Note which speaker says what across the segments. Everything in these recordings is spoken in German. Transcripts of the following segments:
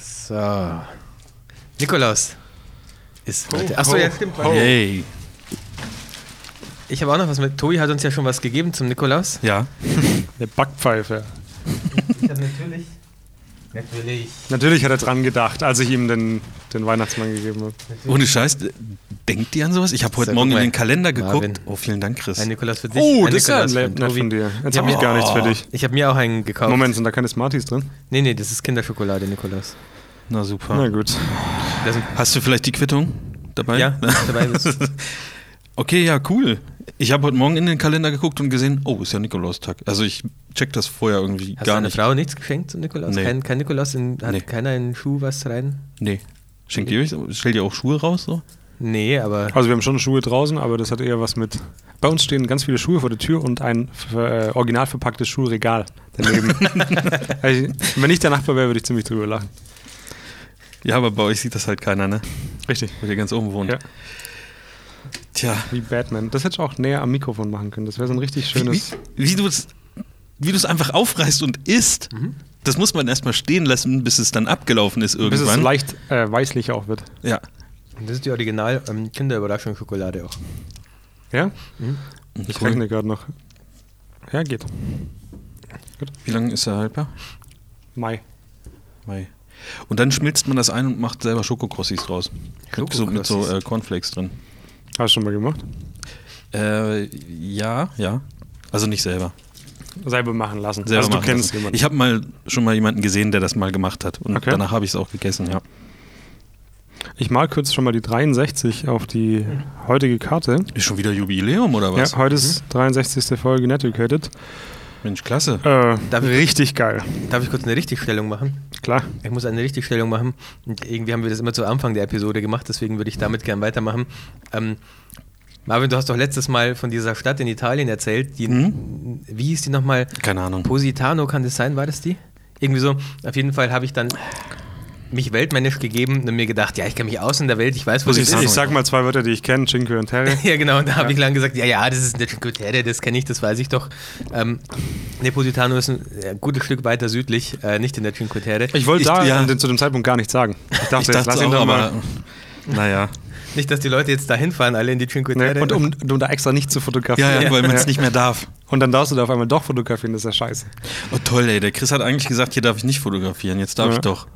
Speaker 1: So. Nikolaus ist heute.
Speaker 2: Ho,
Speaker 1: Achso,
Speaker 2: ho,
Speaker 1: ja, stimmt.
Speaker 2: ho.
Speaker 3: Hey.
Speaker 1: Ich habe auch noch was mit. Tobi hat uns ja schon was gegeben zum Nikolaus.
Speaker 3: Ja.
Speaker 2: Eine Backpfeife.
Speaker 1: Ich habe natürlich. Natürlich.
Speaker 2: Natürlich hat er dran gedacht, als ich ihm den, den Weihnachtsmann gegeben habe.
Speaker 3: Ohne Scheiß, äh, denkt ihr an sowas? Ich habe heute
Speaker 1: So,
Speaker 3: Morgen
Speaker 1: guck
Speaker 3: in
Speaker 1: mal.
Speaker 3: den Kalender geguckt.
Speaker 1: Marvin.
Speaker 3: Oh, vielen Dank, Chris.
Speaker 1: Ein Nikolaus für dich.
Speaker 2: Oh,
Speaker 1: ein
Speaker 2: das ist ja
Speaker 1: Nikolaus für den
Speaker 2: nett
Speaker 1: Tobi.
Speaker 2: von dir. Jetzt habe ich gar nichts für dich.
Speaker 1: Ich habe mir auch einen
Speaker 3: Oh.
Speaker 1: gekauft.
Speaker 2: Moment, sind da keine Smarties drin?
Speaker 1: Nee, nee, das ist Kinderschokolade, Nikolaus.
Speaker 3: Na
Speaker 2: Na
Speaker 3: super.
Speaker 2: gut.
Speaker 1: Da sind-
Speaker 3: Hast du vielleicht die Quittung dabei?
Speaker 1: Ja, dabei ist
Speaker 3: okay, ja, cool. Ich habe heute Morgen in den Kalender geguckt und gesehen, oh, ist ja Nikolaustag. Also ich check das vorher irgendwie
Speaker 1: Hast
Speaker 3: gar
Speaker 1: deine
Speaker 3: nicht.
Speaker 1: Frau nichts geschenkt zum Nikolaus?
Speaker 3: Nee.
Speaker 1: Kein, kein Nikolaus? In, hat
Speaker 3: Nee.
Speaker 1: keiner einen Schuh was rein?
Speaker 3: Nee. Schenkt ihr euch, stellt ihr auch Schuhe raus so?
Speaker 1: Nee, aber
Speaker 2: Also wir haben schon Schuhe draußen, aber das hat eher was mit... Bei uns stehen ganz viele Schuhe vor der Tür und ein f- äh, original verpacktes Schuhregal daneben. also, wenn ich der Nachbar wäre, würde ich ziemlich drüber lachen.
Speaker 3: Ja, aber bei euch sieht das halt keiner, ne?
Speaker 2: Richtig.
Speaker 3: Weil ihr ganz oben wohnt.
Speaker 2: Ja.
Speaker 3: Tja,
Speaker 2: Wie Batman. Das hätte ich auch näher am Mikrofon machen können. Das wäre so ein richtig
Speaker 3: wie, wie,
Speaker 2: schönes...
Speaker 3: wie du es wie du's einfach aufreißt und isst, das muss man erstmal stehen lassen, bis es dann abgelaufen ist
Speaker 2: Bis
Speaker 3: irgendwann.
Speaker 2: es leicht äh, weißlich auch wird.
Speaker 3: ja.
Speaker 1: das ist die Original ähm, Kinderüberraschung Schokolade auch.
Speaker 2: Ja?
Speaker 3: Ich
Speaker 2: Ich
Speaker 3: Mhm. cool.
Speaker 2: rechne gerade noch. Ja, geht.
Speaker 3: Wie lange ist er haltbar?
Speaker 2: Mai.
Speaker 3: Mai. Und dann schmilzt man das ein und macht selber Schokokrossis draus. Mit so, mit so äh, Cornflakes drin.
Speaker 2: Hast du schon mal gemacht?
Speaker 3: Äh, ja, ja. Also nicht selber.
Speaker 2: Selber machen lassen.
Speaker 3: selber
Speaker 2: also du
Speaker 3: machen
Speaker 2: kennst
Speaker 3: lassen.
Speaker 2: jemanden.
Speaker 3: Ich habe mal schon mal jemanden gesehen, der das mal gemacht hat. Und
Speaker 2: Okay.
Speaker 3: danach habe ich es auch gegessen, ja.
Speaker 2: Ich mal kurz schon mal die 63 auf die heutige Karte.
Speaker 3: Ist schon wieder Jubiläum oder was? Mhm.
Speaker 2: Ja, heute ist 63. Folge Netiquated.
Speaker 3: Mensch, klasse.
Speaker 2: Äh,
Speaker 1: Darf ich-
Speaker 2: richtig geil.
Speaker 1: Darf ich kurz eine Richtigstellung machen?
Speaker 2: Klar.
Speaker 1: Ich muss eine Richtigstellung machen. Und irgendwie haben wir das immer zu Anfang der Episode gemacht, deswegen würde ich damit gern weitermachen. Ähm, Marvin, du hast doch letztes Mal von dieser Stadt in Italien erzählt. Die, Wie hieß die nochmal?
Speaker 3: Keine Ahnung.
Speaker 1: Positano kann das sein, war das die? Irgendwie so. Auf jeden Fall habe ich dann mich weltmännisch gegeben und mir gedacht, ja, ich kenne mich aus in der Welt, ich weiß, wo das
Speaker 2: Ich,
Speaker 3: Positano.
Speaker 1: ist.
Speaker 2: ich sag mal zwei Wörter, die ich kenne: Cinque und Terre.
Speaker 1: Ja, genau. Und da habe ich lang gesagt, ja, ja, das ist eine Cinque Terre, das kenne ich, das weiß ich doch. Ähm, Nepositano ist ein äh, gutes Stück weiter südlich, äh, nicht in der Cinque Terre.
Speaker 2: Ich wollte
Speaker 3: Ich-
Speaker 2: da
Speaker 3: ja.
Speaker 2: an den- zu dem Zeitpunkt gar nichts sagen. Ich dachte,
Speaker 3: Ich
Speaker 2: jetzt
Speaker 3: dachte
Speaker 2: lass ihn
Speaker 3: auch,
Speaker 2: doch
Speaker 3: aber
Speaker 2: mal.
Speaker 3: naja.
Speaker 1: Nicht, dass die Leute jetzt da hinfahren, alle in die Cinque Terre.
Speaker 2: Nee, und um, um da extra nicht zu fotografieren.
Speaker 3: Ja, ja, weil man es nicht mehr darf.
Speaker 2: Und dann darfst du da auf einmal doch fotografieren, das ist ja scheiße.
Speaker 3: Oh toll, ey. Der Chris hat eigentlich gesagt, hier darf ich nicht fotografieren. Jetzt darf
Speaker 2: Ja.
Speaker 3: ich doch.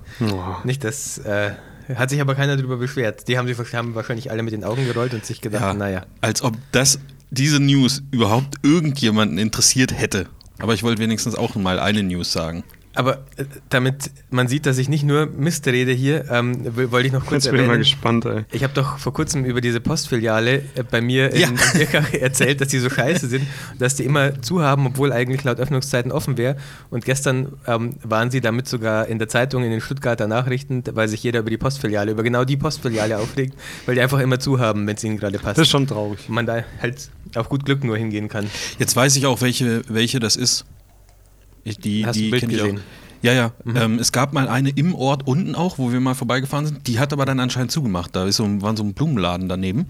Speaker 1: Nicht, dass. Äh, hat sich aber keiner darüber beschwert. Die haben, sich, haben wahrscheinlich alle mit den Augen gerollt und sich gedacht,
Speaker 3: Ja,
Speaker 1: naja.
Speaker 3: Als ob das, diese News überhaupt irgendjemanden interessiert hätte. Aber ich wollte wenigstens auch mal eine News sagen.
Speaker 1: Aber äh, damit man sieht, dass ich nicht nur Mist rede hier, ähm, w- wollte ich noch kurz
Speaker 2: Jetzt bin ich mal
Speaker 1: erwähnen.
Speaker 2: gespannt, ey.
Speaker 1: Ich habe doch vor kurzem über diese Postfiliale äh, bei mir in,
Speaker 3: Ja.
Speaker 1: in Birkach erzählt, dass die so scheiße sind, und dass die immer zu haben, obwohl eigentlich laut Öffnungszeiten offen wäre. Und gestern ähm, waren sie damit sogar in der Zeitung, in den Stuttgarter Nachrichten, weil sich jeder über die Postfiliale, über genau die Postfiliale aufregt, weil die einfach immer zu haben, wenn es ihnen gerade passt.
Speaker 2: Das ist schon traurig.
Speaker 1: Und man da halt auf gut Glück nur hingehen kann.
Speaker 3: Jetzt weiß ich auch, welche, welche das ist. Ich, die
Speaker 1: Hast du
Speaker 3: die
Speaker 1: ein Bild
Speaker 3: kenn ich
Speaker 1: gesehen? Mhm.
Speaker 3: Auch. Ja, ja. Ähm, es gab mal eine im Ort unten auch, wo wir mal vorbeigefahren sind. Die hat aber dann anscheinend zugemacht. Da ist so, ein- war so ein Blumenladen daneben.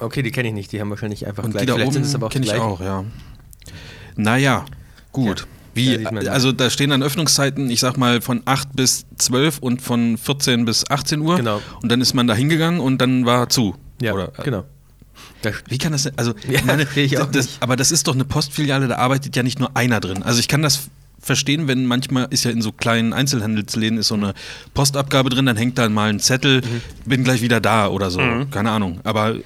Speaker 1: Okay, die kenne ich nicht, die haben wahrscheinlich einfach
Speaker 3: Und
Speaker 1: gleich.
Speaker 3: die da
Speaker 1: Vielleicht
Speaker 3: oben
Speaker 1: sind es aber auch
Speaker 3: kenne ich
Speaker 1: gleich.
Speaker 3: auch, ja. Naja, gut.
Speaker 1: Ja,
Speaker 3: Wie,
Speaker 1: da sieht man.
Speaker 3: also da stehen dann Öffnungszeiten, ich sag mal von 8 bis 12 und von 14 bis 18 Uhr.
Speaker 1: Genau.
Speaker 3: Und dann ist man da hingegangen und dann war zu.
Speaker 1: Ja,
Speaker 3: Oder, äh,
Speaker 1: genau. Da,
Speaker 3: Wie kann das denn? Also,
Speaker 1: Ja, verstehe ich auch
Speaker 3: das,
Speaker 1: nicht.
Speaker 3: aber das ist doch eine Postfiliale, da arbeitet ja nicht nur einer drin. Also ich kann das verstehen, wenn manchmal ist ja in so kleinen Einzelhandelsläden ist so eine Postabgabe drin, dann hängt da mal ein Zettel,
Speaker 1: Mhm.
Speaker 3: bin gleich wieder da oder so. Keine Ahnung. Aber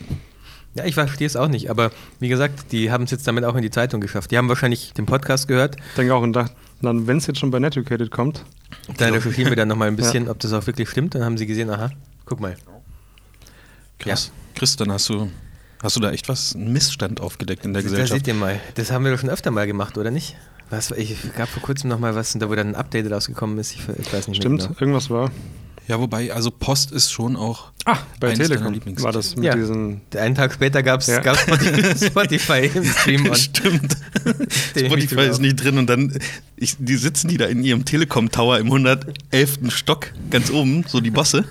Speaker 1: Ja, ich verstehe es auch nicht, aber wie gesagt, die haben es jetzt damit auch in die Zeitung geschafft. Die haben wahrscheinlich den Podcast gehört.
Speaker 2: Ich denke auch, und da- dann, wenn es jetzt schon bei Netucated kommt,
Speaker 1: Dann recherchieren wir dann nochmal ein bisschen, ob das auch wirklich stimmt. Dann haben sie gesehen, aha, guck mal.
Speaker 3: krass. Chris, dann hast du, hast du da echt was, einen Missstand aufgedeckt in der
Speaker 1: Da
Speaker 3: Gesellschaft.
Speaker 1: seht ihr mal. Das haben wir doch schon öfter mal gemacht, oder nicht? Was, ich gab vor kurzem nochmal was, da wo dann ein Update rausgekommen ist. Ich, ich weiß nicht
Speaker 2: stimmt,
Speaker 1: mehr. Genau.
Speaker 2: irgendwas war.
Speaker 3: Ja, wobei, also Post ist schon auch
Speaker 2: Ah, Bei
Speaker 3: Ah, eines deiner
Speaker 2: Telekom
Speaker 3: Lieblings-
Speaker 2: war das mit
Speaker 1: Ja.
Speaker 2: diesen.
Speaker 1: Einen Tag später gab es
Speaker 2: Ja.
Speaker 1: Spotify im Stream on.
Speaker 3: Stimmt.
Speaker 1: ich mich
Speaker 3: Spotify
Speaker 1: drüber
Speaker 3: ist
Speaker 1: auf.
Speaker 3: nicht drin und dann ich, die sitzen die da in ihrem Telekom Tower im 111. Stock ganz oben, so die Bosse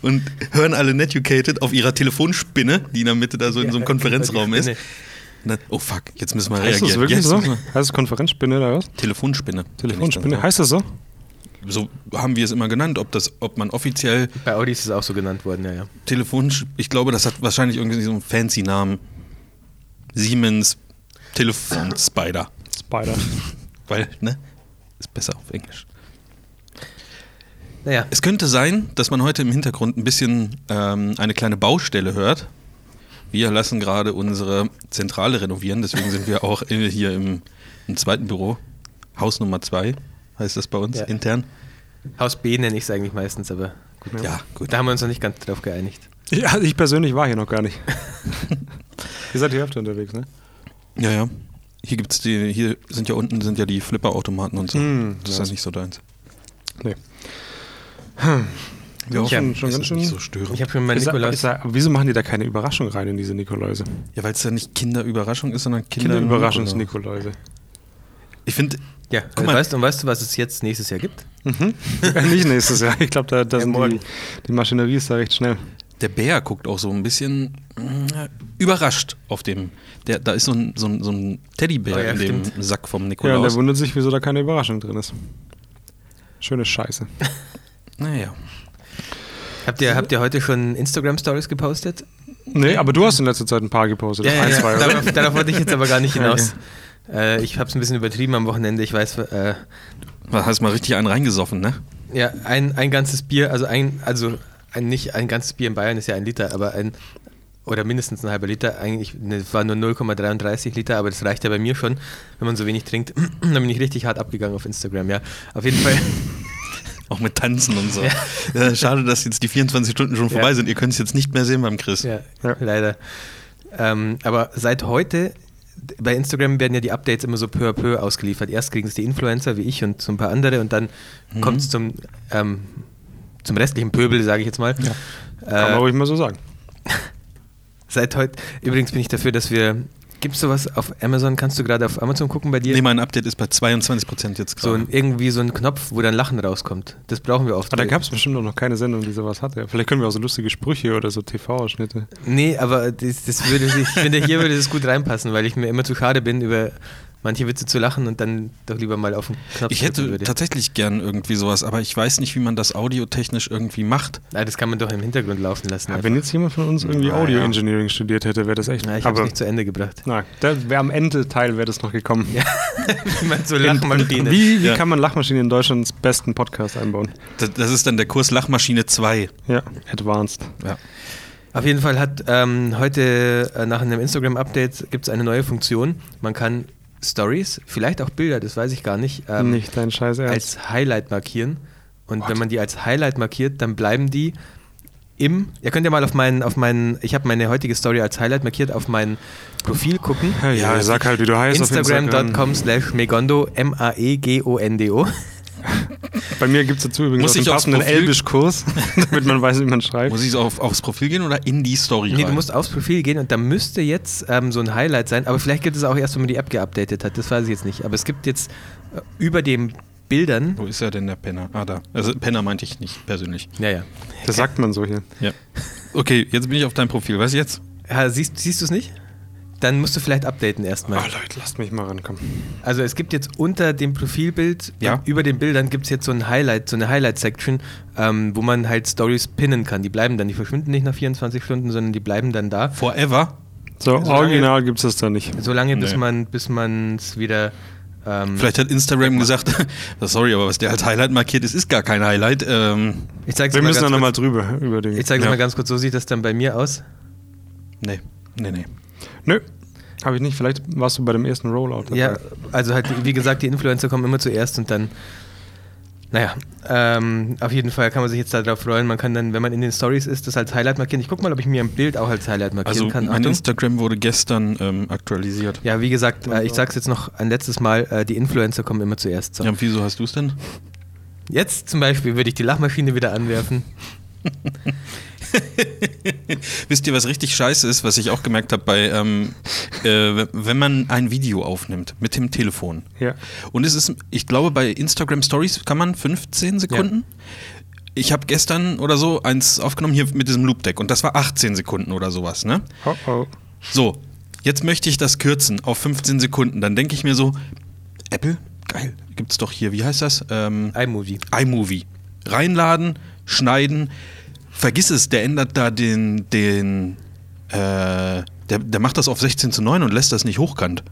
Speaker 3: und hören alle Netucated auf ihrer Telefonspinne, die in der Mitte da so in so einem
Speaker 1: Ja,
Speaker 3: Konferenzraum
Speaker 1: die
Speaker 3: ist.
Speaker 1: Spinne.
Speaker 3: Und dann, oh fuck, jetzt müssen wir
Speaker 2: Heißt
Speaker 3: reagieren.
Speaker 2: das wirklich
Speaker 3: Jetzt
Speaker 2: so?
Speaker 3: müssen wir-
Speaker 2: Heißt das Konferenzspinne oder was?
Speaker 3: Telefonspinne.
Speaker 2: Telefonspinne.
Speaker 3: Kenn ich
Speaker 2: Heißt das so?
Speaker 3: dann so haben wir es immer genannt, ob, das, ob man offiziell
Speaker 1: Bei Audi ist es auch so genannt worden, ja, ja.
Speaker 3: telefonisch, ich glaube, das hat wahrscheinlich irgendwie so einen fancy Namen. Siemens Telefon Spider.
Speaker 2: Spider.
Speaker 3: Weil, ne? Ist besser auf Englisch.
Speaker 1: Naja,
Speaker 3: Es könnte sein, dass man heute im Hintergrund ein bisschen ähm, eine kleine Baustelle hört. Wir lassen gerade unsere Zentrale renovieren, deswegen sind wir auch in, hier im, im zweiten Büro. Haus Nummer zwei heißt das bei uns
Speaker 1: Ja.
Speaker 3: intern.
Speaker 1: Haus B nenne ich es eigentlich meistens, aber gut.
Speaker 3: Ja, gut.
Speaker 1: Da haben wir uns noch nicht ganz drauf geeinigt.
Speaker 2: Ich, also ich persönlich war hier noch gar nicht. Ihr seid hier öfter unterwegs, ne?
Speaker 3: Ja, ja. Hier gibt's die, hier sind ja unten sind ja die Flipperautomaten und so.
Speaker 2: Mm,
Speaker 3: das ist
Speaker 2: ja.
Speaker 3: ja nicht so deins.
Speaker 2: Nee.
Speaker 3: Wir
Speaker 2: hoffen
Speaker 3: hoffen,
Speaker 2: schon
Speaker 3: es
Speaker 2: ganz
Speaker 3: ist
Speaker 2: schön-
Speaker 3: nicht so störend.
Speaker 1: Ich habe schon mal
Speaker 2: Ist da,
Speaker 1: Nikolaus.
Speaker 2: ist da, aber wieso machen die da keine Überraschung rein in diese Nikoläuse?
Speaker 3: Ja, weil es ja nicht Kinderüberraschung ist, sondern Kinder
Speaker 2: Kinderüberraschungs-Nikoläuse.
Speaker 3: Ich finde,
Speaker 1: ja,
Speaker 3: mal.
Speaker 1: also weißt, und weißt du, was es jetzt nächstes Jahr gibt?
Speaker 3: Mhm.
Speaker 2: Äh, Nicht nächstes Jahr. Ich glaube, da, da
Speaker 1: Ja,
Speaker 2: sind die,
Speaker 1: morgen.
Speaker 2: die Maschinerie ist da recht schnell.
Speaker 3: der Bär guckt auch so ein bisschen mm, überrascht auf dem. Der, da ist so ein, so ein, so ein Teddybär
Speaker 1: Oh ja,
Speaker 3: in dem Sack vom
Speaker 2: Ja, und der
Speaker 3: Nikolaus.
Speaker 2: wundert sich, wieso da keine Überraschung drin ist. Schöne Scheiße.
Speaker 3: naja.
Speaker 1: Habt ihr, habt ihr heute schon Instagram-Stories gepostet?
Speaker 2: Nee, aber du hast in letzter Zeit ein paar gepostet. ein, zwei, oder?
Speaker 1: Darauf, darauf wollte ich jetzt aber gar nicht hinaus. Äh, ich habe es ein bisschen übertrieben am Wochenende. Ich weiß, äh,
Speaker 3: Was hast mal richtig einen reingesoffen, ne?
Speaker 1: ja, ein, ein ganzes Bier, also ein, also ein, nicht ein ganzes Bier in Bayern ist ja ein Liter, aber ein, oder mindestens ein halber Liter, eigentlich, ne, es war nur 0,33 Liter, aber das reicht ja bei mir schon, wenn man so wenig trinkt. Dann bin ich richtig hart abgegangen auf Instagram, ja. Auf jeden Fall.
Speaker 3: Auch mit Tanzen und so. Ja, schade, dass jetzt die 24 Stunden schon vorbei
Speaker 1: Ja.
Speaker 3: sind. Ihr könnt es jetzt nicht mehr sehen beim Chris.
Speaker 1: Ja,
Speaker 2: Ja.
Speaker 1: leider. Ähm, aber seit heute, d- bei Instagram werden ja die Updates immer so peu à peu ausgeliefert. Erst kriegen es die Influencer wie ich und so ein paar andere und dann
Speaker 2: Mhm.
Speaker 1: kommt es zum, ähm, zum restlichen Pöbel, sage ich jetzt mal.
Speaker 2: Kann man
Speaker 1: Äh,
Speaker 2: ruhig mal so sagen.
Speaker 1: seit heute, übrigens bin ich dafür, dass wir, gibt's sowas auf Amazon? Kannst du gerade auf Amazon gucken bei dir?
Speaker 3: Nee, mein Update ist bei 22 Prozent jetzt
Speaker 1: so
Speaker 3: gerade.
Speaker 1: ein, irgendwie so ein Knopf, wo dann Lachen rauskommt. Das brauchen wir oft. Äh,
Speaker 2: Aber Ah, da gab es bestimmt auch noch keine Sendung, die sowas hatte. Vielleicht können wir auch so lustige Sprüche oder so TV-Ausschnitte.
Speaker 1: Nee, aber das, das würde sich, ich finde, hier würde es gut reinpassen, weil ich mir immer zu schade bin, über manche Witze zu lachen und dann doch lieber mal auf den Knopf
Speaker 3: Ich
Speaker 1: drücken
Speaker 3: hätte
Speaker 1: würde.
Speaker 3: tatsächlich gern irgendwie sowas, aber ich weiß nicht, wie man das audiotechnisch irgendwie macht.
Speaker 1: Nein, das kann man doch im Hintergrund laufen lassen.
Speaker 2: Ja, wenn jetzt jemand von uns irgendwie
Speaker 3: Na ja.
Speaker 2: Audio-Engineering studiert hätte, wäre das echt.
Speaker 1: Na, ich habe
Speaker 2: aber
Speaker 1: es nicht zu Ende gebracht.
Speaker 2: na, da wär am Ende-Teil wäre das noch gekommen.
Speaker 1: Wie man so Lachmaschine.
Speaker 2: Wie, wie
Speaker 3: Ja.
Speaker 2: kann man Lachmaschinen in Deutschlands besten Podcast einbauen?
Speaker 3: Das, das ist dann der Kurs Lachmaschine 2.
Speaker 2: Ja, advanced.
Speaker 1: Auf jeden Fall hat ähm, heute äh, nach einem Instagram-Update gibt es eine neue Funktion. Man kann Stories, vielleicht auch Bilder, das weiß ich gar nicht, ähm,
Speaker 2: nicht dein Scheiß Ernst.
Speaker 1: als Highlight markieren. Und wenn man die als Highlight markiert, dann bleiben die im. Ihr könnt ja mal auf meinen, auf meinen, ich habe meine heutige Story als Highlight markiert, auf mein Profil gucken.
Speaker 2: Ja, ja, sag halt, wie du heißt auf
Speaker 1: Instagram.com slash Megondo, E M-A-E-G-O-N-D-O.
Speaker 2: Bei mir gibt es dazu übrigens
Speaker 3: Muss
Speaker 2: auch einen
Speaker 3: ich aufs
Speaker 2: passenden
Speaker 3: Profil-
Speaker 2: Elbisch-Kurs, damit man weiß, wie man schreibt.
Speaker 3: Muss ich so auf, aufs Profil gehen oder in die Story
Speaker 1: Nee,
Speaker 3: rein?
Speaker 1: du musst aufs Profil gehen und da müsste jetzt ähm, so ein Highlight sein, aber vielleicht gibt es auch erst, wenn man die App geupdatet hat, das weiß ich jetzt nicht. Aber es gibt jetzt äh, über den Bildern.
Speaker 3: Wo ist er denn, der Penner? Ah, da. Also Penner meinte ich nicht persönlich.
Speaker 1: Naja.
Speaker 2: Das sagt man so hier.
Speaker 3: Ja. Okay, jetzt bin ich auf deinem Profil. Was jetzt?
Speaker 1: Ja, siehst siehst du es nicht? Dann musst du vielleicht updaten erstmal.
Speaker 2: Ah, Leute, lasst mich mal rankommen.
Speaker 1: Also es gibt jetzt unter dem Profilbild,
Speaker 3: Ja.
Speaker 1: und über den Bildern gibt es jetzt so ein Highlight, so eine Highlight-Section, ähm, wo man halt Stories pinnen kann. Die bleiben dann, die verschwinden nicht nach 24 Stunden, sondern die bleiben dann da.
Speaker 3: Forever?
Speaker 2: So,
Speaker 1: Solange-
Speaker 2: original gibt es das da nicht.
Speaker 1: Solange bis
Speaker 3: Nee.
Speaker 1: man bis man es wieder ähm,
Speaker 3: Vielleicht hat Instagram gesagt, sorry, aber was der als Highlight markiert ist, ist gar kein Highlight. Ähm,
Speaker 1: ich zeig's
Speaker 2: Wir
Speaker 1: mal
Speaker 2: müssen da
Speaker 1: ganz
Speaker 2: nochmal
Speaker 1: kurz-
Speaker 2: drüber, über den.
Speaker 1: Ich zeige es
Speaker 3: Ja.
Speaker 1: mal ganz kurz, so sieht das dann bei mir aus.
Speaker 3: nee, nee, nee.
Speaker 2: Nö, habe ich nicht. Vielleicht warst du bei dem ersten Rollout dabei.
Speaker 1: Ja, also halt, wie gesagt, die Influencer kommen immer zuerst und dann, naja, ähm, auf jeden Fall kann man sich jetzt darauf freuen. Man kann dann, wenn man in den Stories ist, das als Highlight markieren. Ich guck mal, ob ich mir ein Bild auch als Highlight markieren
Speaker 3: Also
Speaker 1: kann.
Speaker 3: mein
Speaker 1: Achtung.
Speaker 3: Instagram wurde gestern ähm, aktualisiert.
Speaker 1: Ja, wie gesagt, äh, ich sag's jetzt noch ein letztes Mal, äh, die Influencer kommen immer zuerst. So.
Speaker 3: Ja, und wieso hast du es denn?
Speaker 1: Jetzt zum Beispiel würde ich die Lachmaschine wieder anwerfen.
Speaker 3: Wisst ihr, was richtig scheiße ist, was ich auch gemerkt habe bei, ähm, äh, w- wenn man ein Video aufnimmt mit dem Telefon.
Speaker 2: Ja.
Speaker 3: Und es ist, ich glaube, bei Instagram Stories kann man 15 Sekunden. Ich habe gestern oder so eins aufgenommen hier mit diesem Loop Deck und das war 18 Sekunden oder sowas, ne?
Speaker 2: Oh, oh.
Speaker 3: So, jetzt möchte ich das kürzen auf 15 Sekunden. Dann denke ich mir so, Apple, geil, gibt's doch hier, wie heißt das? Ähm,
Speaker 1: iMovie.
Speaker 3: iMovie. Reinladen, schneiden. Vergiss es, der ändert da den. den äh, der, der macht das auf 16 zu 9 und lässt das nicht hochkant.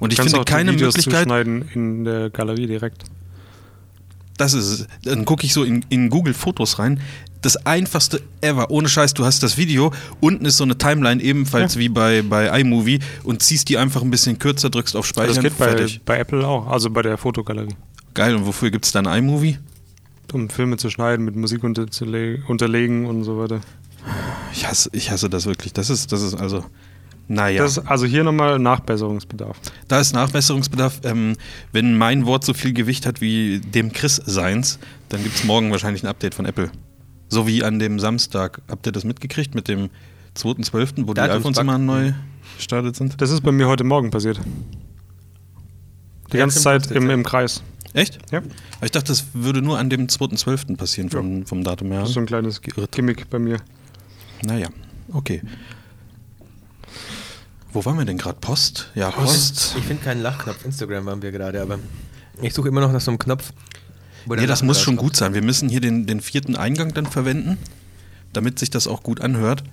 Speaker 3: Und ich
Speaker 2: Kannst
Speaker 3: finde
Speaker 2: auch die
Speaker 3: keine
Speaker 2: Videos
Speaker 3: Möglichkeit.
Speaker 2: zuschneiden in der Galerie direkt.
Speaker 3: Das ist es. Dann gucke ich so in, in Google Fotos rein. Das einfachste ever. Ohne Scheiß, du hast das Video. Unten ist so eine Timeline, ebenfalls wie bei, bei iMovie. Und ziehst die einfach ein bisschen kürzer, drückst auf Speichern.
Speaker 2: Also Das geht bei,
Speaker 3: fertig.
Speaker 2: bei Apple auch, also bei der Fotogalerie.
Speaker 3: Geil. Und wofür gibt es dann iMovie?
Speaker 2: Um Filme zu schneiden, mit Musik unterzule- unterlegen und so weiter.
Speaker 3: Ich hasse, ich hasse das wirklich. Das ist, das ist also. Naja.
Speaker 2: Das, also hier nochmal Nachbesserungsbedarf.
Speaker 3: Da ist Nachbesserungsbedarf. Ähm, wenn mein Wort so viel Gewicht hat wie dem Chris seins, dann gibt es morgen wahrscheinlich ein Update von Apple. So wie an dem Samstag. Habt ihr das mitgekriegt mit dem 2.12., wo die
Speaker 1: Datumsbug.
Speaker 3: iPhones immer neu gestartet sind?
Speaker 2: Das ist bei mir heute Morgen passiert. Die ganze
Speaker 1: stimmt,
Speaker 2: Zeit im, im Kreis.
Speaker 3: Echt?
Speaker 2: Ja.
Speaker 3: Aber Ich dachte, das würde nur an dem 2.12. passieren vom, vom Datum her.
Speaker 2: Das ist so ein kleines Gi- Gimmick bei mir.
Speaker 3: Naja, okay. Wo waren wir denn gerade? Post? Ja, Post.
Speaker 1: Ich finde keinen Lachknopf. Instagram waren wir gerade, aber ich suche immer noch nach so einem Knopf. wo der
Speaker 3: Nee, das
Speaker 1: Lachen
Speaker 3: muss schon
Speaker 1: rauskommt.
Speaker 3: gut sein. Wir müssen hier den, den vierten Eingang dann verwenden, damit sich das auch gut anhört.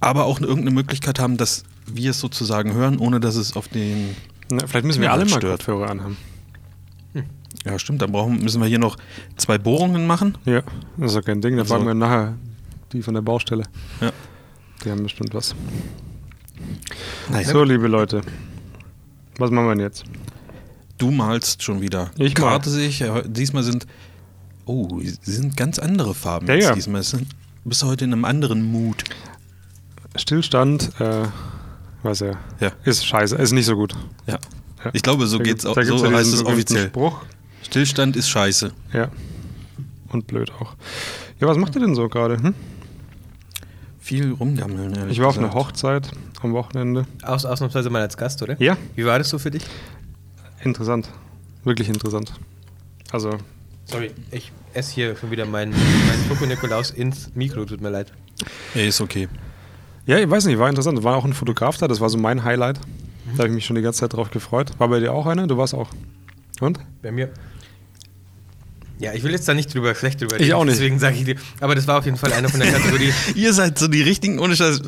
Speaker 3: Aber auch irgendeine Möglichkeit haben, dass wir es sozusagen hören, ohne dass es auf den.
Speaker 2: Na, vielleicht müssen wir
Speaker 3: Ja,
Speaker 2: alle mal
Speaker 3: stört.
Speaker 2: Kopfhörer anhaben.
Speaker 3: Ja, stimmt, dann brauchen, müssen wir hier noch zwei Bohrungen machen.
Speaker 2: Ja, das ist ja kein Ding. Da
Speaker 3: Also-
Speaker 2: fragen wir nachher die von der Baustelle.
Speaker 3: Ja.
Speaker 2: Die haben bestimmt was.
Speaker 3: Naja,
Speaker 2: So, liebe Leute. Was machen wir denn jetzt?
Speaker 3: du malst schon wieder.
Speaker 2: Ich mal.
Speaker 3: Karte sehe ich. ja, Diesmal sind. Oh, sind ganz andere Farben
Speaker 2: Ja,
Speaker 3: jetzt
Speaker 2: ja.
Speaker 3: diesmal. Es sind- Du bist heute in einem anderen Mut.
Speaker 2: Stillstand, äh, weiß ja,
Speaker 3: Ja.
Speaker 2: ist scheiße, ist nicht so gut.
Speaker 3: Ja.
Speaker 2: Ja.
Speaker 3: Ich glaube, so
Speaker 2: Da
Speaker 3: geht's
Speaker 2: gibt's-
Speaker 3: auch.
Speaker 2: da gibt's
Speaker 3: So
Speaker 2: ja diesen
Speaker 3: heißt es
Speaker 2: berühmten
Speaker 3: offiziell.
Speaker 2: Spruch.
Speaker 3: Stillstand ist scheiße.
Speaker 2: Ja. Und blöd auch. Ja, was macht ihr denn so gerade? Hm?
Speaker 3: Viel rumgammeln. ehrlich
Speaker 2: Ich war auf
Speaker 3: gesagt.
Speaker 2: einer Hochzeit am Wochenende.
Speaker 1: Aus, ausnahmsweise mal als Gast, oder?
Speaker 2: Ja,
Speaker 1: Wie war das so für dich?
Speaker 2: interessant. Wirklich interessant. Also,
Speaker 1: Sorry, ich esse hier schon wieder meinen mein Schoko-Nikolaus ins Mikro, tut mir leid.
Speaker 3: Ey, ist okay.
Speaker 2: ja, ich weiß nicht, war interessant. Da war auch ein Fotograf da, das war so mein Highlight. Da habe ich mich schon die ganze Zeit drauf gefreut. War bei dir auch einer? Du warst auch. Und?
Speaker 1: Bei mir. Ja, ich will jetzt da nicht drüber schlecht drüber
Speaker 2: Ich auch nicht.
Speaker 1: Deswegen sage ich dir. Aber das war auf jeden Fall einer von der Kategorie.
Speaker 3: Ihr seid so die richtigen, ohne Scheiß.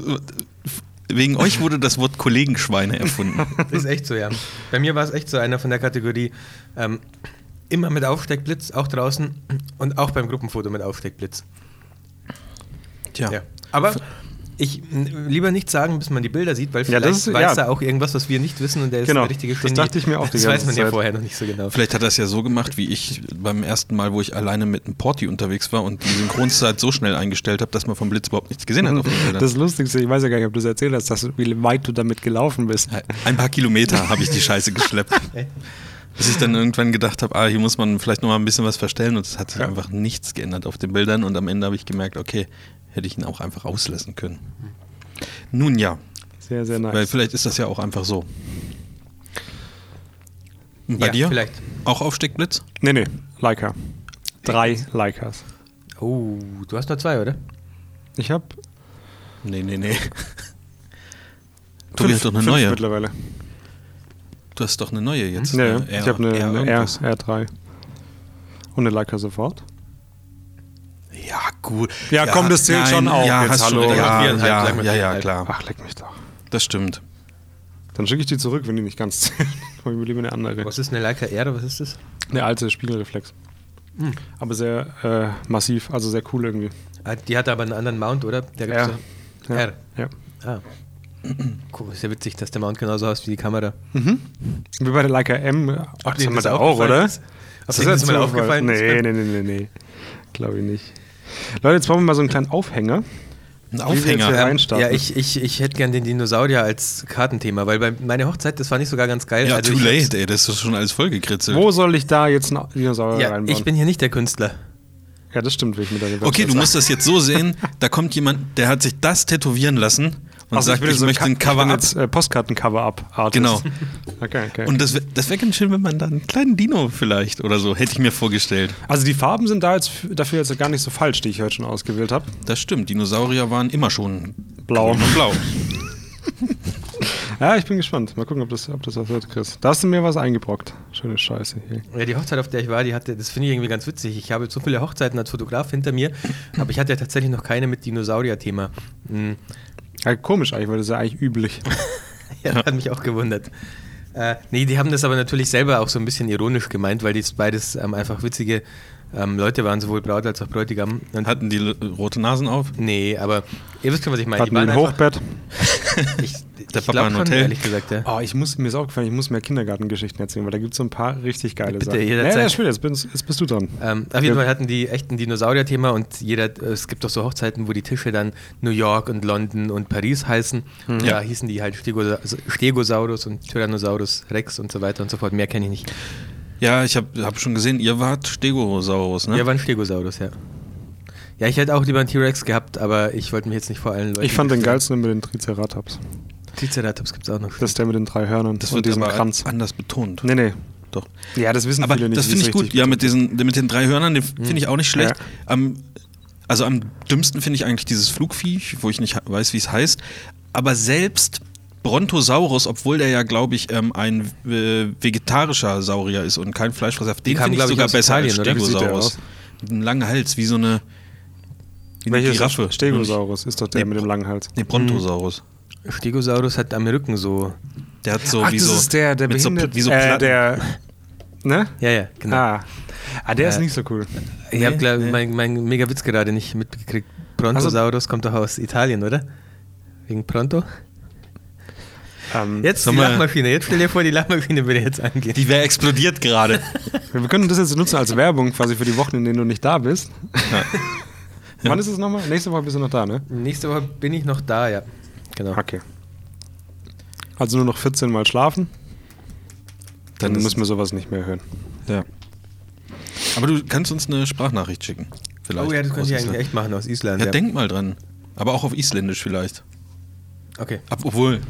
Speaker 3: Wegen euch wurde das Wort Kollegenschweine erfunden.
Speaker 1: Das ist echt so, ja. Bei mir war es echt so einer von der Kategorie. Ähm, immer mit Aufsteckblitz, auch draußen und auch beim Gruppenfoto mit Aufsteckblitz.
Speaker 3: Tja.
Speaker 1: Ja. Aber ich m, lieber nicht sagen, bis man die Bilder sieht, weil
Speaker 2: Ja,
Speaker 1: vielleicht
Speaker 2: das ist-
Speaker 1: weiß
Speaker 2: ja.
Speaker 1: da auch irgendwas, was wir nicht wissen und der ist
Speaker 2: Genau,
Speaker 1: der richtige
Speaker 2: das
Speaker 1: Genie.
Speaker 2: dachte ich mir auch die
Speaker 1: Das weiß
Speaker 2: ganze
Speaker 1: man ja
Speaker 2: Zeit.
Speaker 1: vorher noch nicht so genau.
Speaker 3: Vielleicht hat er es ja so gemacht, wie ich beim ersten Mal, wo ich alleine mit einem Porti unterwegs war und die Synchronzeit so schnell eingestellt habe, dass man vom Blitz überhaupt nichts gesehen hat auf den Bildern.
Speaker 2: Das Lustigste, ich weiß ja gar nicht, ob du es erzählt hast, dass du, wie weit du damit gelaufen bist.
Speaker 3: Ein paar Kilometer habe ich die Scheiße geschleppt. Bis ich dann irgendwann gedacht habe, ah, hier muss man vielleicht noch mal ein bisschen was verstellen und es hat sich
Speaker 2: Ja.
Speaker 3: einfach nichts geändert auf den Bildern und am Ende habe ich gemerkt, okay, hätte ich ihn auch einfach auslassen können. Nun ja,
Speaker 2: Sehr, sehr
Speaker 3: weil
Speaker 2: nice.
Speaker 3: vielleicht ist das ja auch einfach so. Und bei
Speaker 1: ja,
Speaker 3: dir?
Speaker 1: Vielleicht.
Speaker 3: Auch Aufsteckblitz?
Speaker 2: Nee, nee, Leica. Drei Leicas.
Speaker 1: Oh, du hast nur zwei, oder?
Speaker 2: Ich habe
Speaker 3: Nee, nee, nee. Tobi hat doch eine neue.
Speaker 2: mittlerweile.
Speaker 3: Du hast doch eine neue jetzt.
Speaker 2: Ja, ja.
Speaker 3: Äh,
Speaker 2: ich habe eine,
Speaker 3: R-
Speaker 2: eine R,
Speaker 3: irgendwas.
Speaker 2: R3. Und eine Leica sofort.
Speaker 3: Ja, gut.
Speaker 2: Ja, komm, das zählt schon auch
Speaker 3: Ja,
Speaker 2: jetzt,
Speaker 3: hast
Speaker 2: hallo.
Speaker 3: schon wieder-
Speaker 1: Ja,
Speaker 3: ja,
Speaker 1: viereinhalb, sag
Speaker 3: ja,
Speaker 1: mal
Speaker 3: ja, ja,
Speaker 1: viereinhalb.
Speaker 3: klar.
Speaker 2: Ach, leck mich doch.
Speaker 3: Das stimmt.
Speaker 2: Dann schicke ich die zurück, wenn die nicht ganz zählt. Hol ich mir lieber eine andere.
Speaker 1: Was ist eine Leica R? Was ist das?
Speaker 2: Eine Ne, alte Spiegelreflex.
Speaker 1: Hm.
Speaker 2: Aber sehr äh, massiv, also sehr cool irgendwie.
Speaker 1: Ah, Die hat aber einen anderen Mount, oder? Der gibt's
Speaker 2: R.
Speaker 1: ja. R.
Speaker 2: Ja.
Speaker 1: Ah. Cool, ist ja witzig, dass der Mount genauso aussieht wie die Kamera.
Speaker 2: Wie bei der Leica M. Ach,
Speaker 1: denen
Speaker 2: das
Speaker 1: das
Speaker 2: haben wir auch,
Speaker 1: aufgefallen
Speaker 2: oder?
Speaker 1: ist? Ob denen das mal
Speaker 2: Zufall?
Speaker 1: aufgefallen ist?
Speaker 2: Nee, nee, nee, nee, nee. Glaube ich nicht. Leute, jetzt brauchen wir mal so einen kleinen Aufhänger.
Speaker 3: Ein
Speaker 2: Wie wir jetzt hier
Speaker 3: Aufhänger.
Speaker 2: reinstarten.
Speaker 1: Ähm, Ja, ich, ich, ich hätte gern den Dinosaurier als Kartenthema, weil bei meiner Hochzeit, das fand ich sogar ganz geil.
Speaker 3: Ja,
Speaker 1: Also
Speaker 3: too
Speaker 1: ich hab's-
Speaker 3: late, ey. Das ist schon alles vollgekritzelt.
Speaker 2: Wo soll ich da jetzt einen Dinosaurier
Speaker 1: Ja,
Speaker 2: reinbauen?
Speaker 1: ich bin hier nicht der Künstler.
Speaker 2: ja, das stimmt, wie ich mit deiner
Speaker 3: Okay,
Speaker 2: Website
Speaker 3: du
Speaker 2: sag.
Speaker 3: musst das jetzt so sehen: da kommt jemand, der hat sich das tätowieren lassen und
Speaker 2: Also
Speaker 3: sagt, ich,
Speaker 2: jetzt so
Speaker 3: möchte ein
Speaker 2: Ka- ich bin
Speaker 3: Cover-Up.
Speaker 2: jetzt, äh, Postkarten-Cover-Up-Artist.
Speaker 3: Genau.
Speaker 2: Okay, okay.
Speaker 3: Und das wäre das wär ganz schön, wenn man da einen kleinen Dino vielleicht oder so, hätte ich mir vorgestellt.
Speaker 2: also die Farben sind da jetzt f- dafür jetzt gar nicht so falsch, die ich heute schon ausgewählt habe.
Speaker 3: Das stimmt, Dinosaurier waren immer schon
Speaker 2: Blau.
Speaker 3: grün und blau.
Speaker 2: Ja, ich bin gespannt. Mal gucken, ob das, ob das was wird, Chris. Da hast du mir was eingebrockt. Schöne Scheiße hier.
Speaker 1: Ja, die Hochzeit, auf der ich war, die hatte, das finde ich irgendwie ganz witzig. Ich habe so viele Hochzeiten als Fotograf hinter mir, aber ich hatte tatsächlich noch keine mit Dinosaurier-Thema. Hm,
Speaker 2: Ja, komisch eigentlich, weil das ist ja eigentlich üblich.
Speaker 1: ja, hat mich auch gewundert. Äh, nee, die haben das aber natürlich selber auch so ein bisschen ironisch gemeint, weil die beides ähm, einfach witzige ähm, Leute waren, sowohl Braut als auch Bräutigam. Und,
Speaker 3: Hatten die l- rote Nasen auf?
Speaker 1: nee, aber ihr wisst schon, was ich meine.
Speaker 2: Hatten wir ein
Speaker 1: einfach-
Speaker 2: Hochbett.
Speaker 1: Ich,
Speaker 3: Der
Speaker 1: ich
Speaker 3: Papa
Speaker 1: glaub
Speaker 3: im
Speaker 1: schon,
Speaker 3: Hotel.
Speaker 1: ehrlich gesagt, ja.
Speaker 2: Oh, ich muss, mir ist aufgefallen, ich muss mehr Kindergartengeschichten erzählen, weil da gibt es so ein paar richtig geile
Speaker 1: Bitte,
Speaker 2: Sachen.
Speaker 1: jederzeit.
Speaker 2: das jetzt, bist, jetzt bist du dran.
Speaker 1: Ähm, auf jeden Fall hatten die echt ein Dinosaurier-Thema und jeder, äh, es gibt doch so Hochzeiten, wo die Tische dann New York und London und Paris heißen. Da
Speaker 2: Hm.
Speaker 3: Ja.
Speaker 1: hießen die halt Stegosa Stegosaurus und Tyrannosaurus Rex und so weiter und so fort. Mehr kenne ich nicht.
Speaker 3: Ja, ich habe hab schon gesehen, ihr wart Stegosaurus, ne?
Speaker 1: Ja, war ein Stegosaurus, ja. Ja, ich hätte auch lieber einen T-Rex gehabt, aber ich wollte mich jetzt nicht vor allen Leuten.
Speaker 2: Ich fand den
Speaker 1: gestellt.
Speaker 2: geilsten mit den Triceratops.
Speaker 1: Triceratops gibt es auch noch.
Speaker 2: Das ist der mit den drei Hörnern
Speaker 3: das
Speaker 2: und
Speaker 3: wird
Speaker 2: diesem
Speaker 3: aber
Speaker 2: Kranz.
Speaker 3: anders betont.
Speaker 2: Nee, nee.
Speaker 3: Doch.
Speaker 2: Ja, das wissen
Speaker 3: Aber
Speaker 2: viele nicht.
Speaker 3: das
Speaker 2: wie
Speaker 3: finde
Speaker 2: es
Speaker 3: ich gut.
Speaker 2: richtig
Speaker 3: Ja,
Speaker 2: Hm.
Speaker 3: mit, diesen, mit den drei Hörnern, den finde ich auch nicht schlecht.
Speaker 2: Ja.
Speaker 3: Am, also am dümmsten finde ich eigentlich dieses Flugviech, wo ich nicht he- weiß, wie es heißt. Aber selbst Brontosaurus, obwohl der ja, glaube ich, ähm, ein äh, vegetarischer Saurier ist und kein Fleischfresser, den
Speaker 1: kamen,
Speaker 3: finde ich
Speaker 1: glaub ich,
Speaker 3: sogar
Speaker 1: aus
Speaker 3: besser als
Speaker 1: Italien, oder?
Speaker 2: Wie sieht der
Speaker 3: Stegosaurus.
Speaker 2: aus?
Speaker 3: Mit einem langen Hals, wie so eine wie eine
Speaker 2: Welcher ist das?
Speaker 3: Giraffe.
Speaker 2: Stegosaurus ist doch der
Speaker 3: Nee,
Speaker 2: mit dem langen Hals.
Speaker 3: Nee, Brontosaurus.
Speaker 1: Stegosaurus hat am Rücken so.
Speaker 3: Der hat so wie so mit so,
Speaker 2: behindert-
Speaker 3: wie so
Speaker 2: äh,
Speaker 3: Platten.
Speaker 2: der, ne?
Speaker 1: Ja, ja, genau.
Speaker 2: Ah. ah, der
Speaker 1: Äh,
Speaker 2: ist nicht so cool.
Speaker 1: ich
Speaker 3: nee,
Speaker 1: habe glaub,
Speaker 3: nee.
Speaker 1: mein, mein Megawitz gerade nicht mitgekriegt.
Speaker 2: Also
Speaker 1: Brontosaurus kommt doch aus Italien, oder? Wegen Pronto?
Speaker 2: Ähm,
Speaker 1: Jetzt die
Speaker 3: Sag mal-
Speaker 1: Lachmaschine. Jetzt stell dir vor, die Lachmaschine würde jetzt angehen.
Speaker 3: Die wäre explodiert gerade.
Speaker 2: Wir können das jetzt nutzen als Werbung quasi für die Wochen, in denen du nicht da bist. Wann ist es nochmal? Nächste Woche bist du noch da, ne?
Speaker 1: Nächste Woche bin ich noch da, ja. Genau.
Speaker 2: Okay. Also nur noch 14 Mal schlafen, dann,
Speaker 3: ist-
Speaker 2: müssen wir sowas nicht mehr hören.
Speaker 3: Ja. Aber du kannst uns eine Sprachnachricht schicken. Vielleicht.
Speaker 1: Oh ja, das
Speaker 3: aus
Speaker 1: könnte ich
Speaker 3: Island.
Speaker 1: eigentlich echt machen aus Island.
Speaker 3: Ja, denk mal dran. Aber auch auf Isländisch vielleicht.
Speaker 1: Okay.
Speaker 3: Ab, obwohl,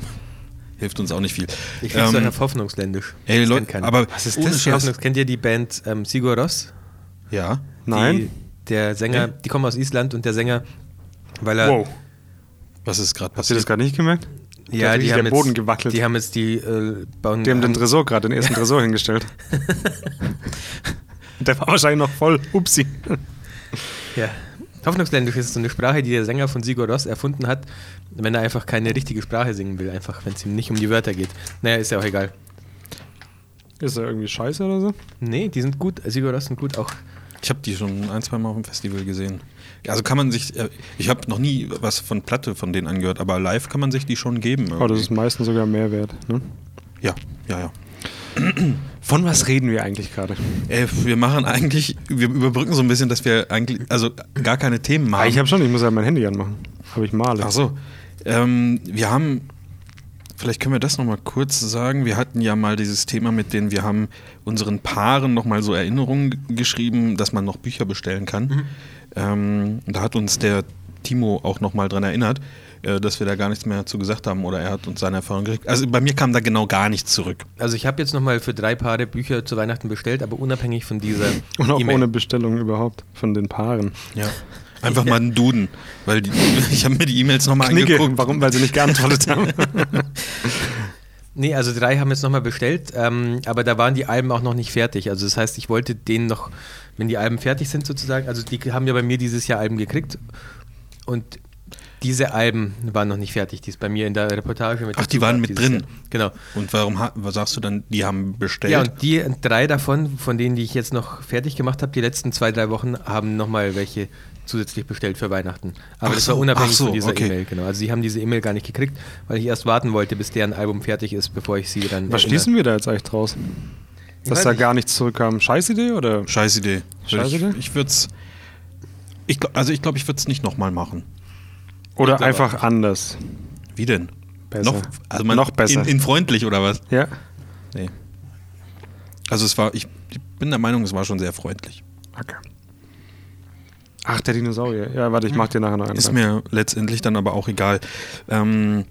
Speaker 3: hilft uns auch nicht viel.
Speaker 1: Ich finde es
Speaker 3: ähm,
Speaker 1: auf Hoffnungsländisch.
Speaker 3: ey,
Speaker 1: Das
Speaker 3: Leute,
Speaker 1: kennt keiner.
Speaker 3: aber
Speaker 1: was ist
Speaker 3: ohne
Speaker 1: das? für
Speaker 3: Scheiß.
Speaker 1: Hoffnungs kennt ihr die Band ähm, Sigur Rós?
Speaker 3: Ja.
Speaker 2: Nein?
Speaker 1: Die, der Sänger, die kommen aus Island und der Sänger, weil er.
Speaker 2: Wow.
Speaker 3: Was ist gerade
Speaker 2: Hast du äh, das
Speaker 3: passiert?
Speaker 2: gerade nicht gemerkt? Da
Speaker 1: Ja,
Speaker 2: hat
Speaker 1: die
Speaker 2: richtig
Speaker 1: haben,
Speaker 2: der Boden
Speaker 1: jetzt,
Speaker 2: gewackelt.
Speaker 1: die haben jetzt die äh, bauen.
Speaker 2: Die haben ähm, den Tresor gerade, den ersten Tresor hingestellt. Der war wahrscheinlich noch voll. Upsi.
Speaker 1: Ja. Hoffnungsländisch ist so eine Sprache, die der Sänger von Sigur Rós erfunden hat, wenn er einfach keine richtige Sprache singen will, einfach wenn es ihm nicht um die Wörter geht. Naja, ist ja auch egal.
Speaker 2: Ist er irgendwie scheiße oder so?
Speaker 1: Nee, die sind gut. Sigur Rós sind gut auch.
Speaker 3: Ich habe die schon ein, zwei Mal auf dem Festival gesehen. Also kann man sich, äh, ich habe noch nie was von Platte von denen angehört, aber live kann man sich die schon geben.
Speaker 2: Oh, das
Speaker 3: irgendwie.
Speaker 2: ist meistens sogar mehr wert. Ne?
Speaker 3: ja, ja, ja.
Speaker 2: Von was reden wir eigentlich gerade?
Speaker 3: Ey, Äh, wir machen eigentlich, wir überbrücken so ein bisschen, dass wir eigentlich, also gar keine Themen
Speaker 2: Ah,
Speaker 3: haben.
Speaker 2: ich habe schon, ich muss ja mein Handy anmachen. Habe ich male.
Speaker 3: Ach so. Ähm, wir haben, vielleicht können wir das nochmal kurz sagen. Wir hatten ja mal dieses Thema mit denen, wir haben unseren Paaren nochmal so Erinnerungen g- geschrieben, dass man noch Bücher bestellen kann. Ähm, da hat uns der Timo auch nochmal dran erinnert, äh, dass wir da gar nichts mehr zu gesagt haben oder er hat uns seine Erfahrung gekriegt. Also bei mir kam da genau gar nichts zurück.
Speaker 1: Also ich habe jetzt nochmal für drei Paare Bücher zu Weihnachten bestellt, aber unabhängig von dieser
Speaker 2: Und auch
Speaker 1: E-Mail.
Speaker 2: ohne Bestellung überhaupt von den Paaren.
Speaker 3: Ja. Einfach mal einen Duden, weil die, ich habe mir die E-Mails nochmal angeguckt.
Speaker 2: warum? Weil sie nicht geantwortet haben.
Speaker 1: Nee, also drei haben jetzt nochmal bestellt, ähm, aber da waren die Alben auch noch nicht fertig. Also das heißt, ich wollte denen noch, wenn die Alben fertig sind sozusagen, also die haben ja bei mir dieses Jahr Alben gekriegt und diese Alben waren noch nicht fertig, die ist bei mir in der Reportage mit
Speaker 3: Ach, die
Speaker 1: dazu
Speaker 3: waren
Speaker 1: gab
Speaker 3: mit
Speaker 1: dieses
Speaker 3: drin.
Speaker 1: Jahr. Genau.
Speaker 3: Und warum ha- was sagst du dann, die haben bestellt?
Speaker 1: Ja, und die drei davon, von denen, die ich jetzt noch fertig gemacht habe, die letzten zwei, drei Wochen, haben nochmal welche zusätzlich bestellt für Weihnachten. Aber
Speaker 3: Ach
Speaker 1: das
Speaker 3: so,
Speaker 1: war unabhängig
Speaker 3: ach so,
Speaker 1: von dieser
Speaker 3: okay.
Speaker 1: E-Mail, genau. Also sie haben diese E-Mail gar nicht gekriegt, weil ich erst warten wollte, bis deren Album fertig ist, bevor ich sie dann.
Speaker 2: Was
Speaker 1: erinnere.
Speaker 2: schließen wir da jetzt eigentlich draus? Dass
Speaker 1: weiß
Speaker 2: da
Speaker 1: nicht.
Speaker 2: gar nichts zurückkam. Scheißidee oder?
Speaker 3: Scheiß Idee.
Speaker 2: Scheiß
Speaker 3: ich,
Speaker 2: Idee?
Speaker 3: Ich würde es. Ich, gl- also ich glaube, ich würde es nicht nochmal machen.
Speaker 2: Oder
Speaker 3: glaub
Speaker 2: einfach anders.
Speaker 3: Wie denn?
Speaker 2: Besser.
Speaker 3: Noch, also
Speaker 2: Noch besser.
Speaker 3: In, in freundlich oder was?
Speaker 2: Ja.
Speaker 3: Nee. Also es war, ich, ich bin der Meinung, es war schon sehr freundlich.
Speaker 2: Okay. Ach, der Dinosaurier. Ja, warte, ich mach dir nachher noch einen.
Speaker 3: Ist
Speaker 2: rein.
Speaker 3: mir letztendlich dann aber auch egal. Ähm,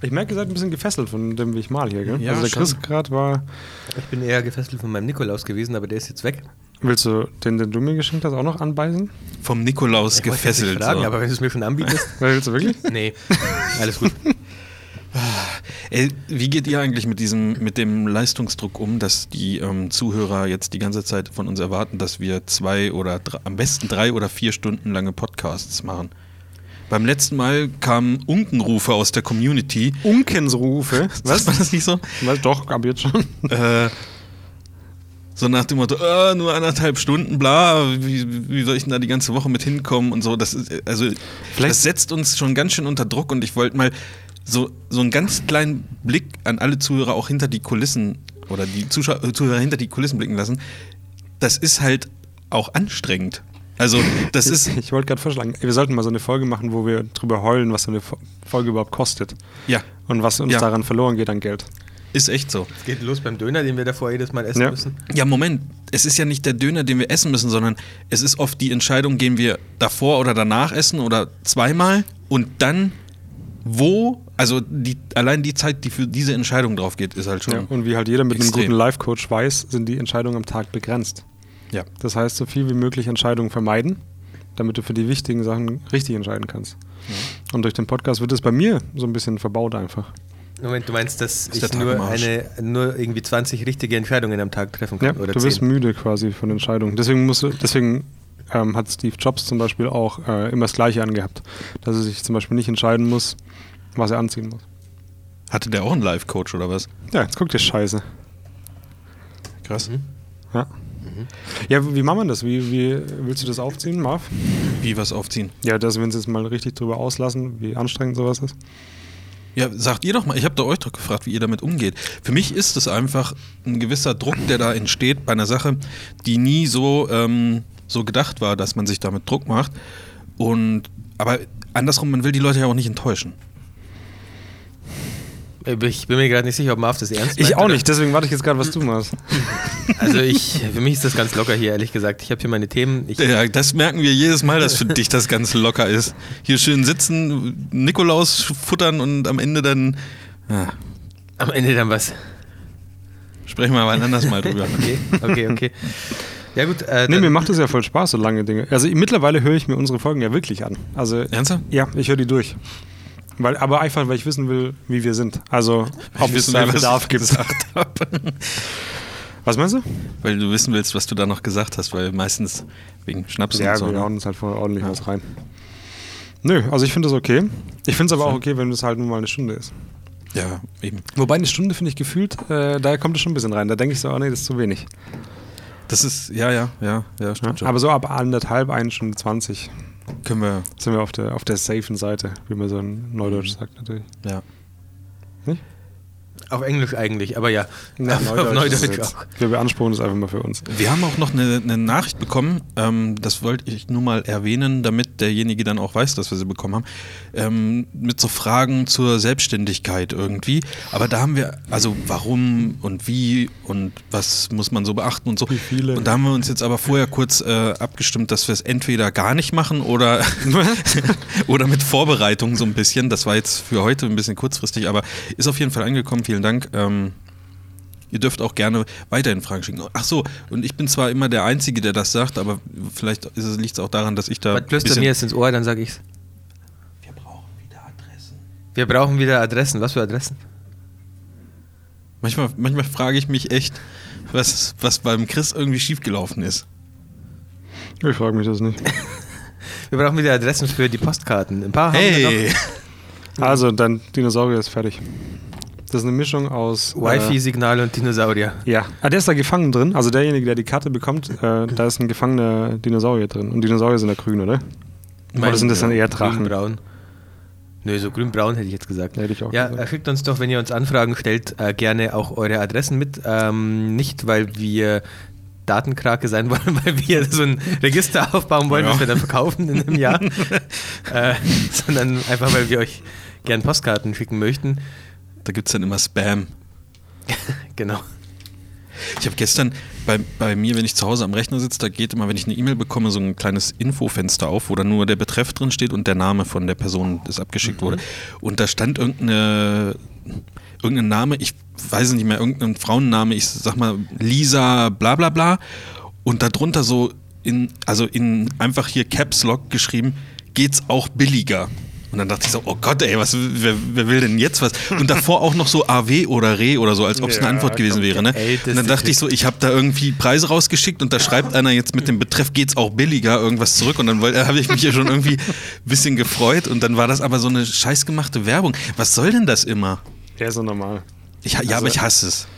Speaker 2: ich merke, ihr seid ein bisschen gefesselt von dem, wie ich mal hier, gell?
Speaker 3: Ja,
Speaker 2: also der Chris
Speaker 3: schon.
Speaker 2: gerade war.
Speaker 1: Ich bin eher gefesselt von meinem Nikolaus gewesen, aber der ist jetzt weg.
Speaker 2: Willst du den, den du mir geschenkt hast, auch noch anbeißen?
Speaker 3: Vom Nikolaus
Speaker 1: wollte jetzt nicht
Speaker 3: gefesselt.
Speaker 1: fragen,
Speaker 3: so.
Speaker 1: aber wenn du es mir schon anbietest.
Speaker 2: Willst du wirklich?
Speaker 1: nee, alles gut.
Speaker 3: Ey, Äh, wie geht ihr eigentlich mit diesem, mit dem Leistungsdruck um, dass die ähm, Zuhörer jetzt die ganze Zeit von uns erwarten, dass wir zwei oder dr- am besten drei oder vier Stunden lange Podcasts machen? Beim letzten Mal kamen Unkenrufe aus der Community.
Speaker 2: Unkensrufe.
Speaker 3: Was war das nicht so?
Speaker 2: Was? Doch, ab jetzt schon.
Speaker 3: äh, so nach dem Motto, äh, nur anderthalb Stunden, bla, wie, wie soll ich denn da die ganze Woche mit hinkommen und so. Das ist, äh, also,
Speaker 2: Vielleicht-
Speaker 3: das setzt uns schon ganz schön unter Druck und ich wollte mal so, so einen ganz kleinen Blick an alle Zuhörer auch hinter die Kulissen oder die Zuschauer, äh, Zuhörer hinter die Kulissen blicken lassen. Das ist halt auch anstrengend. Also, das ist,
Speaker 2: Ich wollte gerade vorschlagen, wir sollten mal so eine Folge machen, wo wir drüber heulen, was so eine Fo- Folge überhaupt kostet.
Speaker 3: ja,
Speaker 2: Und was uns
Speaker 3: Ja.
Speaker 2: daran verloren geht an Geld.
Speaker 3: ist echt so.
Speaker 1: Es geht los beim Döner, den wir davor jedes Mal essen
Speaker 2: Ja.
Speaker 1: müssen.
Speaker 3: Ja, Moment. Es ist ja nicht der Döner, den wir essen müssen, sondern es ist oft die Entscheidung, gehen wir davor oder danach essen oder zweimal und dann wo, also die, allein die Zeit, die für diese Entscheidung drauf geht, ist halt schon.
Speaker 2: Ja. Und wie halt jeder mit
Speaker 3: Extrem.
Speaker 2: einem guten Life-Coach weiß, sind die Entscheidungen am Tag begrenzt.
Speaker 3: Ja.
Speaker 2: Das heißt, so viel wie möglich Entscheidungen vermeiden, damit du für die wichtigen Sachen richtig entscheiden kannst. Und durch den Podcast wird es bei mir so ein bisschen verbaut einfach.
Speaker 1: Moment, du meinst, dass
Speaker 3: der
Speaker 1: ich
Speaker 3: Tag im
Speaker 1: nur,
Speaker 3: Arsch.
Speaker 1: eine, nur irgendwie 20 richtige Entscheidungen am Tag treffen
Speaker 2: Ja,
Speaker 1: kann? oder
Speaker 2: du bist
Speaker 1: 10?
Speaker 2: müde quasi von Entscheidungen. Deswegen musst du, deswegen ähm, hat Steve Jobs zum Beispiel auch äh, immer das Gleiche angehabt, dass er sich zum Beispiel nicht entscheiden muss, was er anziehen muss.
Speaker 3: Hatte der auch einen Live-Coach oder was?
Speaker 2: Ja, jetzt guck dir Scheiße.
Speaker 3: Krass.
Speaker 2: Mhm. Ja. Ja, wie machen wir das? Wie, wie willst du das aufziehen, Marv?
Speaker 3: Wie was aufziehen?
Speaker 2: Ja, dass wir uns jetzt mal richtig drüber auslassen, wie anstrengend sowas ist.
Speaker 3: Ja, sagt ihr doch mal, ich habe da euch doch gefragt, wie ihr damit umgeht. Für mich ist es einfach ein gewisser Druck, der da entsteht bei einer Sache, die nie so, ähm, so gedacht war, dass man sich damit Druck macht. Und aber andersrum, man will die Leute ja auch nicht enttäuschen.
Speaker 1: Äh, Ich bin mir gerade nicht sicher, ob Marv das ernst meint.
Speaker 2: Ich auch
Speaker 1: oder-
Speaker 2: nicht, deswegen warte ich jetzt gerade, was du machst.
Speaker 1: Also ich, für mich ist das ganz locker hier, ehrlich gesagt. Ich habe hier meine Themen. Ich,
Speaker 3: Ja, das merken wir jedes Mal, dass für dich das ganz locker ist. Hier schön sitzen, Nikolaus futtern und am Ende dann ja,
Speaker 1: am Ende dann was.
Speaker 3: sprechen wir mal anders mal drüber.
Speaker 1: Okay, okay, okay. Ja gut, äh,
Speaker 2: Nee,
Speaker 1: dann-
Speaker 2: mir macht das ja voll Spaß, so lange Dinge. Also mittlerweile höre ich mir unsere Folgen ja wirklich an. Also
Speaker 3: Ernsthaft?
Speaker 2: ja, ich höre die durch. Weil, aber einfach, weil ich wissen will, wie wir sind. Also, ob es
Speaker 3: wissen
Speaker 2: da
Speaker 3: will, was
Speaker 2: Bedarf
Speaker 3: ich
Speaker 2: gibt. Was meinst du?
Speaker 3: Weil du wissen willst, was du da noch gesagt hast, weil meistens wegen Schnaps
Speaker 2: Ja,
Speaker 3: und so.
Speaker 2: wir
Speaker 3: ne?
Speaker 2: hauen uns halt voll ordentlich was rein. Nö, also ich finde das okay. Ich finde es aber auch okay, wenn es halt nur mal eine Stunde ist.
Speaker 3: Ja, eben.
Speaker 2: Wobei eine Stunde finde ich gefühlt, äh, da kommt es schon ein bisschen rein. Da denke ich so, oh nee, das ist zu wenig.
Speaker 3: Das ist, ja, ja, ja, ja, stimmt schon.
Speaker 2: Aber so ab anderthalb, eine Stunde zwanzig
Speaker 3: können wir,
Speaker 2: sind wir auf der, auf der safen Seite, wie man so in Neudeutsch
Speaker 1: Mhm.
Speaker 2: sagt natürlich.
Speaker 3: ja.
Speaker 1: auf Englisch eigentlich, aber ja. auf auf
Speaker 2: ist es
Speaker 1: Neudeutsch
Speaker 2: jetzt.
Speaker 1: auch.
Speaker 2: Wir beanspruchen das einfach mal für uns.
Speaker 3: Wir haben auch noch eine, eine Nachricht bekommen, ähm, das wollte ich nur mal erwähnen, damit derjenige dann auch weiß, dass wir sie bekommen haben, ähm, mit so Fragen zur Selbstständigkeit irgendwie. Aber da haben wir, also warum und wie und was muss man so beachten und so.
Speaker 2: Wie viele?
Speaker 3: Und da haben wir uns jetzt aber vorher kurz äh, abgestimmt, dass wir es entweder gar nicht machen oder, oder mit Vorbereitung so ein bisschen. Das war jetzt für heute ein bisschen kurzfristig, aber ist auf jeden Fall angekommen. Vielen Dank. Ähm, Ihr dürft auch gerne weiterhin Fragen schicken. Ach so, und ich bin zwar immer der Einzige, der das sagt, aber vielleicht liegt es liegt's auch daran, dass ich da.
Speaker 1: Was flüstert
Speaker 3: bisschen-
Speaker 1: mir jetzt ins Ohr, dann sage ich's.
Speaker 3: Wir brauchen wieder Adressen.
Speaker 1: Wir brauchen wieder Adressen. Was für Adressen?
Speaker 3: Manchmal, manchmal frage ich mich echt, was, was beim Chris irgendwie schiefgelaufen ist.
Speaker 2: Ich frage mich das nicht.
Speaker 1: Wir brauchen wieder Adressen für die Postkarten. Ein paar haben wir noch.
Speaker 2: Also, dein Dinosaurier ist fertig. Das ist eine Mischung aus. äh,
Speaker 1: Wi-Fi-Signale und Dinosaurier.
Speaker 2: Ja, ah, der ist da gefangen drin. Also derjenige, der die Karte bekommt, äh, da ist ein gefangener Dinosaurier drin. Und Dinosaurier sind ja grün, oder? Oder sind das dann eher Drachen?
Speaker 1: Grünbraun. Nö, so grünbraun hätte ich jetzt gesagt.
Speaker 2: Hätte ich auch
Speaker 1: ja,
Speaker 2: gesagt.
Speaker 1: äh, schickt uns doch, wenn ihr uns Anfragen stellt, äh, gerne auch eure Adressen mit. Ähm, nicht, weil wir Datenkrake sein wollen, weil wir so ein Register aufbauen wollen,
Speaker 3: Ja.
Speaker 1: was wir dann verkaufen in einem Jahr, äh, sondern einfach, weil wir euch gern Postkarten schicken möchten.
Speaker 3: Da gibt es dann immer Spam.
Speaker 1: Genau.
Speaker 3: Ich habe gestern bei, bei mir, wenn ich zu Hause am Rechner sitze, da geht immer, wenn ich eine E-Mail bekomme, so ein kleines Infofenster auf, wo dann nur der Betreff drin steht und der Name von der Person, das abgeschickt wurde. Und da stand irgendeine, irgendein Name, ich weiß es nicht mehr, irgendein Frauenname, ich sag mal Lisa, bla bla bla. und darunter so in, also in einfach hier Caps Lock geschrieben, geht's auch billiger. Und dann dachte ich so, oh Gott, ey, was, wer, wer will denn jetzt was? Und davor auch noch so AW oder RE oder so, als ob es
Speaker 2: Ja,
Speaker 3: eine Antwort gewesen wäre. Ne?
Speaker 1: ey, das
Speaker 3: Und dann
Speaker 1: ist
Speaker 3: dachte ich so, ich habe da irgendwie Preise rausgeschickt und da schreibt einer jetzt mit dem Betreff geht's auch billiger irgendwas zurück. Und dann woll- habe ich mich ja schon irgendwie ein bisschen gefreut. Und dann war das aber so eine scheißgemachte Werbung. Was soll denn das immer?
Speaker 2: Ja, so normal.
Speaker 3: Ich, ha- ja,
Speaker 2: Also
Speaker 3: aber ich hasse es.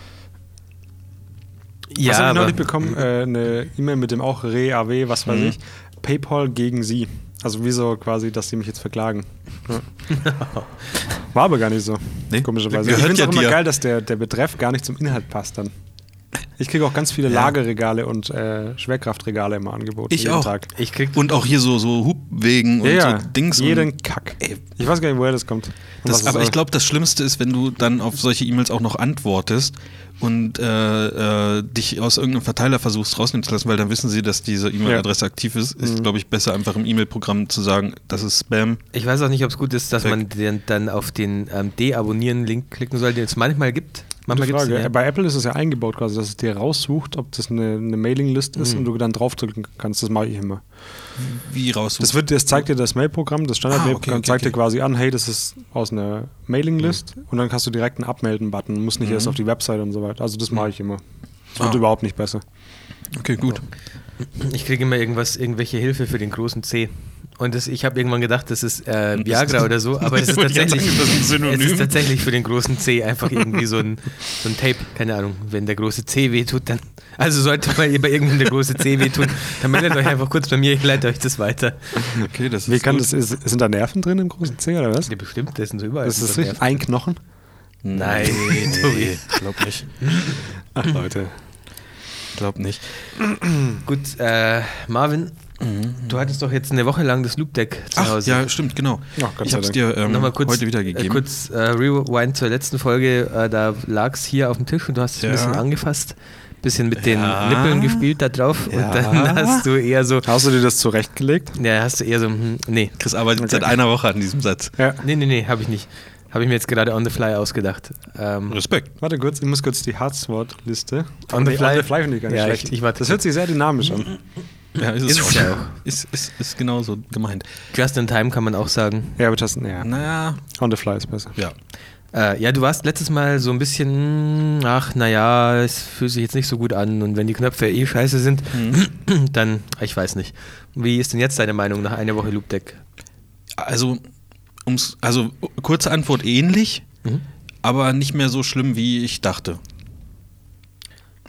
Speaker 1: Ja,
Speaker 2: was habe ich
Speaker 1: aber,
Speaker 2: neulich bekommen? Äh, eine E-Mail mit dem auch Re, AW, was
Speaker 3: Mhm.
Speaker 2: weiß ich. PayPal gegen sie. Also wieso quasi, dass sie mich jetzt verklagen. Ja. War aber gar nicht so.
Speaker 3: Nee,
Speaker 2: komischerweise. Ich
Speaker 3: gehört
Speaker 2: finde es
Speaker 3: ja
Speaker 2: auch immer
Speaker 3: dir.
Speaker 2: geil, dass der, der Betreff gar nicht zum Inhalt passt dann. Ich kriege auch ganz viele Lagerregale und äh, Schwerkraftregale immer angeboten.
Speaker 3: Ich auch.
Speaker 2: Tag.
Speaker 1: ich krieg
Speaker 3: Und auch hier so, so Hubwegen und
Speaker 2: Ja, ja.
Speaker 3: so Dings.
Speaker 2: Jeden
Speaker 3: und
Speaker 2: Kack.
Speaker 3: Ey.
Speaker 2: Ich weiß gar nicht, woher das kommt. und was
Speaker 3: das,
Speaker 2: es
Speaker 3: aber ich
Speaker 2: soll.
Speaker 3: glaube, das Schlimmste ist, wenn du dann auf solche E-Mails auch noch antwortest und äh, äh, dich aus irgendeinem Verteiler versuchst rausnehmen zu lassen, weil dann wissen sie, dass diese E-Mail-Adresse aktiv ist. Ist, glaube ich, besser einfach im E-Mail-Programm zu sagen, das ist Spam.
Speaker 1: Ich weiß auch nicht, ob es gut ist, dass
Speaker 3: Weg.
Speaker 1: man den, dann auf den ähm, Deabonnieren-Link klicken soll, den es manchmal gibt. Manchmal
Speaker 2: Gute
Speaker 1: gibt es
Speaker 2: Frage.
Speaker 1: ja.
Speaker 2: Bei Apple ist es ja eingebaut quasi, dass es dir raussucht, ob das eine, eine Mailinglist
Speaker 3: Mhm.
Speaker 2: ist und du dann draufdrücken kannst. Das mache ich immer.
Speaker 3: Wie raus?
Speaker 2: Das, wird, das zeigt dir das Mailprogramm, das Standard-Mailprogramm
Speaker 3: Ah, okay, okay,
Speaker 2: zeigt dir
Speaker 3: okay. Mhm.
Speaker 2: quasi an, hey, das ist aus einer Mailinglist und dann kannst du direkt einen Abmelden-Button, musst nicht erst auf die Website und so weiter. Also das mache ich immer. Das wird
Speaker 3: Mhm. Ah.
Speaker 2: überhaupt nicht besser.
Speaker 3: okay, gut.
Speaker 1: Ich kriege immer irgendwas, irgendwelche Hilfe für den großen C. Und das, ich habe irgendwann gedacht, das ist äh, Viagra oder so, aber es ist
Speaker 3: Ich wollte gerade
Speaker 1: tatsächlich,
Speaker 3: sagen, das ist ein Synonym.
Speaker 1: es ist tatsächlich für den großen C einfach irgendwie so ein, so ein Tape. Keine Ahnung, wenn der große C wehtut, dann. Also sollte mal bei irgendwem der große C wehtun, dann meldet euch einfach kurz bei mir, ich leite euch das weiter.
Speaker 3: Okay, das
Speaker 2: Wie
Speaker 3: ist
Speaker 2: kann
Speaker 3: gut.
Speaker 2: das, ist, sind da Nerven drin im großen C oder was?
Speaker 1: Ja, bestimmt, das sind so überall.
Speaker 2: Das
Speaker 1: sind
Speaker 2: ist
Speaker 1: so
Speaker 2: richtig. Ein Knochen?
Speaker 1: Nein, Tobi.
Speaker 3: glaub nicht.
Speaker 2: Ach
Speaker 3: Mhm.
Speaker 2: Leute.
Speaker 3: Glaub nicht.
Speaker 1: Gut, äh, Marvin, du hattest doch jetzt eine Woche lang das Loop Deck zu
Speaker 3: Mhm. Ach,
Speaker 1: Hause.
Speaker 3: ja, stimmt, genau.
Speaker 2: Ja, Gott
Speaker 3: ich
Speaker 2: sei
Speaker 3: habe es
Speaker 2: Dank.
Speaker 3: dir ähm,
Speaker 1: Nochmal kurz,
Speaker 3: heute
Speaker 1: äh,
Speaker 3: wiedergegeben.
Speaker 1: kurz äh, Rewind zur letzten Folge, äh, da lag es hier auf dem Tisch und du hast es ein
Speaker 3: Ja.
Speaker 1: bisschen angefasst, bisschen mit den
Speaker 3: Ja.
Speaker 1: Nippeln gespielt da drauf
Speaker 3: Ja.
Speaker 1: und dann hast du eher so,
Speaker 2: Hast du dir das zurechtgelegt?
Speaker 1: ja, hast du eher so, hm, nee,
Speaker 3: Chris arbeitet seit einer Woche an diesem Satz.
Speaker 2: Ja.
Speaker 1: nee, nee, nee, habe ich nicht. Habe ich mir jetzt gerade on the fly ausgedacht. Ähm,
Speaker 3: Respekt.
Speaker 2: Warte kurz, ich muss kurz die Harzwortliste.
Speaker 1: On the
Speaker 2: Nee,
Speaker 1: fly?
Speaker 2: on the fly finde ich gar nicht
Speaker 1: Ja,
Speaker 2: schlecht.
Speaker 1: ich- ich warte
Speaker 2: das
Speaker 1: kurz.
Speaker 2: hört sich sehr dynamisch
Speaker 3: Mhm.
Speaker 2: an.
Speaker 3: Ja, ist es
Speaker 1: Ist
Speaker 3: schon.
Speaker 1: es ja auch.
Speaker 3: Ist, ist, ist genauso gemeint.
Speaker 1: just in time kann man auch sagen.
Speaker 2: Ja, aber das, ja.
Speaker 3: Naja,
Speaker 2: On the fly ist besser.
Speaker 3: ja.
Speaker 1: Äh, ja, du warst letztes Mal so ein bisschen, hm, ach, naja, es fühlt sich jetzt nicht so gut an und wenn die Knöpfe eh scheiße sind,
Speaker 3: Mhm.
Speaker 1: dann, ich weiß nicht. Wie ist denn jetzt deine Meinung nach einer Woche Loop Deck?
Speaker 3: Also, ums, also kurze Antwort ähnlich,
Speaker 1: Mhm.
Speaker 3: aber nicht mehr so schlimm, wie ich dachte.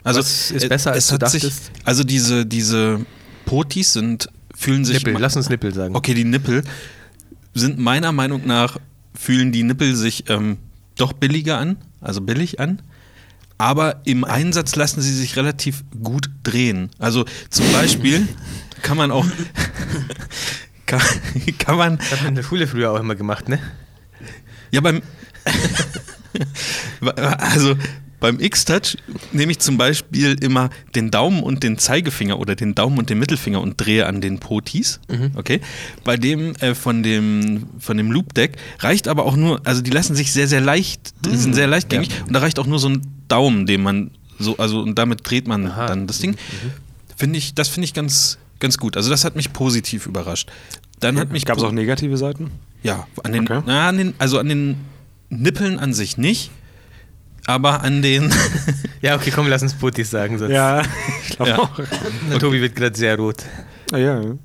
Speaker 3: Also
Speaker 1: Was ist
Speaker 3: äh,
Speaker 1: besser, als
Speaker 3: es
Speaker 1: du
Speaker 3: hat sich,
Speaker 1: dachtest?
Speaker 3: Also diese, diese Potis sind, fühlen sich.
Speaker 1: Nippel,
Speaker 3: ma-
Speaker 1: lass uns Nippel sagen.
Speaker 3: Okay, die Nippel sind meiner Meinung nach, fühlen die Nippel sich ähm, doch billiger an, also billig an. Aber im Einsatz lassen sie sich relativ gut drehen. Also zum Beispiel kann man auch. Kann, kann man
Speaker 1: Das hat man in der Schule früher auch immer gemacht, ne?
Speaker 3: Ja, beim. also beim X-Touch nehme ich zum Beispiel immer den Daumen und den Zeigefinger oder den Daumen und den Mittelfinger und drehe an den Potis. Okay. Bei dem äh, von dem von dem Loop Deck reicht aber auch nur, also die lassen sich sehr sehr leicht, die sind sehr leichtgängig und da reicht auch nur so ein Daumen, den man so also und damit dreht man
Speaker 1: Aha.
Speaker 3: dann das Ding. Finde ich, das finde ich ganz ganz gut. Also das hat mich positiv überrascht. Dann hat mich
Speaker 2: Gab es auch negative Seiten?
Speaker 3: ja, an den,
Speaker 2: Okay.
Speaker 3: na, an den, also an den Nippeln an sich nicht, aber an den.
Speaker 1: Ja, okay, komm, lass uns Putis sagen. Sonst.
Speaker 2: Ja, ich glaube
Speaker 3: Ja.
Speaker 2: auch.
Speaker 1: Na, Tobi wird gerade sehr rot.
Speaker 2: Ah, ja,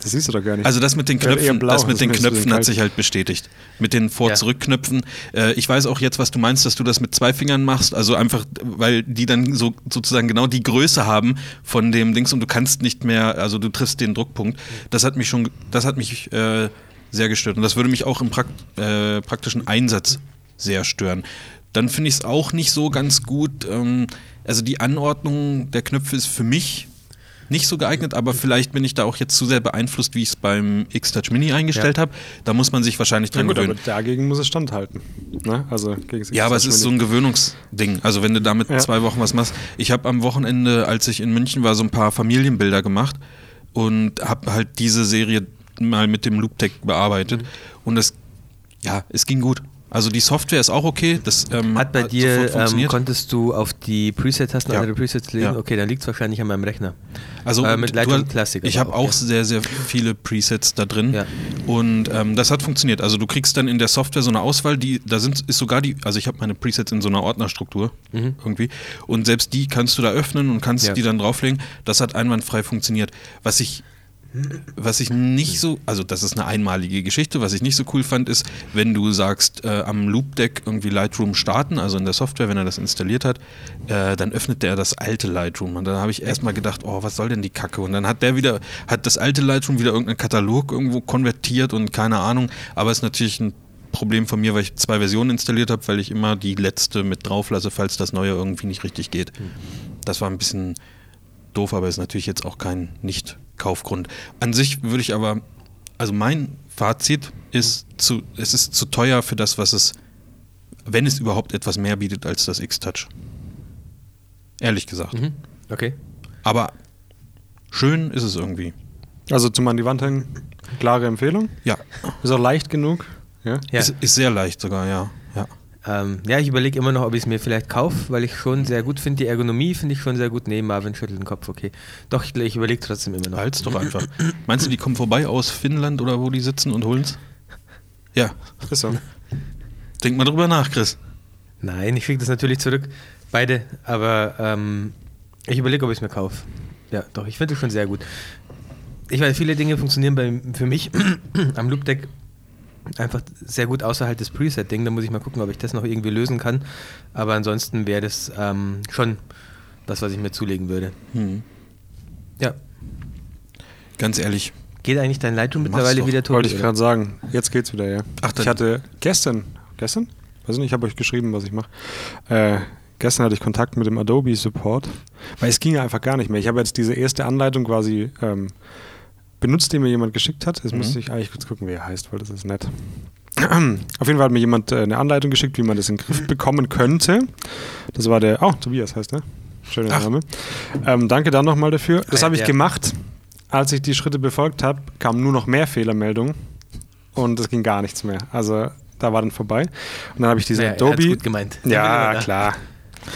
Speaker 2: das siehst du doch gar nicht.
Speaker 3: Also das mit den
Speaker 2: Ja, Äh, eher
Speaker 3: Knöpfen,
Speaker 2: blau,
Speaker 3: das mit
Speaker 2: ist
Speaker 3: den
Speaker 2: mir so
Speaker 3: Knöpfen
Speaker 2: kalt.
Speaker 3: hat sich halt bestätigt. Mit den Vor-Zurück-Knöpfen. Äh, ich weiß auch jetzt, was du meinst, dass du das mit zwei Fingern machst. Also einfach, weil die dann so sozusagen genau die Größe haben von dem Dings und du kannst nicht mehr, also du triffst den Druckpunkt. Das hat mich schon, das hat mich äh, sehr gestört. Und das würde mich auch im Prakt äh, praktischen Einsatz sehr stören. Dann finde ich es auch nicht so ganz gut. Ähm, also die Anordnung der Knöpfe ist für mich nicht so geeignet, aber vielleicht bin ich da auch jetzt zu sehr beeinflusst, wie ich es beim X-Touch Mini eingestellt habe. Da muss man sich wahrscheinlich
Speaker 2: ja,
Speaker 3: dran
Speaker 2: gut, aber
Speaker 3: gewöhnen.
Speaker 2: dagegen muss es standhalten. Ne? Also gegen
Speaker 3: Ja, aber es ist so ein Gewöhnungsding. Also wenn du damit
Speaker 2: Ja.
Speaker 3: zwei Wochen was machst. Ich habe am Wochenende, als ich in München war, so ein paar Familienbilder gemacht und habe halt diese Serie mal mit dem Loop-Tech bearbeitet. Und das, ja, es ging gut. Also die Software ist auch okay. Das ähm,
Speaker 1: Hat bei
Speaker 3: sofort
Speaker 1: dir, ähm,
Speaker 3: funktioniert.
Speaker 1: konntest du auf die Preset-Tasten
Speaker 3: Ja.
Speaker 1: andere Presets lesen?
Speaker 3: Ja.
Speaker 1: Okay, dann liegt es wahrscheinlich an meinem Rechner.
Speaker 3: Also
Speaker 1: Äh, mit
Speaker 3: du
Speaker 1: Lightroom
Speaker 3: hast-
Speaker 1: Classic
Speaker 3: Ich
Speaker 1: aber
Speaker 3: habe
Speaker 1: auch,
Speaker 3: auch sehr, sehr viele Presets da drin.
Speaker 1: Ja.
Speaker 3: Und ähm, das hat funktioniert. Also du kriegst dann in der Software so eine Auswahl, die, da sind, ist sogar die, also ich habe meine Presets in so einer Ordnerstruktur irgendwie. Und selbst die kannst du da öffnen und kannst
Speaker 1: Mhm. Ja.
Speaker 3: die dann drauflegen. Das hat einwandfrei funktioniert. Was ich was ich nicht so, also das ist eine einmalige Geschichte, was ich nicht so cool fand, ist, wenn du sagst, äh, am Loop-Deck irgendwie Lightroom starten, also in der Software, wenn er das installiert hat, äh, dann öffnet der das alte Lightroom. Und dann habe ich erstmal gedacht, oh, was soll denn die Kacke? Und dann hat der wieder, hat das alte Lightroom wieder irgendeinen Katalog irgendwo konvertiert und keine Ahnung, aber ist natürlich ein Problem von mir, weil ich zwei Versionen installiert habe, weil ich immer die letzte mit drauf lasse, falls das neue irgendwie nicht richtig geht. Das war ein bisschen doof, aber ist natürlich jetzt auch kein Nicht-Kaufgrund. An sich würde ich aber, also mein Fazit ist, zu, es ist zu teuer für das, was es, wenn es überhaupt etwas mehr bietet als das X-Touch. Ehrlich gesagt.
Speaker 1: Mhm. Okay.
Speaker 3: Aber schön ist es irgendwie.
Speaker 2: Also zum an die Wand hängen, klare Empfehlung.
Speaker 3: Ja,
Speaker 2: Ist auch leicht genug. Ja.
Speaker 1: Ja.
Speaker 3: Ist, ist sehr leicht sogar, ja. ja.
Speaker 1: Ähm, ja, ich überlege immer noch, ob ich es mir vielleicht kaufe, weil ich schon sehr gut finde. Die Ergonomie finde ich schon sehr gut. Nee, Marvin schüttelt den Kopf, okay. Doch, ich, ich überlege trotzdem immer noch.
Speaker 3: Halt's doch einfach. Meinst du, die kommen vorbei aus Finnland oder wo die sitzen und holen's? Ja,
Speaker 2: Ist so.
Speaker 3: denk mal drüber nach, Chris.
Speaker 1: Nein, ich kriege das natürlich zurück. Beide, aber ähm, ich überlege, ob ich es mir kaufe. Ja, doch, ich finde es schon sehr gut. Ich weiß, viele Dinge funktionieren bei, für mich am Loop Deck einfach sehr gut außerhalb des Preset-Ding. Da muss ich mal gucken, ob ich das noch irgendwie lösen kann. Aber ansonsten wäre das ähm, schon das, was ich mir zulegen würde.
Speaker 3: Hm.
Speaker 1: Ja.
Speaker 3: Ganz ehrlich,
Speaker 1: Geht eigentlich dein Lightroom
Speaker 3: Mach's
Speaker 1: mittlerweile
Speaker 3: doch.
Speaker 1: wieder tot?
Speaker 2: Wollte ich gerade sagen. Jetzt geht's wieder, ja.
Speaker 3: Ach, dann-
Speaker 2: ich hatte gestern, gestern? Weiß nicht, ich habe euch geschrieben, was ich mache. Äh, gestern hatte ich Kontakt mit dem Adobe Support, weil es ging ja einfach gar nicht mehr. Ich habe jetzt diese erste Anleitung quasi ähm, benutzt, die mir jemand geschickt hat.
Speaker 3: Mhm.
Speaker 2: Jetzt müsste ich eigentlich kurz gucken, wie er heißt, weil das ist nett. Auf jeden Fall hat mir jemand äh, eine Anleitung geschickt, wie man das in den
Speaker 1: Mhm.
Speaker 2: Griff bekommen könnte. Das war der, oh, Tobias heißt er. Schöner
Speaker 3: Ach.
Speaker 2: Name. Ähm, danke dann nochmal dafür. Das
Speaker 1: Ein
Speaker 2: habe ich
Speaker 1: Wert.
Speaker 2: gemacht. Als ich die Schritte befolgt habe, kamen nur noch mehr Fehlermeldungen und es ging gar nichts mehr. Also da war dann vorbei. Und dann habe ich diese
Speaker 1: Naja, er hat's
Speaker 2: Adobe.
Speaker 1: gut gemeint.
Speaker 2: Ja,
Speaker 1: Da.
Speaker 2: klar.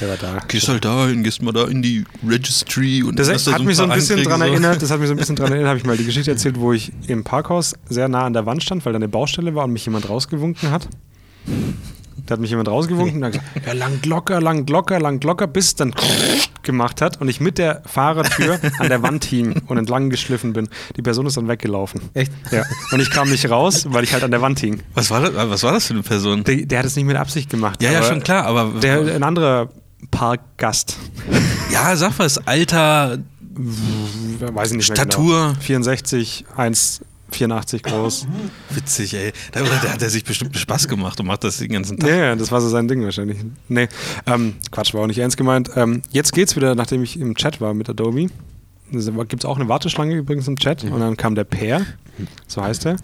Speaker 2: Der war da.
Speaker 3: gehst halt da hin, gehst mal da in die Registry und
Speaker 2: Das
Speaker 3: hast da
Speaker 2: hat mich so ein
Speaker 3: paar
Speaker 2: bisschen
Speaker 3: Einträge
Speaker 2: dran
Speaker 3: so.
Speaker 2: erinnert, das hat mich so ein bisschen dran erinnert, habe ich mal die Geschichte erzählt, wo ich im Parkhaus sehr nah an der Wand stand, weil da eine Baustelle war und mich jemand rausgewunken hat. Da hat mich jemand rausgewunken und hat gesagt, ja, lang locker, lang locker, lang locker, bis es dann gemacht hat und ich mit der Fahrertür an der Wand hing und entlang geschliffen bin. Die Person ist dann weggelaufen.
Speaker 1: Echt?
Speaker 2: Ja. Und ich kam nicht raus, weil ich halt an der Wand hing.
Speaker 3: Was war das, was war das für eine Person?
Speaker 2: Der, der hat es nicht mit Absicht gemacht.
Speaker 3: Ja, ja,
Speaker 2: aber
Speaker 3: schon klar, aber
Speaker 2: Der, ein anderer Parkgast,
Speaker 3: ja, sag was, Alter,
Speaker 2: weiß ich nicht mehr
Speaker 3: Statur.
Speaker 2: Genau. 64, 1, 84 groß.
Speaker 3: witzig, ey. Da, da hat er sich bestimmt Spaß gemacht und macht das den ganzen Tag.
Speaker 2: Ja, ja, das war so sein Ding wahrscheinlich. Nee, ähm, Quatsch, war auch nicht ernst gemeint. Ähm, jetzt geht's wieder, nachdem ich im Chat war mit Adobe. Es Gibt's auch eine Warteschlange übrigens im Chat. Und dann kam der Peer, so heißt er,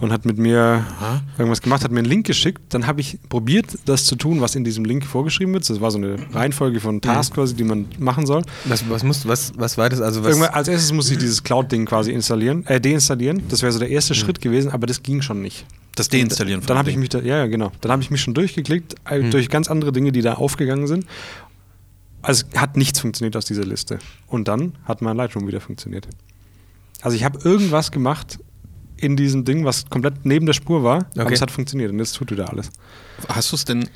Speaker 2: und hat mit mir
Speaker 3: Aha.
Speaker 2: irgendwas gemacht, hat mir einen Link geschickt. Dann habe ich probiert, das zu tun, was in diesem Link vorgeschrieben wird. Das war so eine Reihenfolge von Tasks quasi, die man machen soll.
Speaker 1: Was, was, musst, was, was war das? Also was,
Speaker 2: Irgendwann, als erstes musste ich dieses Cloud-Ding quasi installieren, äh, deinstallieren. Das wäre so der erste Schritt gewesen, aber das ging schon nicht.
Speaker 3: Mhm. Das Deinstallieren von
Speaker 2: Dann habe ich
Speaker 3: dem Mhm.
Speaker 2: mich da, ja, ja, genau. Dann habe ich mich schon durchgeklickt, äh, durch ganz andere Dinge, die da aufgegangen sind. Also hat nichts funktioniert aus dieser Liste. Und dann hat mein Lightroom wieder funktioniert. Also ich habe irgendwas gemacht in diesem Ding, was komplett neben der Spur war, aber
Speaker 1: Okay.
Speaker 2: es hat funktioniert und jetzt tut wieder alles.
Speaker 3: Ding. Hast du es denn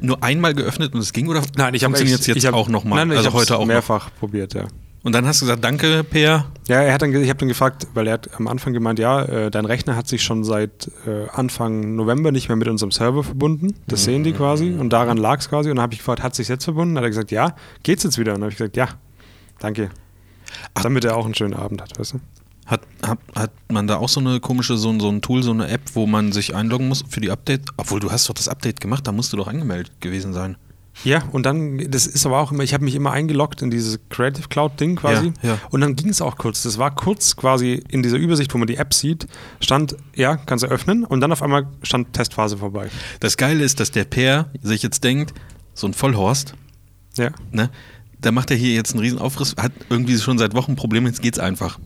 Speaker 3: nur einmal geöffnet und es ging oder funktioniert es
Speaker 2: echt-
Speaker 3: jetzt
Speaker 2: ich hab-
Speaker 3: auch nochmal?
Speaker 2: Nein,
Speaker 3: Also
Speaker 2: ich hab's
Speaker 3: heute auch noch.
Speaker 2: mehrfach probiert, ja.
Speaker 3: Und dann hast du gesagt, danke, Peer.
Speaker 2: Ja, er hat dann, ge- ich habe dann gefragt, weil er hat am Anfang gemeint, ja, äh, dein Rechner hat sich schon seit äh, Anfang November nicht mehr mit unserem Server verbunden. Das
Speaker 3: Mhm.
Speaker 2: sehen die quasi und daran lag es quasi. Und dann habe ich gefragt, hat sich jetzt verbunden? Hat er gesagt, ja, geht's jetzt wieder? Und dann habe ich gesagt, ja, danke. Damit er auch einen schönen Abend hat, weißt du?
Speaker 3: Hat, hat, hat man da auch so eine komische, so, ein- so ein Tool, so eine App, wo man sich einloggen muss für die Update? Obwohl, du hast doch das Update gemacht, da musst du doch angemeldet gewesen sein.
Speaker 2: Ja, und dann, das ist aber auch immer, ich habe mich immer eingeloggt in dieses Creative Cloud-Ding quasi.
Speaker 3: Ja, ja.
Speaker 2: Und dann ging es auch kurz. Das war kurz quasi in dieser Übersicht, wo man die App sieht, stand, ja, kannst du öffnen. Und dann auf einmal stand Testphase vorbei.
Speaker 3: Das Geile ist, dass der Peer sich jetzt denkt, so ein Vollhorst,
Speaker 2: Ja.
Speaker 3: ne? Da macht er hier jetzt einen riesen Aufriss, hat irgendwie schon seit Wochen Probleme, jetzt geht's einfach.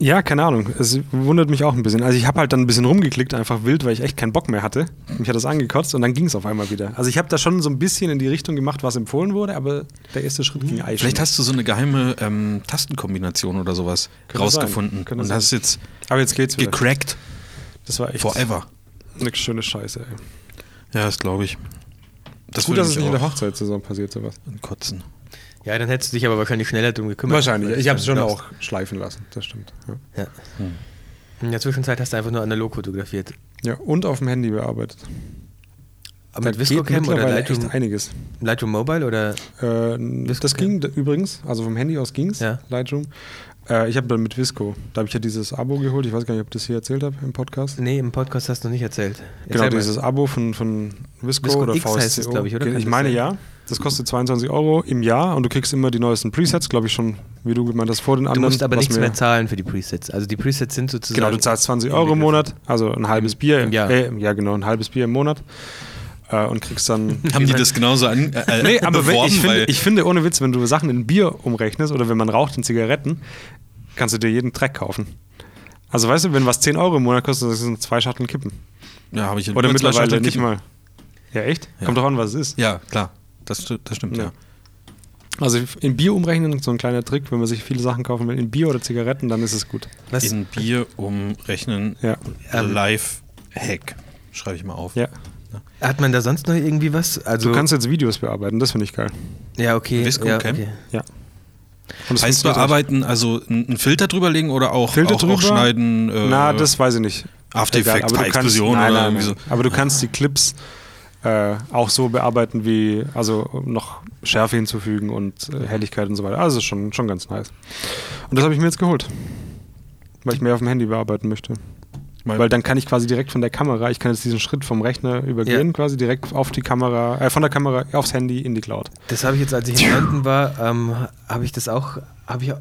Speaker 2: Ja, keine Ahnung. Es wundert mich auch ein bisschen. Also ich habe halt dann ein bisschen rumgeklickt, einfach wild, weil ich echt keinen Bock mehr hatte. Mich hat das angekotzt und dann ging es auf einmal wieder. Also ich habe da schon so ein bisschen in die Richtung gemacht, was empfohlen wurde, aber der erste Schritt ging eigentlich.
Speaker 3: Vielleicht hast du so eine geheime ähm, Tastenkombination oder sowas
Speaker 2: Könnte
Speaker 3: rausgefunden
Speaker 2: sein. Könnte
Speaker 3: und
Speaker 2: sein.
Speaker 3: hast jetzt
Speaker 2: aber jetzt geht's wieder.
Speaker 3: gecrackt
Speaker 2: Das war echt
Speaker 3: forever.
Speaker 2: eine schöne Scheiße. Ey.
Speaker 3: Ja, das glaube ich. Das
Speaker 2: Gut,
Speaker 3: würde
Speaker 2: dass es
Speaker 3: mich
Speaker 2: nicht in der
Speaker 3: auch
Speaker 2: Hochzeitssaison passiert sowas.
Speaker 3: ankotzen.
Speaker 1: Ja, dann hättest du dich aber wahrscheinlich schneller drum gekümmert.
Speaker 2: Wahrscheinlich. Ich habe es schon
Speaker 1: Glaubst.
Speaker 2: auch schleifen lassen. Das stimmt. Ja.
Speaker 1: Ja. Hm. In der Zwischenzeit hast du einfach nur analog fotografiert.
Speaker 2: ja und auf dem Handy bearbeitet.
Speaker 1: Aber
Speaker 2: Da
Speaker 1: mit ViscoCam
Speaker 2: geht
Speaker 1: oder
Speaker 2: mittlerweile echt
Speaker 1: Lightroom,
Speaker 2: einiges.
Speaker 1: Lightroom Mobile oder
Speaker 2: Äh, das
Speaker 1: Cam.
Speaker 2: ging d- übrigens, also vom Handy aus ging's,
Speaker 1: Ja.
Speaker 2: Lightroom. Äh, ich habe dann mit Visco, da habe ich ja dieses Abo geholt, ich weiß gar nicht, ob ich das hier erzählt habe im Podcast.
Speaker 1: Nee, im Podcast hast du noch nicht erzählt.
Speaker 2: Genau,
Speaker 1: Erzähl mal.
Speaker 2: dieses Abo von, von Visco,
Speaker 1: Visco
Speaker 2: oder
Speaker 1: X
Speaker 2: VSCO.
Speaker 1: heißt es, glaub ich, oder? Kann
Speaker 2: Ich
Speaker 1: das
Speaker 2: meine
Speaker 1: sein?
Speaker 2: ja. Das kostet 22 Euro im Jahr und du kriegst immer die neuesten Presets, glaube ich schon, wie du gemeint hast, vor den
Speaker 1: Du
Speaker 2: anderen.
Speaker 1: musst aber
Speaker 2: was
Speaker 1: nichts
Speaker 2: mir-
Speaker 1: mehr zahlen für die Presets. Also die Presets sind sozusagen.
Speaker 2: Genau, du zahlst 20 Euro im Monat, also ein halbes Bier
Speaker 1: im Jahr.
Speaker 2: Äh, ja, genau, ein halbes Bier im Monat äh, und kriegst dann.
Speaker 3: Haben die das genauso an, äh,
Speaker 2: nee, aber wenn,
Speaker 3: beworben?
Speaker 2: ich, finde,
Speaker 3: weil
Speaker 2: ich finde, ohne Witz, wenn du Sachen in Bier umrechnest oder wenn man raucht in Zigaretten, kannst du dir jeden Dreck kaufen. Also weißt du, wenn was 10 Euro im Monat kostet, das sind zwei Schachteln Kippen.
Speaker 3: ja, habe ich
Speaker 2: Oder
Speaker 3: über zwei
Speaker 2: mittlerweile
Speaker 3: Stunden
Speaker 2: nicht
Speaker 3: Kippen.
Speaker 2: mal. Ja, echt?
Speaker 3: Ja.
Speaker 2: Kommt doch an, was es ist.
Speaker 3: Ja, klar. Das, sti- das stimmt, ja.
Speaker 2: Ja. Also in Bier umrechnen, so ein kleiner Trick, wenn man sich viele Sachen kaufen will, in Bier oder Zigaretten, dann ist es gut.
Speaker 1: Was,
Speaker 3: In Bier umrechnen,
Speaker 2: Ja.
Speaker 3: Live-Hack. Schreibe ich mal auf.
Speaker 2: Ähm, Ja.
Speaker 1: hat man da sonst noch irgendwie was? Also,
Speaker 2: Du kannst jetzt Videos bearbeiten, das finde ich geil.
Speaker 1: ja, okay.
Speaker 3: Visco
Speaker 1: ja,
Speaker 3: Cam?
Speaker 1: okay.
Speaker 2: Ja. Und das
Speaker 3: Heißt
Speaker 2: funktioniert echt.
Speaker 3: bearbeiten, also n- einen Filter drüber legen oder auch,
Speaker 2: Filter
Speaker 3: auch,
Speaker 2: drüber?
Speaker 3: auch schneiden? äh,
Speaker 2: Na, das weiß ich nicht.
Speaker 3: After
Speaker 2: Egal,
Speaker 3: Effects
Speaker 2: aber
Speaker 3: bei
Speaker 2: du kannst-
Speaker 3: Explosionen
Speaker 2: nein,
Speaker 3: oder
Speaker 2: nein,
Speaker 3: irgendwie
Speaker 2: nein. Aber du kannst die Clips äh, auch so bearbeiten wie, also noch Schärfe hinzufügen und äh, Helligkeit und so weiter. Also das ist schon, schon ganz nice. Und das habe ich mir jetzt geholt. Weil ich mehr auf dem Handy bearbeiten möchte.
Speaker 3: Weil-
Speaker 2: Weil dann kann ich quasi direkt von der Kamera, ich kann jetzt diesen Schritt vom Rechner übergehen,
Speaker 1: Ja.
Speaker 2: quasi direkt auf die Kamera, äh, von der Kamera aufs Handy in die Cloud.
Speaker 1: Das habe ich jetzt, als ich in London war, ähm, habe ich das auch. Hab ich, auch-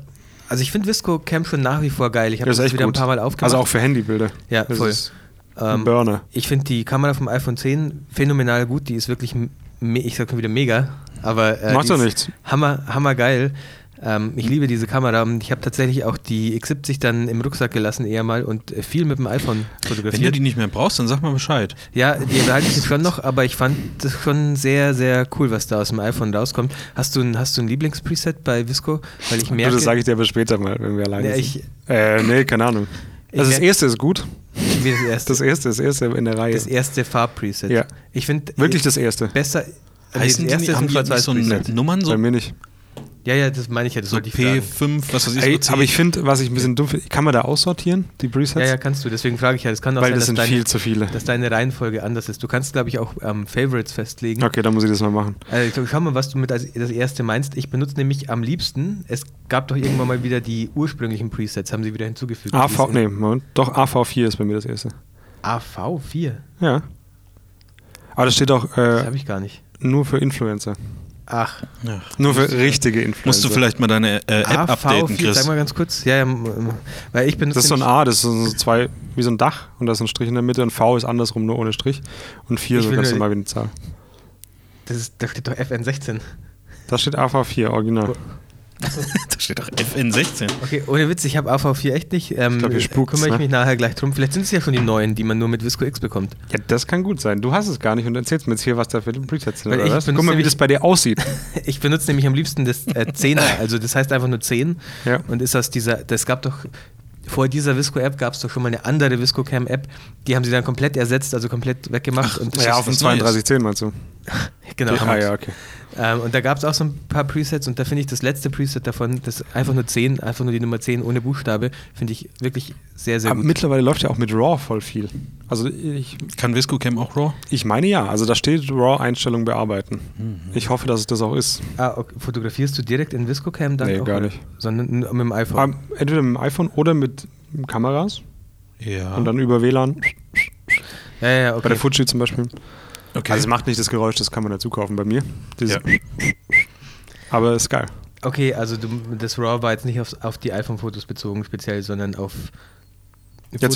Speaker 1: also ich finde Visco Camp schon nach wie vor geil. Ich habe das, wieder ein paar Mal aufgemacht.
Speaker 2: Also auch für Handybilder.
Speaker 1: Ja,
Speaker 2: das
Speaker 1: voll.
Speaker 2: Ist ein
Speaker 1: Ähm,
Speaker 2: Burner.
Speaker 1: Ich finde die Kamera vom iPhone 10 phänomenal gut. Die ist wirklich, me- ich sag mal wieder mega, aber äh,
Speaker 2: Macht
Speaker 1: die
Speaker 2: doch
Speaker 1: ist
Speaker 2: nichts.
Speaker 1: Hammer, hammer geil. Ähm, ich liebe diese Kamera. und Ich habe tatsächlich auch die X70 dann im Rucksack gelassen eher mal und äh, viel mit dem iPhone
Speaker 3: Wenn du
Speaker 1: fotografiert.
Speaker 3: die nicht mehr brauchst, dann sag mal Bescheid.
Speaker 2: Äh,
Speaker 1: ja, die behalte ich jetzt schon noch, aber ich fand das schon sehr, sehr cool, was da aus dem iPhone rauskommt. Hast du ein, hast du ein Lieblingspreset bei Visco? Weil ich merke,
Speaker 2: das sage ich dir aber später mal, wenn wir alleine
Speaker 1: Ja,
Speaker 2: sind.
Speaker 1: ich-
Speaker 2: äh, nee, keine Ahnung.
Speaker 1: Ich
Speaker 2: Also das
Speaker 1: merk-
Speaker 2: erste ist gut.
Speaker 1: wie das erste,
Speaker 2: Das erste, das erste in der Reihe.
Speaker 1: das erste Farbpreset.
Speaker 2: Ja.
Speaker 1: Ich finde
Speaker 2: Wirklich das erste.
Speaker 1: besser. also
Speaker 3: Heißen
Speaker 1: das
Speaker 3: die,
Speaker 1: erste
Speaker 3: nicht-
Speaker 1: ist
Speaker 3: haben
Speaker 1: ein
Speaker 3: die nicht so
Speaker 1: Schwarz-Weiß-Preset.
Speaker 3: Nummern, so,
Speaker 2: Bei mir nicht.
Speaker 1: Ja, ja, das meine ich ja. Das
Speaker 3: so
Speaker 1: wollte ich fragen.
Speaker 3: P5, was weiß ich,
Speaker 2: Ey,
Speaker 3: so
Speaker 2: aber ich finde, was ich ein bisschen dumm finde, kann man da aussortieren, die Presets?
Speaker 1: Ja, ja, kannst du. Deswegen frage ich ja. Das kann auch
Speaker 2: Weil
Speaker 1: sein,
Speaker 2: das
Speaker 1: dass
Speaker 2: sind
Speaker 1: deine,
Speaker 2: viel zu viele.
Speaker 1: dass deine Reihenfolge anders ist. Du kannst, glaube ich, auch ähm, Favorites festlegen.
Speaker 2: Okay, dann muss ich das mal machen.
Speaker 1: Also, ich glaub, schau mal, was du mit als das erste meinst. Ich benutze nämlich am liebsten, es gab doch irgendwann mal wieder die ursprünglichen Presets, haben sie wieder hinzugefügt.
Speaker 2: AV,
Speaker 1: Diese-
Speaker 2: nee, Moment, doch AV4 ist bei mir das erste.
Speaker 1: AV4?
Speaker 2: Ja. Aber das steht auch
Speaker 1: Das
Speaker 2: äh,
Speaker 1: habe ich gar nicht.
Speaker 2: nur für Influencer.
Speaker 1: Ach,
Speaker 3: Ja.
Speaker 2: Nur für richtige Influencer.
Speaker 3: Musst du vielleicht mal deine äh, App updaten,
Speaker 1: AV4,
Speaker 3: Chris.
Speaker 1: sag mal ganz kurz. Ja, ja, m- m- weil ich benutze.
Speaker 2: Das ist so ein
Speaker 1: nämlich-
Speaker 2: A, das ist so zwei, wie so ein Dach und da ist ein Strich in der Mitte und V ist andersrum nur ohne Strich und 4
Speaker 1: Ich
Speaker 2: so
Speaker 1: will
Speaker 2: ganz
Speaker 1: nur-
Speaker 2: normal wie eine Zahl.
Speaker 1: Das ist, da steht doch FN16.
Speaker 2: Da steht AV4, original.
Speaker 3: da steht doch FN16.
Speaker 1: Okay, ohne Witz, ich habe AV4 echt nicht. Ähm,
Speaker 2: Ich glaub, hier spukt's,
Speaker 1: kümmere ich
Speaker 2: ne?
Speaker 1: mich nachher gleich drum. Vielleicht sind es ja schon die neuen, die man nur mit Visco X bekommt.
Speaker 2: Ja, das kann gut sein. Du hast es gar nicht und erzählst mir jetzt hier, was da für Presets sind,
Speaker 1: Weil
Speaker 2: oder
Speaker 1: ich
Speaker 2: was?
Speaker 1: benutze
Speaker 2: Guck mal, wie
Speaker 1: nämlich-
Speaker 2: das bei dir aussieht.
Speaker 1: Ich benutze nämlich am liebsten das äh, 10er, also das heißt einfach nur 10.
Speaker 2: Ja.
Speaker 1: Und ist aus dieser, das gab doch, vor dieser Visco-App gab es doch schon mal eine andere Visco-Cam-App, die haben sie dann komplett ersetzt, also komplett weggemacht. und
Speaker 3: Das
Speaker 2: ja,
Speaker 3: ist
Speaker 2: auf dem
Speaker 3: was Neues.
Speaker 2: 3210 meinst du?
Speaker 1: genau.
Speaker 2: ah, ja, okay.
Speaker 1: Ähm, und da gab es auch so ein paar Presets und da finde ich das letzte Preset davon, das einfach nur 10, einfach nur die Nummer 10 ohne Buchstabe, finde ich wirklich sehr, sehr
Speaker 2: Aber
Speaker 1: gut.
Speaker 2: mittlerweile läuft ja auch mit RAW voll viel. Also ich,
Speaker 3: Kann ViscoCam auch RAW?
Speaker 2: ich meine ja, also da steht RAW-Einstellung bearbeiten. Ich hoffe, dass es das auch ist.
Speaker 1: Ah, okay. Fotografierst du direkt in ViscoCam dann?
Speaker 2: Nee,
Speaker 1: auch,
Speaker 2: gar
Speaker 1: oder?
Speaker 2: nicht.
Speaker 1: Sondern n- mit dem iPhone.
Speaker 2: Aber Ähm, entweder mit dem iPhone oder mit Kameras
Speaker 3: Ja.
Speaker 2: und dann über WLAN.
Speaker 1: ja, ja, okay.
Speaker 2: Bei der Fuji zum Beispiel.
Speaker 3: okay.
Speaker 2: Also es macht nicht das Geräusch, das kann man dazu kaufen bei mir. Dieses
Speaker 3: ja.
Speaker 2: Aber ist geil.
Speaker 1: Okay, also du, das RAW war jetzt nicht auf, auf die iPhone-Fotos bezogen speziell, sondern auf
Speaker 2: Jetzt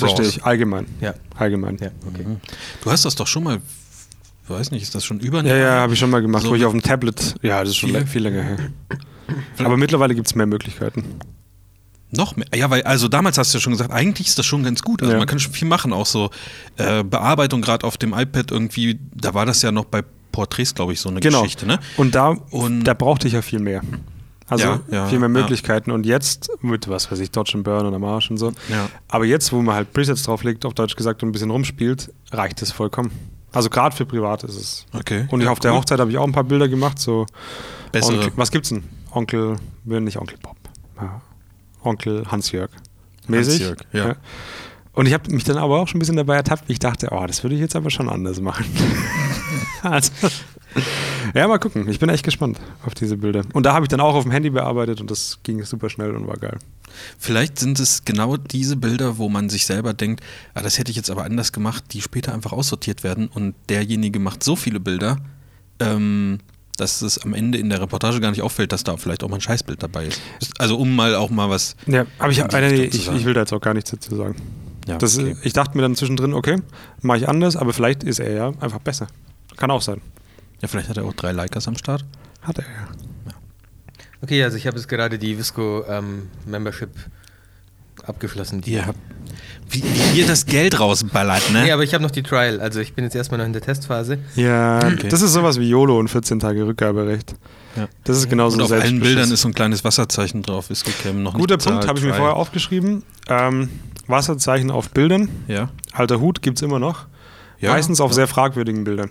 Speaker 1: Fotos.
Speaker 2: verstehe ich. Mhm. Allgemein.
Speaker 1: Ja,
Speaker 2: Allgemein.
Speaker 1: ja, okay.
Speaker 3: Du hast das doch schon mal, weiß nicht, ist das schon über? ein
Speaker 2: Ja, ja,
Speaker 3: Jahr?
Speaker 2: habe ich schon mal gemacht,
Speaker 3: So
Speaker 2: wo ich auf dem Tablet. Ja, das ist schon
Speaker 3: Viele-
Speaker 2: le- viel länger her. Aber mittlerweile gibt es mehr Möglichkeiten.
Speaker 3: Noch mehr. Ja, weil, also damals hast du ja schon gesagt, eigentlich ist das schon ganz gut. Also
Speaker 2: Ja.
Speaker 3: man kann schon viel machen, auch so äh, Bearbeitung gerade auf dem iPad irgendwie, da war das ja noch bei Porträts, glaube ich, so eine
Speaker 2: Genau.
Speaker 3: Geschichte, ne?
Speaker 2: Und da,
Speaker 3: Und-
Speaker 2: da brauchte ich ja viel mehr. Also
Speaker 3: Ja, ja,
Speaker 2: viel mehr
Speaker 3: ja.
Speaker 2: Möglichkeiten. Und jetzt mit, was weiß ich, Dodge and Burn und am Arsch und so.
Speaker 3: Ja.
Speaker 2: Aber jetzt, wo man halt Presets drauflegt, auf Deutsch gesagt, und ein bisschen rumspielt, reicht es vollkommen. Also gerade für privat ist es.
Speaker 3: Okay.
Speaker 2: Und ich
Speaker 3: Ja,
Speaker 2: auf der
Speaker 3: cool.
Speaker 2: Hochzeit habe ich auch ein paar Bilder gemacht. So
Speaker 3: Bessere.
Speaker 2: Onkel, was gibt's denn? Onkel, will nicht Onkel Bob. Ja. Onkel Hans-Jörg. Mäßig.
Speaker 3: Hans-Jörg, ja.
Speaker 2: Und ich habe mich dann aber auch schon ein bisschen dabei ertappt, wie ich dachte, oh, das würde ich jetzt aber schon anders machen. also, ja, mal gucken. Ich bin echt gespannt auf diese Bilder. Und da habe ich dann auch auf dem Handy bearbeitet und das ging super schnell und war geil.
Speaker 3: Vielleicht sind es genau diese Bilder, wo man sich selber denkt, ah, das hätte ich jetzt aber anders gemacht, die später einfach aussortiert werden und derjenige macht so viele Bilder, ähm, dass es am Ende in der Reportage gar nicht auffällt, dass da vielleicht auch mal ein Scheißbild dabei ist. Also um mal auch mal was.
Speaker 2: Ja, aber ich,
Speaker 3: in die
Speaker 2: nee, nee,
Speaker 3: Richtung zu
Speaker 2: ich,
Speaker 3: sagen.
Speaker 2: ich will da jetzt auch gar nichts dazu sagen.
Speaker 3: Ja,
Speaker 2: das,
Speaker 3: okay.
Speaker 2: Ich dachte mir dann zwischendrin, okay, mache ich anders, aber vielleicht ist er ja einfach besser. Kann auch sein.
Speaker 3: ja, vielleicht hat er auch drei Likers am Start.
Speaker 2: Hat er ja.
Speaker 1: Okay, also ich habe jetzt gerade die Visco ähm, Membership abgeschlossen. Die
Speaker 3: Ihr habt, wie, wie ihr das Geld rausballert, ne?
Speaker 1: Nee, aber ich habe noch die Trial. Also ich bin jetzt erstmal noch in der Testphase.
Speaker 2: Ja,
Speaker 3: Okay.
Speaker 2: das ist sowas wie YOLO und 14 Tage Rückgaberecht.
Speaker 3: Ja.
Speaker 2: Das ist genauso
Speaker 3: und auf allen
Speaker 2: Selbstbeschiss.
Speaker 3: Bildern ist so ein kleines Wasserzeichen drauf, ist gekämmt noch
Speaker 2: Guter
Speaker 3: nicht
Speaker 2: Punkt,
Speaker 3: bezahlt,
Speaker 2: habe ich mir
Speaker 3: Trial.
Speaker 2: vorher aufgeschrieben. Ähm, Wasserzeichen auf Bildern.
Speaker 3: Ja.
Speaker 2: Alter Hut gibt es immer noch.
Speaker 3: Ja.
Speaker 2: Meistens auf
Speaker 3: Ja.
Speaker 2: sehr fragwürdigen Bildern.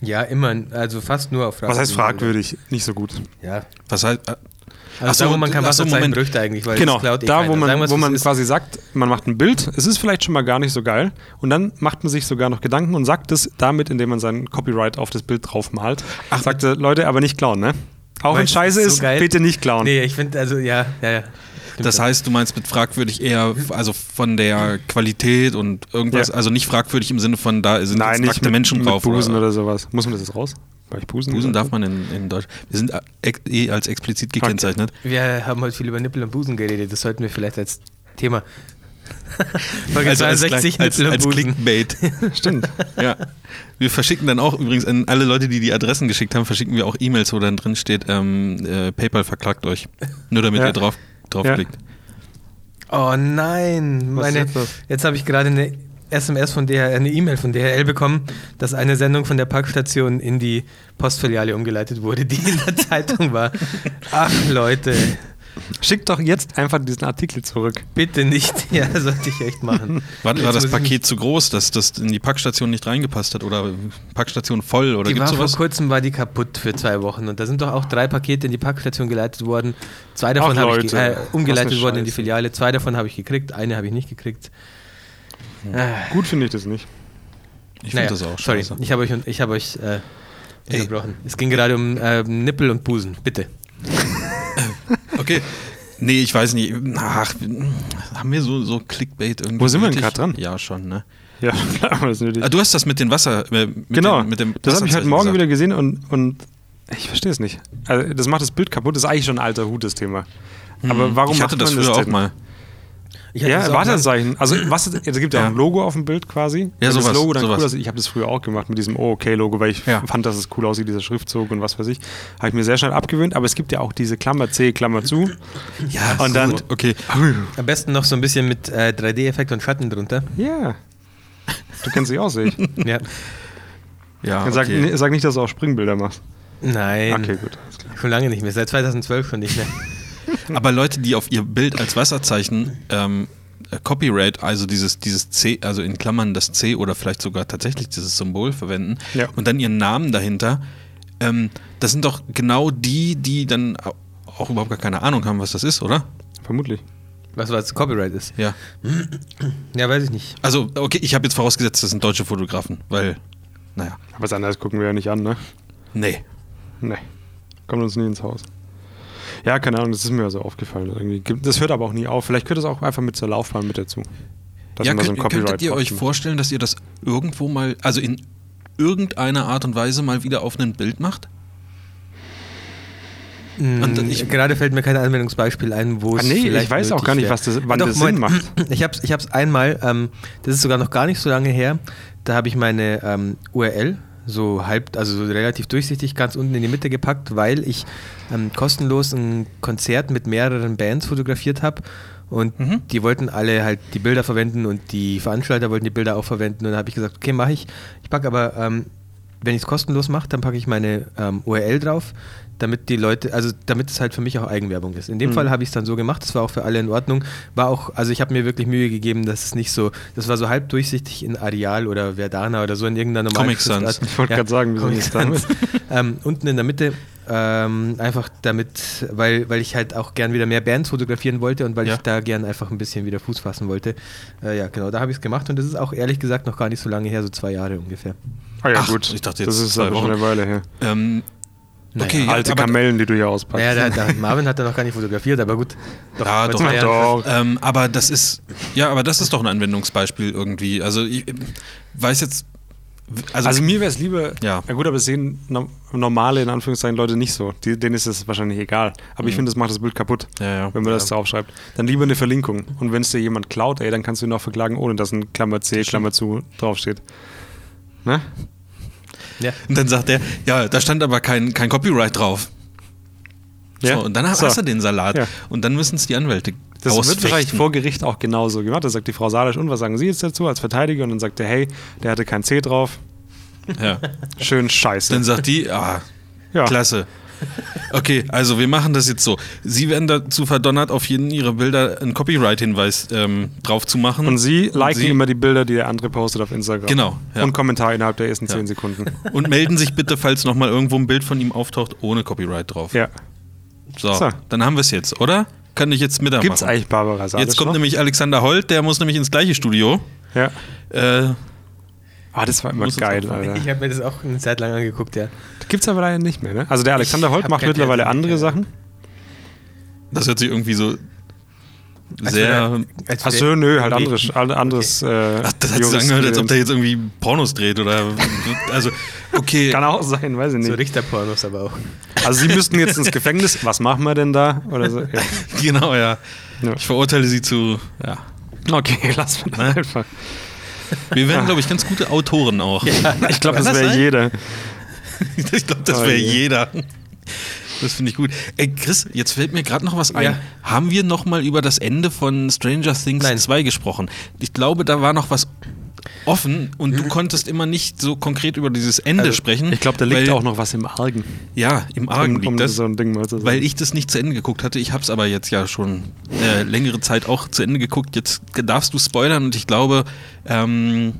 Speaker 1: Ja, immer. Also fast nur auf
Speaker 2: Was heißt
Speaker 1: Fragen-
Speaker 2: fragwürdig? Nicht so gut.
Speaker 1: Ja.
Speaker 3: Was halt,
Speaker 1: Also
Speaker 3: Ach so,
Speaker 1: da, wo man
Speaker 3: und-
Speaker 1: kein
Speaker 3: ach so,
Speaker 1: Wasser
Speaker 3: Moment.
Speaker 1: bräuchte eigentlich, weil
Speaker 2: genau,
Speaker 1: das klaut eh
Speaker 2: da
Speaker 1: keiner.
Speaker 2: wo
Speaker 1: Sagen
Speaker 2: man,
Speaker 1: wir's,
Speaker 2: wo
Speaker 1: es
Speaker 2: man
Speaker 1: ist-
Speaker 2: quasi sagt, man macht ein Bild, es ist vielleicht schon mal gar nicht so geil und dann macht man sich sogar noch Gedanken und sagt es damit, indem man seinen Copyright auf das Bild draufmalt.
Speaker 3: Ach.
Speaker 2: Sagte, Leute, aber nicht klauen, ne? Auch wenn
Speaker 1: Meinst du,
Speaker 2: scheiße
Speaker 1: das
Speaker 2: ist,
Speaker 1: ist so geil?
Speaker 2: bitte nicht klauen.
Speaker 1: Nee, ich finde, also ja, ja, ja. Stimmt
Speaker 3: Das
Speaker 1: schon.
Speaker 3: heißt, du meinst mit fragwürdig eher, also von der Qualität und irgendwas,
Speaker 2: Ja.
Speaker 3: also nicht fragwürdig im Sinne von, da sind
Speaker 2: Nein,
Speaker 3: jetzt
Speaker 2: nicht
Speaker 3: nackte
Speaker 2: mit,
Speaker 3: Menschen
Speaker 2: mit
Speaker 3: drauf.
Speaker 2: Busen oder, sowas. Muss man das jetzt raus? Weil ich Busen?
Speaker 3: Busen
Speaker 2: gesagt
Speaker 3: darf man in, in Deutsch. Wir sind ex- eh als explizit gekennzeichnet.
Speaker 1: wir haben heute viel über Nippel und Busen geredet. Das sollten wir vielleicht als Thema. Folge
Speaker 3: Also als,
Speaker 1: 62
Speaker 3: gleich- als,
Speaker 1: Nippel und
Speaker 3: als
Speaker 1: Busen.
Speaker 3: Clickbait.
Speaker 2: habe. Stimmt.
Speaker 3: ja. Wir verschicken dann auch übrigens an alle Leute, die die Adressen geschickt haben, verschicken wir auch E-Mails, wo dann drin steht, ähm, äh, PayPal verklagt euch. Nur damit
Speaker 2: Ja.
Speaker 3: ihr drauf, draufklickt.
Speaker 1: Oh nein,
Speaker 2: Was ist
Speaker 1: meine,
Speaker 2: jetzt los?
Speaker 1: jetzt habe ich gerade eine SMS von DHL, eine E-Mail von DHL bekommen, dass eine Sendung von der Parkstation in die Postfiliale umgeleitet wurde, die in der Zeitung war. Ach Leute,
Speaker 2: Schickt doch jetzt einfach diesen Artikel zurück.
Speaker 1: bitte nicht. Ja, sollte ich echt machen.
Speaker 3: War,
Speaker 1: Jetzt
Speaker 3: war das
Speaker 1: muss ich mich-
Speaker 3: Paket zu groß, dass das in die Packstation nicht reingepasst hat oder Packstation voll oder
Speaker 1: Die war
Speaker 3: gibt's
Speaker 1: vor
Speaker 3: sowas?
Speaker 1: kurzem war die kaputt für zwei Wochen und da sind doch auch drei Pakete in die Parkstation geleitet worden. Zwei davon
Speaker 2: Ach,
Speaker 1: habe ich ge-
Speaker 2: Leute.
Speaker 1: äh, umgeleitet
Speaker 2: Was eine
Speaker 1: worden in die
Speaker 2: Scheiße.
Speaker 1: Filiale. Zwei davon habe ich gekriegt, eine habe ich nicht gekriegt. Ah,
Speaker 2: Gut finde Hm. ich das nicht.
Speaker 3: Ich finde
Speaker 1: naja,
Speaker 3: das auch
Speaker 1: sorry,
Speaker 3: scheiße.
Speaker 1: ich habe euch, ich habe euch äh,
Speaker 3: Ey.
Speaker 1: unterbrochen. Es ging gerade um äh, Nippel und Busen, bitte.
Speaker 3: Okay. Nee, ich weiß nicht. Ach, haben wir so, so Clickbait irgendwie?
Speaker 2: Wo sind wir denn
Speaker 3: nötig?
Speaker 2: gerade dran?
Speaker 3: Ja, schon, ne?
Speaker 2: Ja, klar, aber das ist nötig.
Speaker 3: Ah, Du hast das mit dem Wasser. Äh, mit
Speaker 2: genau,
Speaker 3: Dem, mit dem
Speaker 2: das habe ich heute
Speaker 3: Wasserzeichen
Speaker 2: Morgen
Speaker 3: gesagt.
Speaker 2: wieder gesehen und, und ich verstehe es nicht. Also, das macht das Bild kaputt, das ist eigentlich schon ein alter Hut, das Thema. Aber warum
Speaker 3: Hm. ich hatte
Speaker 2: macht
Speaker 3: das
Speaker 2: man
Speaker 3: früher
Speaker 2: das
Speaker 3: auch
Speaker 2: denn?
Speaker 3: mal.
Speaker 1: Ich ne? hatte das
Speaker 2: Ja,
Speaker 1: auch mal-
Speaker 2: Wartezeichen. Also, was, ist- es gibt ja auch
Speaker 3: Ja.
Speaker 2: ein Logo auf dem Bild quasi. Wenn
Speaker 3: sowas,
Speaker 2: das Logo dann
Speaker 3: sowas.
Speaker 2: cool aussieht. Ich habe das früher auch gemacht mit diesem Oh-Okay-Logo, weil ich
Speaker 3: Ja.
Speaker 2: fand, dass es cool aussieht, dieser Schriftzug und was weiß ich. Habe ich mir sehr schnell abgewöhnt, aber es gibt ja auch diese Klammer C, Klammer zu.
Speaker 3: Ja,
Speaker 2: Und dann-
Speaker 3: gut, okay.
Speaker 1: Am besten noch so ein bisschen mit äh, 3D-Effekt und Schatten drunter.
Speaker 2: Ja. Du kennst dich aus, sehe ich.
Speaker 1: ja.
Speaker 3: Ja,
Speaker 2: Sag,
Speaker 3: okay.
Speaker 2: sag nicht, dass du auch Springbilder machst.
Speaker 1: Nein,
Speaker 2: Okay, gut. alles klar.
Speaker 1: schon lange nicht mehr, seit 2012 schon nicht mehr.
Speaker 3: Aber Leute, die auf ihr Bild als Wasserzeichen ähm, äh, Copyright, also dieses, dieses C, also in Klammern das C oder vielleicht sogar tatsächlich dieses Symbol verwenden
Speaker 2: Ja.
Speaker 3: und dann ihren Namen dahinter, ähm, das sind doch genau die, die dann au- auch überhaupt gar keine Ahnung haben, was das ist, oder?
Speaker 2: Vermutlich.
Speaker 1: Was, was Copyright ist.
Speaker 3: Ja.
Speaker 1: Ja, weiß ich nicht.
Speaker 3: Also, okay, ich habe jetzt vorausgesetzt, das sind deutsche Fotografen, weil, naja,
Speaker 2: Aber das anderes gucken wir ja nicht an, ne?
Speaker 3: nee.
Speaker 2: Nee. Kommt uns nie ins Haus. Ja, keine Ahnung, das ist mir so aufgefallen. Irgendwie. Gibt- Das hört aber auch nie auf. Vielleicht gehört das auch einfach mit zur Laufbahn mit dazu. Dass
Speaker 3: ja,
Speaker 2: man da
Speaker 3: könnt, könntet ihr euch
Speaker 2: macht.
Speaker 3: vorstellen, dass ihr das irgendwo mal, also in irgendeiner Art und Weise mal wieder auf ein Bild macht? Und
Speaker 1: Mm,
Speaker 3: ich-
Speaker 1: gerade fällt mir kein Anwendungsbeispiel ein, wo
Speaker 2: Ah,
Speaker 1: es
Speaker 2: nee,
Speaker 1: vielleicht
Speaker 2: ich weiß auch
Speaker 1: möglich
Speaker 2: gar nicht,
Speaker 1: wär.
Speaker 2: was das, wann
Speaker 1: Doch,
Speaker 2: das
Speaker 1: Moment.
Speaker 2: Sinn macht.
Speaker 1: Ich habe es ich hab's einmal, ähm, das ist sogar noch gar nicht so lange her, da habe ich meine ähm, URL so halb, also so relativ durchsichtig ganz unten in die Mitte gepackt, weil ich ähm, kostenlos ein Konzert mit mehreren Bands fotografiert habe und
Speaker 3: Mhm.
Speaker 1: die wollten alle halt die Bilder verwenden und die Veranstalter wollten die Bilder auch verwenden und dann habe ich gesagt, okay, mache ich. Ich packe aber, ähm, wenn ich es kostenlos mache, dann packe ich meine ähm, URL drauf, damit die Leute, also damit es halt für mich auch Eigenwerbung ist. In
Speaker 2: Mhm.
Speaker 1: dem Fall habe ich es dann so gemacht, das war auch für alle in Ordnung. War auch, also ich habe mir wirklich Mühe gegeben, dass es nicht so, das war so halb durchsichtig in Areal oder Verdana oder so in irgendeiner normalen
Speaker 3: Comic Sans.
Speaker 1: Schriftart.
Speaker 2: Ich wollte gerade sagen, wir sind
Speaker 1: Comic
Speaker 2: jetzt damit.
Speaker 1: Sans. ähm, unten in der Mitte, ähm, einfach damit, weil, weil ich halt auch gern wieder mehr Bands fotografieren wollte und weil
Speaker 3: Ja.
Speaker 1: ich da gern einfach ein bisschen wieder Fuß fassen wollte. Äh, ja, genau, da habe ich es gemacht und das ist auch ehrlich gesagt noch gar nicht so lange her, so zwei Jahre ungefähr.
Speaker 2: Ah ja,
Speaker 3: Ach,
Speaker 2: gut.
Speaker 3: ich dachte
Speaker 2: das
Speaker 3: jetzt
Speaker 2: ist
Speaker 3: zwei
Speaker 2: aber schon
Speaker 3: Wochen.
Speaker 2: eine Weile her.
Speaker 3: Ähm,
Speaker 1: Naja.
Speaker 3: okay, ja,
Speaker 2: Alte
Speaker 3: aber-
Speaker 2: Kamellen, die du ja auspackst.
Speaker 1: Naja, da, da, Marvin hat da noch gar nicht fotografiert, aber gut.
Speaker 3: Ja,
Speaker 1: vor
Speaker 3: doch.
Speaker 1: zwei
Speaker 2: Ja,
Speaker 1: Jahren-
Speaker 2: doch.
Speaker 3: Ähm, aber das ist, ja, aber das ist doch ein Anwendungsbeispiel irgendwie. Also ich ähm, weiß jetzt, also,
Speaker 2: Also, mir wäre es lieber,
Speaker 3: Ja.
Speaker 2: gut, aber es sehen no- normale, in Anführungszeichen, Leute nicht so. Die, denen ist es wahrscheinlich egal. Aber ich finde, das macht das Bild kaputt,
Speaker 3: Mhm. Ja, ja.
Speaker 2: wenn man das draufschreibt. Dann lieber eine Verlinkung. Und wenn es dir jemand klaut, ey, dann kannst du ihn auch verklagen, ohne dass ein Klammer C, Klammer zu draufsteht. Ne?
Speaker 1: Ja.
Speaker 3: und dann sagt er, ja, da stand aber kein, kein Copyright drauf.
Speaker 2: Ja.
Speaker 3: So, und dann hast
Speaker 2: So.
Speaker 3: du den Salat.
Speaker 2: Ja.
Speaker 3: Und dann müssen es die Anwälte
Speaker 2: Das wird
Speaker 3: ausfechten.
Speaker 2: wahrscheinlich vor Gericht auch genauso gemacht. Da sagt die Frau Salisch, und was sagen Sie jetzt dazu als Verteidiger? Und dann sagt er, hey, der hatte kein C drauf.
Speaker 3: ja.
Speaker 2: Schön scheiße.
Speaker 3: Dann sagt die, ah,
Speaker 2: ja.
Speaker 3: Klasse. Okay, also wir machen das jetzt so. Sie werden dazu verdonnert, auf jeden ihrer Bilder einen Copyright-Hinweis ähm, drauf zu machen.
Speaker 2: Und sie liken
Speaker 3: Sie-
Speaker 2: immer die Bilder, die der andere postet auf Instagram.
Speaker 3: Genau, ja.
Speaker 2: Und Kommentar innerhalb der ersten
Speaker 3: Ja.
Speaker 2: 10 Sekunden.
Speaker 3: Und melden sich bitte, falls nochmal irgendwo ein Bild von ihm auftaucht, ohne Copyright drauf.
Speaker 2: Ja.
Speaker 3: So,
Speaker 2: So.
Speaker 3: dann haben wir es jetzt, oder? Kann ich jetzt mitmachen?
Speaker 2: Gibt's eigentlich Barbara Salisch
Speaker 3: Jetzt kommt
Speaker 2: noch?
Speaker 3: nämlich Alexander Holt, der muss nämlich ins gleiche Studio.
Speaker 2: Ja.
Speaker 3: Äh,
Speaker 2: Ah, das war immer
Speaker 3: Muss uns
Speaker 2: geil,
Speaker 3: auch-
Speaker 2: Alter.
Speaker 1: Ich habe mir das auch eine Zeit lang angeguckt, ja.
Speaker 2: Gibt's aber leider nicht mehr, ne? Also der Alexander
Speaker 1: Ich
Speaker 2: Holt
Speaker 1: hab
Speaker 2: macht
Speaker 1: kein
Speaker 2: mittlerweile
Speaker 1: Fernsehen,
Speaker 2: andere
Speaker 1: ja.
Speaker 2: Sachen.
Speaker 3: das hört sich irgendwie so
Speaker 1: Als
Speaker 3: sehr.
Speaker 1: wir- als wir-
Speaker 2: Achso, nö, halt
Speaker 1: Nee.
Speaker 2: anderes, al- anderes äh,
Speaker 3: Ach, das hat sich
Speaker 2: Jurist-
Speaker 3: angehört, als ob der jetzt irgendwie Pornos dreht oder. Also, okay.
Speaker 2: Kann auch sein, weiß ich
Speaker 1: So
Speaker 2: nicht.
Speaker 1: Richterpornos aber auch.
Speaker 2: Also sie müssten jetzt ins Gefängnis, was machen wir denn da? Oder so. Ja.
Speaker 3: Genau, ja.
Speaker 2: Ja.
Speaker 3: Ich verurteile sie zu. Ja.
Speaker 2: Okay, lass mal
Speaker 3: Ne?
Speaker 2: einfach.
Speaker 3: Wir werden, glaube ich, ganz gute Autoren auch.
Speaker 2: Ich glaube,
Speaker 3: Kann
Speaker 2: das
Speaker 3: das
Speaker 2: wäre
Speaker 3: sein?
Speaker 2: jeder.
Speaker 3: Ich glaube, das
Speaker 2: Oh
Speaker 3: wäre
Speaker 2: je.
Speaker 3: jeder. Das finde ich gut. Ey, Chris, jetzt fällt mir gerade noch was ein.
Speaker 1: Ja.
Speaker 3: Haben wir noch mal über das Ende von Stranger Things
Speaker 1: Nein.
Speaker 3: 2 gesprochen? Ich glaube, da war noch was offen und du konntest immer nicht so konkret über dieses Ende sprechen.
Speaker 2: Mhm. Also, Ich glaube, da liegt
Speaker 3: weil,
Speaker 2: auch noch was im Argen.
Speaker 3: Ja, im Argen
Speaker 2: um, um
Speaker 3: liegt das.
Speaker 2: so ein Ding mal zu sagen.
Speaker 3: Weil ich das nicht zu Ende geguckt hatte. Ich habe es aber jetzt ja schon äh, längere Zeit auch zu Ende geguckt. Jetzt darfst du spoilern und ich glaube, ähm,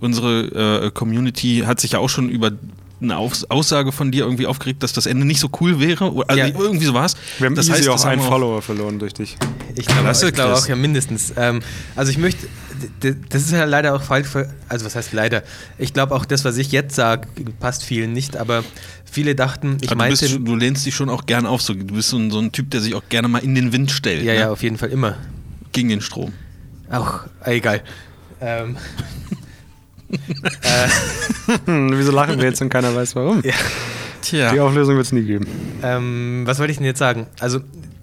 Speaker 3: unsere äh, Community hat sich ja auch schon über eine Aus Aussage von dir irgendwie aufgeregt, dass das Ende nicht so cool wäre. Oder- Also
Speaker 1: Ja.
Speaker 3: irgendwie so war's.
Speaker 2: wir haben
Speaker 3: das
Speaker 2: easy auch
Speaker 3: das
Speaker 2: einen
Speaker 3: haben wir
Speaker 2: Follower verloren durch dich.
Speaker 1: Ich glaube
Speaker 3: Klasse,
Speaker 1: ich glaube
Speaker 3: Chris.
Speaker 1: auch, ja, mindestens. Ähm, also ich möchte, d- d- das ist ja leider auch falsch, ver- also was heißt leider? Ich glaube auch das, was ich jetzt sage, passt vielen nicht, aber viele dachten, ich
Speaker 3: Aber Ah, du,
Speaker 1: meinte,
Speaker 3: bist, du lehnst dich schon auch gerne auf. So, du bist so ein, so ein Typ, der sich auch gerne mal in den Wind stellt.
Speaker 1: ja,
Speaker 3: ne?
Speaker 1: ja, auf jeden Fall immer.
Speaker 3: Gegen den Strom.
Speaker 1: Auch, äh, egal. Ähm, Äh.
Speaker 2: Hm, wieso lachen wir jetzt und keiner weiß warum?
Speaker 3: Tja.
Speaker 2: Die Auflösung wird es nie geben.
Speaker 1: ähm, was wollte ich denn jetzt sagen? Also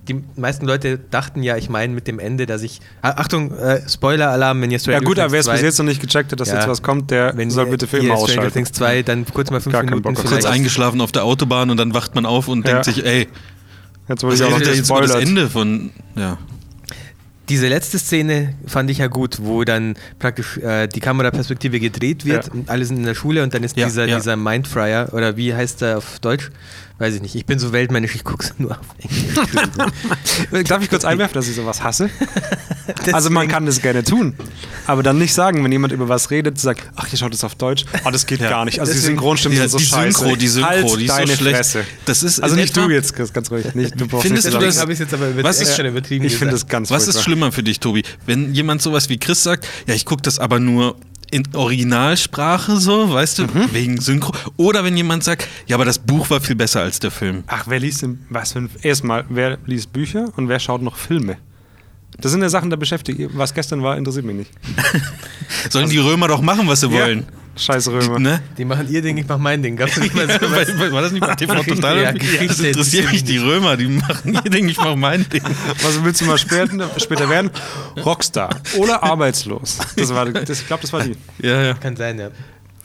Speaker 1: die meisten Leute dachten ja, ich meine mit dem Ende, dass ich, Ah, Achtung, äh, Spoiler-Alarm, wenn ihr
Speaker 2: Ja
Speaker 1: Stranger
Speaker 2: gut, aber wer
Speaker 1: Things
Speaker 2: es bis
Speaker 1: 2
Speaker 2: jetzt noch nicht gecheckt hat, dass
Speaker 1: Ja.
Speaker 2: jetzt was kommt, der
Speaker 1: wenn
Speaker 2: soll
Speaker 1: ihr-
Speaker 2: bitte
Speaker 1: ihr
Speaker 2: Filme
Speaker 1: Stranger
Speaker 2: ausschalten.
Speaker 1: Things 2, dann kurz mal fünf
Speaker 2: Gar keinen
Speaker 1: Minuten
Speaker 2: Bock auf-
Speaker 3: Kurz
Speaker 1: vielleicht.
Speaker 3: eingeschlafen auf der Autobahn und dann wacht man auf und
Speaker 2: Ja.
Speaker 3: denkt sich, ey,
Speaker 2: Jetzt wurde
Speaker 3: was
Speaker 2: ich auch noch
Speaker 3: redet ihr jetzt über das
Speaker 2: gespoilert.
Speaker 3: Ende von. Ja.
Speaker 1: Diese letzte Szene fand ich ja gut, wo dann praktisch äh, die Kameraperspektive gedreht wird
Speaker 2: Ja.
Speaker 1: und alle sind in der Schule und dann ist
Speaker 3: Ja,
Speaker 1: dieser,
Speaker 3: ja.
Speaker 1: dieser Mindfryer oder wie heißt der auf Deutsch? Weiß ich nicht. Ich bin so weltmännisch, ich gucke nur auf Englisch.
Speaker 2: Darf ich kurz einwerfen, dass ich sowas hasse? Also man
Speaker 1: Deswegen-
Speaker 2: kann das gerne tun, aber dann nicht sagen, wenn jemand über was redet, zu sagen, ach, ihr schaut das auf Deutsch, oh, das geht
Speaker 3: Ja.
Speaker 2: gar nicht. Also die
Speaker 1: Deswegen-
Speaker 2: Synchronstimmen
Speaker 3: Ja,
Speaker 2: sind so
Speaker 3: die
Speaker 2: scheiße.
Speaker 3: Synchro, die Synchro,
Speaker 2: halt
Speaker 3: die ist so
Speaker 2: deine
Speaker 3: schlecht.
Speaker 2: Fresse.
Speaker 3: Das ist
Speaker 2: also
Speaker 3: in
Speaker 2: nicht
Speaker 3: etwa-
Speaker 2: du jetzt, Chris, ganz ruhig. Nicht, du brauchst
Speaker 3: Findest
Speaker 2: nicht
Speaker 3: du
Speaker 2: sagen.
Speaker 1: Deswegen
Speaker 3: das-
Speaker 1: habe ich jetzt aber über
Speaker 3: Was ist-
Speaker 1: schon übertrieben
Speaker 2: Ich finde das
Speaker 1: gesagt.
Speaker 2: ganz
Speaker 3: Was ist
Speaker 2: furchtbar.
Speaker 3: schlimmer für dich, Tobi? Wenn jemand sowas wie Chris sagt, ja, ich gucke das aber nur in Originalsprache so, weißt du,
Speaker 1: Mhm.
Speaker 3: wegen Synchro. Oder wenn jemand sagt, ja, aber das Buch war viel besser als der Film.
Speaker 2: Ach, wer liest denn, was für ein, erstmal, wer liest Bücher und wer schaut noch Filme? Das sind ja Sachen, da beschäftigt ihr, was gestern war, interessiert mich nicht.
Speaker 3: Sollen
Speaker 1: Also
Speaker 3: die Römer doch machen, was sie wollen?
Speaker 2: Ja, scheiß Römer.
Speaker 3: Ne?
Speaker 1: Die machen ihr Ding, ich mach mein Ding. Gab's nicht mal so was?
Speaker 3: Weil- weil- war das nicht bei TV
Speaker 1: Geschichte,
Speaker 3: total?
Speaker 1: ja,
Speaker 3: das
Speaker 1: Geschichte
Speaker 3: interessiert
Speaker 1: interessiert
Speaker 3: mich, die Römer, die machen ihr Ding, ich mache mein Ding.
Speaker 2: Was Also willst du mal später, später werden? Rockstar oder arbeitslos. Das war, das, ich glaube, das war die.
Speaker 3: Ja, ja.
Speaker 1: Kann sein, ja.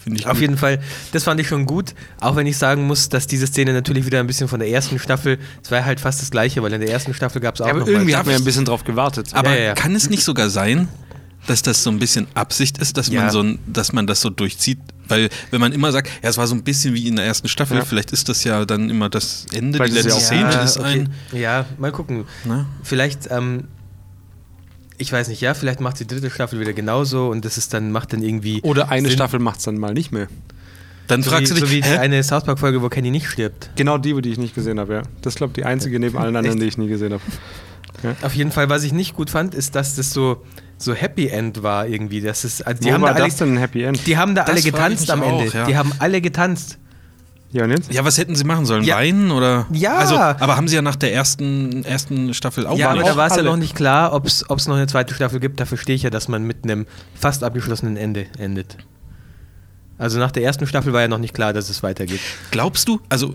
Speaker 3: Finde ich
Speaker 1: Auf
Speaker 3: gut.
Speaker 1: jeden Fall, das fand ich schon gut, auch wenn ich sagen muss, dass diese Szene natürlich wieder ein bisschen von der ersten Staffel, es war halt fast das gleiche, weil in der ersten Staffel gab es auch
Speaker 2: Aber
Speaker 1: noch mal-
Speaker 2: irgendwie hat man ja
Speaker 3: darfst-
Speaker 2: ein bisschen drauf gewartet.
Speaker 3: Aber
Speaker 1: Ja, ja, ja.
Speaker 3: kann es nicht sogar sein, dass das so ein bisschen Absicht ist, dass,
Speaker 1: Ja.
Speaker 3: man so ein, dass man das so durchzieht? Weil, wenn man immer sagt, ja, es war so ein bisschen wie in der ersten Staffel,
Speaker 2: Ja.
Speaker 3: vielleicht ist das ja dann immer das Ende,
Speaker 2: Vielleicht
Speaker 3: die
Speaker 2: ist
Speaker 3: letzte
Speaker 2: ja auch-
Speaker 3: Szene ist ein.
Speaker 1: okay. Ja, mal gucken.
Speaker 3: Ne?
Speaker 1: Vielleicht, ähm, ich weiß nicht, ja, vielleicht macht die dritte Staffel wieder genauso und das ist dann, macht dann irgendwie.
Speaker 2: Oder eine
Speaker 1: Sinn.
Speaker 2: Staffel macht es dann mal nicht mehr.
Speaker 3: Dann
Speaker 1: So
Speaker 3: fragst
Speaker 1: wie,
Speaker 3: du dich,
Speaker 1: so wie die
Speaker 3: hä?
Speaker 1: eine South Park-Folge, wo Kenny nicht stirbt.
Speaker 2: Genau die, die ich nicht gesehen habe, ja. Das ist, glaube ich, die einzige neben allen anderen,
Speaker 1: Echt?
Speaker 2: die ich nie gesehen habe.
Speaker 1: Auf jeden Fall, was ich nicht gut fand, ist, dass das so, so Happy End war irgendwie. Das ist, also die,
Speaker 2: Wo
Speaker 1: haben
Speaker 2: war
Speaker 1: da alle,
Speaker 2: das denn ein Happy End?
Speaker 1: die haben da
Speaker 3: Das
Speaker 1: alle
Speaker 3: frage ich
Speaker 1: getanzt
Speaker 3: mich
Speaker 1: am Ende.
Speaker 3: auch, ja.
Speaker 1: Die haben alle getanzt.
Speaker 2: ja, und jetzt?
Speaker 3: ja, was hätten sie machen sollen?
Speaker 1: Ja.
Speaker 3: Weinen oder?
Speaker 1: Ja.
Speaker 3: Also, aber haben sie ja nach der ersten, ersten Staffel auch
Speaker 1: ja, aber
Speaker 3: noch?
Speaker 1: da war es ja
Speaker 2: alle.
Speaker 1: noch nicht klar, ob es noch eine zweite Staffel gibt. Da verstehe ich ja, dass man mit einem fast abgeschlossenen Ende endet. Also nach der ersten Staffel war ja noch nicht klar, dass es weitergeht.
Speaker 3: Glaubst du? Also,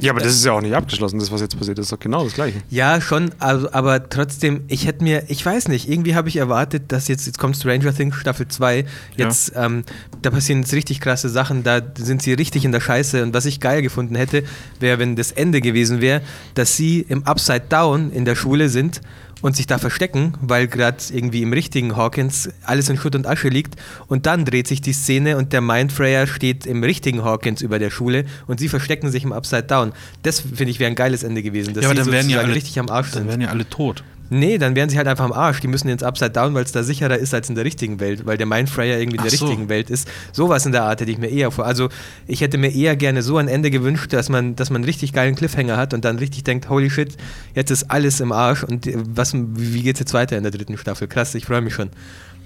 Speaker 2: Ja, aber das ist ja auch nicht abgeschlossen. Das, was jetzt passiert, ist doch genau das Gleiche.
Speaker 1: Ja, schon, also, aber trotzdem, ich hätte mir, ich weiß nicht, irgendwie habe ich erwartet, dass jetzt, jetzt kommt Stranger Things Staffel 2,
Speaker 3: Ja.
Speaker 1: jetzt, ähm, da passieren jetzt richtig krasse Sachen, da sind sie richtig in der Scheiße und was ich geil gefunden hätte, wäre, wenn das Ende gewesen wäre, dass sie im Upside Down in der Schule sind und sich da verstecken, weil gerade irgendwie im richtigen Hawkins alles in Schutt und Asche liegt und dann dreht sich die Szene und der Mindfrayer steht im richtigen Hawkins über der Schule und sie verstecken sich im Upside Down. Das finde ich wäre ein geiles Ende gewesen. dass
Speaker 3: ja, aber
Speaker 1: sie
Speaker 3: dann wären ja
Speaker 1: sozusagen
Speaker 3: alle,
Speaker 1: richtig am Arsch
Speaker 3: dann
Speaker 1: sind.
Speaker 3: wären ja alle tot.
Speaker 1: Nee, dann wären sie halt einfach am Arsch. Die müssen ins Upside Down, weil es da sicherer ist als in der richtigen Welt, weil der Mindfrayer irgendwie in
Speaker 3: Ach
Speaker 1: der
Speaker 3: so.
Speaker 1: richtigen Welt ist. Sowas in der Art hätte ich mir eher vor. Also ich hätte mir eher gerne so ein Ende gewünscht, dass man, dass man einen richtig geilen Cliffhanger hat und dann richtig denkt, holy shit, jetzt ist alles im Arsch und äh, was, wie geht's jetzt weiter in der dritten Staffel? Krass, ich freue mich schon.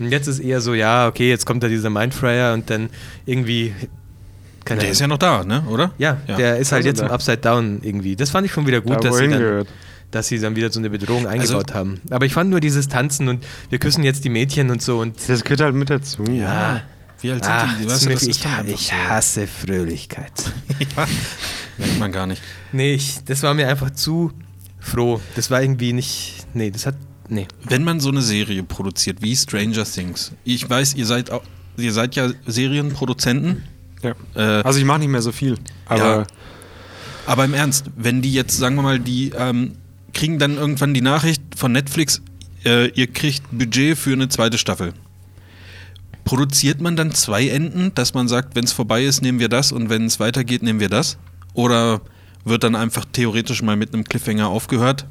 Speaker 1: Und jetzt ist eher so, ja, okay, jetzt kommt da dieser Mindfrayer und dann irgendwie. Keine
Speaker 3: Der
Speaker 1: Ahnung.
Speaker 3: ist ja noch da, ne? Oder?
Speaker 1: ja, der ist halt
Speaker 2: Also
Speaker 1: jetzt im
Speaker 2: da.
Speaker 1: Upside Down irgendwie. Das fand ich schon wieder gut,
Speaker 2: Da,
Speaker 1: dass sie
Speaker 2: wohin
Speaker 1: dann
Speaker 2: gehört.
Speaker 1: dass sie dann wieder so eine Bedrohung
Speaker 3: Also-
Speaker 1: eingebaut haben. Aber ich fand nur dieses Tanzen und wir küssen jetzt die Mädchen und so und
Speaker 2: Das gehört halt mit dazu.
Speaker 3: Ah, Wie alt sind die?
Speaker 1: das
Speaker 3: Weißt du, das
Speaker 1: ich,
Speaker 3: ist doch einfach
Speaker 1: ich
Speaker 3: so.
Speaker 1: hasse Fröhlichkeit.
Speaker 3: Ja, merkt man gar nicht.
Speaker 1: Nee, ich, das war mir einfach zu froh. Das war irgendwie nicht, nee, das hat, nee.
Speaker 3: Wenn man so eine Serie produziert wie Stranger Things, ich weiß, ihr seid auch, ihr seid ja Serienproduzenten,
Speaker 2: Ja.
Speaker 3: äh,
Speaker 2: Also ich mache nicht mehr so viel. Aber
Speaker 3: aber im Ernst, wenn die jetzt, sagen wir mal, die ähm, kriegen dann irgendwann die Nachricht von Netflix, äh, ihr kriegt Budget für eine zweite Staffel. Produziert man dann zwei Enden, dass man sagt, wenn es vorbei ist, nehmen wir das und wenn es weitergeht, nehmen wir das? Oder wird dann einfach theoretisch mal mit einem Cliffhanger aufgehört?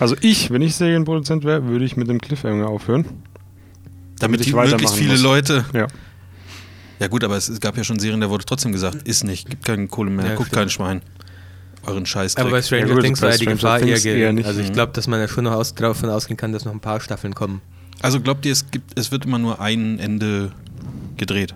Speaker 2: also ich, wenn ich Serienproduzent wäre, würde ich mit dem Cliffhanger aufhören.
Speaker 3: Damit,
Speaker 2: ich
Speaker 3: die
Speaker 2: weitermachen
Speaker 3: möglichst viele
Speaker 2: muss.
Speaker 3: Leute
Speaker 2: Ja.
Speaker 3: Ja gut, aber es, es gab ja schon Serien, da wurde trotzdem gesagt, ist nicht, gibt keine Kohle mehr,
Speaker 1: Ja,
Speaker 3: guckt
Speaker 1: stimmt.
Speaker 3: kein Schwein. Euren Scheiß.
Speaker 1: Aber bei
Speaker 2: Ja,
Speaker 1: Stranger
Speaker 2: gut,
Speaker 1: Things
Speaker 2: bei
Speaker 1: war ja die
Speaker 2: Stranger
Speaker 1: Gefahr eher,
Speaker 2: Things
Speaker 1: gering.
Speaker 2: eher nicht.
Speaker 3: ne?
Speaker 1: Also ich glaube, dass man ja schon noch aus, davon ausgehen kann, dass noch ein paar Staffeln kommen.
Speaker 3: Also glaubt ihr, es gibt, es wird immer nur ein Ende gedreht?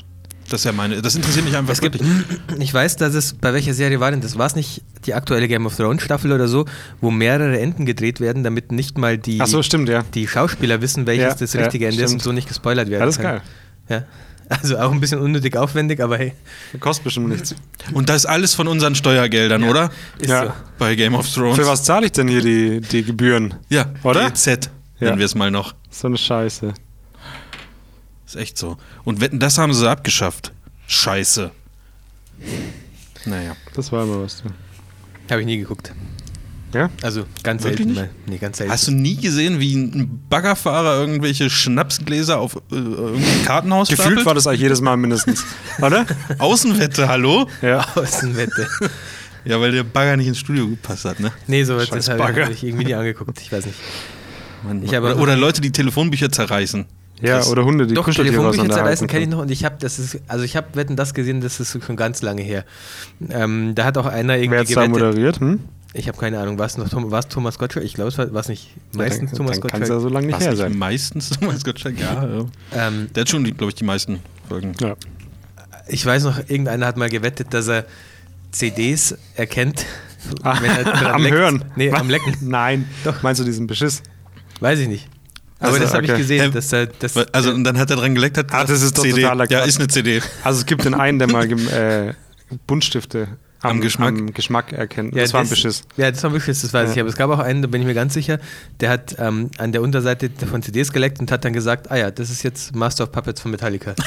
Speaker 3: Das ist ja meine, das interessiert mich einfach
Speaker 1: Es gibt,
Speaker 3: wirklich.
Speaker 1: ich weiß, dass es, bei welcher Serie war denn das? War es nicht die aktuelle Game of Thrones Staffel oder so, wo mehrere Enden gedreht werden, damit nicht mal die...
Speaker 2: Ach so, stimmt, ja.
Speaker 1: die Schauspieler wissen, welches
Speaker 2: Ja,
Speaker 1: das
Speaker 2: ja,
Speaker 1: richtige Ende ist und
Speaker 2: stimmt.
Speaker 1: so nicht gespoilert werden
Speaker 2: Ja, das ist
Speaker 1: kann. Ja. Also auch ein bisschen unnötig aufwendig, aber hey,
Speaker 2: Kostet bestimmt nichts.
Speaker 3: Und das ist alles von unseren Steuergeldern, oder?
Speaker 1: ist
Speaker 2: Ja.
Speaker 1: so.
Speaker 3: Bei Game of Thrones.
Speaker 2: Für was zahle ich denn hier die, die Gebühren?
Speaker 3: Ja,
Speaker 2: Oder?
Speaker 3: GZ,
Speaker 2: Ja.
Speaker 3: nennen wir es mal noch.
Speaker 2: So eine Scheiße.
Speaker 3: Ist echt so. Und wetten, das haben sie abgeschafft. Scheiße. Naja.
Speaker 2: Das war immer was. du.
Speaker 1: Habe ich nie geguckt.
Speaker 2: Ja?
Speaker 1: Also ganz
Speaker 3: Wirklich
Speaker 1: selten
Speaker 3: nicht?
Speaker 1: mal. Nee, ganz selten.
Speaker 3: Hast du nie gesehen, wie ein Baggerfahrer irgendwelche Schnapsgläser auf äh, irgendein Kartenhaus
Speaker 2: Gefühlt
Speaker 3: stapelt?
Speaker 2: war das eigentlich jedes Mal mindestens. Oder?
Speaker 3: Außenwette, hallo?
Speaker 2: Ja.
Speaker 1: Außenwette.
Speaker 3: Ja, weil der Bagger nicht ins Studio gepasst hat, ne?
Speaker 1: Nee, so was
Speaker 2: Scheiß
Speaker 1: das habe ich
Speaker 2: Bagger.
Speaker 1: hab ich irgendwie nie angeguckt. Ich weiß nicht. Ich habe-
Speaker 3: oder, oder Leute, die Telefonbücher zerreißen.
Speaker 2: Ja,
Speaker 3: Das-
Speaker 2: oder Hunde, die
Speaker 1: Doch,
Speaker 2: Kuscheltiere
Speaker 1: Telefonbücher zerreißen
Speaker 2: auseinanderhalten
Speaker 1: kenne ich
Speaker 2: können.
Speaker 1: noch und ich habe, das ist, also ich habe Wetten das gesehen, das ist schon ganz lange her. Ähm, da hat auch einer
Speaker 2: Wer
Speaker 1: irgendwie
Speaker 2: hat's da
Speaker 1: gewettet.
Speaker 2: moderiert? Hm?
Speaker 1: Ich habe keine Ahnung, war es noch Tom, war's Thomas Gottschalk? Ich glaube, es war war's nicht. Meistens
Speaker 2: dann,
Speaker 1: Thomas
Speaker 2: Dann kann es ja
Speaker 1: Gottschalk.
Speaker 2: so lange nicht
Speaker 3: Was
Speaker 2: her
Speaker 3: nicht
Speaker 2: sein.
Speaker 3: meistens, Thomas Gottschalk, ja. ja.
Speaker 1: Ähm,
Speaker 3: Der hat schon, glaube ich, die meisten Folgen.
Speaker 2: Ja.
Speaker 1: Ich weiß noch, irgendeiner hat mal gewettet, dass er CDs erkennt.
Speaker 2: Ah,
Speaker 1: halt dran
Speaker 2: am
Speaker 1: leckt.
Speaker 2: Hören.
Speaker 1: Nee, am Lecken.
Speaker 2: Nein.
Speaker 1: Doch.
Speaker 2: Meinst du diesen Beschiss?
Speaker 1: Weiß ich nicht. Aber
Speaker 2: Also,
Speaker 1: das habe ich
Speaker 2: okay.
Speaker 1: gesehen.
Speaker 3: Ähm,
Speaker 1: Dass er, dass,
Speaker 3: Weil- Also, und dann hat er dran geleckt, hat
Speaker 2: Ah, das ist doch
Speaker 3: CD.
Speaker 2: totaler
Speaker 3: Ja,
Speaker 2: Quatsch.
Speaker 3: ist eine CD.
Speaker 2: Also es gibt den einen, der mal gem- äh, Buntstifte am,
Speaker 3: Am Geschmack?
Speaker 2: am Geschmack erkennt.
Speaker 1: ja,
Speaker 2: das war ein Beschiss.
Speaker 1: Ja, das war ein Beschiss, das weiß
Speaker 2: Ja.
Speaker 1: ich. Aber es gab auch einen, da bin ich mir ganz sicher, der hat ähm, an der Unterseite von CDs geleckt und hat dann gesagt, ah ja, das ist jetzt Master of Puppets von Metallica.
Speaker 3: Ist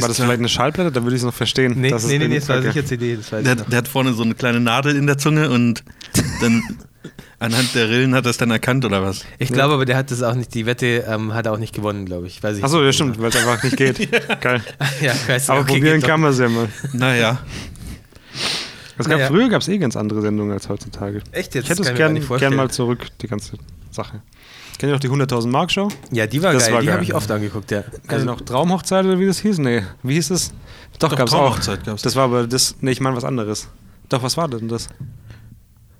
Speaker 2: war das
Speaker 3: klar.
Speaker 2: vielleicht eine Schallplatte? Da würde ich es noch verstehen.
Speaker 1: Nee,
Speaker 2: dass es
Speaker 1: nee, nee,
Speaker 2: in-
Speaker 1: nee, es war
Speaker 2: okay.
Speaker 1: sicher CD, das weiß
Speaker 3: Der,
Speaker 1: ich noch.
Speaker 3: hat- der hat vorne so eine kleine Nadel in der Zunge und dann anhand der Rillen hat er es dann erkannt oder was?
Speaker 1: Ich glaube aber, der hat das auch nicht, die Wette ähm, hat er auch nicht gewonnen, glaube ich. Weiß ich
Speaker 2: Achso, ja, stimmt, weil es einfach nicht geht. Geil.
Speaker 1: Ja, weiß
Speaker 2: Aber
Speaker 1: okay,
Speaker 2: probieren
Speaker 1: geht doch.
Speaker 2: kann man es ja mal.
Speaker 3: Naja,
Speaker 2: Es gab,
Speaker 1: Naja.
Speaker 2: Früher gab es eh ganz andere Sendungen als heutzutage.
Speaker 1: Echt jetzt?
Speaker 2: Ich hätte
Speaker 1: Das kann
Speaker 2: es
Speaker 1: ich mir gar
Speaker 2: gern,
Speaker 1: nicht
Speaker 2: gern
Speaker 1: vorstellen.
Speaker 2: mal zurück, die ganze Sache. Äh, Kennt ihr noch die 100.000 Mark Show?
Speaker 1: Ja, die war
Speaker 2: Das
Speaker 1: geil,
Speaker 2: war
Speaker 1: die
Speaker 2: geil.
Speaker 1: habe ich oft angeguckt, ja.
Speaker 2: Also noch Traumhochzeit oder wie das hieß? Nee, wie hieß es? Doch,
Speaker 3: Doch,
Speaker 2: gab es auch.
Speaker 3: Traumhochzeit gab's.
Speaker 2: Das war aber das, nee, ich meine was anderes. Doch, was war denn das?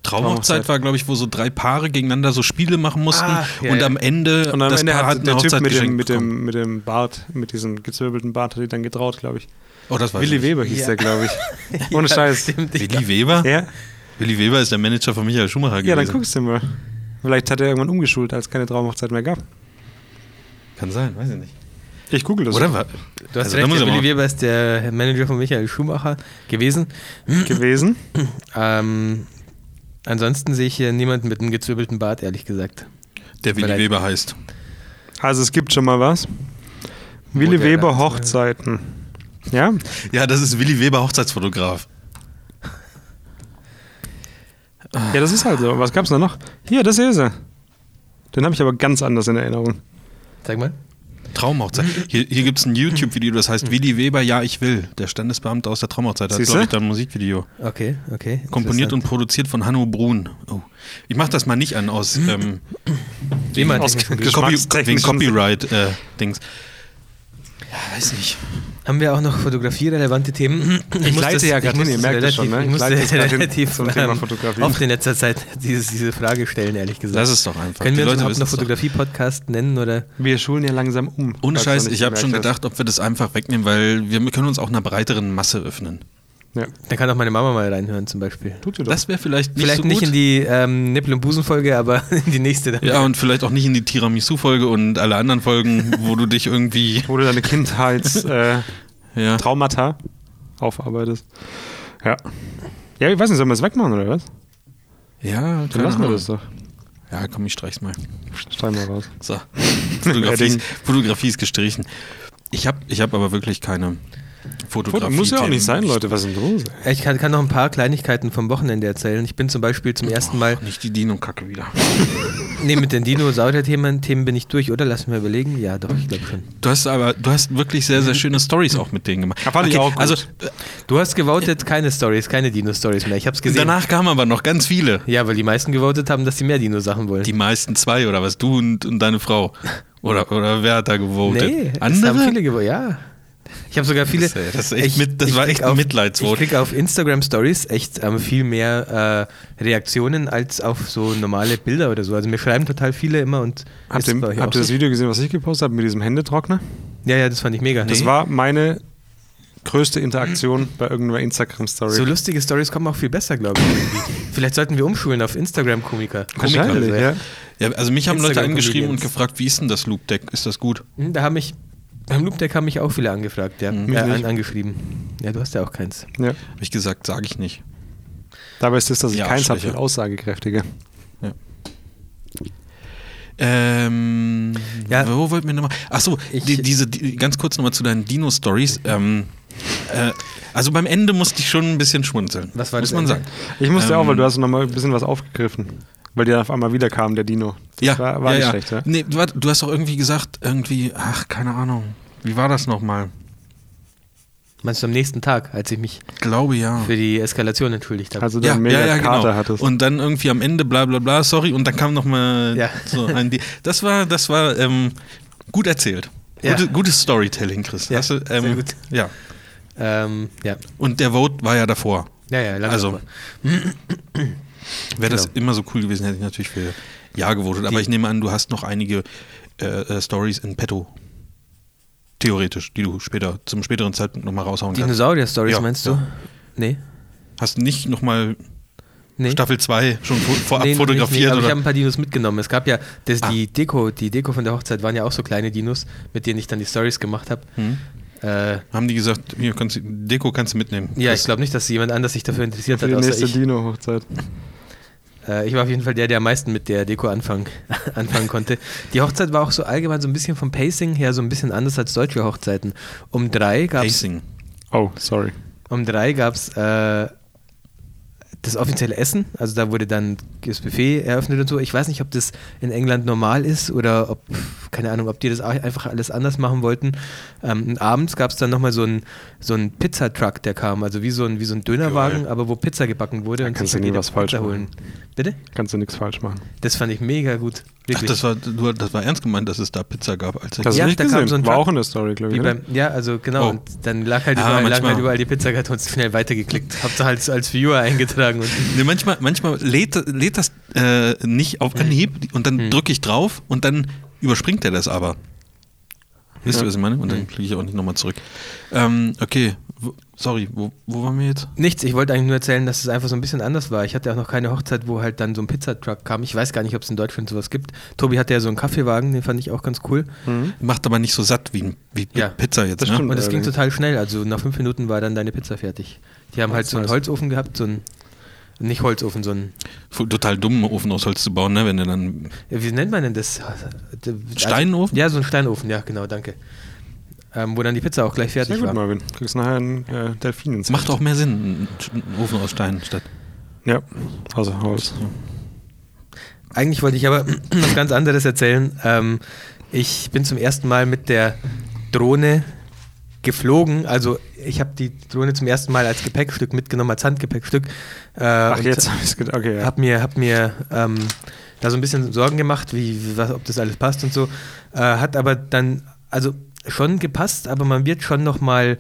Speaker 3: Traumhochzeit war, glaube ich, wo so drei Paare gegeneinander so Spiele machen mussten
Speaker 1: Ah, ja,
Speaker 3: und
Speaker 1: ja.
Speaker 3: am Ende
Speaker 2: Und am
Speaker 3: das
Speaker 2: Ende
Speaker 3: Paar hat
Speaker 2: hat
Speaker 3: eine
Speaker 2: der Typ
Speaker 3: Hochzeit
Speaker 2: mit dem,
Speaker 3: geschenkt
Speaker 2: mit, dem, mit dem Bart, mit diesem gezwirbelten Bart, hat die dann getraut, glaube ich.
Speaker 3: bekommen. Oh, das weiß
Speaker 2: Willi
Speaker 3: ich nicht.
Speaker 2: Weber hieß
Speaker 1: Ja.
Speaker 2: der, glaube ich. Ohne
Speaker 1: Ja,
Speaker 2: Scheiß.
Speaker 1: stimmt, ich glaub-
Speaker 3: Willi Weber?
Speaker 2: Ja?
Speaker 3: Willi Weber ist der Manager von Michael Schumacher
Speaker 2: ja, dann
Speaker 3: gewesen.
Speaker 2: guckst du mal. Vielleicht hat er irgendwann umgeschult, als es keine Traumhochzeit mehr gab.
Speaker 3: Kann sein, weiß ich nicht.
Speaker 2: Ich google das.
Speaker 3: Oder war,
Speaker 1: Du
Speaker 2: Also
Speaker 1: hast
Speaker 3: da
Speaker 1: recht,
Speaker 3: muss
Speaker 1: der
Speaker 3: ich mal-
Speaker 1: Willi Weber ist der Manager von Michael Schumacher gewesen.
Speaker 2: Gewesen.
Speaker 1: Ähm, ansonsten sehe ich hier niemanden mit einem gezwirbelten Bart, ehrlich gesagt.
Speaker 3: der Willi
Speaker 1: Vielleicht.
Speaker 3: Weber heißt.
Speaker 2: Also es gibt schon mal was. Willi
Speaker 1: der
Speaker 2: Weber
Speaker 1: dann-
Speaker 2: Hochzeiten. Ja?
Speaker 3: Ja, das ist Willi Weber Hochzeitsfotograf.
Speaker 2: Ja, das ist halt so. Was gab's da noch? Hier, das hier ist er. Den habe ich aber ganz anders in Erinnerung.
Speaker 1: Sag mal.
Speaker 3: Traumhochzeit.
Speaker 1: Mhm.
Speaker 3: Hier, hier gibt es ein YouTube-Video, das heißt Willi Weber, ja, ich will. Der Standesbeamte aus der Traumhochzeit hat,
Speaker 2: Siehste?
Speaker 3: glaube ich, da ein Musikvideo.
Speaker 1: Okay, okay.
Speaker 3: Komponiert und
Speaker 1: interessant.
Speaker 3: produziert von Hanno Brun. Oh. Ich mache das mal nicht an aus ähm,
Speaker 1: Jemand.
Speaker 2: Aus-
Speaker 3: Copy,
Speaker 2: Geschmackstechnischen
Speaker 3: wegen Copyright-Dings. ja, weiß nicht.
Speaker 1: Haben wir auch noch fotografierelevante Themen? Ich, muss
Speaker 2: leite
Speaker 1: das-
Speaker 2: ja grad
Speaker 1: muss
Speaker 2: hin, ihr
Speaker 1: das
Speaker 2: merkt das schon, ne?
Speaker 1: Ich
Speaker 2: Ich
Speaker 1: musste
Speaker 2: leite jetzt grad hin
Speaker 1: relativ
Speaker 2: zum Thema
Speaker 1: ähm,
Speaker 2: Fotografie.
Speaker 1: oft in letzter Zeit dieses, diese Frage stellen, ehrlich gesagt.
Speaker 3: Lass es doch einfach.
Speaker 1: Können
Speaker 3: Die
Speaker 1: wir uns
Speaker 3: Leute
Speaker 1: überhaupt
Speaker 3: wissen
Speaker 1: noch
Speaker 3: es doch.
Speaker 1: Fotografie-Podcast nennen? Oder?
Speaker 2: Wir schulen ja langsam um.
Speaker 3: Ohne
Speaker 2: falls
Speaker 3: Scheiß,
Speaker 2: du nicht
Speaker 3: ich habe schon
Speaker 2: gemerkt
Speaker 3: gedacht, ob wir das einfach wegnehmen, weil wir können uns auch einer breiteren Masse öffnen.
Speaker 2: hast. Ja,
Speaker 1: Da kann auch meine Mama mal reinhören zum Beispiel.
Speaker 2: tut sie doch.
Speaker 3: Das wäre vielleicht nicht
Speaker 1: Vielleicht
Speaker 3: so gut.
Speaker 1: nicht in die ähm, Nippel- und Busen-Folge, aber in die nächste. Dann.
Speaker 3: ja, und vielleicht auch nicht in die Tiramisu-Folge und alle anderen Folgen, wo du dich irgendwie.
Speaker 2: Wo du deine Kindheitstraumata äh,
Speaker 3: Ja.
Speaker 2: Traumata aufarbeitest. Ja. Ja, ich weiß nicht, sollen wir es wegmachen oder was?
Speaker 3: Ja,
Speaker 2: Dann
Speaker 3: keine
Speaker 2: lassen wir
Speaker 3: Ahnung.
Speaker 2: das doch.
Speaker 3: Ja, komm, ich streich's mal.
Speaker 2: Steig mal raus.
Speaker 3: So. Fotografie,
Speaker 2: Editing.
Speaker 3: ist, Fotografie ist gestrichen. Ich habe ich hab aber wirklich keine Fotografie.
Speaker 2: Muss ja auch nicht sein, Leute. Was ist denn los?
Speaker 1: Ich kann, kann noch ein paar Kleinigkeiten vom Wochenende erzählen. Ich bin zum Beispiel zum ersten Mal,
Speaker 3: Nicht die Dino-Kacke wieder.
Speaker 1: nee, mit den Dinosaurier-Themen Themen bin ich durch, oder? Lass mir überlegen. Ja, doch, ich glaube schon.
Speaker 3: Du hast aber, du hast wirklich sehr, sehr schöne Stories auch mit denen gemacht.
Speaker 2: Mhm. Ja, fand ich auch gut.
Speaker 3: Also
Speaker 1: Du hast gewotet, keine Stories, keine Dino-Stories mehr. Ich habe es gesehen.
Speaker 3: danach kamen aber noch ganz viele.
Speaker 1: Ja, weil die meisten gewotet haben, dass sie mehr Dino-Sachen wollen.
Speaker 3: Die meisten zwei oder was? Du und, und deine Frau. Oder, oder wer hat da gewotet?
Speaker 1: nee,
Speaker 3: Andere?
Speaker 1: Es haben viele gewotet, ja. Ich habe sogar viele.
Speaker 3: Das ist- das ist echt mit- das
Speaker 1: ich
Speaker 3: war
Speaker 1: krieg
Speaker 3: echt ein
Speaker 1: auf-
Speaker 3: Mitleidsvote.
Speaker 1: Ich kriege auf Instagram Stories echt ähm, viel mehr äh, Reaktionen als auf so normale Bilder oder so. Also mir schreiben total viele immer und
Speaker 2: Habt
Speaker 1: ist
Speaker 2: ihr,
Speaker 1: bei euch
Speaker 2: habt
Speaker 1: auch
Speaker 2: ihr das
Speaker 1: so?
Speaker 2: Video gesehen, was ich gepostet habe mit diesem Händetrockner?
Speaker 1: Ja, ja, das fand ich mega.
Speaker 2: Das war meine größte Interaktion bei irgendeiner Instagram-Story.
Speaker 1: so lustige Stories kommen auch viel besser, glaube ich. irgendwie. Vielleicht sollten wir umschulen auf Instagram-Komiker.
Speaker 2: Wahrscheinlich,
Speaker 1: Also,
Speaker 2: ja.
Speaker 3: Ja, also mich haben Leute
Speaker 1: Instagram
Speaker 3: angeschrieben und
Speaker 1: Comedians.
Speaker 3: gefragt, wie ist denn das Loop Deck? Ist das gut?
Speaker 1: Hm, Da haben mich, beim Loopdeck haben mich auch viele angefragt,
Speaker 3: Hm.
Speaker 1: ja.
Speaker 2: Mich
Speaker 1: Äh, an,
Speaker 2: nicht.
Speaker 1: angeschrieben. Ja, du hast ja auch keins.
Speaker 2: ja.
Speaker 3: Habe ich gesagt, sage ich nicht.
Speaker 2: Dabei ist es, dass ich
Speaker 3: Ja,
Speaker 2: keins habe,
Speaker 3: Schwäche.
Speaker 2: viel aussagekräftiger.
Speaker 3: Ähm,
Speaker 1: Ja.
Speaker 3: Wo wollten wir nochmal? Achso,
Speaker 1: Ich-
Speaker 3: die, diese, die, ganz kurz nochmal zu deinen Dino-Stories. Ähm, äh, also beim Ende musste ich schon ein bisschen schmunzeln.
Speaker 1: Was war
Speaker 3: muss
Speaker 1: das
Speaker 3: man
Speaker 1: Ende?
Speaker 3: sagen?
Speaker 2: Ich musste
Speaker 3: Ähm.
Speaker 2: auch, weil du hast nochmal ein bisschen was aufgegriffen. Weil der auf einmal wiederkam, der Dino. Das
Speaker 3: ja,
Speaker 2: war, war
Speaker 3: ja,
Speaker 2: nicht
Speaker 3: ja.
Speaker 2: schlecht, ja?
Speaker 3: Nee, du, hast- du hast doch irgendwie gesagt, irgendwie, ach, keine Ahnung. Wie war das nochmal?
Speaker 1: Meinst du am nächsten Tag, als ich mich
Speaker 3: Glaube ja.
Speaker 1: für die Eskalation entschuldigt habe?
Speaker 2: Also du einen mega Kater
Speaker 1: genau.
Speaker 2: hattest.
Speaker 3: genau. Und dann irgendwie am Ende bla bla bla, sorry, und dann kam nochmal
Speaker 1: Ja.
Speaker 3: so ein Di Das war, das war ähm, gut erzählt.
Speaker 1: Ja.
Speaker 3: Gute, gutes Storytelling, Chris.
Speaker 1: Ja,
Speaker 3: Hast du, ähm,
Speaker 1: sehr gut.
Speaker 3: ja.
Speaker 1: Ähm, ja.
Speaker 3: Und der Vote war ja davor.
Speaker 1: Ja, ja, lange
Speaker 3: Also,
Speaker 1: nochmal.
Speaker 3: wäre das
Speaker 1: Genau.
Speaker 3: immer so cool gewesen, hätte ich natürlich für Ja gewotet. Aber
Speaker 1: Die-
Speaker 3: ich nehme an, du hast noch einige äh, äh, Stories in petto. Theoretisch, die du später, zum späteren Zeitpunkt nochmal raushauen kannst.
Speaker 1: Dinosaurier-Stories
Speaker 3: Ja,
Speaker 1: meinst du?
Speaker 3: ja.
Speaker 1: Nee.
Speaker 3: Hast du nicht nochmal
Speaker 1: Nee.
Speaker 3: Staffel 2 schon vor- vorab
Speaker 1: Nee, noch nicht,
Speaker 3: fotografiert?
Speaker 1: Nee, aber ich
Speaker 3: oder?
Speaker 1: habe ein paar Dinos mitgenommen. Es gab ja das,
Speaker 3: Ah.
Speaker 1: die Deko, die Deko von der Hochzeit waren ja auch so kleine Dinos, mit denen ich dann die Stories gemacht habe.
Speaker 3: Hm?
Speaker 1: Äh,
Speaker 3: Haben die gesagt, hier kannst du, Deko kannst du mitnehmen.
Speaker 1: ja,
Speaker 3: Chris.
Speaker 1: ich glaube nicht, dass jemand anders sich dafür interessiert
Speaker 2: Für
Speaker 1: hat,
Speaker 2: die
Speaker 1: außer
Speaker 2: nächste
Speaker 1: ich.
Speaker 2: Dino-Hochzeit.
Speaker 1: Äh, ich war auf jeden Fall der, der am meisten mit der Deko anfangen, anfangen konnte. Die Hochzeit war auch so allgemein so ein bisschen vom Pacing her so ein bisschen anders als deutsche Hochzeiten. Um drei gab es
Speaker 3: Pacing.
Speaker 2: Oh, sorry.
Speaker 1: um drei gab's äh, das offizielle Essen, also da wurde dann das Buffet eröffnet und so. Ich weiß nicht, ob das in England normal ist oder ob, keine Ahnung, ob die das ei- einfach alles anders machen wollten. Ähm, und abends gab es dann nochmal so einen so einen Pizzatruck, der kam, also wie so ein, wie so ein Dönerwagen,
Speaker 3: Geil.
Speaker 1: aber wo Pizza gebacken wurde. Da und
Speaker 2: kannst
Speaker 1: sich
Speaker 2: du nie
Speaker 1: jeder
Speaker 2: was falsch
Speaker 1: Pizza
Speaker 2: machen.
Speaker 1: Bitte?
Speaker 2: Kannst du nichts falsch machen.
Speaker 1: Das fand ich mega gut.
Speaker 3: Ach, das war, du- das war ernst gemeint, dass es da Pizza gab. Als ich
Speaker 2: Das
Speaker 1: Ja,
Speaker 2: hast du nicht
Speaker 1: da kam
Speaker 2: gesehen.
Speaker 1: so ein
Speaker 2: War
Speaker 1: Truck.
Speaker 2: auch in der Story, glaube ich.
Speaker 1: Wie
Speaker 2: ne?
Speaker 1: beim, ja, also genau.
Speaker 3: Oh.
Speaker 1: Und dann lag halt,
Speaker 3: Ah,
Speaker 1: überall, lag
Speaker 3: manchmal.
Speaker 1: halt überall die Pizzakartons schnell weitergeklickt. Habt ihr halt als Viewer eingetragen. Und
Speaker 3: Nee, manchmal, manchmal lädt, lädt das äh, nicht auf Anhieb und dann drücke ich drauf und dann überspringt er das aber. Wisst ihr, was ich meine? Und dann klicke ich auch nicht nochmal zurück. Ähm, okay, wo, sorry, wo, wo waren wir jetzt?
Speaker 1: Nichts, ich wollte eigentlich nur erzählen, dass es einfach so ein bisschen anders war. Ich hatte auch noch keine Hochzeit, wo halt dann so ein Pizzatruck kam. Ich weiß gar nicht, ob es in Deutschland sowas gibt. Tobi hatte ja so einen Kaffeewagen, den fand ich auch ganz cool.
Speaker 3: Macht aber nicht so satt wie, ein- wie
Speaker 1: Ja,
Speaker 3: Pizza jetzt.
Speaker 2: das
Speaker 3: Ne?
Speaker 2: stimmt.
Speaker 1: Und es ging
Speaker 2: Allerdings.
Speaker 1: total schnell. Also nach fünf Minuten war dann deine Pizza fertig. Die haben halt so einen
Speaker 2: heißt-
Speaker 1: Holzofen gehabt, so einen, nicht Holzofen, so einen,
Speaker 3: Fu- Total dumm, einen Ofen aus Holz zu bauen, ne? wenn du dann.
Speaker 1: ja, wie nennt man denn das? Also-
Speaker 3: Steinofen?
Speaker 1: Ja, so einen Steinofen, ja, genau, danke. Ähm, wo dann die Pizza auch gleich
Speaker 2: Sehr
Speaker 1: fertig war.
Speaker 2: gut, Marvin. Kriegst nachher einen äh, Delfin ins
Speaker 3: Macht auch mehr Sinn, einen Ofen aus Stein statt.
Speaker 2: Ja, außer Haus.
Speaker 1: Eigentlich wollte ich aber was ganz anderes erzählen. Ähm, ich bin zum ersten Mal mit der Drohne geflogen. Also ich habe die Drohne zum ersten Mal als Gepäckstück mitgenommen, als Handgepäckstück. Äh,
Speaker 2: Ach,
Speaker 1: und
Speaker 2: jetzt habe ich es gedacht. Okay, ja.
Speaker 1: Hab mir, hab mir ähm, da so ein bisschen Sorgen gemacht, wie, wie, was, ob das alles passt und so. Äh, hat aber dann, also schon gepasst, aber man wird schon nochmal,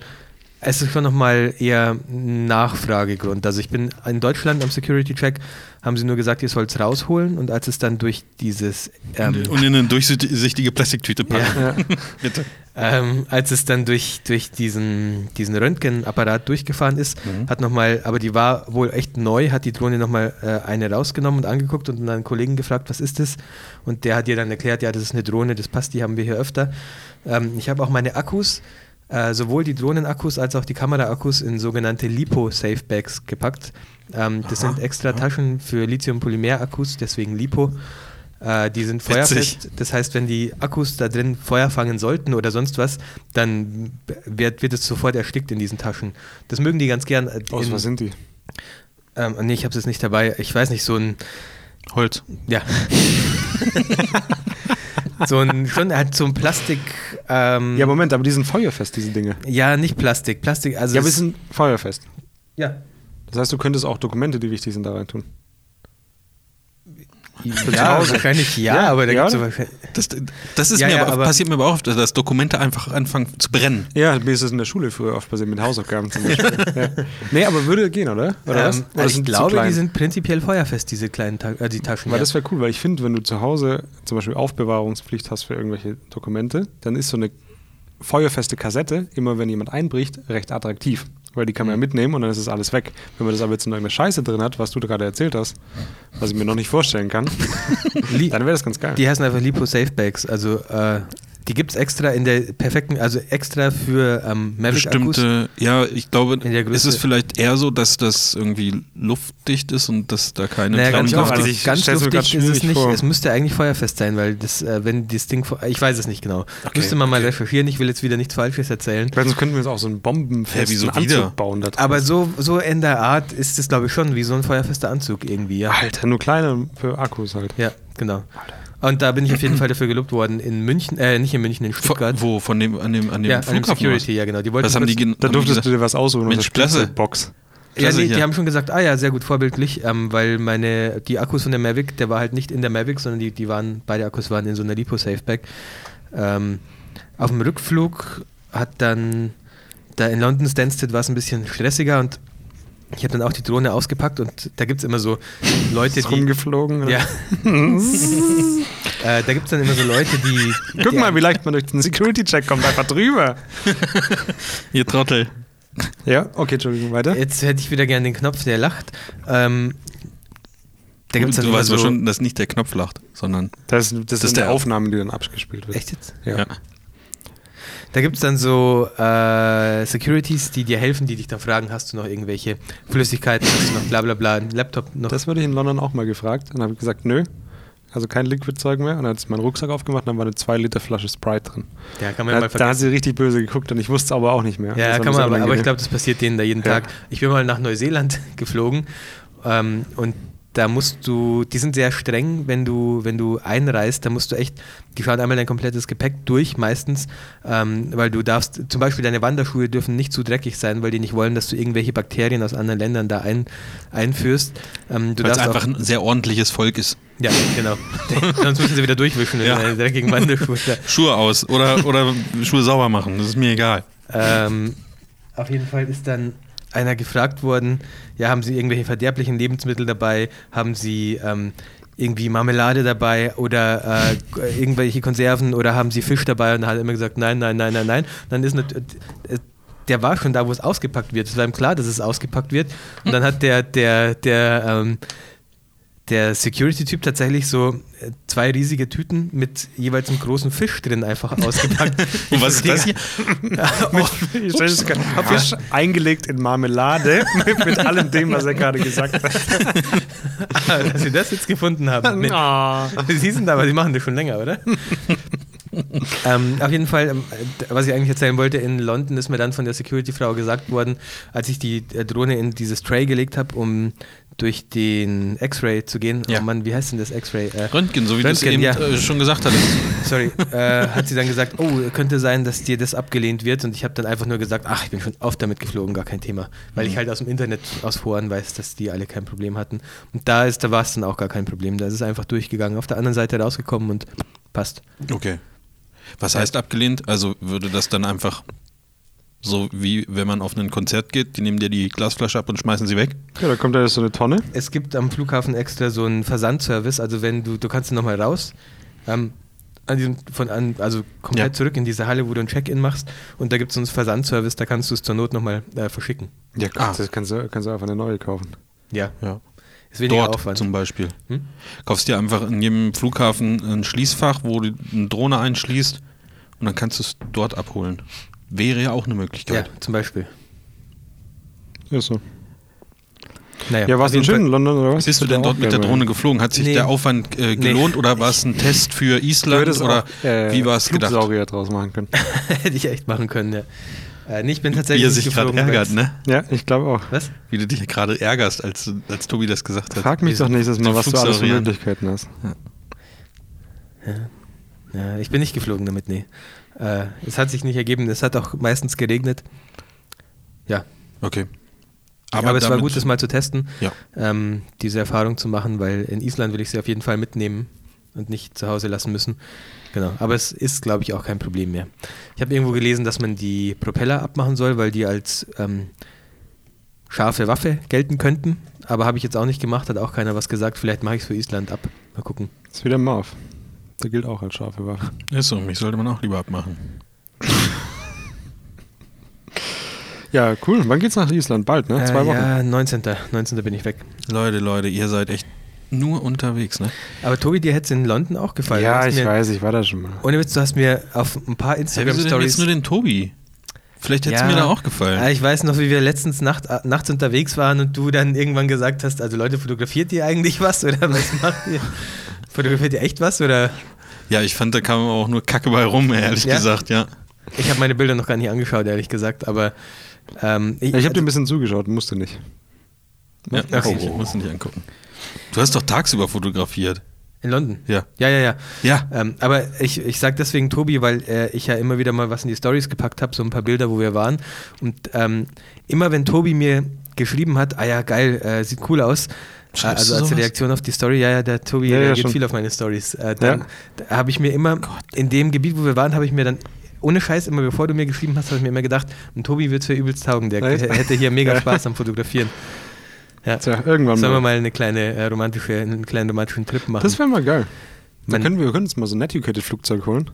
Speaker 1: es ist schon nochmal eher ein Nachfragegrund. Also ich bin in Deutschland am Security-Check, haben sie nur gesagt, ihr sollt es rausholen und als es dann durch dieses, ähm,
Speaker 3: Und in eine durchsichtige Plastiktüte packen.
Speaker 2: ja.
Speaker 3: Bitte.
Speaker 1: ähm, als es dann durch, durch diesen, diesen Röntgenapparat durchgefahren ist, hat nochmal, aber die war wohl echt neu, hat die Drohne nochmal äh, eine rausgenommen und angeguckt und dann einen Kollegen gefragt, was ist das? Und der hat ihr dann erklärt, ja, das ist eine Drohne, das passt, die haben wir hier öfter. Ähm, ich habe auch meine Akkus, äh, sowohl die Drohnenakkus als auch die Kameraakkus in sogenannte Lipo-Safe-Bags gepackt. Ähm, das sind extra Taschen für Lithium-Polymer-Akkus, deswegen Lipo. Äh, die sind
Speaker 3: Witzig.
Speaker 1: feuerfest. Das heißt, wenn die Akkus da drin Feuer fangen sollten oder sonst was, dann wird, wird es sofort erstickt in diesen Taschen. Das mögen die ganz gern. äh,
Speaker 2: Aus
Speaker 1: in-
Speaker 2: was sind die?
Speaker 1: ähm, nee, ich habe es jetzt nicht dabei. Ich weiß nicht, so ein
Speaker 3: Holz.
Speaker 1: ja. so ein, schon halt so ein Plastik. Ähm,
Speaker 2: Ja, Moment, aber die sind feuerfest, diese Dinge.
Speaker 1: ja, nicht Plastik. Plastik, also.
Speaker 2: Ja, aber
Speaker 1: es-
Speaker 2: die sind feuerfest.
Speaker 1: ja.
Speaker 2: Das heißt, du könntest auch Dokumente, die wichtig sind, da rein tun.
Speaker 1: ja
Speaker 2: Hause.
Speaker 1: wahrscheinlich ja,
Speaker 2: Ja,
Speaker 1: aber da
Speaker 2: ja,
Speaker 1: gibt's so
Speaker 2: oder?
Speaker 1: wahrscheinlich-
Speaker 3: Das, das ist
Speaker 1: Ja,
Speaker 3: mir
Speaker 1: ja,
Speaker 3: aber,
Speaker 1: aber-
Speaker 3: passiert mir aber auch oft, dass Dokumente einfach anfangen zu brennen.
Speaker 2: Ja, mir ist das in der Schule früher oft passiert, mit Hausaufgaben zum Beispiel. ja. Nee, aber würde gehen, oder? Oder was?
Speaker 1: ähm,
Speaker 2: Oder
Speaker 1: also ich
Speaker 2: sind die zu
Speaker 1: glaube,
Speaker 2: klein?
Speaker 1: die sind prinzipiell feuerfest, diese kleinen Ta äh, die Taschen.
Speaker 2: Weil
Speaker 1: ja.
Speaker 2: das wäre cool, weil ich finde, wenn du zu Hause zum Beispiel Aufbewahrungspflicht hast für irgendwelche Dokumente, dann ist so eine feuerfeste Kassette, immer wenn jemand einbricht, recht attraktiv. Weil die kann man ja mitnehmen und dann ist es alles weg. Wenn man das aber jetzt in irgendeiner Scheiße drin hat, was du da gerade erzählt hast, was ich mir noch nicht vorstellen kann,
Speaker 1: Li-
Speaker 2: dann wäre das ganz geil.
Speaker 1: Die heißen einfach Lipo Safe Bags. Also äh, die gibt es extra in der perfekten, also extra für ähm, Mavic Akkus.
Speaker 3: Bestimmte, ja, ich glaube,
Speaker 1: In der
Speaker 3: ist
Speaker 1: Größe.
Speaker 3: es vielleicht eher so, dass das irgendwie luftdicht ist und dass da keine
Speaker 1: Naja,
Speaker 3: kleinen
Speaker 1: ganz,
Speaker 2: glaub ich auch.
Speaker 1: luftig,
Speaker 2: Also ich
Speaker 1: ganz
Speaker 2: stell's mir
Speaker 1: luftig
Speaker 2: grad
Speaker 1: ist es
Speaker 2: schwierig
Speaker 1: nicht.
Speaker 2: vor.
Speaker 1: Es müsste eigentlich feuerfest sein, weil das, äh, wenn das Ding, vor- ich weiß es nicht genau. müsste man mal recherchieren. Ich will jetzt wieder nichts Falsches erzählen.
Speaker 2: Weil sonst könnten wir jetzt auch so einen
Speaker 3: Hä, wieso
Speaker 2: bombenfesten
Speaker 3: wieder?
Speaker 2: Anzug bauen. Da drauf.
Speaker 1: Aber so, so in der Art ist es, glaube ich, schon wie so ein feuerfester Anzug irgendwie. Ja,
Speaker 2: Alter, nur kleine für Akkus halt.
Speaker 1: ja genau. Und da bin ich auf jeden Fall dafür gelobt worden in München, äh, nicht in München, in Stuttgart.
Speaker 3: Von, wo? Von dem, an dem, an dem
Speaker 1: ja, an dem
Speaker 3: Flughafen?
Speaker 1: Security, ja genau. Die wollten
Speaker 3: was haben die
Speaker 1: kurz-
Speaker 3: gen-
Speaker 2: Da
Speaker 3: haben
Speaker 2: durftest
Speaker 3: die
Speaker 2: du dir was aussuchen aus
Speaker 3: Mensch,
Speaker 2: der
Speaker 3: klasse.
Speaker 2: Spielzeugbox.
Speaker 1: Ja,
Speaker 3: Klasse
Speaker 1: nee,
Speaker 3: hier.
Speaker 1: die haben schon gesagt, ah ja, sehr gut, vorbildlich, ähm, weil meine, die Akkus von der Mavic, der war halt nicht in der Mavic, sondern die, die waren, beide Akkus waren in so einer Lipo-Safe-Bag. Ähm, auf dem Rückflug hat dann, da in London Stansted war es ein bisschen stressiger und ich habe dann auch die Drohne ausgepackt und da gibt es immer so Leute,
Speaker 2: Ist
Speaker 1: die...
Speaker 2: rumgeflogen. oder?
Speaker 1: Ja. äh, da gibt es dann immer so Leute, die...
Speaker 2: Guck
Speaker 1: die,
Speaker 2: mal, wie leicht man durch den Security-Check kommt, einfach drüber.
Speaker 3: Ihr Trottel.
Speaker 2: Ja, okay, Entschuldigung, weiter.
Speaker 1: Jetzt hätte ich wieder gern den Knopf, der lacht. Ähm, da gibt's dann
Speaker 3: du
Speaker 1: immer
Speaker 3: weißt
Speaker 1: so,
Speaker 3: aber schon, dass nicht der Knopf lacht, sondern
Speaker 2: Das, das,
Speaker 3: ist
Speaker 2: ist eine
Speaker 3: der-
Speaker 2: Aufnahme, die dann abgespielt wird.
Speaker 1: Echt jetzt?
Speaker 2: Ja.
Speaker 3: Ja.
Speaker 1: Da gibt es dann so äh, Securities, die dir helfen, die dich dann fragen, hast du noch irgendwelche Flüssigkeiten, hast du noch bla bla bla, einen Laptop noch.
Speaker 2: Das wurde ich in London auch mal gefragt und habe ich gesagt, nö. Also kein Liquid-Zeug mehr. Und dann hat sie meinen Rucksack aufgemacht und dann war eine 2-Liter-Flasche Sprite drin.
Speaker 1: ja, kann man ja mal
Speaker 2: Da, da hat
Speaker 1: vergessen.
Speaker 2: sie richtig böse geguckt und ich wusste es aber auch nicht mehr. Das
Speaker 1: Ja,
Speaker 2: war ein
Speaker 1: kann man,
Speaker 2: bisschen
Speaker 1: aber, aber ich
Speaker 2: unangenehm.
Speaker 1: glaube, das passiert denen da jeden
Speaker 2: Ja.
Speaker 1: Tag. Ich bin mal nach Neuseeland geflogen ähm, und da musst du, die sind sehr streng, wenn du, wenn du einreist, da musst du echt, die fahren einmal dein komplettes Gepäck durch meistens, ähm, weil du darfst, zum Beispiel deine Wanderschuhe dürfen nicht zu dreckig sein, weil die nicht wollen, dass du irgendwelche Bakterien aus anderen Ländern da ein, einführst. Ähm, du
Speaker 3: Weil es
Speaker 1: darfst auch-
Speaker 3: einfach ein sehr ordentliches Volk ist.
Speaker 1: ja, genau. Sonst müssen sie wieder durchwischen
Speaker 3: Ja.
Speaker 1: in deine dreckigen Wanderschuhe.
Speaker 3: Schuhe aus oder, oder Schuhe sauber machen, das ist mir egal.
Speaker 1: Ähm, auf jeden Fall ist dann einer gefragt worden, ja, haben Sie irgendwelche verderblichen Lebensmittel dabei? Haben Sie ähm, irgendwie Marmelade dabei oder äh, irgendwelche Konserven oder haben Sie Fisch dabei? Und er hat immer gesagt, nein, nein, nein, nein, nein. Dann ist nat- äh, der war schon da, wo es ausgepackt wird. Es war ihm klar, dass es ausgepackt wird. Und dann hat der, der, der, ähm, der Security-Typ tatsächlich so äh, zwei riesige Tüten mit jeweils einem großen Fisch drin einfach ausgepackt.
Speaker 3: Und was ist das hier?
Speaker 2: Ich stell das gerade- Fisch eingelegt in Marmelade mit, mit allem dem, was er gerade gesagt hat.
Speaker 1: Ah, dass wir das jetzt gefunden haben. Mensch.
Speaker 2: Ah.
Speaker 1: Sie sind da, aber sie machen das schon länger, oder? ähm, auf jeden Fall, ähm, d- was ich eigentlich erzählen wollte, in London ist mir dann von der Security-Frau gesagt worden, als ich die äh, Drohne in dieses Tray gelegt habe, um durch den X-Ray zu gehen.
Speaker 3: Ja.
Speaker 1: Oh Mann, wie heißt denn das X-Ray? Äh,
Speaker 3: Röntgen, so wie du es
Speaker 1: Röntgen,
Speaker 3: eben
Speaker 1: ja.
Speaker 3: äh, schon gesagt hattest.
Speaker 1: sorry, äh, hat sie dann gesagt, oh, könnte sein, dass dir das abgelehnt wird. Und ich habe dann einfach nur gesagt, ach, ich bin schon oft damit geflogen, gar kein Thema. Weil
Speaker 3: Mhm.
Speaker 1: ich halt aus dem Internet, aus Foren weiß, dass die alle kein Problem hatten. Und da ist, da war es dann auch gar kein Problem. Da ist es einfach durchgegangen, auf der anderen Seite rausgekommen und passt.
Speaker 3: Okay. Was heißt abgelehnt? Also würde das dann einfach so wie wenn man auf ein Konzert geht, die nehmen dir die Glasflasche ab und schmeißen sie weg?
Speaker 2: Ja, da kommt da jetzt so eine Tonne.
Speaker 1: Es gibt am Flughafen extra so einen Versandservice, also wenn du, du kannst dann nochmal raus, ähm, an diesem, von an, also komplett
Speaker 3: Ja.
Speaker 1: zurück in diese Halle, wo du ein Check-in machst und da gibt es so einen Versandservice, da kannst du es zur Not nochmal äh, verschicken.
Speaker 2: Ja,
Speaker 3: klar.
Speaker 2: Das kannst du, kannst du einfach eine neue kaufen.
Speaker 1: Ja.
Speaker 3: Ah. Ja.
Speaker 1: Ist weniger
Speaker 3: Dort
Speaker 1: Aufwand.
Speaker 3: zum Beispiel.
Speaker 1: Hm?
Speaker 3: Kaufst dir einfach in jedem Flughafen ein Schließfach, wo du eine Drohne einschließt und dann kannst du es dort abholen. Wäre ja auch eine
Speaker 1: ja,
Speaker 3: Möglichkeit.
Speaker 1: zum Beispiel.
Speaker 2: Ja, so.
Speaker 1: Naja,
Speaker 2: Ja, warst
Speaker 1: auf
Speaker 2: du
Speaker 1: jeden
Speaker 2: schön in
Speaker 1: Fall-
Speaker 2: London oder was?
Speaker 3: Bist du
Speaker 2: Ich würd
Speaker 3: denn
Speaker 2: da
Speaker 3: dort
Speaker 2: auch
Speaker 3: mit der
Speaker 2: gerne mal hin.
Speaker 3: Drohne geflogen? Hat sich
Speaker 1: Nee.
Speaker 3: der Aufwand äh, gelohnt
Speaker 1: Nee.
Speaker 3: oder war es ein Test für
Speaker 2: Du
Speaker 3: Island
Speaker 2: hättest
Speaker 3: oder
Speaker 2: auch, äh,
Speaker 3: wie war es gedacht?
Speaker 2: Flugsaurier draus machen können.
Speaker 1: Hätte ich echt machen können, ja. Äh, nee, ich bin tatsächlich
Speaker 3: Wie er
Speaker 1: nicht
Speaker 3: sich gerade
Speaker 1: geflogen,
Speaker 3: ärgert,
Speaker 1: weil's-
Speaker 3: ne?
Speaker 2: Ja, ich glaube auch.
Speaker 1: Was?
Speaker 3: Wie du dich gerade ärgerst, als, als Tobi das gesagt hat.
Speaker 2: Frag mich
Speaker 1: Diese-
Speaker 2: doch nächstes Mal,
Speaker 3: die
Speaker 2: was du alles für
Speaker 3: Flugsaurier.
Speaker 2: Möglichkeiten hast.
Speaker 1: Ja, ich bin nicht geflogen damit, nee. Äh, es hat sich nicht ergeben, es hat auch meistens geregnet. Ja,
Speaker 3: Okay.
Speaker 1: aber, es war
Speaker 3: damit-
Speaker 1: gut, das mal zu testen,
Speaker 3: Ja.
Speaker 1: ähm, diese Erfahrung zu machen, weil in Island will ich sie auf jeden Fall mitnehmen und nicht zu Hause lassen müssen. Genau, aber es ist, glaube ich, auch kein Problem mehr. Ich habe irgendwo gelesen, dass man die Propeller abmachen soll, weil die als ähm, scharfe Waffe gelten könnten. Aber habe ich jetzt auch nicht gemacht, hat auch keiner was gesagt. Vielleicht mache ich es für Island ab. Mal gucken.
Speaker 2: Ist wieder Marv. Der gilt auch als scharfe Waffe.
Speaker 3: Ist so, mich sollte man auch lieber abmachen.
Speaker 2: Ja, cool. Wann geht's nach Island? Bald, ne? Zwei
Speaker 1: Äh,
Speaker 2: Wochen.
Speaker 1: Ja, 19. 19. bin ich weg.
Speaker 3: Leute, Leute, ihr seid echt nur unterwegs, ne?
Speaker 1: Aber Tobi, dir hätte es in London auch gefallen. Du
Speaker 2: ja,
Speaker 1: hast
Speaker 2: ich
Speaker 1: mir,
Speaker 2: weiß, ich war da schon mal.
Speaker 1: Ohne Witz, du hast mir auf ein paar
Speaker 3: Hey, wieso denn jetzt nur
Speaker 1: Instagram-Stories...
Speaker 3: den Tobi? Vielleicht hätte es
Speaker 1: Ja.
Speaker 3: mir da auch gefallen.
Speaker 1: Ah, Ich weiß noch, wie wir letztens Nacht, äh, nachts unterwegs waren und du dann irgendwann gesagt hast, also Leute, fotografiert ihr eigentlich was oder was macht ihr? Fotografiert ihr echt was oder?
Speaker 3: Ja, ich fand, da kam aber auch nur Kacke bei rum, ehrlich
Speaker 1: Ja?
Speaker 3: gesagt, ja.
Speaker 1: Ich habe meine Bilder noch gar nicht angeschaut, ehrlich gesagt, aber ähm, ich,
Speaker 3: Also
Speaker 2: Ja, ich habe dir ein bisschen zugeschaut, musste nicht.
Speaker 3: ja Oh.
Speaker 1: Okay.
Speaker 3: Ich muss ihn nicht angucken. Du hast doch tagsüber fotografiert.
Speaker 1: in London.
Speaker 3: Ja.
Speaker 1: Ja, ja, ja.
Speaker 3: Ja.
Speaker 1: Ähm, aber ich, ich sage deswegen Tobi, weil äh, ich ja immer wieder mal was in die Stories gepackt habe, so ein paar Bilder, wo wir waren. Und ähm, immer wenn Tobi mir geschrieben hat, ah ja, geil, äh, sieht cool aus. äh,
Speaker 3: Schreibst
Speaker 1: Also
Speaker 3: du
Speaker 1: als
Speaker 3: sowas?
Speaker 1: Reaktion auf die Story, ja, ja, der Tobi
Speaker 2: Ja, ja,
Speaker 1: reagiert
Speaker 2: schon.
Speaker 1: viel auf meine Stories. Äh, dann
Speaker 2: Ja.
Speaker 1: da habe ich mir immer, in dem Gebiet, wo wir waren, habe ich mir dann, ohne Scheiß, immer bevor du mir geschrieben hast, habe ich mir immer gedacht, ein Tobi wird für übelst taugen, der
Speaker 2: Echt?
Speaker 1: hätte hier mega Spaß am Fotografieren. Ja.
Speaker 2: Tja, irgendwann
Speaker 1: Sollen wir
Speaker 2: mal.
Speaker 1: mal eine kleine äh, romantische, einen kleinen romantischen Trip machen?
Speaker 2: Das wäre mal geil. Dann
Speaker 1: Wenn-
Speaker 2: können wir, wir können uns mal so ein Netiquette-Flugzeug holen. Und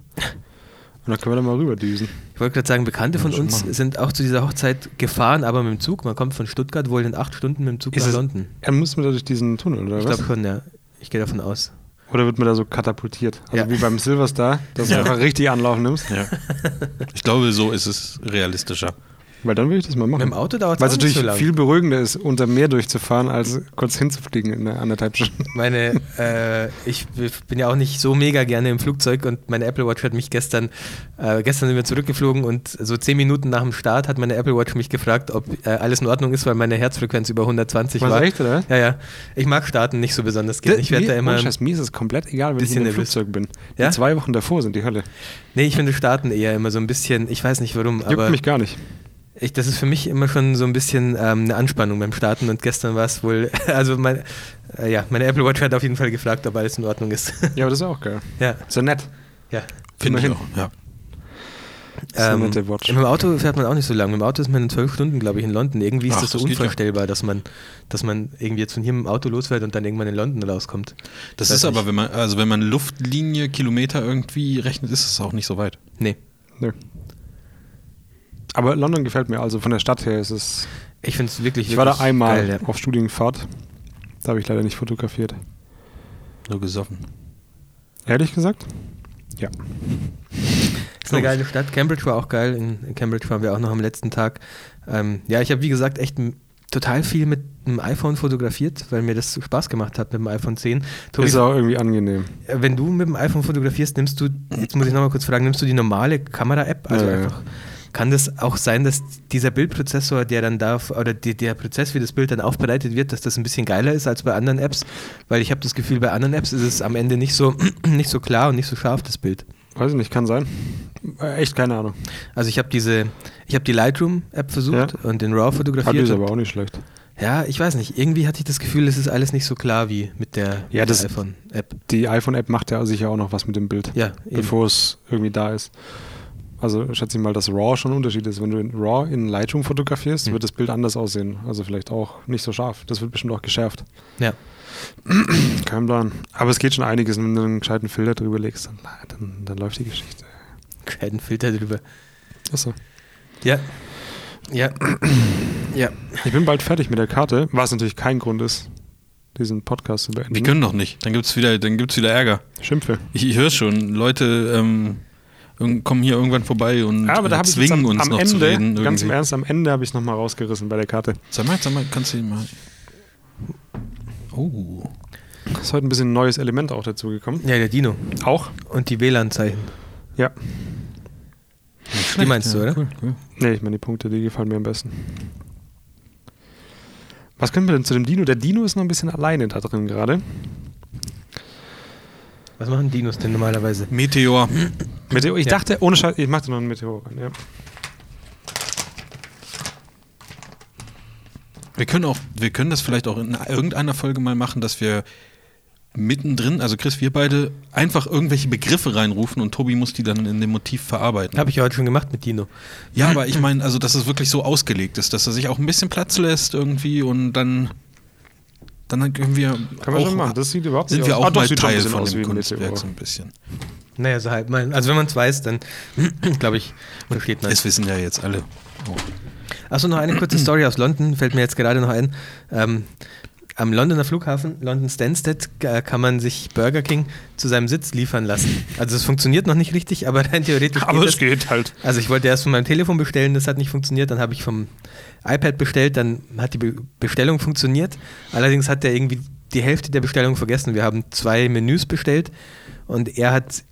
Speaker 2: dann können wir da mal rüberdüsen.
Speaker 1: Ich wollte gerade sagen, Bekannte von
Speaker 3: schon
Speaker 1: uns
Speaker 3: machen.
Speaker 1: sind auch zu dieser Hochzeit gefahren, aber mit dem Zug. Man kommt von Stuttgart wohl in acht Stunden mit dem Zug
Speaker 2: Ist
Speaker 1: nach
Speaker 2: es-
Speaker 1: London.
Speaker 2: Dann müssen wir da durch diesen Tunnel, oder
Speaker 1: Ich
Speaker 2: was?
Speaker 1: glaube schon, ja. Ich gehe davon aus.
Speaker 2: Oder wird man da so katapultiert? Also
Speaker 1: Ja.
Speaker 2: wie beim Silverstar, dass du
Speaker 3: Ja.
Speaker 2: einfach richtig Anlauf nimmst.
Speaker 3: Ja. Ich glaube, so ist es realistischer.
Speaker 2: Weil dann will ich das mal machen.
Speaker 1: Mit dem Auto dauert
Speaker 2: Weil es
Speaker 1: es nicht
Speaker 2: natürlich
Speaker 1: so lange.
Speaker 2: viel beruhigender ist, unter Meer durchzufahren, als kurz hinzufliegen in einer anderthalb Stunden.
Speaker 1: Meine, äh, ich bin ja auch nicht so mega gerne im Flugzeug und meine Apple Watch hat mich gestern, äh, gestern sind wir zurückgeflogen und so zehn Minuten nach dem Start hat meine Apple Watch mich gefragt, ob äh, alles in Ordnung ist, weil meine Herzfrequenz über 120
Speaker 2: Was,
Speaker 1: war.
Speaker 2: echt, oder?
Speaker 1: Ja, ja. Ich mag Starten nicht so besonders gerne. Ich werde da immer.
Speaker 2: Ohne Scheiß, mir ist es komplett egal, wenn ich
Speaker 1: bisschen
Speaker 2: in dem
Speaker 1: nervös.
Speaker 2: Flugzeug bin.
Speaker 1: Ja?
Speaker 2: Die zwei Wochen davor sind die Hölle.
Speaker 1: Nee, ich finde Starten eher immer so ein bisschen, ich weiß nicht warum,
Speaker 2: Juckt
Speaker 1: aber
Speaker 2: mich gar nicht.
Speaker 1: ich, das ist für mich immer schon so ein bisschen ähm, eine Anspannung beim Starten und gestern war es wohl, also mein, äh, ja, meine Apple Watch hat auf jeden Fall gefragt, ob alles in Ordnung ist.
Speaker 2: Ja, aber das ist auch geil.
Speaker 1: ja,
Speaker 2: So nett.
Speaker 1: ja.
Speaker 3: Finde ich
Speaker 2: Immerhin.
Speaker 3: auch. Ja.
Speaker 2: Das ist eine nette Watch.
Speaker 1: Mit dem Auto fährt man auch nicht so lange. Mit dem Auto ist man in zwölf Stunden, glaube ich, in London. Irgendwie ist
Speaker 3: Ach,
Speaker 1: das so
Speaker 3: das geht ja.
Speaker 1: unvorstellbar, dass man, dass man irgendwie jetzt von hier mit dem Auto losfährt und dann irgendwann in London rauskommt.
Speaker 3: Das
Speaker 1: Weiß
Speaker 3: ist aber, wenn man, also wenn man Luftlinie, Kilometer irgendwie rechnet, ist es auch nicht so weit.
Speaker 1: Nee.
Speaker 2: Nö. Aber London gefällt mir, also von der Stadt her ist es.
Speaker 1: Ich finde es wirklich,
Speaker 2: Ich war da
Speaker 1: wirklich
Speaker 2: einmal
Speaker 1: geil, ja.
Speaker 2: auf Studienfahrt. Da habe ich leider nicht fotografiert.
Speaker 3: Nur gesoffen.
Speaker 2: Ehrlich gesagt? Ja.
Speaker 1: Ist eine geile Stadt. Cambridge war auch geil. In, in Cambridge waren wir auch noch am letzten Tag. Ähm, ja, ich habe wie gesagt echt m- total viel mit dem iPhone fotografiert, weil mir das so Spaß gemacht hat mit dem iPhone 10. Tobi,
Speaker 2: Ist auch irgendwie angenehm.
Speaker 1: äh, wenn du mit dem iPhone fotografierst, nimmst du, jetzt muss ich nochmal kurz fragen, nimmst du die normale Kamera-App? Also
Speaker 2: Ja, ja.
Speaker 1: einfach. Kann das auch sein, dass dieser Bildprozessor, der dann darf, oder die, der Prozess, wie das Bild dann aufbereitet wird, dass das ein bisschen geiler ist als bei anderen Apps? Weil ich habe das Gefühl, bei anderen Apps ist es am Ende nicht so, nicht so klar und nicht so scharf, das Bild.
Speaker 2: Weiß ich nicht, kann sein. Äh, echt keine Ahnung.
Speaker 1: Also ich habe diese, ich habe die Lightroom-App versucht
Speaker 2: Ja.
Speaker 1: und den RAW
Speaker 2: Ah, die
Speaker 1: fotografiert.
Speaker 2: ist
Speaker 1: und-
Speaker 2: aber auch nicht schlecht.
Speaker 1: ja, ich weiß nicht. Irgendwie hatte ich das Gefühl, es ist alles nicht so klar wie mit der,
Speaker 2: Ja,
Speaker 1: mit
Speaker 2: das-
Speaker 1: der iPhone-App.
Speaker 2: Die iPhone-App macht ja sicher auch noch was mit dem Bild,
Speaker 1: Ja, eben.
Speaker 2: bevor es irgendwie da ist. Also schätze ich mal, dass RAW schon ein Unterschied ist. Wenn du in RAW in Lightroom fotografierst,
Speaker 1: Hm.
Speaker 2: wird das Bild anders aussehen. Also vielleicht auch nicht so scharf. Das wird bestimmt auch geschärft.
Speaker 1: Ja.
Speaker 2: Kein Plan. Aber es geht schon einiges. Wenn du einen gescheiten Filter drüber legst, dann, dann, dann läuft die Geschichte.
Speaker 1: Keinen Filter drüber.
Speaker 2: Achso.
Speaker 1: Ja. Ja. ja.
Speaker 2: Ich bin bald fertig mit der Karte, was natürlich kein Grund ist, diesen Podcast zu beenden.
Speaker 3: Wir können doch nicht. Dann gibt es wieder, dann gibt's wieder Ärger.
Speaker 2: Schimpfe.
Speaker 3: Ich, ich höre schon, Leute ähm, irgend- kommen hier irgendwann vorbei und
Speaker 2: Ja, Ah, aber da
Speaker 3: äh,
Speaker 2: habe ich jetzt
Speaker 3: zwingen
Speaker 2: am,
Speaker 3: uns
Speaker 2: am
Speaker 3: noch
Speaker 2: Ende,
Speaker 3: zu reden.
Speaker 2: ganz im
Speaker 3: irgendwie.
Speaker 2: Ernst, am Ende habe ich es nochmal rausgerissen bei der Karte.
Speaker 3: Sag mal, sag mal, kannst du ihn mal. Oh.
Speaker 2: Ist heute ein bisschen ein neues Element auch dazu gekommen.
Speaker 1: Ja, der Dino.
Speaker 2: Auch?
Speaker 1: Und die WLAN-Zeichen.
Speaker 2: Ja.
Speaker 1: Die meinst du, oder?
Speaker 3: Cool, cool.
Speaker 2: Nee, ich meine, die Punkte, die gefallen mir am besten. Was können wir denn zu dem Dino? Der Dino ist noch ein bisschen alleine da drin gerade.
Speaker 1: Was machen Dinos denn normalerweise?
Speaker 3: Meteor.
Speaker 2: Meteor, ich
Speaker 1: Ja.
Speaker 2: dachte, ohne Scheiß, ich machte noch einen Meteor rein. Ja.
Speaker 3: Wir können, auch, wir können das vielleicht auch in irgendeiner Folge mal machen, dass wir mittendrin, also Chris, wir beide, einfach irgendwelche Begriffe reinrufen und Tobi muss die dann in dem Motiv verarbeiten.
Speaker 1: Habe ich ja heute schon gemacht mit Dino.
Speaker 3: Ja, aber ich meine, also dass es wirklich so ausgelegt ist, dass er sich auch ein bisschen Platz lässt irgendwie und dann, dann können wir,
Speaker 2: Kann man
Speaker 3: auch,
Speaker 2: schon machen. Das sieht überhaupt
Speaker 3: sind
Speaker 2: nicht
Speaker 3: wir
Speaker 2: aus.
Speaker 3: auch
Speaker 2: Ah, doch,
Speaker 3: mal
Speaker 2: sieht schon ein
Speaker 3: Teil
Speaker 2: bisschen
Speaker 3: von
Speaker 2: aus
Speaker 3: dem
Speaker 2: wie ein
Speaker 3: Kunstwerk
Speaker 2: Meteor.
Speaker 3: so ein bisschen.
Speaker 1: Naja, so halb. mal. Also wenn man es weiß, dann glaube ich, versteht man
Speaker 3: Das wissen ja jetzt alle. Oh.
Speaker 1: Achso, noch eine kurze Story aus London, fällt mir jetzt gerade noch ein. Ähm, am Londoner Flughafen, London Stansted, äh, kann man sich Burger King zu seinem Sitz liefern lassen. Also es funktioniert noch nicht richtig, aber rein theoretisch geht
Speaker 2: Aber
Speaker 1: das.
Speaker 2: es geht halt.
Speaker 1: Also ich wollte erst von meinem Telefon bestellen, das hat nicht funktioniert, dann habe ich vom iPad bestellt, dann hat die Be Bestellung funktioniert. Allerdings hat er irgendwie die Hälfte der Bestellung vergessen. Wir haben zwei Menüs bestellt und er hat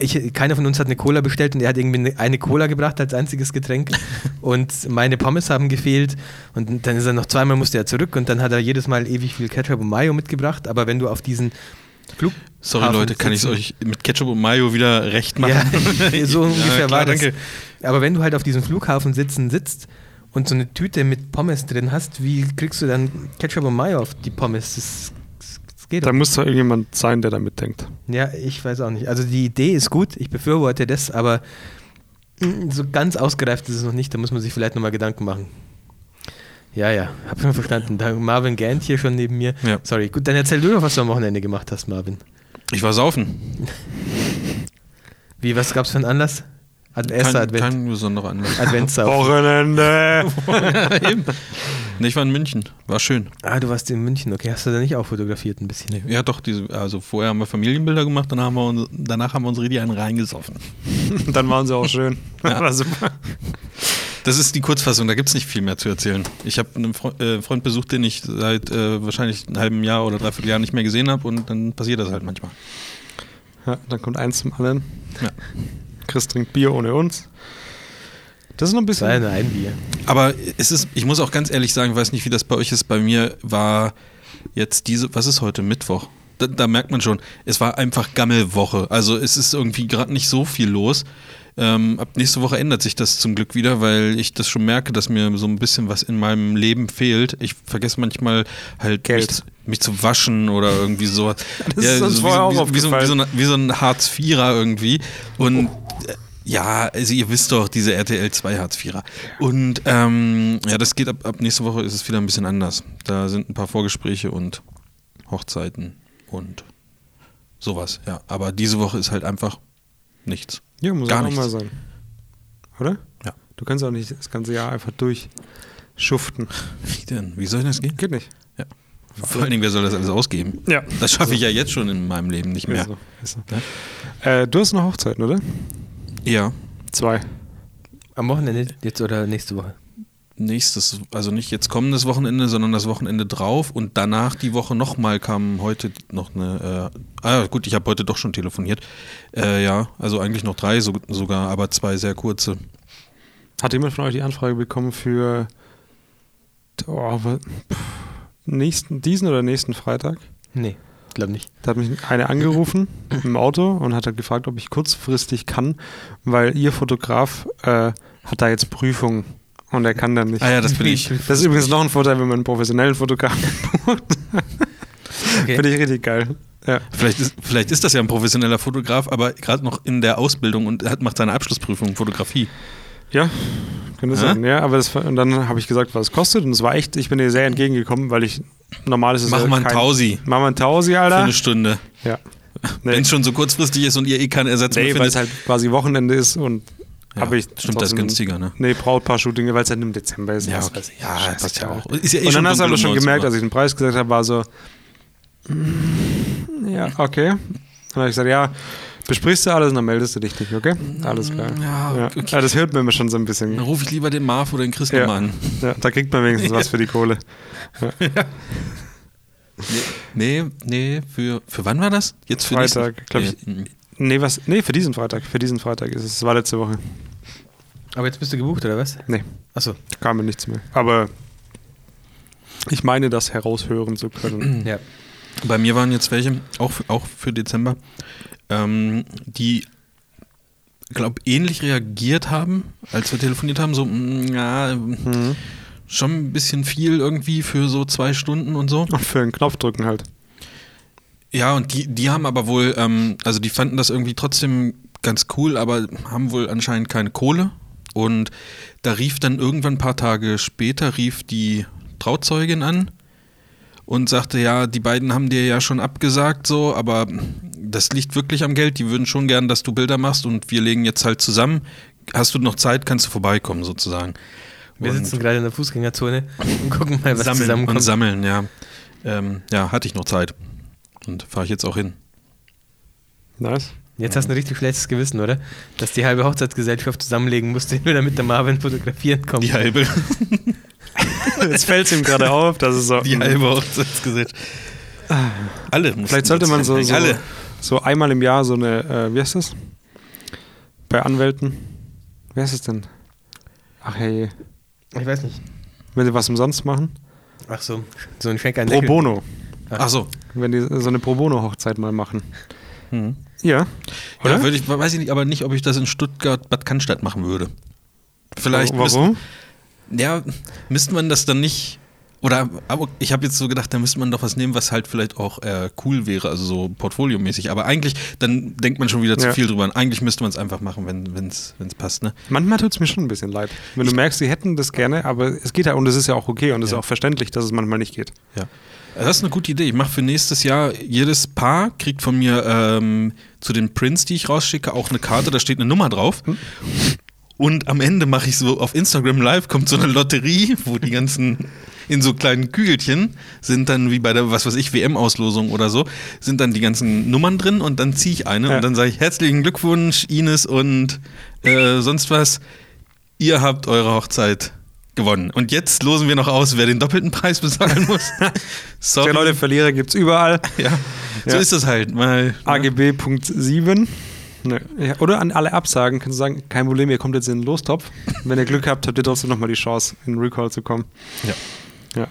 Speaker 1: ich, keiner von uns hat eine Cola bestellt und er hat irgendwie eine- eine Cola gebracht als einziges Getränk und meine Pommes haben gefehlt und dann ist er noch zweimal musste er zurück und dann hat er jedes Mal ewig viel Ketchup und Mayo mitgebracht, aber wenn du auf diesen Flug
Speaker 3: Sorry
Speaker 1: Hafen
Speaker 3: Leute, kann ich es
Speaker 1: sitzen-
Speaker 3: euch mit Ketchup und Mayo wieder recht machen?
Speaker 1: ja, so ungefähr
Speaker 3: klar,
Speaker 1: war das.
Speaker 3: Danke.
Speaker 1: Aber wenn du halt auf diesem Flughafen sitzen sitzt und so eine Tüte mit Pommes drin hast, wie kriegst du dann Ketchup und Mayo auf die Pommes? Das, das, das geht
Speaker 2: Da
Speaker 1: doch.
Speaker 2: muss doch irgendjemand sein, der da mitdenkt.
Speaker 1: Ja, ich weiß auch nicht. Also die Idee ist gut, ich befürworte das, aber mm, so ganz ausgereift ist es noch nicht, da muss man sich vielleicht nochmal Gedanken machen. Ja, ja, hab schon verstanden. Da Marvin Gant hier schon neben mir.
Speaker 3: Ja.
Speaker 1: Sorry, gut, dann erzähl du doch, was du am Wochenende gemacht hast, Marvin.
Speaker 3: Ich war saufen.
Speaker 1: Wie, was gab's für einen Anlass? Ad erster
Speaker 3: kein,
Speaker 1: Advent.
Speaker 3: kein besonderer Anlass.
Speaker 1: Adventssaufen.
Speaker 2: Wochenende!
Speaker 3: Eben. Nee, ich war in München. War schön.
Speaker 1: Ah, du warst in München, okay. Hast du da nicht auch fotografiert ein bisschen?
Speaker 3: Ja, doch, diese, also vorher haben wir Familienbilder gemacht, dann haben wir uns, danach haben wir uns richtig einen reingesoffen.
Speaker 2: Dann waren sie auch schön.
Speaker 3: Ja.
Speaker 2: War super.
Speaker 3: Das ist die Kurzfassung, da gibt es nicht viel mehr zu erzählen. Ich habe einen Fre äh, Freund besucht, den ich seit äh, wahrscheinlich einem halben Jahr oder dreiviertel Jahr nicht mehr gesehen habe und dann passiert das halt manchmal.
Speaker 2: Ja, dann kommt eins zum anderen.
Speaker 3: Ja.
Speaker 2: Chris trinkt Bier ohne uns. Das ist noch ein bisschen.
Speaker 1: Nein, nein, Bier.
Speaker 3: Aber es ist, ich muss auch ganz ehrlich sagen, ich weiß nicht, wie das bei euch ist. Bei mir war jetzt diese, was ist heute Mittwoch? Da, da merkt man schon, es war einfach Gammelwoche. Also es ist irgendwie gerade nicht so viel los. Ähm, ab nächste Woche ändert sich das zum Glück wieder, weil ich das schon merke, dass mir so ein bisschen was in meinem Leben fehlt. Ich vergesse manchmal halt mich,
Speaker 2: Geld.
Speaker 3: zu- mich zu waschen oder irgendwie sowas.
Speaker 2: Das ist uns
Speaker 3: so
Speaker 2: vorher
Speaker 3: wie,
Speaker 2: auch
Speaker 3: wie, wie, so, wie, so
Speaker 2: aufgefallen.
Speaker 3: ein, wie so ein Hartz-Vierer irgendwie. Und äh, ja, also ihr wisst doch, diese RTL 2 Hartz-Vierer. Und ähm, ja, das geht ab, ab nächste Woche ist es wieder ein bisschen anders. Da sind ein paar Vorgespräche und Hochzeiten und sowas, ja. Aber diese Woche ist halt einfach nichts.
Speaker 2: Ja, muss
Speaker 3: Gar
Speaker 2: auch
Speaker 3: nichts.
Speaker 2: mal sein. Oder?
Speaker 3: Ja.
Speaker 2: Du kannst auch nicht das ganze Jahr einfach durchschuften.
Speaker 3: Wie denn? Wie soll das gehen?
Speaker 2: Geht nicht.
Speaker 3: Ja. Vor allen Dingen, wer soll das alles ausgeben?
Speaker 2: Ja.
Speaker 3: Das schaffe ich ja jetzt schon in meinem Leben nicht
Speaker 2: Ist
Speaker 3: mehr.
Speaker 2: so, ist so. Äh, du hast noch Hochzeiten, oder?
Speaker 3: Ja.
Speaker 2: Zwei.
Speaker 1: Am Wochenende jetzt oder nächste Woche?
Speaker 3: Nächstes, also nicht jetzt kommendes Wochenende, sondern das Wochenende drauf und danach die Woche nochmal kam heute noch eine. Äh, ah, gut, ich habe heute doch schon telefoniert. Äh, ja, also eigentlich noch drei so, sogar, aber zwei sehr kurze.
Speaker 2: Hat jemand von euch die Anfrage bekommen für oh, wa- pff, nächsten, diesen oder nächsten Freitag?
Speaker 1: Nee, glaube nicht.
Speaker 2: Da hat mich eine angerufen im Auto und hat halt gefragt, ob ich kurzfristig kann, weil ihr Fotograf äh, hat da jetzt Prüfung und er kann dann nicht.
Speaker 3: Ah ja, das bin ich.
Speaker 2: Das ist übrigens noch ein Vorteil, wenn man einen professionellen Fotografen
Speaker 1: Okay.
Speaker 2: finde ich richtig geil. Ja.
Speaker 3: Vielleicht ist, vielleicht ist das ja ein professioneller Fotograf, aber gerade noch in der Ausbildung und hat, macht seine Abschlussprüfung Fotografie.
Speaker 2: Ja, könnte
Speaker 3: Hä?
Speaker 2: sein. Ja, aber das, war- und dann habe ich gesagt, was es kostet. Und es war echt, ich bin dir sehr entgegengekommen, weil ich normal ist es
Speaker 3: Mach
Speaker 2: ja
Speaker 3: mal einen
Speaker 2: kein-
Speaker 3: Tausi
Speaker 2: Mach mal einen Tausi,
Speaker 3: für
Speaker 2: Alter.
Speaker 3: eine Stunde.
Speaker 2: Ja.
Speaker 3: Wenn's Wenn es schon so kurzfristig ist und ihr eh keinen Ersatz
Speaker 2: nee,
Speaker 3: mehr
Speaker 2: weil es
Speaker 3: findet.
Speaker 2: halt quasi Wochenende ist und
Speaker 3: Ja,
Speaker 2: habe ich.
Speaker 3: stimmt, das ist
Speaker 2: trotzdem-
Speaker 3: günstiger, ne?
Speaker 2: Nee, Brautpaar-Shooting, weil es halt im Dezember ist.
Speaker 3: Ja,
Speaker 2: Was
Speaker 3: okay.
Speaker 2: weiß ich.
Speaker 3: ja
Speaker 2: Scheiß
Speaker 3: passt ja
Speaker 2: egal.
Speaker 3: auch. Ist ja eh
Speaker 2: und dann
Speaker 3: schon
Speaker 2: hast
Speaker 3: dunkel
Speaker 2: du aber
Speaker 3: um
Speaker 2: schon
Speaker 3: 19
Speaker 2: gemerkt,
Speaker 3: Uhr.
Speaker 2: als ich den Preis gesagt habe, war so, mm, ja, okay. Und dann habe ich gesagt, ja, besprichst du alles und dann meldest du dich nicht, okay? Alles klar.
Speaker 3: Ja, okay.
Speaker 2: Ah, Das hört man immer schon so ein bisschen.
Speaker 3: Dann rufe ich lieber den Marv oder den Chris
Speaker 2: halt- Ja.
Speaker 3: nochmal an.
Speaker 2: Ja, da kriegt man wenigstens was für die Kohle.
Speaker 3: Nee, nee, für, für wann war das? Jetzt für diesen-
Speaker 2: Freitag, glaub ich.
Speaker 3: Nee, mm.
Speaker 2: Nee, was? Nee, für diesen Freitag. Für diesen Freitag ist es. Es war letzte Woche.
Speaker 1: Aber jetzt bist du gebucht, oder was?
Speaker 2: Nee,
Speaker 1: Achso,
Speaker 2: da kam mir nichts mehr. Aber ich meine, das heraushören zu können.
Speaker 1: ja.
Speaker 3: Bei mir waren jetzt welche, auch, für- auch für Dezember, ähm, die, glaube ähnlich reagiert haben, als wir telefoniert haben. So, mm, ja,
Speaker 2: Mhm.
Speaker 3: schon ein bisschen viel irgendwie für so zwei Stunden und so.
Speaker 2: Und für einen Knopf drücken halt.
Speaker 3: Ja, und die, die haben aber wohl, ähm, also die fanden das irgendwie trotzdem ganz cool, aber haben wohl anscheinend keine Kohle. Und da rief dann irgendwann ein paar Tage später, rief die Trauzeugin an und sagte, ja, die beiden haben dir ja schon abgesagt, so, aber das liegt wirklich am Geld. Die würden schon gern, dass du Bilder machst und wir legen jetzt halt zusammen. Hast du noch Zeit, kannst du vorbeikommen, sozusagen.
Speaker 1: Wir
Speaker 3: Und-
Speaker 1: sitzen gerade in der Fußgängerzone und gucken mal, was
Speaker 3: sammeln und
Speaker 1: zusammenkommt.
Speaker 3: sammeln, ja. Ähm, ja, hatte ich noch Zeit. Und fahre ich jetzt auch hin.
Speaker 2: Nice.
Speaker 1: Jetzt hast du ein richtig schlechtes Gewissen, oder? Dass die halbe Hochzeitsgesellschaft zusammenlegen musste, nur damit der Marvin fotografieren kommt.
Speaker 3: Die halt- halbe,
Speaker 2: Jetzt fällt es ihm gerade auf, dass es so.
Speaker 3: die halbe Hochzeitsgesellschaft. Ah. Alle. mussten
Speaker 2: Vielleicht sollte
Speaker 3: jetzt
Speaker 2: man so,
Speaker 3: hinlegen.
Speaker 2: so,
Speaker 3: Alle.
Speaker 2: so einmal im Jahr so eine, äh, wie heißt das? Bei Anwälten. Wer ist es denn? Ach hey,
Speaker 1: Ich weiß nicht.
Speaker 2: wenn sie was umsonst machen?
Speaker 1: Ach so, so ein Schenk an
Speaker 2: Pro
Speaker 1: Deckel.
Speaker 2: bono.
Speaker 3: Ach so.
Speaker 2: Wenn die so eine Pro bono Hochzeit mal machen. Ja.
Speaker 3: Ja, würde ich, weiß ich nicht, aber nicht, ob ich das in Stuttgart, Bad Cannstatt machen würde. Vielleicht
Speaker 2: Warum?
Speaker 3: Müsst, ja, müsste man das dann nicht. Oder aber ich habe jetzt so gedacht, da müsste man doch was nehmen, was halt vielleicht auch äh, cool wäre, also so portfoliomäßig. Aber eigentlich, dann denkt man schon wieder zu
Speaker 2: Ja.
Speaker 3: viel drüber. an. Eigentlich müsste man es einfach machen, wenn es passt. Ne?
Speaker 2: Manchmal tut es mir schon ein bisschen leid. Wenn du merkst, sie hätten das gerne, aber es geht ja und es ist ja auch okay und es
Speaker 3: Ja.
Speaker 2: ist auch verständlich, dass es manchmal nicht geht.
Speaker 3: Ja. Das ist eine gute Idee. Ich mache für nächstes Jahr, jedes Paar kriegt von mir ähm, zu den Prints, die ich rausschicke, auch eine Karte, da steht eine Nummer drauf. Und am Ende mache ich so auf Instagram Live, kommt so eine Lotterie, wo die ganzen in so kleinen Kügelchen sind dann wie bei der, was weiß ich, WM-Auslosung oder so, sind dann die ganzen Nummern drin und dann ziehe ich eine
Speaker 2: Ja.
Speaker 3: und dann sage ich herzlichen Glückwunsch, Ines und äh, sonst was. Ihr habt eure Hochzeit gewonnen. Und jetzt losen wir noch aus, wer den doppelten Preis bezahlen muss. Sorry.
Speaker 2: Tja, Leute, Verlierer gibt's überall.
Speaker 3: Ja. So
Speaker 2: Ja.
Speaker 3: ist das halt. Mal,
Speaker 2: AGB.7. Ne. Ja, oder an alle Absagen kannst du sagen, kein Problem, ihr kommt jetzt in den Lostopf. Wenn ihr Glück habt, habt ihr trotzdem nochmal die Chance, in Recall zu kommen.
Speaker 3: Ja.
Speaker 2: Ja.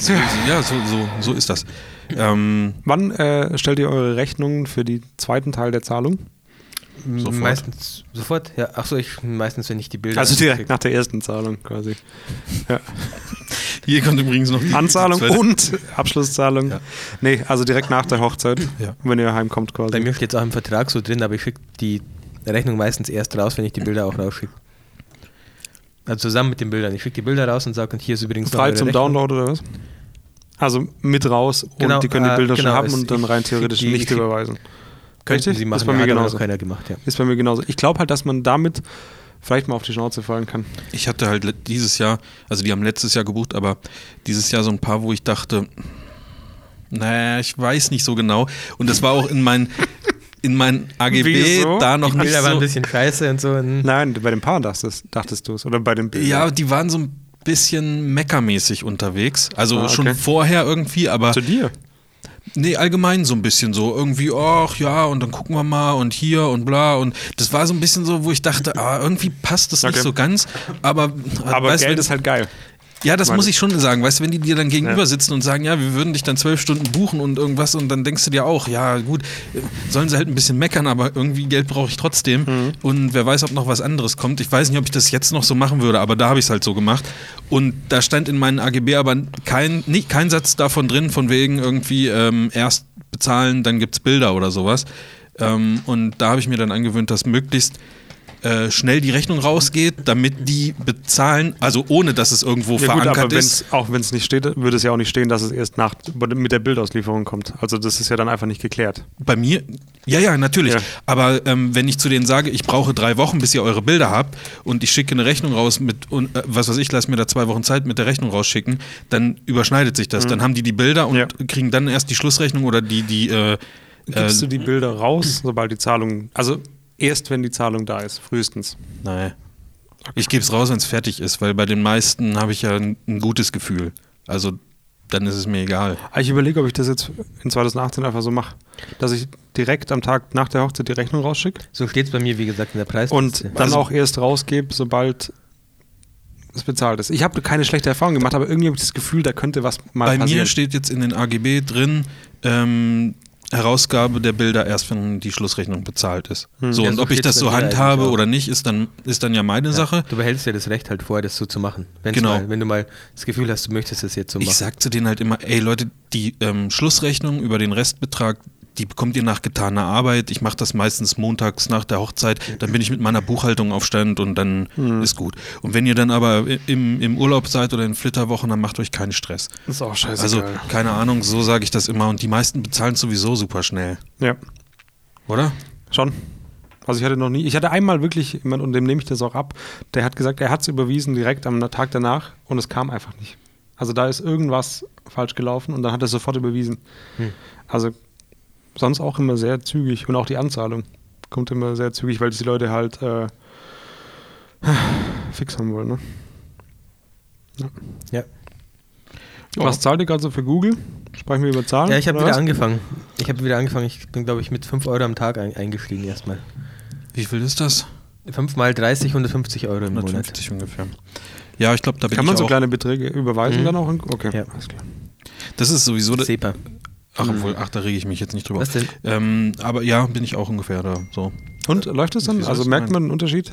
Speaker 3: So, ja, so, so, so ist das. Ähm,
Speaker 2: Wann äh, stellt ihr eure Rechnungen für den zweiten Teil der Zahlung?
Speaker 3: Sofort.
Speaker 1: Meistens sofort, ja. Achso, ich meistens, wenn ich die Bilder.
Speaker 2: Also direkt
Speaker 1: angucke.
Speaker 2: nach der ersten Zahlung quasi.
Speaker 3: hier kommt übrigens noch die
Speaker 2: Anzahlung
Speaker 3: zweite-
Speaker 2: und Abschlusszahlung.
Speaker 3: Ja.
Speaker 2: Nee, also direkt nach der Hochzeit,
Speaker 3: Ja.
Speaker 2: wenn ihr heimkommt quasi.
Speaker 1: Bei mir steht es auch im Vertrag so drin, aber ich schicke die Rechnung meistens erst raus, wenn ich die Bilder auch rausschicke. Also zusammen mit den Bildern. Ich schicke die Bilder raus und sage, und hier ist übrigens
Speaker 2: Frei
Speaker 1: eure
Speaker 2: zum
Speaker 1: Rechnung.
Speaker 2: Download oder was? Also mit raus und
Speaker 1: Genau,
Speaker 2: die können
Speaker 1: äh,
Speaker 2: die Bilder schon
Speaker 1: genau,
Speaker 2: haben
Speaker 1: es-
Speaker 2: und dann
Speaker 1: ich
Speaker 2: rein
Speaker 1: schick
Speaker 2: theoretisch
Speaker 1: die- ich
Speaker 2: nicht
Speaker 1: schick-
Speaker 2: überweisen.
Speaker 1: Könnten
Speaker 2: Richtig?
Speaker 1: sie machen,
Speaker 2: Ist bei
Speaker 1: ja,
Speaker 2: mir
Speaker 1: hat aber noch
Speaker 2: genauso.
Speaker 1: keiner gemacht, ja.
Speaker 2: Ist bei mir genauso. Ich glaube halt, dass man damit vielleicht mal auf die Schnauze fallen kann.
Speaker 3: Ich hatte halt le- dieses Jahr, also die haben letztes Jahr gebucht, aber dieses Jahr so ein paar, wo ich dachte, naja, ich weiß nicht so genau. Und das war auch in mein, in mein AGB
Speaker 2: Wieso?
Speaker 3: da noch
Speaker 1: Die
Speaker 3: nicht
Speaker 1: Bilder waren ein
Speaker 3: so.
Speaker 1: bisschen scheiße und so. Und
Speaker 2: Nein, bei dem Paar dachtest, dachtest du es. Oder bei dem Bild.
Speaker 3: Ja, die waren so ein bisschen meckermäßig unterwegs. Also
Speaker 2: Ah, okay.
Speaker 3: schon vorher irgendwie, aber
Speaker 2: Zu dir.
Speaker 3: Nee, allgemein so ein bisschen so. Irgendwie, ach ja, und dann gucken wir mal und hier und bla. Und das war so ein bisschen so, wo ich dachte, ah, irgendwie passt das
Speaker 2: Okay.
Speaker 3: nicht so ganz. Aber, äh,
Speaker 2: Aber
Speaker 3: weißt du,
Speaker 2: Geld
Speaker 3: wenn-
Speaker 2: ist halt geil.
Speaker 3: ja, das
Speaker 2: meine-
Speaker 3: muss ich schon sagen. Weißt du, wenn die dir dann gegenüber
Speaker 2: Ja.
Speaker 3: sitzen und sagen, ja, wir würden dich dann zwölf Stunden buchen und irgendwas und dann denkst du dir auch, ja, gut, äh, sollen sie halt ein bisschen meckern, aber irgendwie Geld brauche ich trotzdem.
Speaker 2: Mhm.
Speaker 3: Und wer weiß, ob noch was anderes kommt. Ich weiß nicht, ob ich das jetzt noch so machen würde, aber da habe ich es halt so gemacht. Und da stand in meinen AGB aber kein, nicht, kein Satz davon drin, von wegen irgendwie ähm, erst bezahlen, dann gibt's Bilder oder sowas. Ähm, und da habe ich mir dann angewöhnt, dass möglichst äh, schnell die Rechnung rausgeht, damit die bezahlen, also ohne dass es irgendwo
Speaker 2: Ja gut,
Speaker 3: verankert
Speaker 2: aber
Speaker 3: ist.
Speaker 2: wenn's, auch wenn es nicht steht, würde es ja auch nicht stehen, dass es erst nach, mit der Bildauslieferung kommt. Also das ist ja dann einfach nicht geklärt.
Speaker 3: Bei mir, ja, ja, natürlich.
Speaker 2: Ja.
Speaker 3: Aber ähm, wenn ich zu denen sage, ich brauche drei Wochen, bis ihr eure Bilder habt und ich schicke eine Rechnung raus mit, und, äh, was weiß ich, lass mir da zwei Wochen Zeit mit der Rechnung rausschicken, dann überschneidet sich das. Dann haben die die Bilder und
Speaker 2: Mhm. Ja.
Speaker 3: kriegen dann erst die Schlussrechnung oder die, die, äh, äh,
Speaker 2: Gibst du die Bilder raus, sobald die Zahlung, also erst wenn die Zahlung da ist, frühestens.
Speaker 3: nein. Ich gebe es raus, wenn es fertig ist, weil bei den meisten habe ich ja ein, ein gutes Gefühl. Also dann ist es mir egal.
Speaker 2: Aber Ah, Ich überlege, ob ich das jetzt in 2018 einfach so mache, dass ich direkt am Tag nach der Hochzeit die Rechnung rausschicke
Speaker 1: so steht es bei mir, wie gesagt, in der
Speaker 2: und
Speaker 1: Preisliste.
Speaker 2: dann
Speaker 3: Also-
Speaker 2: auch erst rausgebe, sobald es bezahlt ist. Ich habe keine schlechte Erfahrung gemacht, aber irgendwie habe ich das Gefühl, da könnte was mal
Speaker 3: Bei
Speaker 2: passieren.
Speaker 3: mir steht jetzt in den AGB drin, ähm, Herausgabe der Bilder erst, wenn die Schlussrechnung bezahlt ist. So,
Speaker 1: Hm. Ja,
Speaker 3: und
Speaker 1: so
Speaker 3: ob ich
Speaker 1: steht's
Speaker 3: das
Speaker 1: bei
Speaker 3: so
Speaker 1: mir eigentlich
Speaker 3: handhabe
Speaker 1: auch.
Speaker 3: oder nicht, ist dann, ist dann ja meine Sache.
Speaker 1: Du behältst dir das Recht halt vor, das so zu machen. Wenn's
Speaker 3: Genau.
Speaker 1: Mal, wenn du mal das Gefühl hast, du möchtest das jetzt so machen.
Speaker 3: Ich sag zu denen halt immer, ey Leute, die ähm, Schlussrechnung über den Restbetrag, die bekommt ihr nach getaner Arbeit. Ich mache das meistens montags nach der Hochzeit. Dann bin ich mit meiner Buchhaltung auf Stand und dann
Speaker 1: Hm.
Speaker 3: ist gut. Und wenn ihr dann aber i- im, im Urlaub seid oder in Flitterwochen, dann macht euch keinen Stress.
Speaker 2: ist auch scheiße.
Speaker 3: Also, keine Ahnung, so sage ich das immer. Und die meisten bezahlen sowieso super schnell,
Speaker 2: ja.
Speaker 3: oder?
Speaker 2: Schon. Also ich hatte noch nie, ich hatte einmal wirklich jemand, und dem nehme ich das auch ab, der hat gesagt, er hat es überwiesen direkt am Tag danach und es kam einfach nicht. Also da ist irgendwas falsch gelaufen und dann hat er es sofort überwiesen.
Speaker 1: Hm.
Speaker 2: Also sonst auch immer sehr zügig und auch die Anzahlung kommt immer sehr zügig, weil das die Leute halt äh, fix haben wollen. Ne?
Speaker 1: ja.
Speaker 2: Was zahlt ihr gerade so für Google? Sprechen wir über Zahlen?
Speaker 1: ja, ich habe
Speaker 2: oder
Speaker 1: wieder
Speaker 2: was?
Speaker 1: angefangen. Ich habe wieder angefangen. Ich bin, glaube ich, mit 5 Euro am Tag ein, eingestiegen erstmal.
Speaker 3: Wie viel ist das?
Speaker 1: 5 mal 30, 150 Euro im Monat.
Speaker 3: 150 ungefähr. Ja, ich glaube, da bin
Speaker 2: Kann man
Speaker 3: ich
Speaker 2: so
Speaker 3: auch.
Speaker 2: kleine Beträge überweisen
Speaker 1: Mhm.
Speaker 2: dann auch? in- Okay,
Speaker 1: Ja.
Speaker 2: alles klar.
Speaker 3: das ist sowieso. da-
Speaker 1: SEPA.
Speaker 3: Ach, obwohl, ach, da rege ich mich jetzt nicht drüber.
Speaker 1: Was denn?
Speaker 3: Ähm, aber ja, bin ich auch ungefähr da. So.
Speaker 1: Äh,
Speaker 2: Und läuft es dann?
Speaker 3: Wieso
Speaker 2: Also
Speaker 3: ist
Speaker 2: merkt
Speaker 3: mein-
Speaker 2: man einen Unterschied?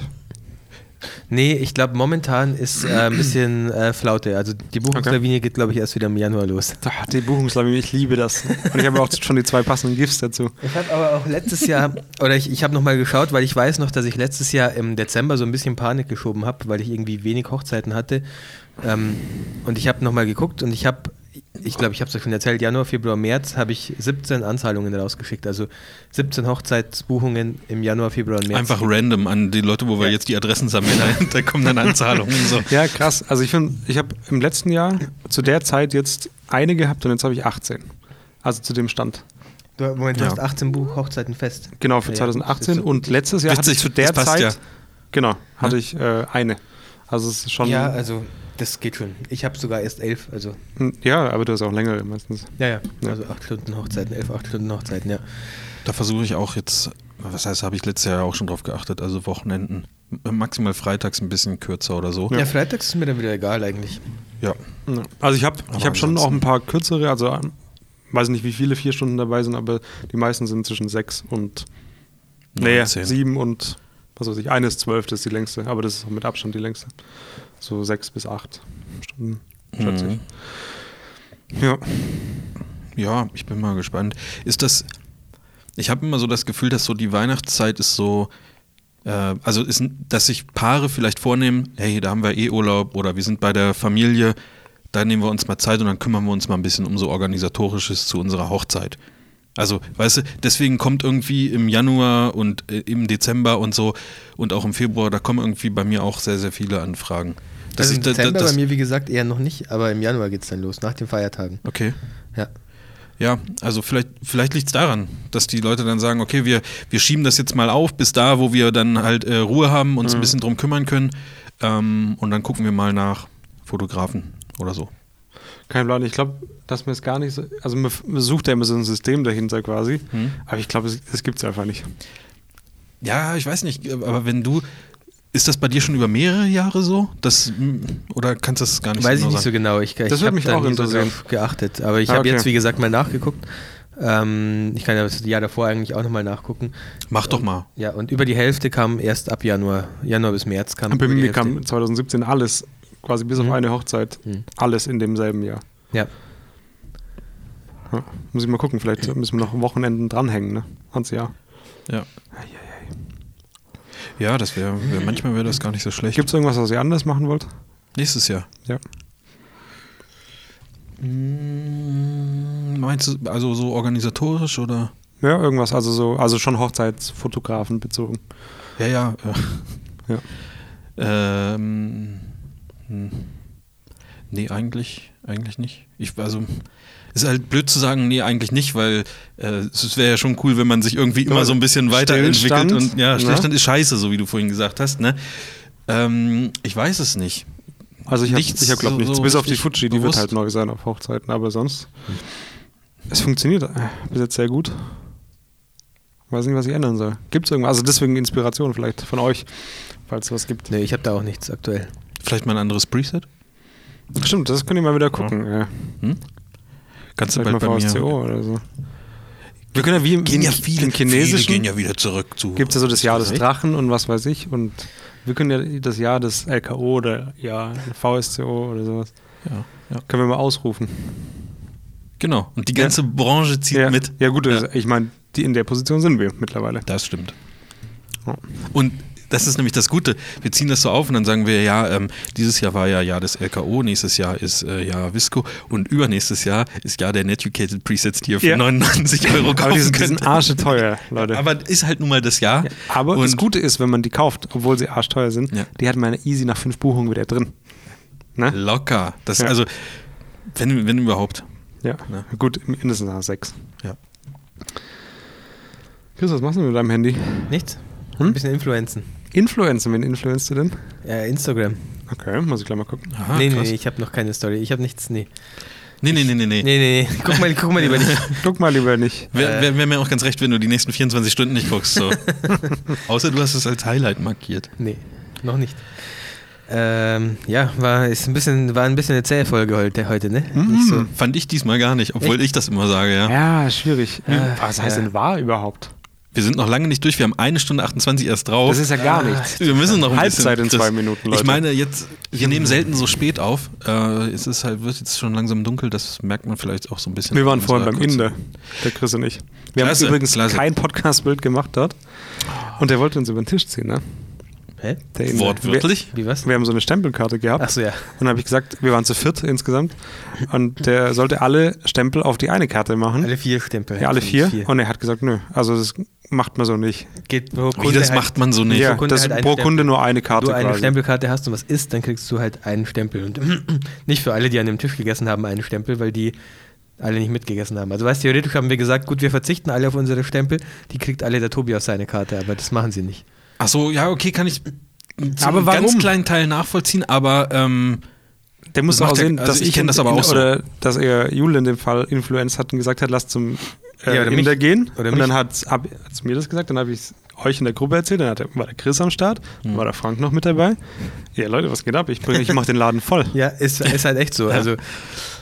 Speaker 1: Nee, ich glaube, momentan ist äh, ein bisschen äh, Flaute. Also die Buchungslawine geht, glaube ich, erst wieder im Januar los.
Speaker 2: Ach, die Buchungslawine, ich liebe das. Und ich habe auch schon die zwei passenden GIFs dazu.
Speaker 1: Ich habe aber auch letztes Jahr, oder ich, ich habe nochmal geschaut, weil ich weiß noch, dass ich letztes Jahr im Dezember so ein bisschen Panik geschoben habe, weil ich irgendwie wenig Hochzeiten hatte. Ähm, und ich habe nochmal geguckt und ich habe ich glaube, ich habe es ja schon erzählt, Januar, Februar, März habe ich 17 Anzahlungen rausgeschickt. Also 17 Hochzeitsbuchungen im Januar, Februar und März.
Speaker 3: Einfach random an die Leute, wo wir jetzt die Adressen sammeln. da kommen dann Anzahlungen. So.
Speaker 2: Ja, krass. Also ich finde, ich habe im letzten Jahr zu der Zeit jetzt eine gehabt und jetzt habe ich 18. Also zu dem Stand.
Speaker 1: Du, Moment, du
Speaker 3: Ja.
Speaker 1: hast 18 Buch Hochzeiten fest.
Speaker 2: Genau, für
Speaker 1: Ja, das
Speaker 2: 2018.
Speaker 1: ist so-
Speaker 2: und letztes Jahr hatte
Speaker 3: Witzig,
Speaker 2: ich zu der
Speaker 3: das passt
Speaker 2: Zeit.
Speaker 3: ja.
Speaker 2: Genau, hatte ich äh, eine. Also es ist schon.
Speaker 1: Ja, also das geht schon. Ich habe sogar erst 11, also
Speaker 2: ja, aber du hast auch längere meistens.
Speaker 1: ja, ja, also 8 Stunden Hochzeiten, 11, 8 Stunden Hochzeiten, ja.
Speaker 3: Da versuche ich auch jetzt, was heißt, habe ich letztes Jahr auch schon drauf geachtet, also Wochenenden. Maximal freitags ein bisschen kürzer oder so.
Speaker 1: Ja, freitags ist mir dann wieder egal eigentlich.
Speaker 3: ja.
Speaker 2: Ja. Also ich habe ich
Speaker 3: Aber
Speaker 2: hab schon auch
Speaker 3: ansonsten-
Speaker 2: ein paar kürzere, also ähm, weiß nicht, wie viele vier Stunden dabei sind, aber die meisten sind zwischen sechs und nee,
Speaker 3: 19.
Speaker 2: sieben und was weiß ich, eines zwölf das ist die längste, aber das ist auch mit Abstand die längste. So sechs bis acht Stunden, schätze
Speaker 3: Mhm.
Speaker 1: Mhm.
Speaker 2: ich. Ja.
Speaker 3: Ja, ich bin mal gespannt. Ist das, ich habe immer so das Gefühl, dass so die Weihnachtszeit ist so, äh, also ist, dass sich Paare vielleicht vornehmen, hey, da haben wir eh Urlaub oder wir sind bei der Familie, da nehmen wir uns mal Zeit und dann kümmern wir uns mal ein bisschen um so organisatorisches zu unserer Hochzeit. Also, weißt du, deswegen kommt irgendwie im Januar und äh, im Dezember und so und auch im Februar, da kommen irgendwie bei mir auch sehr, sehr viele Anfragen. Dass
Speaker 1: also im
Speaker 3: ich da- da-
Speaker 1: Dezember
Speaker 3: das-
Speaker 1: bei mir, wie gesagt, eher noch nicht, aber im Januar geht es dann los, nach den Feiertagen.
Speaker 3: Okay.
Speaker 1: Ja.
Speaker 3: Ja, also vielleicht, vielleicht liegt es daran, dass die Leute dann sagen, okay, wir, wir schieben das jetzt mal auf bis da, wo wir dann halt äh, Ruhe haben, uns ein bisschen drum kümmern können ähm, und dann gucken wir mal nach Fotografen oder so.
Speaker 2: Kein Plan. Ich glaube, dass man es gar nicht so. Also man f- man sucht ja immer so ein System dahinter quasi.
Speaker 3: Mhm.
Speaker 2: Aber ich glaube, es, es gibt es einfach nicht.
Speaker 3: Ja, ich weiß nicht, äh, aber wenn du, ist das bei dir schon über mehrere Jahre so? Das, m, oder kannst du das gar nicht
Speaker 1: Weiß
Speaker 3: so
Speaker 1: ich
Speaker 3: genau
Speaker 1: nicht so
Speaker 3: sagen?
Speaker 1: genau. Ich,
Speaker 2: Das
Speaker 1: ich
Speaker 2: würde
Speaker 1: hab
Speaker 2: mich
Speaker 1: da
Speaker 2: auch
Speaker 1: nie so
Speaker 2: interessieren.
Speaker 1: drauf geachtet. Aber ich
Speaker 2: Ah,
Speaker 1: habe
Speaker 2: okay.
Speaker 1: jetzt, wie gesagt, mal nachgeguckt. Ähm, ich kann ja das Jahr davor eigentlich auch nochmal nachgucken.
Speaker 3: Mach doch mal.
Speaker 1: Ja, und über die Hälfte kam erst ab Januar. Januar bis März kam.
Speaker 2: Bei
Speaker 1: über die
Speaker 2: mir
Speaker 1: Hälfte.
Speaker 2: kam 2017 alles, quasi bis auf eine Hochzeit,
Speaker 1: Mhm.
Speaker 2: alles in demselben Jahr.
Speaker 1: Ja.
Speaker 2: Ja, muss ich mal gucken, vielleicht müssen wir noch Wochenenden dranhängen, ne? Ans Jahr.
Speaker 3: Ja. Ja, das wäre, wär, manchmal wäre das gar nicht so schlecht.
Speaker 2: Gibt es irgendwas, was ihr anders machen wollt?
Speaker 3: Nächstes Jahr.
Speaker 2: Ja.
Speaker 3: Mm, Meinst du, also so organisatorisch oder?
Speaker 2: Ja, irgendwas, also so, also schon Hochzeitsfotografen bezogen.
Speaker 3: Ja, ja.
Speaker 2: Ja.
Speaker 3: Ähm, hm. nee, eigentlich, eigentlich nicht. Ich, also, ist halt blöd zu sagen, nee, eigentlich nicht, weil äh, es wäre ja schon cool, wenn man sich irgendwie immer
Speaker 2: Ja,
Speaker 3: so ein bisschen weiterentwickelt.
Speaker 2: Stillstand,
Speaker 3: Und, ja,
Speaker 2: ne?
Speaker 3: Stillstand ist scheiße, so wie du vorhin gesagt hast. Ne? Ähm, ich weiß es nicht.
Speaker 2: Also ich habe,
Speaker 3: Nichts
Speaker 2: ich hab, glaube
Speaker 3: so-
Speaker 2: nichts,
Speaker 3: so
Speaker 2: bis auf die
Speaker 3: richtig
Speaker 2: Fuji, die wird
Speaker 3: bewusst.
Speaker 2: halt neu sein auf Hochzeiten, aber sonst. Es funktioniert äh, bis jetzt sehr gut. Weiß nicht, was ich ändern soll. Gibt es irgendwas? Also deswegen Inspiration vielleicht von euch, falls es was gibt.
Speaker 1: Nee, ich habe da auch nichts aktuell.
Speaker 3: Vielleicht mal ein anderes Preset?
Speaker 2: Stimmt, das könnt ihr mal wieder gucken. Ja.
Speaker 3: Kannst du
Speaker 2: Vielleicht mal
Speaker 3: bald bei mir.
Speaker 2: VSCO oder so. Wir können ja wie im,
Speaker 3: Gehen ja
Speaker 2: im-
Speaker 3: viele,
Speaker 2: im
Speaker 3: viele
Speaker 2: Chinesischen
Speaker 3: gehen ja wieder zurück zu.
Speaker 2: gibt es ja so das Jahr des
Speaker 3: Recht?
Speaker 2: Drachen und was weiß ich. Und wir können ja das Jahr des LKO oder ja, VSCO oder sowas.
Speaker 3: Ja, ja.
Speaker 2: Können wir mal ausrufen.
Speaker 3: Genau. Und die ganze Branche zieht
Speaker 2: ja.
Speaker 3: mit.
Speaker 2: Ja, gut, das- ich meine, die, in der Position sind wir mittlerweile.
Speaker 3: Das stimmt.
Speaker 2: Ja.
Speaker 3: Und das ist nämlich das Gute. Wir ziehen das so auf und dann sagen wir, ja, ähm, dieses Jahr war ja Jahr des LKO, nächstes Jahr ist äh, Jahr Visco und übernächstes Jahr ist Jahr der Netucated Presets, die ihr für
Speaker 2: Ja.
Speaker 3: 99 Euro
Speaker 2: Aber die
Speaker 3: kaufen
Speaker 2: sind, die
Speaker 3: könnt.
Speaker 2: sind arschteuer, Leute.
Speaker 3: Aber ist halt nun mal das Jahr.
Speaker 2: Ja, aber
Speaker 3: und
Speaker 2: das Gute ist, wenn man die kauft, obwohl sie arschteuer sind,
Speaker 3: Ja.
Speaker 2: die hat man ja easy nach fünf Buchungen wieder drin. Ne?
Speaker 3: locker. Das,
Speaker 2: Ja.
Speaker 3: Also, wenn, wenn überhaupt.
Speaker 2: Ja.
Speaker 3: Ja.
Speaker 2: Gut, mindestens nach sechs.
Speaker 3: Ja.
Speaker 2: Chris, was machst du mit deinem Handy?
Speaker 1: Nichts?
Speaker 2: Hm?
Speaker 1: Ein bisschen Influenzen.
Speaker 2: Influencer, wen influenzt du denn?
Speaker 1: Äh, Instagram.
Speaker 2: Okay, muss ich gleich mal gucken.
Speaker 3: Aha,
Speaker 1: nee, nee,
Speaker 3: krass.
Speaker 1: nee, ich habe noch keine Story. Ich habe nichts, nee.
Speaker 3: nee, nee, nee, nee, nee.
Speaker 1: Nee, Äh. nee, nee. Guck mal, guck mal lieber nicht.
Speaker 2: Guck mal lieber nicht.
Speaker 3: Wäre wär, wär mir auch ganz recht, wenn du die nächsten 24 Stunden nicht guckst. So. Außer du hast es als Highlight markiert.
Speaker 1: Nee, noch nicht. Ähm, ja, war, ist ein bisschen, war ein bisschen eine zähe Folge heute, heute ne?
Speaker 2: Mhm.
Speaker 1: Nicht so.
Speaker 3: Fand ich diesmal gar nicht, obwohl ich das immer sage, ja.
Speaker 2: Hm. Ja, schwierig. Äh,
Speaker 1: Ja.
Speaker 2: Was heißt
Speaker 1: Ja.
Speaker 2: denn wahr überhaupt?
Speaker 3: Wir sind noch lange nicht durch, wir haben eine Stunde 28 erst drauf. Ah,
Speaker 2: Das ist ja gar nichts.
Speaker 3: wir müssen noch ein
Speaker 2: Halbzeit
Speaker 3: bisschen,
Speaker 2: in
Speaker 3: Chris.
Speaker 2: zwei Minuten, Leute.
Speaker 3: Ich meine, jetzt, wir nehmen selten so spät auf. Äh, es ist halt, wird jetzt schon langsam dunkel, das merkt man vielleicht auch so ein bisschen.
Speaker 2: Wir waren
Speaker 3: an
Speaker 2: vorhin
Speaker 3: unserer
Speaker 2: beim
Speaker 3: kurzen-
Speaker 2: Inder, der Chris und ich. Wir
Speaker 3: Klasse,
Speaker 2: haben übrigens
Speaker 3: klasse.
Speaker 2: kein Podcast-Bild gemacht dort. Und der wollte uns über den Tisch ziehen, ne?
Speaker 1: Hä?
Speaker 2: Der Inder.
Speaker 3: Wortwörtlich?
Speaker 1: Wie was?
Speaker 2: Wir, wir haben so eine Stempelkarte gehabt.
Speaker 1: Achso, ja.
Speaker 2: Und dann habe ich gesagt, wir waren zu viert insgesamt. Und der sollte alle Stempel auf die eine Karte machen.
Speaker 1: Alle vier Stempel.
Speaker 2: ja, alle vier. Und er hat gesagt, nö, also das macht man so nicht.
Speaker 1: Geht, wo
Speaker 3: Wie, das macht man so nicht.
Speaker 2: ja,
Speaker 1: Kunde
Speaker 2: das
Speaker 1: halt einen
Speaker 2: pro
Speaker 1: Stempel.
Speaker 2: Kunde nur eine Karte
Speaker 1: Wenn du eine
Speaker 2: quasi.
Speaker 1: Stempelkarte hast und was isst, dann kriegst du halt einen Stempel. Und nicht für alle, die an dem Tisch gegessen haben, einen Stempel, weil die alle nicht mitgegessen haben. Also weißt du, theoretisch haben wir gesagt, gut, wir verzichten alle auf unsere Stempel, die kriegt alle der Tobi auf seine Karte, aber das machen sie nicht.
Speaker 3: Ach so, ja, okay, kann ich zu
Speaker 2: Aber
Speaker 3: einem
Speaker 2: warum?
Speaker 3: ganz kleinen Teil nachvollziehen, aber ähm,
Speaker 2: Der muss
Speaker 3: Das
Speaker 2: auch
Speaker 3: macht er-
Speaker 2: sehen,
Speaker 3: also
Speaker 2: dass
Speaker 3: ich
Speaker 2: ich
Speaker 3: kenn das aber auch so.
Speaker 2: Oder dass er Jule in dem Fall Influenz hat und gesagt hat, lasst zum äh,
Speaker 1: Ja, oder
Speaker 2: Inder
Speaker 1: mich.
Speaker 2: gehen.
Speaker 1: Oder
Speaker 2: und
Speaker 1: mich.
Speaker 2: dann hat hab, hat's mir das gesagt, dann habe ich es euch in der Gruppe erzählt, dann hat, war der Chris am Start,
Speaker 1: Mhm.
Speaker 2: dann war der Frank noch mit dabei. Ja, Leute, was geht ab? Ich, bring- ich mache den Laden voll.
Speaker 1: Ja, ist, ist halt echt so. Also,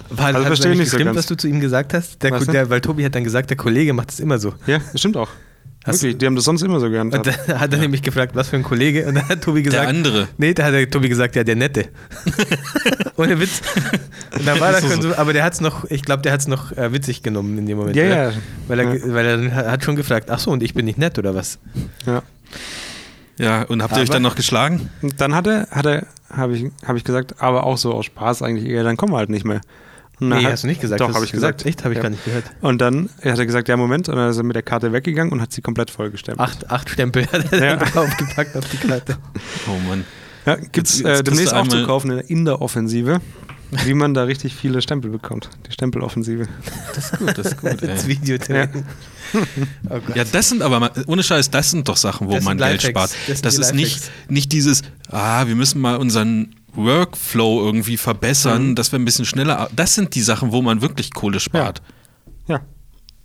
Speaker 1: war,
Speaker 2: Also
Speaker 1: hat
Speaker 2: verstehe
Speaker 1: nicht
Speaker 2: nicht so
Speaker 1: gestimmt,
Speaker 2: ganz.
Speaker 1: was du zu ihm gesagt hast? Der,
Speaker 2: Was
Speaker 1: Ko-
Speaker 2: denn?
Speaker 1: der, weil Tobi hat dann gesagt, der Kollege macht es immer so.
Speaker 2: Ja, das stimmt auch.
Speaker 1: Hast-
Speaker 2: Wirklich, die haben das sonst immer so
Speaker 1: Und
Speaker 2: gehandhabt.
Speaker 1: dann hat er nämlich gefragt, was für ein Kollege? Und dann hat Tobi gesagt,
Speaker 3: andere.
Speaker 1: Nee, da hat der Tobi gesagt, ja, der Nette. Ohne Witz. Und da war
Speaker 3: Das
Speaker 1: das
Speaker 3: ist
Speaker 1: schon
Speaker 3: so.
Speaker 1: so, aber der hat es noch, ich glaube, der hat es noch äh, witzig genommen in dem Moment.
Speaker 2: Ja,
Speaker 1: oder?
Speaker 2: ja.
Speaker 1: Weil er, ge- weil er dann hat schon gefragt, ach so, und ich bin nicht nett oder was?
Speaker 2: Ja.
Speaker 3: ja, und habt ihr euch
Speaker 1: Aber-
Speaker 3: dann noch geschlagen?
Speaker 2: Und dann hat er, hat er habe ich, hab ich gesagt, aber auch so aus Spaß eigentlich eher, dann kommen wir halt nicht mehr. Und dann
Speaker 1: nee,
Speaker 2: hat-
Speaker 1: hast du nicht gesagt.
Speaker 2: Doch,
Speaker 1: hast
Speaker 2: habe
Speaker 1: du
Speaker 2: ich gesagt.
Speaker 1: Echt, habe ich
Speaker 2: ja.
Speaker 1: gar nicht gehört.
Speaker 2: Und dann hat er gesagt, ja, Moment, und dann ist er mit der Karte weggegangen und hat sie komplett vollgestempelt.
Speaker 1: Acht, acht Stempel hat er
Speaker 2: Ja.
Speaker 1: draufgepackt auf die Karte.
Speaker 3: Oh Mann.
Speaker 2: Ja, gibt
Speaker 3: Jetzt- jetzt
Speaker 2: es äh,
Speaker 3: kriegst
Speaker 2: demnächst
Speaker 3: du
Speaker 2: auch
Speaker 3: einmal-
Speaker 2: zu kaufen in der Inder-Offensive, wie man da richtig viele Stempel bekommt. Die Stempeloffensive.
Speaker 3: Das ist gut, das ist gut.
Speaker 1: Das
Speaker 3: Ey.
Speaker 1: Video
Speaker 2: Ja.
Speaker 1: Oh Gott.
Speaker 3: Ja, das sind aber, mal- ohne Scheiß, das sind doch Sachen, wo
Speaker 1: Das sind
Speaker 3: man Geld
Speaker 1: Lifehacks.
Speaker 3: spart.
Speaker 1: Das
Speaker 3: Das,
Speaker 1: sind die
Speaker 3: ist nicht,
Speaker 1: Lifehacks.
Speaker 3: nicht dieses, ah, wir müssen mal unseren Workflow irgendwie
Speaker 1: Mhm.
Speaker 3: verbessern, dass wir ein bisschen schneller. ar- Das sind die Sachen, wo man wirklich Kohle spart.
Speaker 2: Ja.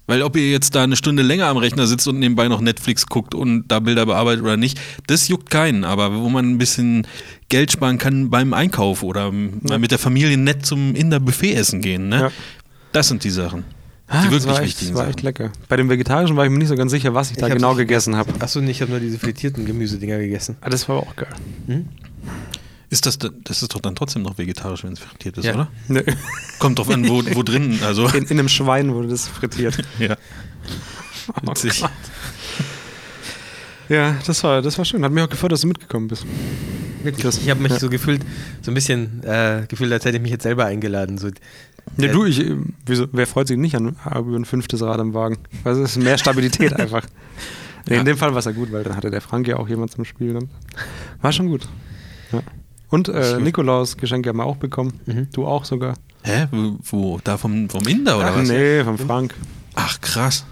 Speaker 3: Weil ob ihr jetzt da eine Stunde länger am Rechner sitzt und nebenbei noch Netflix guckt und da Bilder bearbeitet oder nicht, das juckt keinen. Aber wo man ein bisschen Geld sparen kann beim Einkauf oder ähm, mal mit der Familie nett zum Inder-Buffet essen gehen, ne?
Speaker 2: Ja.
Speaker 3: Das sind die Sachen. Die
Speaker 1: Ah,
Speaker 2: das war
Speaker 3: wirklich
Speaker 2: echt,
Speaker 3: wichtigen
Speaker 2: das war echt
Speaker 3: Sachen.
Speaker 2: lecker. Bei dem Vegetarischen war ich mir nicht so ganz sicher, was ich, da
Speaker 1: hab's
Speaker 2: genau
Speaker 1: nicht-
Speaker 2: gegessen habe.
Speaker 1: Achso, nee, ich habe nur diese frittierten Gemüsedinger gegessen.
Speaker 2: Ah, das war auch geil.
Speaker 3: Ist das, denn- das ist doch dann trotzdem noch vegetarisch, wenn es frittiert ist,
Speaker 1: Ja.
Speaker 3: oder?
Speaker 2: Nö.
Speaker 3: Kommt drauf an, wo, wo drin. Also,
Speaker 2: In, in einem Schwein wurde das frittiert.
Speaker 3: ja.
Speaker 2: Oh
Speaker 3: Witzig.
Speaker 2: Gott. ja, das war, das war schön. Hat mich auch gefreut, dass du mitgekommen bist. Wirklich.
Speaker 1: Ich habe mich so gefühlt, so ein bisschen äh, gefühlt, als hätte ich mich jetzt selber eingeladen. So,
Speaker 2: Ja, du, ich, äh, wieso, wer freut sich nicht an, über ein fünftes Rad am Wagen? Weil es ist mehr Stabilität einfach. Nee,
Speaker 3: Ja.
Speaker 2: In dem Fall war es ja gut, weil dann hatte der Frank ja auch jemand zum Spielen. Dann. War schon gut. Ja. Und äh,
Speaker 3: Absolut.
Speaker 2: Nikolaus Geschenke haben wir auch bekommen.
Speaker 1: Mhm.
Speaker 2: Du auch sogar.
Speaker 3: Hä? Wo? wo? Oh, Da Mhm. vom, vom Inder oder
Speaker 2: Ach,
Speaker 3: was?
Speaker 2: nee, vom Frank.
Speaker 3: Ach, krass.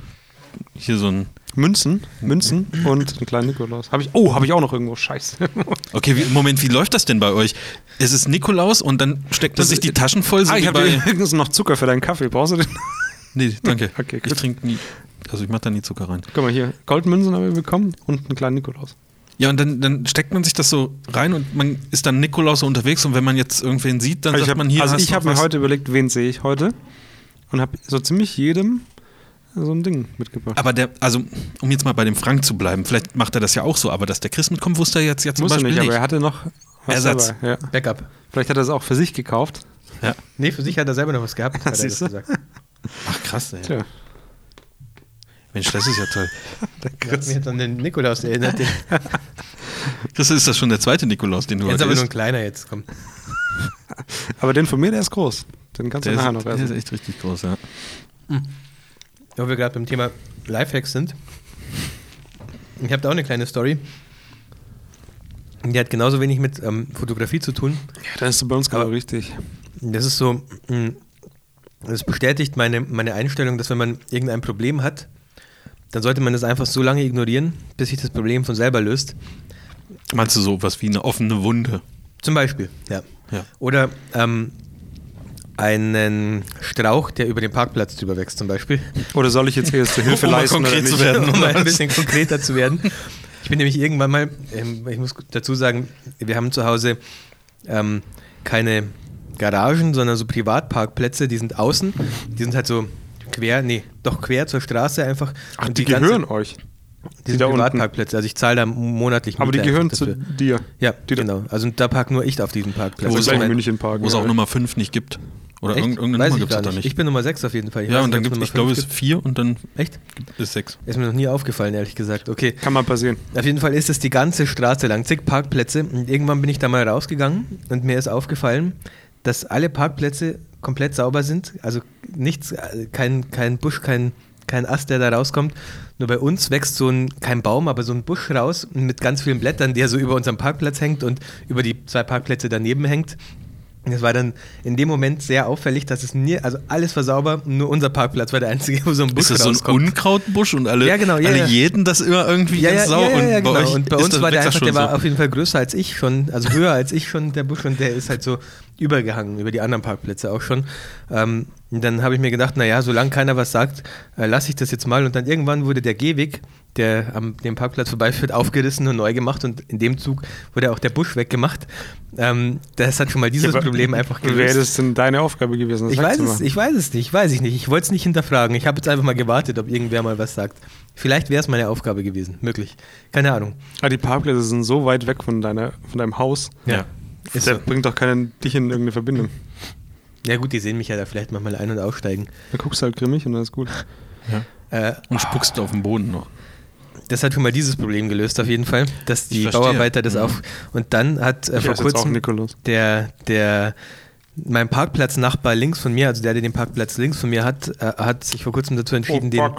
Speaker 3: Hier so ein.
Speaker 2: Münzen, Münzen
Speaker 3: Mhm.
Speaker 2: und einen kleinen Nikolaus. Hab ich, oh, habe ich auch noch irgendwo. Scheiße.
Speaker 3: Okay, wie, Moment, wie läuft das denn bei euch? Es ist Nikolaus und dann steckt man
Speaker 2: Das-
Speaker 3: sich die Taschen voll, so
Speaker 2: ah, ich
Speaker 3: wie
Speaker 2: habe
Speaker 3: bei.
Speaker 2: übrigens noch Zucker für deinen Kaffee. Brauchst du den?
Speaker 3: Nee, danke.
Speaker 2: Okay, gut.
Speaker 3: ich trinke nie. Also ich mache da nie Zucker rein.
Speaker 2: Guck mal hier, Goldmünzen haben wir bekommen und einen kleinen Nikolaus.
Speaker 3: Ja, und dann, dann steckt man sich das so rein und man ist dann Nikolaus so unterwegs und wenn man jetzt irgendwen sieht, dann
Speaker 2: Also ich
Speaker 3: sagt
Speaker 2: hab-
Speaker 3: man hier.
Speaker 2: also
Speaker 3: hast
Speaker 2: ich
Speaker 3: du
Speaker 2: habe mir
Speaker 3: was.
Speaker 2: heute überlegt, wen sehe ich heute und habe so ziemlich jedem so ein Ding mitgebracht.
Speaker 3: Aber der, also um jetzt mal bei dem Frank zu bleiben, vielleicht macht er das ja auch so, aber dass der Chris mitkommt, wusste er jetzt ja zum
Speaker 2: Muss er
Speaker 3: Beispiel
Speaker 2: nicht,
Speaker 3: nicht.
Speaker 2: aber er hatte noch was
Speaker 3: Ersatz.
Speaker 2: dabei. Ja.
Speaker 1: Backup.
Speaker 2: Vielleicht hat er es auch für sich gekauft.
Speaker 3: ja.
Speaker 1: Nee, für sich hat er selber noch was gehabt, hat er das
Speaker 2: Siehste?
Speaker 1: gesagt.
Speaker 3: Ach krass, ey.
Speaker 2: Tja,
Speaker 3: Mensch, das ist ja toll.
Speaker 1: Ich
Speaker 2: der
Speaker 1: hat mich
Speaker 2: Chris.
Speaker 1: jetzt an den Nikolaus erinnert. Den, jetzt
Speaker 3: Chris, ist das schon der zweite Nikolaus, den du heute
Speaker 1: aber nur ein
Speaker 3: isst?
Speaker 1: kleiner jetzt, komm.
Speaker 2: Aber den von mir, der ist groß. Den kannst du
Speaker 3: Der
Speaker 2: nachher
Speaker 3: ist,
Speaker 2: noch
Speaker 3: der ist
Speaker 2: essen.
Speaker 3: echt richtig groß, ja.
Speaker 1: Wo wir gerade beim Thema Lifehacks sind. Ich habe da auch eine kleine Story. Die hat genauso wenig mit ähm, Fotografie zu tun.
Speaker 2: Ja, dann ist du bei uns gerade richtig.
Speaker 1: Das ist so, mh, das bestätigt meine, meine Einstellung, dass wenn man irgendein Problem hat, dann sollte man das einfach so lange ignorieren, bis sich das Problem von selber löst.
Speaker 3: Meinst du so was wie eine offene Wunde?
Speaker 1: Zum Beispiel, ja.
Speaker 3: Ja.
Speaker 1: Oder ähm, einen Strauch, der über den Parkplatz drüber wächst, zum Beispiel.
Speaker 2: Oder soll ich jetzt erste Hilfe
Speaker 3: Um mal
Speaker 2: leisten
Speaker 3: konkret
Speaker 2: oder
Speaker 3: zu
Speaker 2: nicht?
Speaker 3: werden.
Speaker 1: um mal
Speaker 3: oder
Speaker 1: ein
Speaker 3: was?
Speaker 1: bisschen konkreter zu werden. Ich bin nämlich irgendwann mal, ähm, ich muss dazu sagen, wir haben zu Hause ähm, keine Garagen, sondern so Privatparkplätze, die sind außen, die sind halt so quer, nee, doch quer zur Straße einfach.
Speaker 2: Ach,
Speaker 1: Und
Speaker 2: die,
Speaker 1: ganze-
Speaker 2: gehören euch.
Speaker 1: die
Speaker 2: die
Speaker 1: sind
Speaker 2: da unten.
Speaker 1: Privatparkplätze, also ich zahle da monatlich
Speaker 2: Aber die
Speaker 1: Miete
Speaker 2: gehören
Speaker 1: einfach
Speaker 2: zu
Speaker 1: dafür.
Speaker 2: dir.
Speaker 1: Ja,
Speaker 2: die da-
Speaker 1: genau. Also da park nur ich auf diesem Parkplatz.
Speaker 3: Wo
Speaker 2: Also
Speaker 3: ist
Speaker 2: gleich
Speaker 3: auch-
Speaker 2: in München parken.
Speaker 3: Wo es auch
Speaker 2: ja.
Speaker 3: Nummer 5 nicht gibt. Oder
Speaker 1: Echt?
Speaker 3: irgend- irgendeine
Speaker 1: Weiß
Speaker 3: Nummer
Speaker 1: ich
Speaker 3: gibt es
Speaker 1: gar
Speaker 3: da nicht.
Speaker 1: Ich bin Nummer 6 auf jeden Fall.
Speaker 3: ja,
Speaker 1: weiß
Speaker 3: und dann
Speaker 1: nicht,
Speaker 3: gibt
Speaker 1: ob's
Speaker 3: es, ich
Speaker 1: Nummer
Speaker 3: glaube, es
Speaker 1: fünf
Speaker 3: ist vier und dann
Speaker 1: gibt. Echt?
Speaker 3: ist sechs.
Speaker 1: Ist mir noch nie aufgefallen, ehrlich gesagt. Okay.
Speaker 2: Kann mal passieren.
Speaker 1: Auf jeden Fall ist es die ganze Straße lang, zig Parkplätze. Und irgendwann bin ich da mal rausgegangen und mir ist aufgefallen, dass alle Parkplätze komplett sauber sind. Also nichts, äh, kein, kein Busch, kein, kein Ast, der da rauskommt. Nur bei uns wächst so ein, kein Baum, aber so ein Busch raus mit ganz vielen Blättern, der so über unserem Parkplatz hängt und über die zwei Parkplätze daneben hängt. Und Es war dann in dem Moment sehr auffällig, dass es nie, also alles war sauber, nur unser Parkplatz war der einzige, wo so ein Busch
Speaker 3: Ist das so ein
Speaker 1: rauskommt.
Speaker 3: Unkrautbusch und alle,
Speaker 1: Ja, genau, ja,
Speaker 3: alle
Speaker 1: ja.
Speaker 3: jeden das immer irgendwie
Speaker 1: Ja, ja,
Speaker 3: ganz sauer?
Speaker 1: ja, ja, ja, genau.
Speaker 3: euch
Speaker 1: und bei
Speaker 3: ist
Speaker 1: uns
Speaker 3: das-
Speaker 1: war der
Speaker 3: wächst das
Speaker 1: einfach, der
Speaker 3: schon
Speaker 1: war
Speaker 3: so.
Speaker 1: auf jeden Fall größer als ich schon, also höher als ich schon, der Busch, und der ist halt so übergehangen über die anderen Parkplätze auch schon. Ähm, und dann habe ich mir gedacht, naja, solange keiner was sagt, äh, lasse ich das jetzt mal. Und dann irgendwann wurde der Gehweg, der am dem Parkplatz vorbeiführt, aufgerissen und neu gemacht. Und in dem Zug wurde auch der Busch weggemacht. Ähm, das hat schon mal dieses
Speaker 2: Ja, aber
Speaker 1: Problem einfach
Speaker 2: Wäre
Speaker 1: gelöst.
Speaker 2: das denn deine Aufgabe gewesen? Das
Speaker 1: Ich
Speaker 2: sagt
Speaker 1: weiß,
Speaker 2: sie
Speaker 1: es,
Speaker 2: mal.
Speaker 1: ich weiß es nicht, weiß ich nicht. Ich wollte es nicht hinterfragen. Ich habe jetzt einfach mal gewartet, ob irgendwer mal was sagt. Vielleicht wäre es meine Aufgabe gewesen. Möglich. Keine Ahnung.
Speaker 2: Ah, die Parkplätze sind so weit weg von, deiner, von deinem Haus.
Speaker 3: Ja.
Speaker 1: Ist
Speaker 2: der
Speaker 1: so.
Speaker 2: bringt doch keinen dich in irgendeine Verbindung.
Speaker 1: Ja gut, die sehen mich ja da vielleicht manchmal ein- und aussteigen.
Speaker 2: Dann guckst du halt grimmig und dann ist gut.
Speaker 1: Äh,
Speaker 3: Und spuckst auf den Boden noch.
Speaker 1: das hat schon mal dieses Problem gelöst auf jeden Fall, dass die
Speaker 3: verstehe.
Speaker 1: Bauarbeiter das
Speaker 3: Mhm.
Speaker 1: auf... Und dann hat äh,
Speaker 2: Ich
Speaker 1: vor
Speaker 2: esse jetzt auch
Speaker 1: kurzem
Speaker 2: Nikolaus.
Speaker 1: der, der mein Parkplatznachbar links von mir, also der, der den Parkplatz links von mir hat, äh, hat sich vor kurzem dazu entschieden,
Speaker 2: Oh,
Speaker 3: Oh,
Speaker 1: den...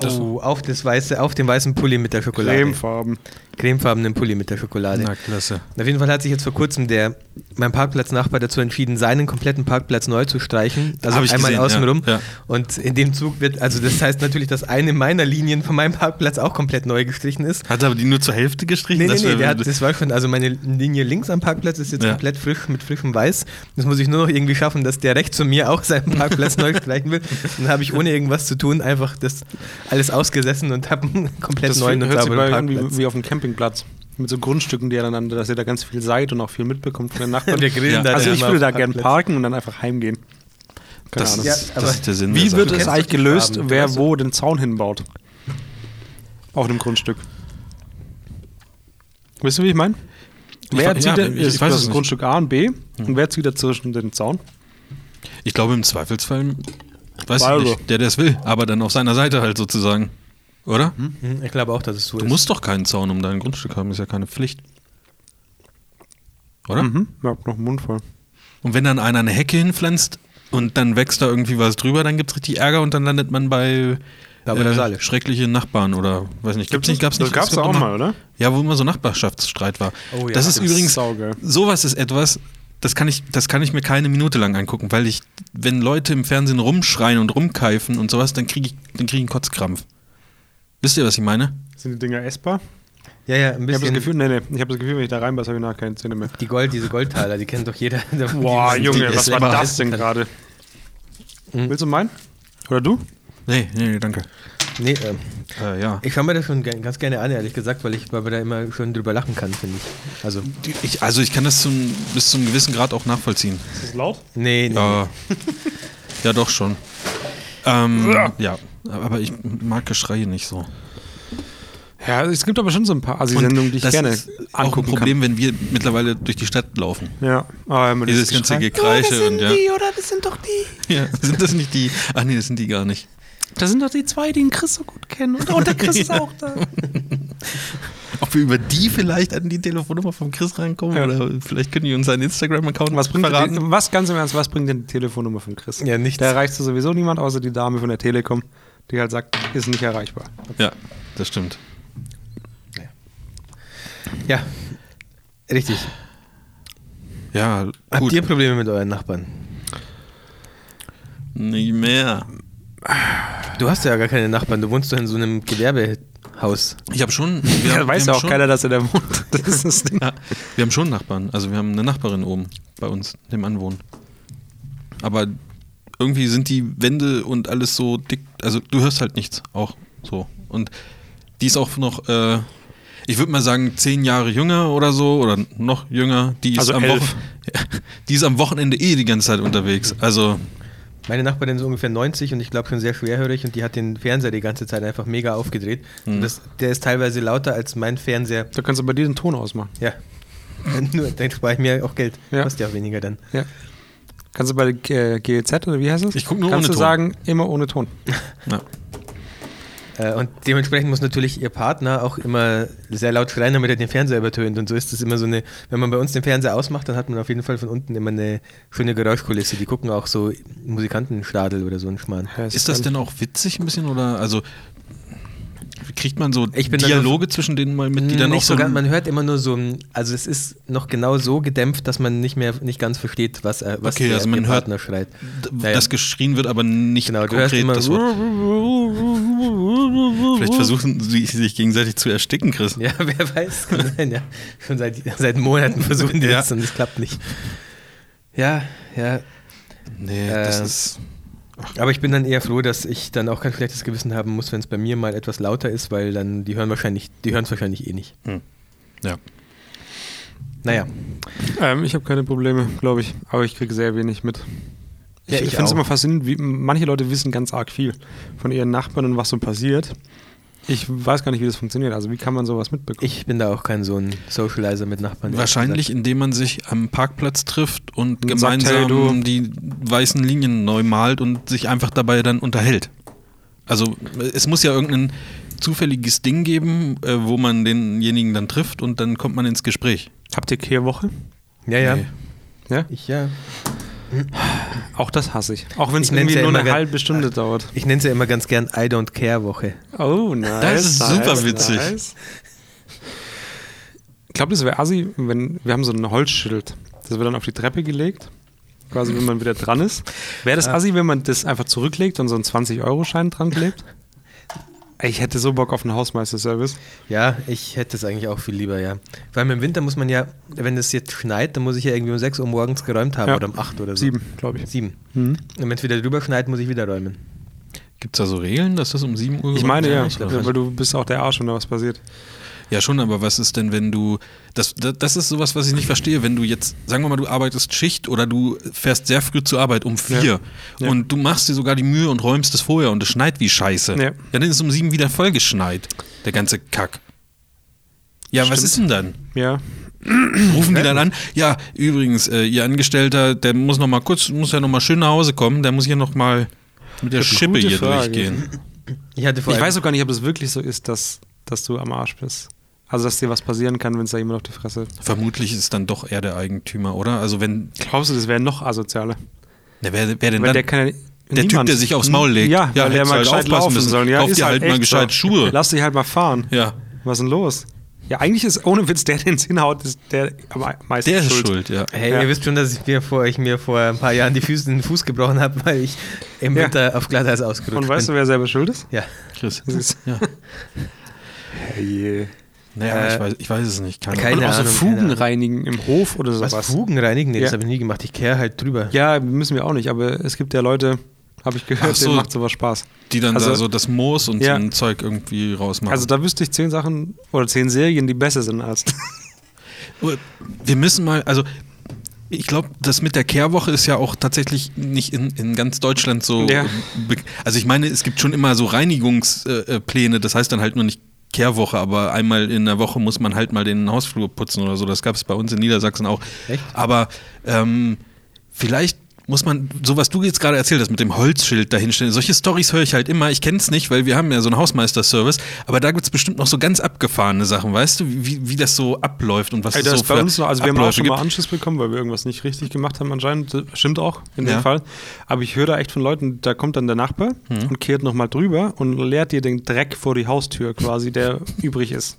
Speaker 3: Das-
Speaker 1: Oh, auf, das weiße, auf dem weißen Pulli mit der Schokolade.
Speaker 2: Cremefarben.
Speaker 1: Cremefarbenen Pulli mit der Schokolade.
Speaker 3: Na, klasse.
Speaker 1: Auf jeden Fall hat sich jetzt vor kurzem der, mein Parkplatznachbar dazu entschieden, seinen kompletten Parkplatz neu zu streichen. Also
Speaker 3: Hab ich
Speaker 1: einmal
Speaker 3: gesehen,
Speaker 1: außenrum.
Speaker 3: ja, ja.
Speaker 1: Und in dem Zug wird, also das heißt natürlich, dass eine meiner Linien von meinem Parkplatz auch komplett neu gestrichen ist.
Speaker 3: Hat er aber die nur zur Hälfte gestrichen?
Speaker 1: Nee, nee, nee,
Speaker 3: wär-
Speaker 1: der hat, das war schon, also meine Linie links am Parkplatz ist jetzt
Speaker 3: Ja.
Speaker 1: komplett frisch mit frischem Weiß. Das muss ich nur noch irgendwie schaffen, dass der rechts zu mir auch seinen Parkplatz neu streichen will. Dann habe ich ohne irgendwas zu tun einfach das alles ausgesessen und habe einen komplett
Speaker 2: Das
Speaker 1: neuen und
Speaker 2: hört sich
Speaker 1: sauberen
Speaker 2: bei irgendwie
Speaker 1: Parkplatz.
Speaker 2: wie auf dem Campingplatz. Mit so Grundstücken, die aneinander, dass ihr da ganz viel seid und auch viel mitbekommt von den Nachbarn.
Speaker 1: Wir grillen
Speaker 3: Ja.
Speaker 1: da
Speaker 2: also
Speaker 1: dann
Speaker 2: ich
Speaker 1: immer
Speaker 2: würde da
Speaker 1: auf dem
Speaker 2: gern
Speaker 1: Parkplatz.
Speaker 2: parken und dann einfach heimgehen. Keine
Speaker 3: das,
Speaker 2: Ahnung.
Speaker 1: Ja,
Speaker 3: ist,
Speaker 1: aber-
Speaker 3: das ist der Sinn der
Speaker 2: Wie
Speaker 3: Sache.
Speaker 2: wird
Speaker 1: Du
Speaker 2: es
Speaker 1: kennst
Speaker 2: eigentlich
Speaker 1: doch die
Speaker 2: gelöst,
Speaker 1: Farben,
Speaker 2: wer
Speaker 1: weißt du?
Speaker 2: wo den Zaun hinbaut? Auf einem Grundstück. Wisst ihr, wie ich meine? Wer
Speaker 3: ich-
Speaker 2: zieht
Speaker 3: ja,
Speaker 2: denn,
Speaker 3: ich- ich
Speaker 2: ist
Speaker 3: weiß
Speaker 2: das
Speaker 3: es nicht.
Speaker 2: Grundstück A und B und wer zieht dazwischen den Zaun?
Speaker 3: Ich glaube im Zweifelsfall, weiß
Speaker 2: Beide.
Speaker 3: ich nicht, der, der es will, aber dann auf seiner Seite halt sozusagen. Oder?
Speaker 1: Hm, Ich glaube auch, dass es so
Speaker 3: Du
Speaker 1: ist.
Speaker 3: musst doch keinen Zaun um dein Grundstück haben, ist ja keine Pflicht. Oder?
Speaker 2: Mhm. Ich hab noch einen Mund voll.
Speaker 3: Und wenn dann einer eine Hecke hinpflanzt und dann wächst da irgendwie was drüber, dann gibt es richtig Ärger und dann landet man bei
Speaker 1: Da bei der Saale.
Speaker 3: schreckliche Nachbarn oder weiß nicht. Gibt's nicht, gab's
Speaker 2: Das
Speaker 3: nicht.
Speaker 2: gab's
Speaker 3: Es gab
Speaker 2: auch
Speaker 3: noch-
Speaker 2: mal, oder?
Speaker 3: Ja, wo immer so Nachbarschaftsstreit war.
Speaker 1: Oh ja,
Speaker 3: das ist
Speaker 2: das ist
Speaker 3: übrigens,
Speaker 2: saugeil.
Speaker 3: sowas ist etwas, das kann, ich, das kann ich mir keine Minute lang angucken, weil ich, wenn Leute im Fernsehen rumschreien und rumkeifen und sowas, dann kriege ich, dann krieg ich einen Kotzkrampf. Wisst ihr, was ich meine?
Speaker 2: Sind die Dinger essbar?
Speaker 1: Ja, ja, ein
Speaker 2: Ich habe das
Speaker 1: bisschen.
Speaker 2: Gefühl, nee, nee. Ich habe das Gefühl, wenn ich da reinbeiße, habe ich nachher keine Zähne mehr.
Speaker 1: Die Gold, diese Goldtaler, die kennt doch jeder.
Speaker 2: Boah,
Speaker 1: Die-
Speaker 2: Junge,
Speaker 3: die
Speaker 2: was war
Speaker 3: essbar
Speaker 2: das denn
Speaker 1: kann.
Speaker 2: gerade?
Speaker 1: Mhm.
Speaker 2: Willst du meinen? Oder du?
Speaker 3: Nee, nee, nee danke.
Speaker 1: Nee, ähm,
Speaker 3: Äh, ja.
Speaker 1: ich schaue mir das schon ge- ganz gerne an, ehrlich gesagt, weil ich weil man da immer schon drüber lachen kann, finde ich. Also,
Speaker 3: Ich, also ich kann das zum, bis zum gewissen Grad auch nachvollziehen.
Speaker 2: Ist das laut?
Speaker 1: nee, nee.
Speaker 3: Ja, ja doch schon. Ähm, ja, aber ich mag Geschreie nicht so.
Speaker 2: Ja, es gibt aber schon so ein paar
Speaker 3: Und
Speaker 2: Asi-Sendungen, die ich
Speaker 3: das
Speaker 2: gerne
Speaker 3: ist auch ein
Speaker 2: angucken
Speaker 3: Problem, wenn wir mittlerweile durch die Stadt laufen.
Speaker 2: kann. Ja, aber immer
Speaker 3: Dieses ganze
Speaker 2: Geschrei.
Speaker 3: Gekreische und ja. oder das sind doch die. Ja, sind das nicht die? Ach nee, das sind die gar nicht.
Speaker 2: Da sind doch die zwei, die den Chris so gut kennen. Und, und der Chris ist auch da.
Speaker 3: Ob wir über die vielleicht an die Telefonnummer von Chris rankommen
Speaker 2: Ja.
Speaker 3: oder vielleicht können die uns seinen Instagram-Account
Speaker 2: Was bringt
Speaker 3: verraten.
Speaker 2: denn, was ganz im Ernst, was bringt denn die Telefonnummer von Chris?
Speaker 1: Ja, nichts.
Speaker 2: Da erreichst du sowieso niemand, außer die Dame von der Telekom, die halt sagt, ist nicht erreichbar.
Speaker 3: Ja, das stimmt.
Speaker 1: Ja, richtig.
Speaker 3: Ja,
Speaker 1: Habt
Speaker 3: gut.
Speaker 1: ihr Probleme mit euren Nachbarn?
Speaker 3: Nicht mehr.
Speaker 1: Du hast ja gar keine Nachbarn, du wohnst doch in so einem Gewerbehaus.
Speaker 3: Ich habe schon.
Speaker 2: Ja,
Speaker 3: Wir,
Speaker 2: weiß
Speaker 3: wir
Speaker 2: ja
Speaker 3: haben
Speaker 2: auch
Speaker 3: schon,
Speaker 2: keiner, dass er da wohnt. Das ist das Ding.
Speaker 3: Ja, wir haben schon Nachbarn. Also wir haben eine Nachbarin oben bei uns, dem Anwohnen. Aber irgendwie sind die Wände und alles so dick. Also du hörst halt nichts auch so. Und die ist auch noch, äh, ich würde mal sagen, zehn Jahre jünger oder so oder noch jünger. Die ist,
Speaker 2: Also
Speaker 3: am,
Speaker 2: elf.
Speaker 3: Wochen- die ist am Wochenende eh die ganze Zeit unterwegs. Also
Speaker 1: Meine Nachbarin ist ungefähr 90 und ich glaube schon sehr schwerhörig und die hat den Fernseher die ganze Zeit einfach mega aufgedreht. Und das, der ist teilweise lauter als mein Fernseher.
Speaker 2: Da kannst du bei dir den Ton ausmachen.
Speaker 1: Ja. Nur, dann spare ich mir auch Geld.
Speaker 2: Ja.
Speaker 1: Kostet ja auch weniger dann.
Speaker 2: Ja. Kannst du bei äh, GEZ oder wie heißt es?
Speaker 3: Ich guck nur
Speaker 2: Kannst
Speaker 3: ohne
Speaker 2: du
Speaker 3: Ton.
Speaker 2: sagen, immer ohne Ton.
Speaker 3: Ja.
Speaker 1: Äh, und dementsprechend muss natürlich ihr Partner auch immer sehr laut schreien, damit er den Fernseher übertönt. Und so ist das immer so eine, wenn man bei uns den Fernseher ausmacht, dann hat man auf jeden Fall von unten immer eine schöne Geräuschkulisse. Die gucken auch so Musikantenstadel oder so einen Schmarrn.
Speaker 2: Ja,
Speaker 3: Ist das
Speaker 2: dann-
Speaker 3: denn auch witzig ein bisschen oder also kriegt man so
Speaker 1: Ich bin da
Speaker 3: Dialoge zwischen denen mal mit, die dann
Speaker 1: nicht
Speaker 3: auch
Speaker 1: so
Speaker 3: so
Speaker 1: ganz, man hört immer nur so ein, also es ist noch genau so gedämpft, dass man nicht mehr nicht ganz versteht, was, äh, was
Speaker 3: Okay, also man
Speaker 1: ihr
Speaker 3: hört-
Speaker 1: Partner schreit.
Speaker 3: d-
Speaker 1: Naja.
Speaker 3: das geschrien wird, aber nicht
Speaker 1: Genau, du hörst
Speaker 3: konkret
Speaker 1: immer
Speaker 3: das Wort. Vielleicht versuchen sie sich gegenseitig zu ersticken, Chris.
Speaker 1: Ja, wer weiß. Kann sein, ja. Schon seit, seit Monaten versuchen die
Speaker 3: Ja.
Speaker 1: das und es klappt nicht. Ja, ja.
Speaker 3: Nee,
Speaker 1: Äh,
Speaker 3: das ist
Speaker 1: Aber ich bin dann eher froh, dass ich dann auch kein schlechtes Gewissen haben muss, wenn es bei mir mal etwas lauter ist, weil dann die hören wahrscheinlich, die hören es wahrscheinlich eh nicht.
Speaker 3: hm. ja.
Speaker 1: Naja.
Speaker 2: Ähm, ich habe keine Probleme, glaube ich. Aber ich kriege sehr wenig mit.
Speaker 1: Ja,
Speaker 2: ich
Speaker 1: ich
Speaker 2: finde es
Speaker 1: auch.
Speaker 2: immer faszinierend, wie manche Leute wissen ganz arg viel von ihren Nachbarn und was so passiert. Ich weiß gar nicht, wie das funktioniert. Also wie kann man sowas mitbekommen?
Speaker 1: Ich bin da auch kein so ein Socializer mit Nachbarn.
Speaker 3: wahrscheinlich, indem man sich am Parkplatz trifft und,
Speaker 2: Und sagt,
Speaker 3: gemeinsam
Speaker 2: hey, du.
Speaker 3: die weißen Linien neu malt und sich einfach dabei dann unterhält. Also es muss ja irgendein zufälliges Ding geben, äh, wo man denjenigen dann trifft und dann kommt man ins Gespräch.
Speaker 2: Habt ihr Kehrwoche?
Speaker 1: Ja, ja.
Speaker 3: Nee.
Speaker 2: Ja?
Speaker 1: Ich, ja.
Speaker 2: Auch das hasse ich. Auch wenn es
Speaker 1: Ich nenn's
Speaker 2: irgendwie
Speaker 1: ja
Speaker 2: nur
Speaker 1: immer
Speaker 2: eine
Speaker 1: gern-
Speaker 2: halbe Stunde dauert.
Speaker 1: ich nenne es ja immer ganz gern I don't care Woche.
Speaker 2: Oh, nice.
Speaker 3: Das ist super witzig.
Speaker 2: Ich glaube, das wäre assi, wenn wir haben so ein Holzschild. Das wird dann auf die Treppe gelegt. Quasi, wenn man wieder dran ist. Wäre das assi, wenn man das einfach zurücklegt und so einen 20-Euro-Schein dran klebt? Ey, Ich hätte so Bock auf einen Hausmeister-Service.
Speaker 1: Ja, ich hätte es eigentlich auch viel lieber, ja. Vor allem im Winter muss man ja, wenn es jetzt schneit, dann muss ich ja irgendwie um 6 Uhr morgens geräumt haben
Speaker 2: Ja.
Speaker 1: oder um 8 oder so.
Speaker 2: Sieben, Mhm. glaube ich.
Speaker 1: Sieben. Und wenn es wieder drüber schneit, muss ich wieder räumen.
Speaker 3: Gibt es da so Regeln, dass das um 7 Uhr
Speaker 2: Ich meine, ja,
Speaker 3: gemacht wird?
Speaker 2: weil du bist auch der Arsch, wenn da was passiert.
Speaker 3: Ja, schon, aber was ist denn, wenn du. Das, das, das ist sowas, was ich nicht verstehe. Wenn du jetzt, sagen wir mal, du arbeitest Schicht oder du fährst sehr früh zur Arbeit um vier
Speaker 2: Ja.
Speaker 3: und du machst dir sogar die Mühe und räumst es vorher und es schneit wie Scheiße.
Speaker 2: Ja.
Speaker 3: Dann ist es um sieben wieder vollgeschneit, der ganze Kack. Ja, was
Speaker 2: Stimmt.
Speaker 3: ist denn dann?
Speaker 2: Ja.
Speaker 3: Rufen die dann an? Ja, übrigens, äh, ihr Angestellter, der muss noch mal kurz, muss ja noch mal schön nach Hause kommen, der muss hier noch mal mit der
Speaker 2: Gute
Speaker 3: Schippe hier
Speaker 2: Frage.
Speaker 3: durchgehen.
Speaker 1: Ich hatte vor
Speaker 2: Ich
Speaker 1: allem-
Speaker 2: weiß auch gar nicht, ob es wirklich so ist, dass, dass du am Arsch bist. Also, dass dir was passieren kann, wenn es da jemand auf die Fresse.
Speaker 3: Vermutlich ist dann doch er der Eigentümer, oder? Also wenn,
Speaker 2: Glaubst du, das wären noch asoziale?
Speaker 3: na, wer, wer denn
Speaker 2: Weil
Speaker 3: dann?
Speaker 2: der kann ja Hm,
Speaker 3: Der Typ, der sich aufs Maul legt.
Speaker 2: Ja,
Speaker 3: Ja,
Speaker 2: weil der
Speaker 3: hättest
Speaker 2: mal
Speaker 3: halt
Speaker 2: gescheit
Speaker 3: aufpassen
Speaker 2: laufen
Speaker 3: müssen.
Speaker 2: sollen. Ja,
Speaker 3: Kauf
Speaker 2: ist
Speaker 3: dir halt mal
Speaker 2: echt
Speaker 3: gescheit Schuhe.
Speaker 2: Lass dich halt mal fahren.
Speaker 3: Ja,
Speaker 2: Was ist denn los? Ja, eigentlich ist ohne Witz der, den es hinhaut, ist der am meisten
Speaker 3: der ist
Speaker 2: schuld.
Speaker 3: schuld, ja.
Speaker 1: Hey,
Speaker 2: Ja.
Speaker 1: ihr wisst schon, dass ich mir vor, ich mir vor ein paar Jahren die Füße, den Fuß gebrochen habe, weil ich im
Speaker 2: Ja.
Speaker 1: Winter auf Glatteis ausgerutscht
Speaker 2: Und weißt du,
Speaker 1: bin.
Speaker 2: wer selber schuld ist?
Speaker 1: ja.
Speaker 3: Chris.
Speaker 2: Das ist-
Speaker 3: Ja.
Speaker 2: Hey,
Speaker 3: Naja,
Speaker 1: Äh,
Speaker 3: ich, weiß, ich weiß es nicht. Keine,
Speaker 1: keine
Speaker 2: Und
Speaker 3: Ahnung.
Speaker 2: auch so
Speaker 1: Ahnung,
Speaker 2: Fugen
Speaker 1: keine Ahnung.
Speaker 2: reinigen im Hof oder
Speaker 1: Was,
Speaker 2: sowas.
Speaker 1: Fugen reinigen? Nee,
Speaker 2: Ja.
Speaker 1: das habe ich nie gemacht. Ich kehre halt drüber.
Speaker 2: Ja, müssen wir auch nicht, aber es gibt ja Leute, habe ich
Speaker 3: Ach
Speaker 2: gehört,
Speaker 3: so.
Speaker 2: denen macht sowas Spaß.
Speaker 3: Die dann
Speaker 2: Also-
Speaker 3: da so das Moos und
Speaker 2: Ja.
Speaker 3: so ein Zeug irgendwie rausmachen.
Speaker 2: Also da wüsste ich zehn Sachen oder zehn Serien, die besser sind als.
Speaker 3: wir müssen mal, also ich glaube, das mit der Kehrwoche ist ja auch tatsächlich nicht in, in ganz Deutschland so.
Speaker 2: Ja.
Speaker 3: be- Also ich meine, es gibt schon immer so Reinigungspläne, äh, Pläne, das heißt dann halt nur nicht Kehrwoche, aber einmal in der Woche muss man halt mal den Hausflur putzen oder so. Das gab es bei uns in Niedersachsen auch.
Speaker 1: Echt?
Speaker 3: Aber ähm, vielleicht muss man, so was du jetzt gerade erzählt hast, mit dem Holzschild dahinstellen, solche Stories höre ich halt immer. Ich kenne es nicht, weil wir haben ja so einen Hausmeister-Service, aber da gibt es bestimmt noch so ganz abgefahrene Sachen, weißt du, wie, wie das so abläuft und was
Speaker 2: Ey,
Speaker 3: es
Speaker 2: das
Speaker 3: so
Speaker 2: ist bei uns noch, also wir haben auch
Speaker 3: Abläufe
Speaker 2: schon mal
Speaker 3: gibt.
Speaker 2: Anschiss bekommen, weil wir irgendwas nicht richtig gemacht haben anscheinend. Das Stimmt auch in dem
Speaker 3: Ja.
Speaker 2: Fall. Aber ich höre da echt von Leuten, da kommt dann der Nachbar und kehrt nochmal drüber und leert dir den Dreck vor die Haustür quasi, der übrig ist,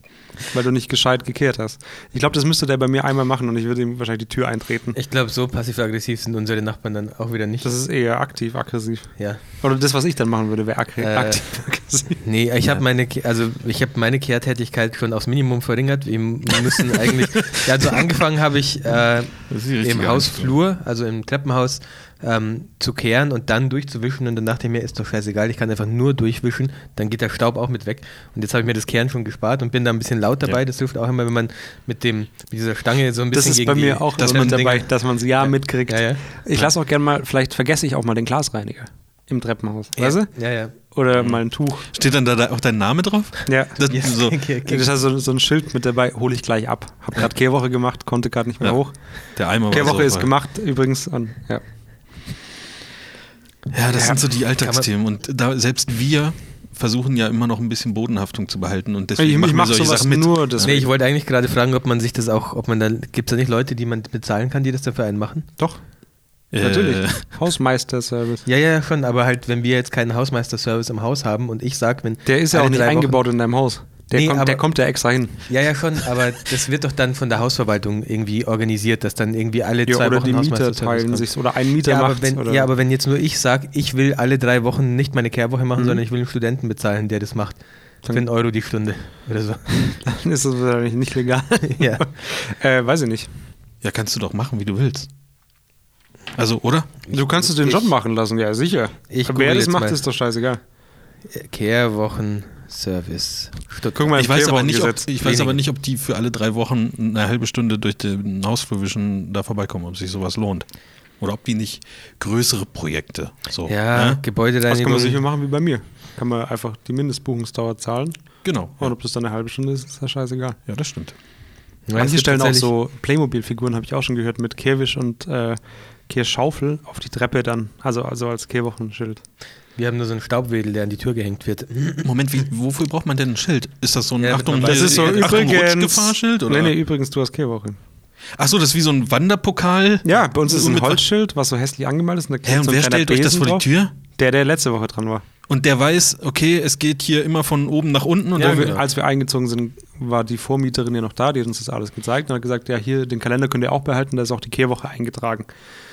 Speaker 2: weil du nicht gescheit gekehrt hast. Ich glaube, das müsste der bei mir einmal machen und ich würde ihm wahrscheinlich die Tür eintreten.
Speaker 1: Ich glaube, so passiv-aggressiv sind unsere Nachbarn dann auch wieder nicht.
Speaker 2: Das ist eher aktiv, aggressiv.
Speaker 1: ja.
Speaker 2: Oder das, was ich dann machen würde, wäre ak
Speaker 1: Äh.
Speaker 2: aktiv, aggressiv.
Speaker 1: Nee, ich habe meine, Ke- also ich habe meine Kehrtätigkeit schon aufs Minimum verringert. Wir müssen eigentlich, ja, also angefangen habe ich äh,
Speaker 3: Das ist die richtige
Speaker 1: im Hausflur, also im Treppenhaus, ähm, zu kehren und dann durchzuwischen. Und dann dachte ich mir, ist doch scheißegal, ich kann einfach nur durchwischen, dann geht der Staub auch mit weg. Und jetzt habe ich mir das Kehren schon gespart und bin da ein bisschen laut dabei. Das hilft auch immer, wenn man mit dem mit dieser Stange so ein
Speaker 2: Das
Speaker 1: bisschen
Speaker 2: ist
Speaker 1: gegen
Speaker 2: bei
Speaker 1: die
Speaker 2: mir auch
Speaker 3: dass
Speaker 2: immer
Speaker 3: man
Speaker 2: dabei,
Speaker 1: Dinge-
Speaker 2: dass man es ja mitkriegt.
Speaker 1: Ja, ja.
Speaker 2: Ich lasse auch gerne mal, vielleicht vergesse ich auch mal den Glasreiniger im Treppenhaus. Weißt du?
Speaker 1: Ja, ja.
Speaker 2: Oder mal ein Tuch.
Speaker 3: Steht dann da, da auch dein Name drauf?
Speaker 2: Ja.
Speaker 3: Das,
Speaker 1: Ja,
Speaker 3: so.
Speaker 1: okay, okay.
Speaker 2: Das ist so, so ein Schild mit dabei, hole ich gleich ab. Hab gerade Kehrwoche gemacht, konnte gerade nicht mehr
Speaker 3: Ja.
Speaker 2: hoch.
Speaker 1: Oh,
Speaker 3: Der Eimer war
Speaker 2: Kehrwoche
Speaker 3: so
Speaker 2: ist
Speaker 3: voll.
Speaker 2: gemacht übrigens. Und, ja.
Speaker 3: Ja, das
Speaker 1: Ja,
Speaker 3: sind so die
Speaker 1: kann man-
Speaker 3: Alltagsthemen. Und da selbst wir versuchen ja immer noch ein bisschen Bodenhaftung zu behalten. Und deswegen
Speaker 2: Ich- ich
Speaker 3: machen wir
Speaker 2: mach
Speaker 3: solche
Speaker 2: sowas
Speaker 3: Sachen mit.
Speaker 2: nur deswegen.
Speaker 1: Nee, ich wollte eigentlich gerade fragen, ob man sich das auch, ob man da, gibt es da nicht Leute, die man bezahlen kann, die das dafür einen machen?
Speaker 2: Doch,
Speaker 3: Äh,
Speaker 2: natürlich. Hausmeister-Service.
Speaker 1: Ja, ja, schon, aber halt, wenn wir jetzt keinen Hausmeister-Service im Haus haben und ich sag, wenn.
Speaker 2: Der ist ja
Speaker 1: alle
Speaker 2: auch nicht
Speaker 1: drei Wochen-
Speaker 2: eingebaut in deinem Haus. Der,
Speaker 1: Nee,
Speaker 2: kommt,
Speaker 1: aber-
Speaker 2: der kommt ja extra hin.
Speaker 1: Ja, ja, schon, aber das wird doch dann von der Hausverwaltung irgendwie organisiert, dass dann irgendwie alle
Speaker 2: Ja,
Speaker 1: zwei
Speaker 2: oder
Speaker 1: Wochen
Speaker 2: die Mieter
Speaker 1: Hausmeister-Service
Speaker 2: teilen
Speaker 1: kommt.
Speaker 2: sich oder ein Mieter
Speaker 1: ja, aber
Speaker 2: macht
Speaker 1: wenn,
Speaker 2: oder
Speaker 1: ja, aber wenn jetzt nur ich sage, ich will alle drei Wochen nicht meine Kehrwoche
Speaker 2: Mhm.
Speaker 1: machen, sondern ich will einen Studenten bezahlen, der das macht. Für
Speaker 2: Dann-
Speaker 1: einen Euro die Stunde oder so.
Speaker 2: dann ist das wahrscheinlich nicht legal.
Speaker 1: ja.
Speaker 2: äh, weiß ich nicht.
Speaker 3: Ja, kannst du doch machen, wie du willst. Also, oder?
Speaker 2: Du kannst es den Job machen lassen, ja, sicher.
Speaker 1: ich google
Speaker 2: Wer das
Speaker 1: jetzt
Speaker 2: macht,
Speaker 1: mal.
Speaker 2: ist doch scheißegal.
Speaker 1: Kehrwochen-Service. Stuttgart.
Speaker 2: Guck mal,
Speaker 3: Ich weiß, aber nicht, ob,
Speaker 2: Kehrwochen-Gesetz.
Speaker 3: ich weiß
Speaker 1: Wenige.
Speaker 3: aber nicht, ob die für alle drei Wochen eine halbe Stunde durch den Hausflur wischen da vorbeikommen, ob sich sowas lohnt. Oder ob die nicht größere Projekte so.
Speaker 1: Ja,
Speaker 3: ne?
Speaker 2: Das kann man um- sicher
Speaker 1: Gebäudereinigung.
Speaker 2: machen wie bei mir. Kann man einfach die Mindestbuchungsdauer zahlen.
Speaker 3: Genau.
Speaker 2: Und ob das dann eine halbe Stunde ist, ist ja scheißegal.
Speaker 3: Ja, das stimmt.
Speaker 1: Ja, es
Speaker 2: Manche
Speaker 1: gibt
Speaker 2: stellen auch
Speaker 1: tatsächlich-
Speaker 2: so Playmobil-Figuren, habe ich auch schon gehört, mit Kehrwisch und äh, Kehrschaufel auf die Treppe dann. Also, also als Kehrwochenschild.
Speaker 1: Wir haben nur so einen Staubwedel, der an die Tür gehängt wird.
Speaker 3: Moment, wie, wofür braucht man denn ein Schild? Ist das so ein
Speaker 1: Ja,
Speaker 3: Achtung,
Speaker 1: das
Speaker 3: hier-
Speaker 1: ist so
Speaker 3: Achtung, Rutschgefahrenschild?
Speaker 2: Nee,
Speaker 3: Oder?
Speaker 2: nee, übrigens, du hast Kehrwoche.
Speaker 3: Ach so, das ist wie so ein Wanderpokal.
Speaker 2: Ja, bei uns ist ein
Speaker 3: Mit-
Speaker 2: Holzschild, was so hässlich angemalt ist. Und da klebt
Speaker 3: Hä, und
Speaker 2: so ein
Speaker 3: wer
Speaker 2: kleiner
Speaker 3: stellt euch das vor
Speaker 2: Besen
Speaker 3: die
Speaker 2: drauf.
Speaker 3: Tür?
Speaker 2: Der, der letzte Woche dran war.
Speaker 3: Und der weiß, okay, es geht hier immer von oben nach unten und
Speaker 2: Ja,
Speaker 3: dann,
Speaker 2: wir,
Speaker 1: genau.
Speaker 2: Als wir eingezogen sind, war die Vormieterin ja noch da, die hat uns das alles gezeigt und hat gesagt, ja, hier, den Kalender könnt ihr auch behalten, da ist auch die Kehrwoche eingetragen.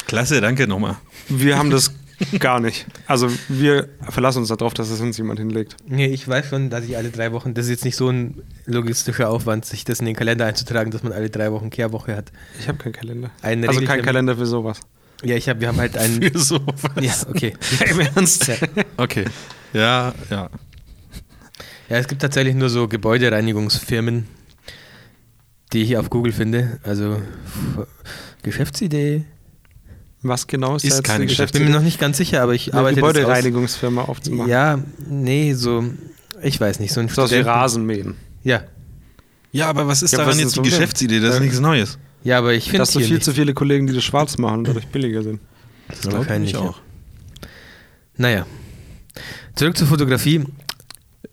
Speaker 3: klasse, danke nochmal.
Speaker 2: Wir haben das gar nicht. Also wir verlassen uns darauf, dass es uns jemand hinlegt.
Speaker 1: Nee, ich weiß schon, dass ich alle drei Wochen, das ist jetzt nicht so ein logistischer Aufwand, sich das in den Kalender einzutragen, dass man alle drei Wochen Kehrwoche hat.
Speaker 2: Ich habe keinen Kalender.
Speaker 1: Einen
Speaker 2: also
Speaker 1: regel ich
Speaker 2: keinen
Speaker 1: damit-
Speaker 2: Kalender für sowas.
Speaker 1: Ja, ich hab, wir haben halt einen.
Speaker 3: Für sowas.
Speaker 1: ja, okay.
Speaker 2: Im Ernst?
Speaker 1: Ja.
Speaker 3: Okay. Ja, ja.
Speaker 1: Ja, es gibt tatsächlich nur so Gebäudereinigungsfirmen, die ich auf Google finde. Also f- Geschäftsidee.
Speaker 2: Was genau ist,
Speaker 3: Ist
Speaker 2: da jetzt
Speaker 1: Ich bin mir
Speaker 3: keine
Speaker 2: die Geschäftsidee?
Speaker 1: noch nicht ganz sicher, aber ich
Speaker 2: Eine
Speaker 1: arbeite das aus.
Speaker 2: Gebäudereinigungsfirma aufzumachen.
Speaker 1: Ja, nee, so, ich weiß nicht, so ein
Speaker 2: Sowas wie
Speaker 1: Studenten-
Speaker 2: Rasenmähen.
Speaker 1: Ja.
Speaker 3: Ja, aber was ist
Speaker 2: Ja,
Speaker 3: daran
Speaker 2: was ist
Speaker 3: jetzt
Speaker 2: das
Speaker 3: die
Speaker 2: Problem?
Speaker 3: Geschäftsidee? Das ist
Speaker 2: Ja.
Speaker 3: nichts Neues.
Speaker 1: Ja, aber ich finde
Speaker 2: Dass
Speaker 1: es
Speaker 2: so
Speaker 1: hier
Speaker 2: viel
Speaker 1: nicht.
Speaker 2: zu viele Kollegen, die das schwarz machen, und dadurch billiger sind.
Speaker 1: Das
Speaker 3: Glaub
Speaker 1: wahrscheinlich
Speaker 3: ich
Speaker 1: auch.
Speaker 3: auch.
Speaker 1: Naja. Zurück zur Fotografie.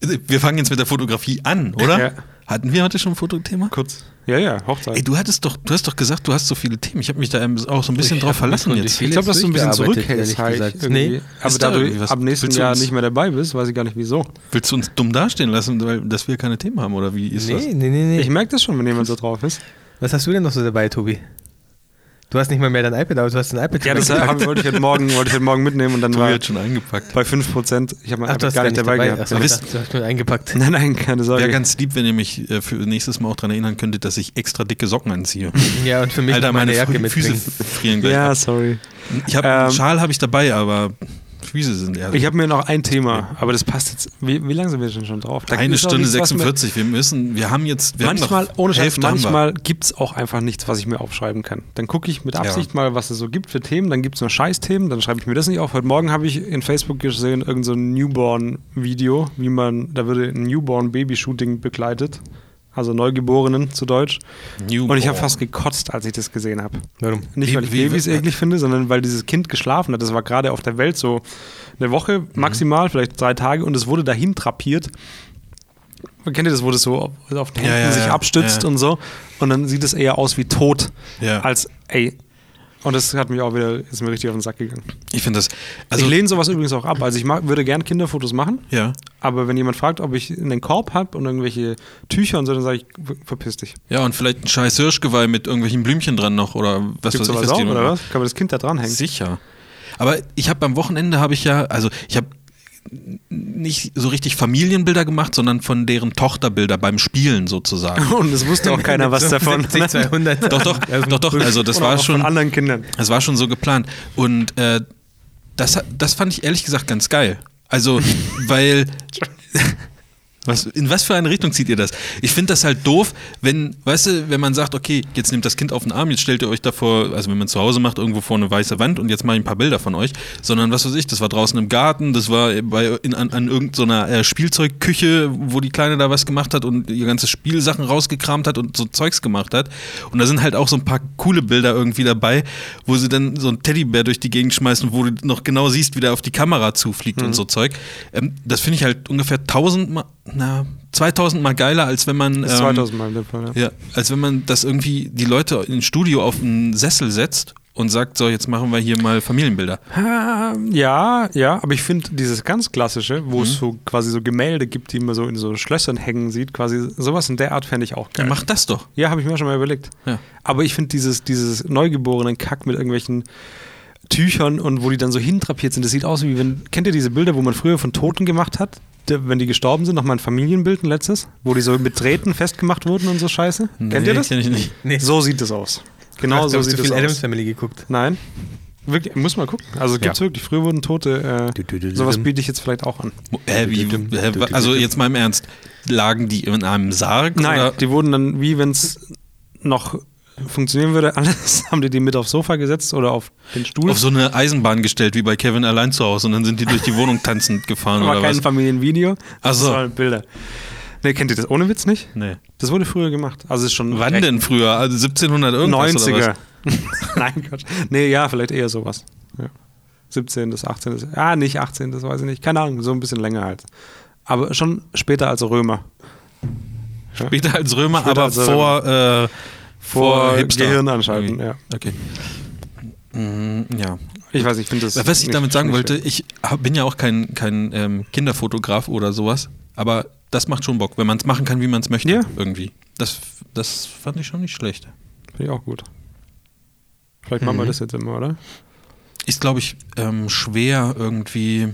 Speaker 3: Äh, Wir fangen jetzt mit der Fotografie an, oder?
Speaker 2: Ja.
Speaker 3: Hatten wir heute schon ein Fotothema?
Speaker 2: Kurz. Ja, ja, Hochzeit.
Speaker 3: Ey, du hattest doch, du hast doch gesagt, du hast so viele Themen. Ich habe mich da ähm, auch so ein bisschen
Speaker 1: Ich
Speaker 3: drauf
Speaker 1: hab
Speaker 3: verlassen
Speaker 1: mich
Speaker 3: jetzt.
Speaker 1: schon
Speaker 2: Ich glaube, dass du ein bisschen
Speaker 1: Gearbeitet,
Speaker 2: zurückhältst,
Speaker 1: ehrlich
Speaker 2: halt.
Speaker 1: gesagt.
Speaker 2: irgendwie.
Speaker 1: Nee.
Speaker 2: aber
Speaker 3: Ist da
Speaker 2: da du
Speaker 3: irgendwie was?
Speaker 2: ab nächsten
Speaker 3: Willst du
Speaker 2: Jahr
Speaker 3: uns-
Speaker 2: nicht mehr dabei bist, weiß ich gar nicht wieso.
Speaker 3: Willst du uns dumm dastehen lassen, weil dass wir keine Themen haben oder wie ist das?
Speaker 1: Nee, nee, nee,
Speaker 2: Ich
Speaker 1: nee.
Speaker 2: merke das schon, wenn jemand so drauf ist.
Speaker 1: Was hast du denn noch so dabei, Tobi? Du hast nicht mal mehr dein iPad, aber du hast ein iPad.
Speaker 2: Ja, das hab, wollte ich heute Morgen, wollte ich heute morgen mitnehmen und dann
Speaker 3: Du
Speaker 2: war
Speaker 3: jetzt schon eingepackt.
Speaker 2: bei 5%, ich habe mein
Speaker 1: Ach, du
Speaker 2: iPad
Speaker 1: hast
Speaker 2: gar nicht dabei,
Speaker 1: Ach
Speaker 2: gehabt.
Speaker 1: so,
Speaker 2: Ja.
Speaker 1: ich dachte, du hast nur eingepackt.
Speaker 2: Nein, nein, keine Sorge.
Speaker 3: Wäre ganz lieb, wenn ihr mich äh, für nächstes Mal auch daran erinnern könntet, dass ich extra dicke Socken anziehe.
Speaker 1: Ja, und für mich
Speaker 3: Alter,
Speaker 1: noch meine
Speaker 3: meine
Speaker 1: Jacke
Speaker 3: Fü- Füße
Speaker 1: mitbringen.
Speaker 3: frieren gleich.
Speaker 2: ja,
Speaker 3: ab.
Speaker 2: sorry.
Speaker 3: Ich hab,
Speaker 2: Ähm,
Speaker 3: Schal habe ich dabei, aber Füße sind eher.
Speaker 2: Ich habe mir noch ein Thema, aber das passt jetzt. Wie, wie lange sind wir denn schon drauf? Da
Speaker 3: eine
Speaker 2: ist auch
Speaker 3: Stunde
Speaker 2: nichts, was mir-
Speaker 3: 46. Wir müssen, wir haben jetzt. Wir haben
Speaker 2: Manchmal,
Speaker 3: noch
Speaker 2: ohne Scheiß,
Speaker 3: Hälfte haben wir.
Speaker 2: manchmal gibt es auch einfach nichts, was ich mir aufschreiben kann. Dann gucke ich mit Absicht mal, was es so gibt für Themen, dann gibt es nur Scheißthemen, dann schreibe ich mir das nicht auf. Heute Morgen habe ich in Facebook gesehen, irgend so ein Newborn-Video, wie man, da würde ein Newborn-Baby-Shooting begleitet. Also Neugeborenen zu Deutsch.
Speaker 3: Newborn.
Speaker 2: Und ich habe fast gekotzt, als ich das gesehen habe.
Speaker 1: Warum?
Speaker 2: Nicht,
Speaker 3: Wie-
Speaker 2: weil ich
Speaker 3: wie- äh,
Speaker 2: Babys eklig finde, sondern weil dieses Kind geschlafen hat. Das war gerade auf der Welt so eine Woche maximal, vielleicht drei Tage, und es wurde dahin trapiert. Kennt ihr das, wo das so auf, auf den
Speaker 3: Ja,
Speaker 2: Händen
Speaker 3: ja,
Speaker 2: sich
Speaker 3: ja,
Speaker 2: abstützt
Speaker 3: ja.
Speaker 2: und so? Und dann sieht es eher aus wie tot
Speaker 3: Ja.
Speaker 2: als ey. Und das hat mich auch wieder, ist mir richtig auf den Sack gegangen.
Speaker 3: Ich finde das. Also,
Speaker 2: ich lehne sowas übrigens auch ab. Also ich mag, würde gern Kinderfotos machen,
Speaker 3: ja,
Speaker 2: aber wenn jemand fragt, ob ich einen Korb habe und irgendwelche Tücher und so, dann sage ich, verpiss dich.
Speaker 3: ja, und vielleicht ein scheiß Hirschgeweih mit irgendwelchen Blümchen dran noch oder was weiß
Speaker 2: Gibt's
Speaker 3: ich,
Speaker 2: sowas
Speaker 3: was
Speaker 2: auch,
Speaker 3: die noch
Speaker 2: oder
Speaker 3: machen.
Speaker 2: was? Kann man das Kind da dranhängen?
Speaker 3: Sicher. Aber ich habe am Wochenende habe ich ja, also ich habe nicht so richtig Familienbilder gemacht, sondern von deren Tochterbilder beim Spielen sozusagen.
Speaker 2: Und es wusste auch keiner was davon. ne?
Speaker 1: 70, 200.
Speaker 3: Doch, doch, doch, doch. Also das
Speaker 2: Oder
Speaker 3: war
Speaker 2: auch
Speaker 3: schon,
Speaker 2: von anderen Kindern.
Speaker 3: das war schon so geplant. Und äh, das, hat- das fand ich ehrlich gesagt ganz geil. Also, weil Was, in was für eine Richtung zieht ihr das? Ich finde das halt doof, wenn, weißt du, wenn man sagt, okay, jetzt nehmt das Kind auf den Arm, jetzt stellt ihr euch davor, also wenn man zu Hause macht, irgendwo vor eine weiße Wand und jetzt mache ich ein paar Bilder von euch, sondern was weiß ich, das war draußen im Garten, das war bei, in, an, an irgendeiner äh, Spielzeugküche, wo die Kleine da was gemacht hat und ihr ganze Spielsachen rausgekramt hat und so Zeugs gemacht hat. Und da sind halt auch so ein paar coole Bilder irgendwie dabei, wo sie dann so einen Teddybär durch die Gegend schmeißen, wo du noch genau siehst, wie der auf die Kamera zufliegt
Speaker 2: Mhm.
Speaker 3: und so Zeug. Ähm, das finde ich halt ungefähr 1000 Mal na, 2000 mal geiler, als wenn man.
Speaker 2: Ist
Speaker 3: ähm,
Speaker 2: 2000 Mal in dem Fall, ja.
Speaker 3: Ja, als wenn man das irgendwie die Leute in ein Studio auf einen Sessel setzt und sagt, so, jetzt machen wir hier mal Familienbilder.
Speaker 2: Ah, Ja, ja, aber ich finde dieses ganz klassische, wo es so quasi so Gemälde gibt, die man so in so Schlössern hängen sieht, quasi sowas in der Art fände ich auch geil.
Speaker 3: Dann mach das doch.
Speaker 2: Ja, habe ich mir schon mal überlegt.
Speaker 3: Ja.
Speaker 2: Aber ich finde dieses, dieses neugeborenen Kack mit irgendwelchen Tüchern und wo die dann so hintrapiert sind, das sieht aus wie wenn, kennt ihr diese Bilder, wo man früher von Toten gemacht hat? Der- Wenn die gestorben sind, nochmal ein Familienbild, ein letztes, wo die so mit Drähten festgemacht wurden und so Scheiße. Kennt ihr das?
Speaker 3: Kenn ich nicht.
Speaker 1: Nee.
Speaker 2: So sieht es aus. Genau
Speaker 1: Ach, du
Speaker 2: so
Speaker 1: hast zu
Speaker 2: sieht
Speaker 1: viel
Speaker 2: es
Speaker 1: Adams
Speaker 2: aus.
Speaker 1: Family geguckt.
Speaker 2: Nein. Wirklich, muss mal gucken. Also gibt's wirklich. Früher wurden Tote.
Speaker 1: Du, du, du,
Speaker 2: Äh,
Speaker 1: du,
Speaker 2: sowas
Speaker 1: dum.
Speaker 2: biete ich jetzt vielleicht auch an.
Speaker 3: Äh, wie, äh, also jetzt mal im Ernst. Lagen die in einem Sarg?
Speaker 2: Nein,
Speaker 3: Oder?
Speaker 2: die wurden dann, wie wenn es noch funktionieren würde, alles haben die die mit aufs Sofa gesetzt oder auf den Stuhl.
Speaker 3: Auf so eine Eisenbahn gestellt, wie bei Kevin allein zu Hause. Und dann sind die durch die Wohnung tanzend gefahren
Speaker 2: war
Speaker 3: oder
Speaker 2: kein
Speaker 3: was?
Speaker 2: Familienvideo,
Speaker 3: Ach so.
Speaker 2: sondern Bilder. Nee, kennt ihr das ohne Witz nicht?
Speaker 3: Nee.
Speaker 2: Das wurde früher gemacht. Also es ist schon
Speaker 3: Wann
Speaker 2: recht-
Speaker 3: denn früher? Also 1700 irgendwas oder
Speaker 2: 90er.
Speaker 3: was?
Speaker 2: Nein, Gott. Nee, ja, vielleicht eher sowas. Ja. 17. bis 18. bis- Ah, nicht 18. Das weiß ich nicht. Keine Ahnung, so ein bisschen länger halt. Aber schon später als Römer.
Speaker 3: Später als Römer,
Speaker 2: Später
Speaker 3: aber
Speaker 2: als
Speaker 3: vor, äh, vor, Hipster.
Speaker 2: also Gehirn anschalten,
Speaker 3: Okay.
Speaker 2: ja.
Speaker 3: Okay. Mm, ja.
Speaker 2: Ich weiß, ich finde das.
Speaker 3: Was ich
Speaker 2: nicht-
Speaker 3: damit sagen
Speaker 2: nicht
Speaker 3: wollte,
Speaker 2: schön.
Speaker 3: ich hab- bin ja auch kein, kein ähm, Kinderfotograf oder sowas, aber das macht schon Bock, wenn man es machen kann, wie man es möchte,
Speaker 2: Ja.
Speaker 3: irgendwie. Das, das fand ich schon nicht schlecht.
Speaker 2: Finde ich auch gut. Vielleicht machen wir
Speaker 3: Mhm.
Speaker 2: das jetzt immer, oder?
Speaker 3: Ist, glaube ich, ähm, schwer irgendwie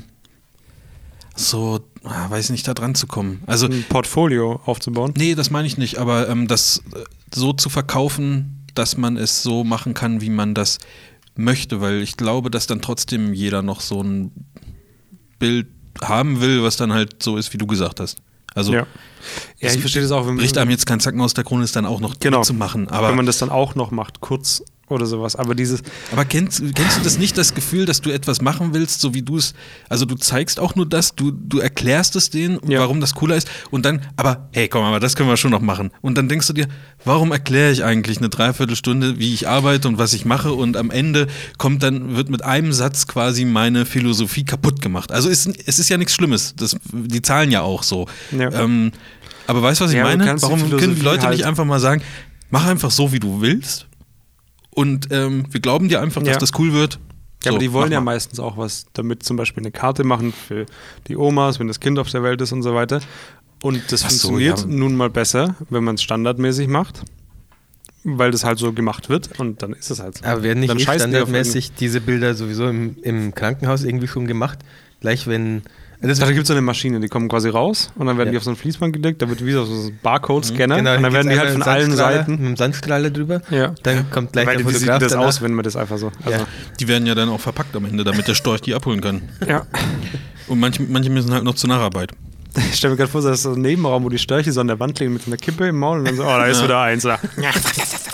Speaker 3: so, ah, weiß nicht, da dran zu kommen. Also,
Speaker 2: Ein Portfolio aufzubauen.
Speaker 3: nee, das meine ich nicht, aber ähm, das äh, so zu verkaufen, dass man es so machen kann, wie man das möchte, weil ich glaube, dass dann trotzdem jeder noch so ein Bild haben will, was dann halt so ist, wie du gesagt hast. Also
Speaker 2: ja. ja,
Speaker 3: Das
Speaker 2: ich verstehe das auch, wenn
Speaker 3: bricht einem jetzt kein Zacken aus der Krone, ist dann auch noch
Speaker 2: Genau.
Speaker 3: zu machen.
Speaker 2: wenn man
Speaker 3: Aber,
Speaker 2: das dann auch noch macht, kurz oder sowas. Aber dieses,
Speaker 3: aber kennst, kennst du das nicht, das Gefühl, dass du etwas machen willst, so wie du es, also du zeigst auch nur das, du, du erklärst es denen,
Speaker 2: Ja.
Speaker 3: warum das cooler ist und dann, aber hey, komm, aber das können wir schon noch machen. Und dann denkst du dir, warum erkläre ich eigentlich eine Dreiviertelstunde, wie ich arbeite und was ich mache und am Ende kommt dann, wird mit einem Satz quasi meine Philosophie kaputt gemacht. Also es, es ist ja nichts Schlimmes, das, die zahlen ja auch so.
Speaker 2: Ja.
Speaker 3: Ähm, aber weißt du, was ich
Speaker 2: Ja, du
Speaker 3: meine?
Speaker 2: kannst die
Speaker 3: Warum können die
Speaker 2: Philosophie
Speaker 3: Leute nicht
Speaker 2: halt-
Speaker 3: einfach mal sagen, mach einfach so, wie du willst und ähm, wir glauben dir einfach, dass
Speaker 2: Ja.
Speaker 3: das cool wird.
Speaker 2: ja,
Speaker 3: So,
Speaker 2: aber die wollen
Speaker 3: mach
Speaker 2: ja
Speaker 3: mal.
Speaker 2: meistens auch was damit, zum Beispiel eine Karte machen für die Omas, wenn das Kind auf der Welt ist und so weiter. Und das
Speaker 3: Ach so,
Speaker 2: funktioniert
Speaker 3: ja.
Speaker 2: nun mal besser, wenn man es standardmäßig macht, weil das halt so gemacht wird und dann ist es halt so.
Speaker 1: Aber werden nicht
Speaker 2: dann
Speaker 1: eh
Speaker 2: scheißen die auf
Speaker 1: standardmäßig diese Bilder sowieso im, im Krankenhaus irgendwie schon gemacht? Gleich wenn. Das
Speaker 2: Da gibt es so eine Maschine, die kommen quasi raus und dann werden
Speaker 1: Ja.
Speaker 2: die auf so ein Fließband gelegt, da wird wie so so ein Barcode-Scanner
Speaker 1: Genau,
Speaker 2: und dann werden die
Speaker 1: geht's
Speaker 2: halt von
Speaker 1: einmal mit
Speaker 2: allen
Speaker 1: dem Sandstrahler-
Speaker 2: Seiten.
Speaker 1: Mit dem Sandstrahler drüber.
Speaker 2: Ja.
Speaker 1: Dann kommt gleich
Speaker 2: Weil
Speaker 1: der
Speaker 2: die, wie sieht
Speaker 1: Fotograf.
Speaker 2: das
Speaker 1: danach.
Speaker 2: aus, wenn man das einfach so. Also,
Speaker 3: Die werden ja dann auch verpackt am Ende, damit der Storch die abholen kann.
Speaker 2: ja.
Speaker 3: Und manche, manche müssen halt noch zur Nacharbeit.
Speaker 2: Ich stelle mir gerade vor, das ist so ein Nebenraum, wo die Störche so an der Wand liegen mit so einer Kippe im Maul und dann so, oh, da ist wieder eins. Ja.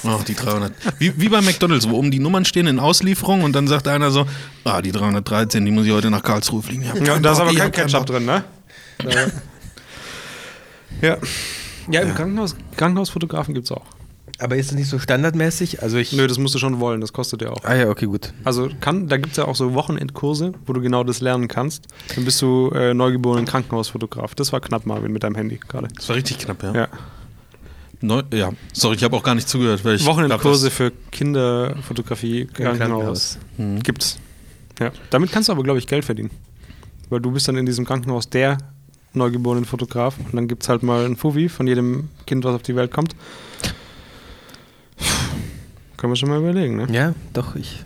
Speaker 3: Oh, die 300. Wie, wie bei McDonalds, wo oben die Nummern stehen in Auslieferung und dann sagt einer so, ah, die 313, die muss ich heute nach Karlsruhe fliegen. Ich hab
Speaker 2: Ja,
Speaker 3: keinen
Speaker 2: und da ist
Speaker 3: Bock,
Speaker 2: aber
Speaker 3: ich
Speaker 2: kein
Speaker 3: hab keinen
Speaker 2: Ketchup
Speaker 3: Bock.
Speaker 2: drin, ne? Ja. Ja, im Krankenhaus, Krankenhausfotografen gibt es auch.
Speaker 1: Aber ist das nicht so standardmäßig? Also ich.
Speaker 2: Nö, das musst du schon wollen, das kostet ja auch.
Speaker 1: Ah ja, okay, gut.
Speaker 2: Also kann, da gibt es ja auch so Wochenendkurse, wo du genau das lernen kannst. Dann bist du äh, neugeborenen Krankenhausfotograf. Das war knapp, Marvin, mit deinem Handy gerade.
Speaker 3: Das war richtig knapp, ja.
Speaker 2: Ja.
Speaker 3: Neu, ja. Sorry, ich habe auch gar nicht zugehört. Weil ich
Speaker 2: Wochenendkurse für Kinderfotografie, Krankenhaus.
Speaker 1: Krankenhaus.
Speaker 3: Mhm.
Speaker 2: Gibt's. Ja. Damit kannst du aber, glaube ich, Geld verdienen. Weil du bist dann in diesem Krankenhaus der neugeborenen Fotograf und dann gibt's halt mal ein Fuvi von jedem Kind, was auf die Welt kommt. Können wir schon mal überlegen, ne?
Speaker 1: Ja, doch, ich.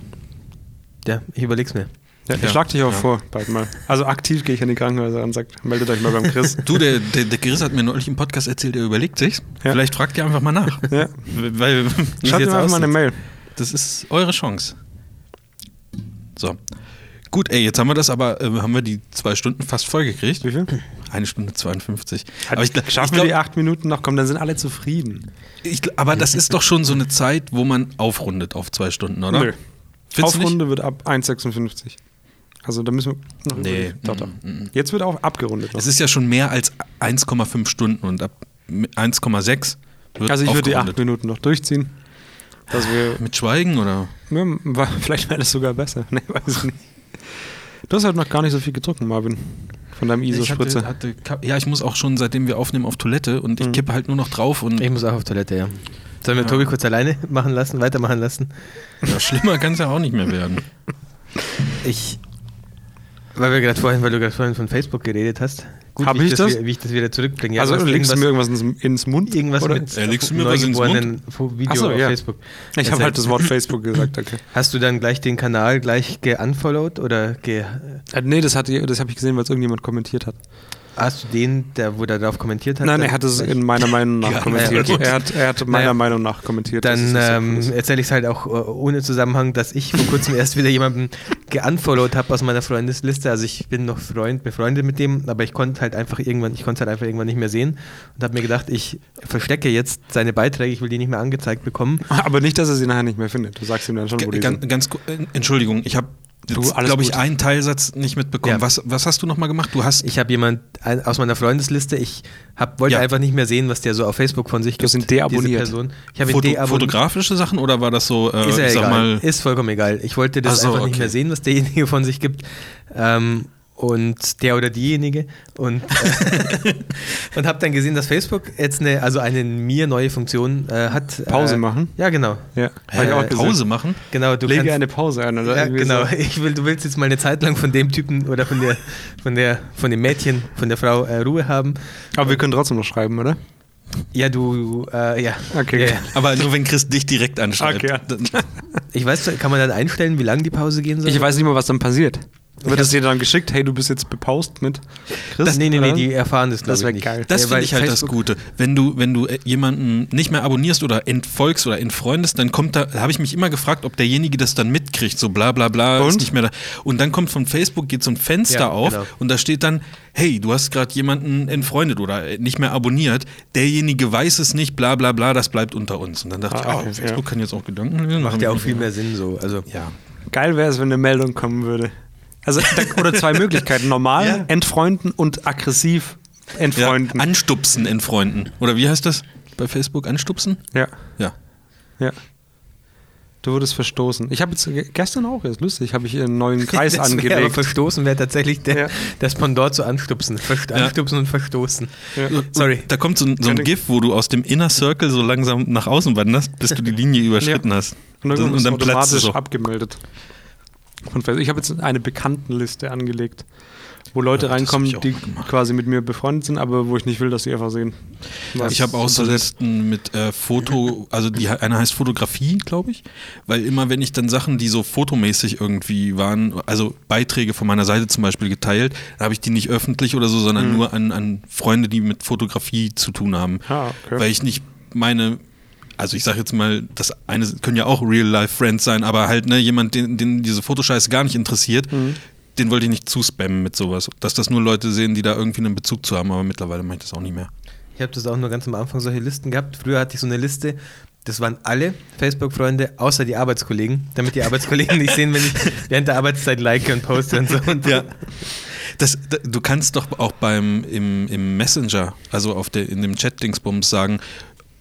Speaker 1: Ja, ich überleg's mir.
Speaker 2: Ja, ich
Speaker 3: Ja.
Speaker 2: schlag dich auch
Speaker 3: Ja.
Speaker 2: vor, bald mal. Also aktiv gehe ich in die Krankenhäuser und sage, meldet euch mal beim Chris.
Speaker 3: Du, der, der, der Chris hat mir neulich im Podcast erzählt, er überlegt sich's.
Speaker 2: Ja.
Speaker 3: Vielleicht fragt ihr einfach mal nach.
Speaker 2: ja.
Speaker 3: Weil, wie
Speaker 2: Schreibt
Speaker 3: sieht's
Speaker 2: mir einfach
Speaker 3: aus?
Speaker 2: mal eine Mail.
Speaker 3: Das ist eure Chance. So. Gut, ey, jetzt haben wir das aber, äh, haben wir die zwei Stunden fast vollgekriegt.
Speaker 2: Wie viel?
Speaker 3: Eine Stunde 52.
Speaker 2: Hat,
Speaker 3: aber ich, gl- ich
Speaker 2: schaffen wir
Speaker 3: glaub,
Speaker 2: die acht Minuten noch? Komm, dann sind alle zufrieden.
Speaker 3: ich, gl- aber das ist doch schon so eine Zeit, wo man aufrundet auf zwei Stunden, oder?
Speaker 2: Nö.
Speaker 3: Findest du nicht?
Speaker 2: Aufrunde wird ab 1,56. Also da müssen wir. noch
Speaker 3: Nee,
Speaker 2: überlegen. Doch, doch.
Speaker 3: mm, mm, mm.
Speaker 2: Jetzt wird auch abgerundet. noch.
Speaker 3: Es ist ja schon mehr als 1,5 Stunden und ab 1,6 wird
Speaker 2: Also ich würde die acht
Speaker 3: aufgerundet.
Speaker 2: Minuten noch durchziehen. Dass wir,
Speaker 3: Mit Schweigen oder?
Speaker 2: ja, war, vielleicht wäre das sogar besser. Nee, weiß ich nicht. Du hast halt noch gar nicht so viel getrunken, Marvin. Von deinem
Speaker 3: hatte,
Speaker 2: ISO-Spritze.
Speaker 3: hatte, Ka- ja, ich muss auch schon, seitdem wir aufnehmen, auf Toilette und
Speaker 2: Mhm.
Speaker 3: ich kippe halt nur noch drauf und
Speaker 1: Ich muss auch auf Toilette, ja. Sollen wir Tobi kurz alleine machen lassen, weitermachen lassen?
Speaker 3: ja, schlimmer kann es ja auch nicht mehr werden.
Speaker 1: Ich. Weil, wir gerade vorhin, weil du gerade vorhin von Facebook geredet hast. Gut,
Speaker 2: Hab
Speaker 1: wie
Speaker 2: ich das?
Speaker 1: wieder- Wie ich das wieder zurückbringe. Ja,
Speaker 2: Also
Speaker 1: du hast
Speaker 2: legst du mir
Speaker 1: irgendwas-
Speaker 2: irgendwas ins, ins Mund?
Speaker 1: Irgendwas
Speaker 2: oder?
Speaker 1: mit
Speaker 3: Ja, legst du mir was ins
Speaker 1: neugeborenen Fo- Video
Speaker 2: Ach so,
Speaker 1: auf
Speaker 2: ja.
Speaker 1: Facebook.
Speaker 2: Ich habe
Speaker 1: Erzähl.
Speaker 2: halt das Wort Facebook gesagt, okay.
Speaker 1: Hast du dann gleich den Kanal gleich geunfollowed oder ge
Speaker 2: Äh, Nee, das, hat- das habe ich gesehen, weil es irgendjemand kommentiert hat.
Speaker 1: hast du den, der wo der darauf kommentiert hat?
Speaker 2: Nein,
Speaker 1: dann
Speaker 2: er hat es
Speaker 1: gleich-
Speaker 2: in meiner Meinung nach
Speaker 3: Ja,
Speaker 2: kommentiert.
Speaker 1: okay.
Speaker 2: Er hat, er hat meiner
Speaker 1: Naja.
Speaker 2: Meinung nach kommentiert. dass es
Speaker 1: Dann
Speaker 2: nicht so
Speaker 1: ähm,
Speaker 2: cool ist.
Speaker 1: erzähle ich es halt auch äh, ohne Zusammenhang, dass ich vor kurzem erst wieder jemanden geunfollowed habe aus meiner Freundesliste. Also ich bin noch Freund, befreundet mit dem, aber ich konnte halt einfach irgendwann, ich konnte halt einfach irgendwann nicht mehr sehen und habe mir gedacht, ich verstecke jetzt seine Beiträge, ich will die nicht mehr angezeigt bekommen.
Speaker 2: Aber nicht, dass er sie nachher nicht mehr findet. Du sagst ihm dann schon, wo die
Speaker 3: ganz,
Speaker 2: sind.
Speaker 3: ganz, ku- äh, Entschuldigung, ich habe,
Speaker 2: Du, alles
Speaker 3: glaube ich,
Speaker 2: gut.
Speaker 3: einen Teilsatz nicht mitbekommen.
Speaker 1: Ja.
Speaker 3: Was, was hast du nochmal gemacht? Du hast
Speaker 1: Ich habe jemand ein- aus meiner Freundesliste, ich hab, wollte
Speaker 3: Ja.
Speaker 1: einfach nicht mehr sehen, was der so auf Facebook von sich
Speaker 2: Du hast ihn
Speaker 1: diese
Speaker 2: deabonniert.
Speaker 1: Person. Ich habe ihn
Speaker 3: Foto,
Speaker 1: deabonniert.
Speaker 3: fotografische Sachen oder war das so, äh,
Speaker 1: Ist ja
Speaker 3: ich sag
Speaker 1: egal.
Speaker 3: mal,
Speaker 1: ist vollkommen egal. Ich wollte das
Speaker 3: Ach so,
Speaker 1: einfach nicht
Speaker 3: okay.
Speaker 1: mehr sehen, was derjenige von sich gibt. Ähm, und der oder diejenige. Und, äh, und habe dann gesehen, dass Facebook jetzt eine, also eine mir neue Funktion äh, hat.
Speaker 2: Pause
Speaker 1: äh,
Speaker 2: machen?
Speaker 1: Ja, genau.
Speaker 2: Ja, hab
Speaker 3: hä,
Speaker 2: ich auch gesehen.
Speaker 3: äh, Pause machen?
Speaker 1: Genau, du
Speaker 2: Lege
Speaker 1: kannst,
Speaker 2: eine Pause ein, oder?
Speaker 1: ja,
Speaker 2: irgendwie
Speaker 1: genau.
Speaker 2: So.
Speaker 1: Ich will, du willst jetzt mal eine Zeit lang von dem Typen oder von der, von der, von dem Mädchen, von der Frau äh, Ruhe haben.
Speaker 2: Aber wir können trotzdem noch schreiben, oder?
Speaker 1: Ja, du, äh, ja.
Speaker 2: Okay.
Speaker 1: Ja, ja.
Speaker 3: Aber nur wenn Chris dich direkt anschreibt.
Speaker 2: Okay, ja.
Speaker 3: Dann-
Speaker 1: Ich weiß, kann man dann einstellen, wie lange die Pause gehen soll?
Speaker 2: Also Ich weiß nicht mal, was dann passiert.
Speaker 1: hab-
Speaker 2: Wird es dir dann geschickt, hey, du bist jetzt bepaust mit Chris?
Speaker 1: nee, nee, nee,
Speaker 2: oder?
Speaker 1: die erfahren das, glaube
Speaker 2: Das
Speaker 1: ich,
Speaker 2: wär
Speaker 1: nicht.
Speaker 2: geil.
Speaker 3: Das
Speaker 1: Ja,
Speaker 3: finde
Speaker 1: weil
Speaker 3: ich halt das
Speaker 1: Facebook-
Speaker 3: Gute. Wenn du, wenn du äh, jemanden nicht mehr abonnierst oder entfolgst oder entfreundest, dann kommt da, habe ich mich immer gefragt, ob derjenige das dann mitkriegt, so bla bla bla, ist
Speaker 2: Und?
Speaker 3: nicht mehr da. Und dann kommt von Facebook, geht so ein Fenster
Speaker 1: Ja,
Speaker 3: auf
Speaker 1: genau.
Speaker 3: und da steht dann, hey, du hast gerade jemanden entfreundet oder äh, nicht mehr abonniert, derjenige weiß es nicht, bla bla bla, das bleibt unter uns. Und dann dachte
Speaker 2: Ah,
Speaker 3: ich, oh,
Speaker 2: okay,
Speaker 3: Facebook
Speaker 2: ja.
Speaker 3: kann jetzt auch Gedanken lesen.
Speaker 1: Macht ja auch viel mehr Sinn so. Also,
Speaker 3: Ja.
Speaker 2: Geil wäre es, wenn eine Meldung kommen würde. Also, da, oder zwei Möglichkeiten. Normal
Speaker 3: Ja.
Speaker 2: entfreunden und aggressiv
Speaker 3: Ja,
Speaker 2: entfreunden.
Speaker 3: anstupsen, entfreunden. Oder wie heißt das bei Facebook? Anstupsen?
Speaker 2: Ja.
Speaker 3: Ja.
Speaker 2: Ja. Du wurdest verstoßen. Ich habe jetzt ge- gestern auch, ist lustig, habe ich einen neuen Kreis
Speaker 1: Das wär Aber
Speaker 2: angelegt.
Speaker 1: verstoßen wäre tatsächlich der,
Speaker 2: Ja.
Speaker 1: das Pendant zu anstupsen. Verst
Speaker 3: Ja.
Speaker 1: Anstupsen und verstoßen.
Speaker 2: Ja.
Speaker 1: Sorry.
Speaker 3: Da kommt so ein, so ein
Speaker 2: Könnte-
Speaker 3: GIF, wo du aus dem Inner Circle so langsam nach außen wanderst, bis du die Linie überschritten
Speaker 2: Ja.
Speaker 3: hast.
Speaker 2: Und dann,
Speaker 3: und dann platzt
Speaker 2: automatisch
Speaker 3: es so.
Speaker 2: abgemeldet. Von Facebook. Ich habe jetzt eine Bekanntenliste angelegt, wo Leute
Speaker 3: Ja, das
Speaker 2: reinkommen,
Speaker 3: hab ich auch
Speaker 2: die
Speaker 3: gemacht.
Speaker 2: quasi mit mir befreundet sind, aber wo ich nicht will, dass sie einfach sehen. was
Speaker 3: Ich habe auch so
Speaker 2: unter-
Speaker 3: Listen mit äh, Foto, also die eine heißt Fotografie, glaube ich, weil immer wenn ich dann Sachen, die so fotomäßig irgendwie waren, also Beiträge von meiner Seite zum Beispiel geteilt, dann habe ich die nicht öffentlich oder so, sondern
Speaker 2: Mhm.
Speaker 3: nur an, an Freunde, die mit Fotografie zu tun haben,
Speaker 2: Ah, okay.
Speaker 3: weil ich nicht meine also ich sage jetzt mal, das eine können ja auch Real-Life-Friends sein, aber halt ne, jemand, den, den diese Fotoscheiße gar nicht interessiert,
Speaker 2: Mhm.
Speaker 3: den wollte ich nicht zuspammen mit sowas. Dass das nur Leute sehen, die da irgendwie einen Bezug zu haben, aber mittlerweile mache ich das auch nicht mehr.
Speaker 1: Ich habe das auch nur ganz am Anfang solche Listen gehabt. Früher hatte ich so eine Liste, das waren alle Facebook-Freunde, außer die Arbeitskollegen, damit die Arbeitskollegen nicht sehen, wenn ich während der Arbeitszeit like und poste und so. Und
Speaker 3: Ja. Das, da- du kannst doch auch beim im, im Messenger, also auf der, in dem Chat-Dingsbums sagen,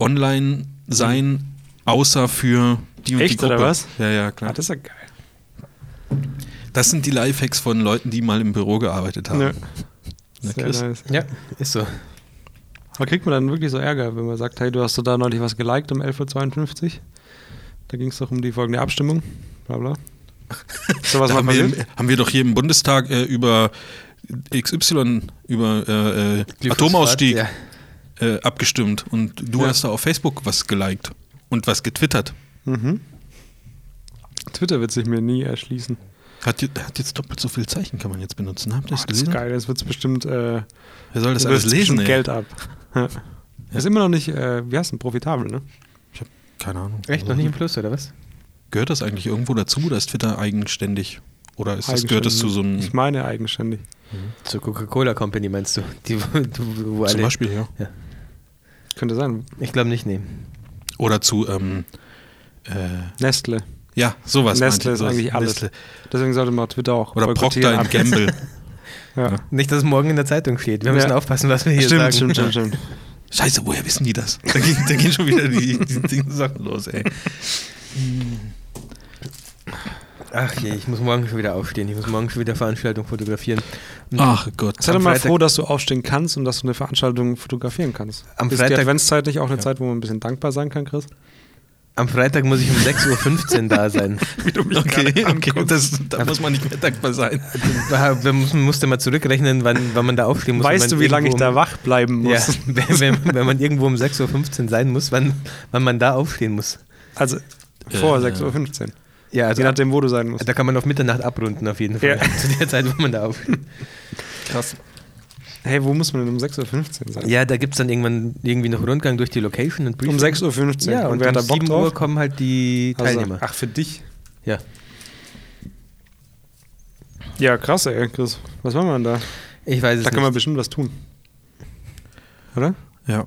Speaker 3: online sein, außer für die und die
Speaker 2: Echt,
Speaker 3: Gruppe.
Speaker 2: oder was?
Speaker 3: Ja, ja,
Speaker 2: Ah,
Speaker 3: klar.
Speaker 2: das ist ja geil.
Speaker 3: Das sind die Lifehacks von Leuten, die mal im Büro gearbeitet haben.
Speaker 2: Ja.
Speaker 3: Na,
Speaker 2: Sehr
Speaker 3: Chris?
Speaker 2: nice.
Speaker 1: ja, ist so.
Speaker 2: Aber kriegt man dann wirklich so Ärger, wenn man sagt, hey, du hast doch da neulich was geliked um 11.52 Uhr? Da ging es doch um die folgende Abstimmung. Bla bla. So was
Speaker 3: Da
Speaker 2: mal
Speaker 3: haben, wir,
Speaker 2: passiert?
Speaker 3: haben wir doch hier im Bundestag äh, über XY, über äh, äh,
Speaker 1: Glyphosat,
Speaker 3: Atomausstieg
Speaker 1: Ja.
Speaker 3: äh, abgestimmt und du
Speaker 2: Ja.
Speaker 3: hast da auf Facebook was geliked und was getwittert.
Speaker 2: Mhm. Twitter wird sich mir nie erschließen.
Speaker 3: Hat, je- hat jetzt doppelt so viel Zeichen, kann man jetzt benutzen. Habt ihr
Speaker 2: Ach,
Speaker 3: das
Speaker 2: das ist
Speaker 3: gesehen?
Speaker 2: geil, das wird bestimmt, äh,
Speaker 3: Wer soll das
Speaker 2: da
Speaker 3: alles
Speaker 2: wirft's
Speaker 3: lesen?
Speaker 2: bestimmt
Speaker 3: Ey?
Speaker 2: Geld ab. Ja. Ist immer noch nicht, äh, wie heißt denn, profitabel, ne?
Speaker 3: Ich habe keine Ahnung.
Speaker 2: Also
Speaker 1: Echt, noch nicht im Plus, oder was?
Speaker 3: Gehört das eigentlich irgendwo dazu oder ist Twitter eigenständig? Oder ist das, gehört das zu so einem.
Speaker 2: Ich meine eigenständig.
Speaker 1: Zur Coca-Cola Company meinst du? Die, wo, wo wo alle,
Speaker 3: Zum Beispiel, ja.
Speaker 2: Könnte sein.
Speaker 1: Ich glaube nicht, nehmen.
Speaker 3: Oder zu. Ähm, äh,
Speaker 2: Nestle.
Speaker 3: ja, sowas. meinte
Speaker 2: Nestle
Speaker 3: ich,
Speaker 2: ist
Speaker 3: sowas.
Speaker 2: eigentlich alles.
Speaker 3: Nestle.
Speaker 2: Deswegen sollte man Twitter auch
Speaker 3: Oder
Speaker 2: boykottieren.
Speaker 3: Procter and Gamble.
Speaker 2: Ja.
Speaker 1: Nicht, dass es morgen in der Zeitung steht. Wir
Speaker 2: Ja.
Speaker 1: müssen aufpassen, was wir hier sagen.
Speaker 2: Stimmt, stimmt, stimmt, stimmt.
Speaker 3: Scheiße, woher wissen die das? Da gehen, da gehen schon wieder die, die Dinge Sachen los, ey.
Speaker 2: Hm.
Speaker 1: Ach je, ich muss morgen schon wieder aufstehen. Ich muss morgen schon wieder Veranstaltung fotografieren.
Speaker 3: Ach Gott.
Speaker 2: Sei doch
Speaker 1: Am
Speaker 2: mal
Speaker 1: Freitag-
Speaker 2: froh, dass du aufstehen kannst und dass du eine Veranstaltung fotografieren kannst.
Speaker 1: Am
Speaker 2: ist die
Speaker 1: Freitag-
Speaker 2: Adventszeit nicht auch eine Zeit, wo man ein bisschen dankbar sein kann, Chris?
Speaker 1: Am Freitag muss ich um 6.15 Uhr da sein.
Speaker 3: Okay, okay. Das, da muss man nicht mehr dankbar sein.
Speaker 1: Man muss- man musste mal zurückrechnen, wann, wann man da aufstehen muss.
Speaker 2: weißt
Speaker 1: wenn
Speaker 2: du,
Speaker 1: man
Speaker 2: wie lange ich
Speaker 1: irgendwo
Speaker 2: da wach bleiben
Speaker 1: um,
Speaker 2: muss?
Speaker 1: Ja, wenn, wenn, wenn man irgendwo um 6.15 Uhr sein muss, wann, wann man da aufstehen muss.
Speaker 2: Also vor
Speaker 3: Äh,
Speaker 2: 6.15 Uhr.
Speaker 1: Ja, also
Speaker 2: Je nachdem, wo du sein musst.
Speaker 1: da kann man auf Mitternacht abrunden auf jeden Fall.
Speaker 2: Ja.
Speaker 1: Zu der Zeit, wo man da aufsteht.
Speaker 3: Krass.
Speaker 2: Hey, wo muss man denn um 6.15 Uhr sein?
Speaker 1: Ja, da gibt es dann irgendwann irgendwie noch Rundgang durch die Location und
Speaker 2: Um 6.15 Uhr.
Speaker 1: Ja, und,
Speaker 2: wer
Speaker 1: um
Speaker 2: hat da Bock
Speaker 1: 7 Uhr
Speaker 2: drauf?
Speaker 1: kommen halt die
Speaker 2: Also,
Speaker 1: Teilnehmer.
Speaker 2: ach, für dich?
Speaker 1: Ja.
Speaker 2: Ja, krass, ey, Chris. Was machen wir denn da?
Speaker 1: Ich weiß es
Speaker 2: Da können wir
Speaker 1: nicht.
Speaker 2: bestimmt was tun. Oder?
Speaker 3: Ja.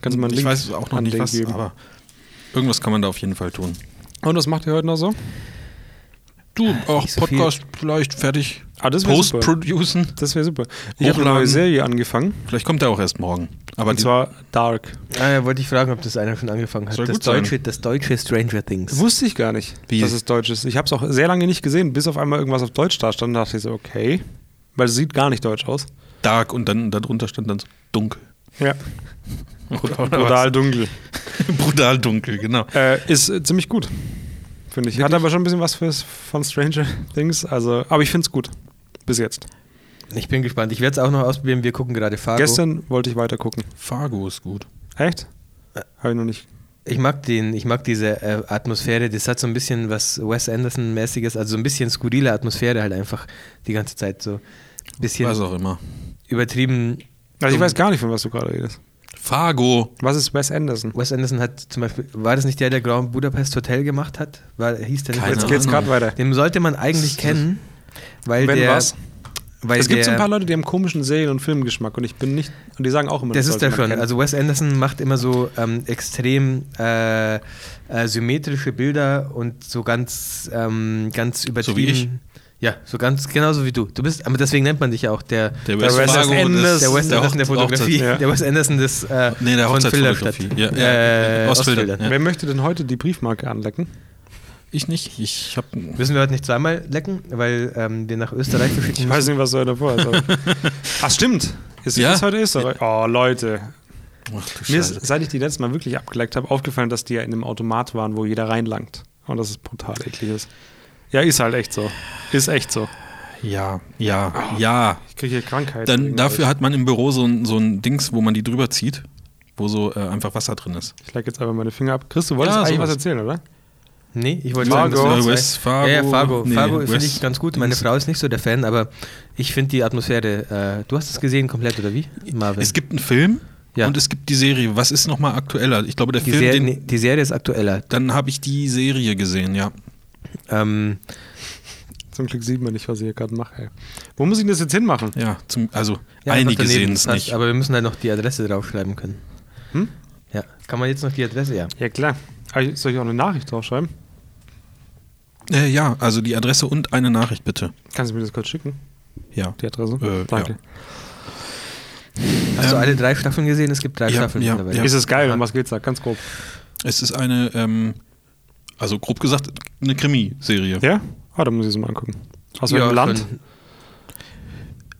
Speaker 2: Kannst du mal einen
Speaker 3: ich
Speaker 2: Link
Speaker 3: weiß auch noch
Speaker 2: an
Speaker 3: nicht
Speaker 2: den
Speaker 3: was,
Speaker 2: geben?
Speaker 3: aber irgendwas kann man da auf jeden Fall tun.
Speaker 2: Und was macht ihr heute noch so?
Speaker 3: Du, auch
Speaker 1: so
Speaker 3: Podcast vielleicht fertig.
Speaker 2: Ah, das wär super.
Speaker 3: Post-producen.
Speaker 2: Das wäre super. Ich habe eine
Speaker 3: Hochladen.
Speaker 2: neue Serie angefangen.
Speaker 3: Vielleicht kommt er auch erst morgen. Aber
Speaker 2: und
Speaker 3: die,
Speaker 2: zwar Dark.
Speaker 1: Ah, ja, wollte ich fragen, ob das einer schon angefangen hat.
Speaker 3: Soll
Speaker 1: Das
Speaker 3: gut sein.
Speaker 1: deutsche, das deutsche Stranger Things.
Speaker 2: Wusste ich gar nicht,
Speaker 3: Wie?
Speaker 2: dass es Deutsch ist. Ich habe es auch sehr lange nicht gesehen, bis auf einmal irgendwas auf Deutsch da stand. Da dachte ich so, okay. Weil es sieht gar nicht deutsch aus.
Speaker 3: dark und dann darunter stand dann so dunkel.
Speaker 2: Ja.
Speaker 3: Oder,
Speaker 2: Total dunkel.
Speaker 3: was? brutal dunkel, genau.
Speaker 2: Äh, ist äh, ziemlich gut, finde ich. Hat aber schon ein bisschen was fürs, von Stranger Things. Also, aber ich finde es gut. Bis jetzt.
Speaker 1: Ich bin gespannt. Ich werde es auch noch ausprobieren. Wir gucken gerade Fargo.
Speaker 2: Gestern wollte ich weitergucken.
Speaker 3: Fargo ist gut.
Speaker 2: Echt?
Speaker 1: Äh.
Speaker 2: Habe ich noch nicht.
Speaker 1: Ich mag den, ich mag diese äh, Atmosphäre. Das hat so ein bisschen was Wes Anderson-mäßiges, also so ein bisschen skurrile Atmosphäre halt einfach die ganze Zeit so. Bisschen
Speaker 3: Was auch immer.
Speaker 1: übertrieben.
Speaker 2: Also ich weiß gar nicht, von was du gerade redest.
Speaker 3: Fargo.
Speaker 2: Was ist Wes Anderson?
Speaker 1: Wes Anderson hat zum Beispiel, war das nicht der, der Grand Budapest Hotel gemacht hat? War, hieß der nicht?
Speaker 3: Keine
Speaker 2: Jetzt geht's
Speaker 3: Ahnung.
Speaker 2: gerade weiter.
Speaker 1: Den sollte man eigentlich kennen, weil
Speaker 2: Wenn
Speaker 1: der.
Speaker 2: was?
Speaker 1: Weil
Speaker 2: es gibt
Speaker 1: der,
Speaker 2: so ein paar Leute, die haben komischen Serien- und Filmgeschmack und ich bin nicht. Und die sagen auch immer,
Speaker 1: Das ist
Speaker 2: sollte
Speaker 1: der
Speaker 2: man
Speaker 1: schon.
Speaker 2: kennen.
Speaker 1: Also Wes Anderson macht immer so ähm, extrem äh, äh, symmetrische Bilder und so ganz, ähm, ganz übertrieben.
Speaker 3: wie ich?
Speaker 1: Ja, so ganz genauso wie du. Du bist, aber deswegen nennt man dich ja auch der,
Speaker 3: Der
Speaker 2: Wes Anderson.
Speaker 3: des-
Speaker 1: der Wes
Speaker 2: der
Speaker 1: Anderson der
Speaker 3: Hoch-
Speaker 1: Fotografie,
Speaker 2: Hochzeit- ja.
Speaker 1: der Wes Anderson des äh,
Speaker 3: Nee, der
Speaker 1: von Filderstadt.
Speaker 3: Hochzeitsfotografie. Ja, ja,
Speaker 1: Äh,
Speaker 3: ja. Ostfildern,
Speaker 1: Ostfildern.
Speaker 3: ja.
Speaker 2: Wer möchte denn heute die Briefmarke anlecken?
Speaker 3: Ich nicht. Ich hab.
Speaker 1: Müssen wir heute nicht zweimal lecken, weil ähm, wir nach Österreich verschicken
Speaker 2: Ich
Speaker 1: müssen.
Speaker 2: weiß nicht, was du heute vorhast. aber- Ach, stimmt. Ist,
Speaker 3: Ja.
Speaker 2: ist heute Österreich. Oh, Leute.
Speaker 3: Ach, du
Speaker 2: Mir
Speaker 3: Scheiße.
Speaker 2: ist, seit ich die letzte Mal wirklich abgeleckt habe, aufgefallen, dass die ja in einem Automat waren, wo jeder reinlangt. Und das ist brutal eklig ist. Ja, ist halt echt so. Ist echt so.
Speaker 3: Ja,
Speaker 2: Ah.
Speaker 3: ja, ja.
Speaker 2: Ich kriege hier Krankheiten.
Speaker 3: Dann dafür hat man im Büro so ein, so ein Dings, wo man die drüber zieht, wo so äh, einfach Wasser drin ist.
Speaker 2: Ich lecke jetzt einfach meine Finger ab. Chris, du wolltest
Speaker 3: Ja,
Speaker 2: eigentlich
Speaker 3: sowas.
Speaker 2: was erzählen, oder?
Speaker 1: Nee, ich wollte
Speaker 2: Fargo.
Speaker 1: sagen,
Speaker 3: Äh,
Speaker 1: das
Speaker 3: Wes, Fargo.
Speaker 1: Fargo. Ja, ja, Fargo.
Speaker 3: Nee,
Speaker 1: Fargo finde
Speaker 3: Wes-
Speaker 1: ich ganz gut. Meine
Speaker 3: Dings.
Speaker 1: Frau ist nicht so der Fan, aber ich finde die Atmosphäre. Äh, du hast es gesehen komplett, oder wie? Marvin.
Speaker 3: Es gibt einen Film
Speaker 1: Ja.
Speaker 3: und es gibt die Serie. Was ist nochmal aktueller? Ich glaube, der
Speaker 1: Die
Speaker 3: Film,
Speaker 1: Serie,
Speaker 3: den,
Speaker 1: nee, die Serie ist aktueller.
Speaker 3: dann habe ich die Serie gesehen, ja.
Speaker 1: Ähm,
Speaker 2: Zum Glück sieht man nicht, was ich hier gerade mache. Ey. Wo muss ich denn das jetzt hinmachen?
Speaker 3: ja zum, also
Speaker 1: ja,
Speaker 3: einige
Speaker 1: einfach daneben
Speaker 3: sehen es
Speaker 1: passt,
Speaker 3: nicht.
Speaker 1: Aber wir müssen halt noch die Adresse draufschreiben können.
Speaker 2: Hm?
Speaker 1: Ja. Kann man jetzt noch die Adresse? Ja.
Speaker 2: Ja, klar. Aber ich- Soll ich auch eine Nachricht draufschreiben?
Speaker 3: Äh, ja, also die Adresse und eine Nachricht bitte.
Speaker 2: Kannst du mir das kurz schicken?
Speaker 3: Ja.
Speaker 2: Die Adresse?
Speaker 3: Äh,
Speaker 2: Danke.
Speaker 1: Hast du
Speaker 3: Ähm,
Speaker 1: alle drei Staffeln gesehen? Es gibt drei
Speaker 3: ja,
Speaker 1: Staffeln
Speaker 3: ja,
Speaker 1: mittlerweile.
Speaker 3: ja.
Speaker 2: Ist es geil? Um was geht's da? Ganz grob.
Speaker 3: Es ist eine, ähm, also grob gesagt, eine Krimiserie.
Speaker 2: Ja? Ah, da muss ich es mal angucken. Aus
Speaker 1: Ja,
Speaker 2: welchem Land?
Speaker 1: schon.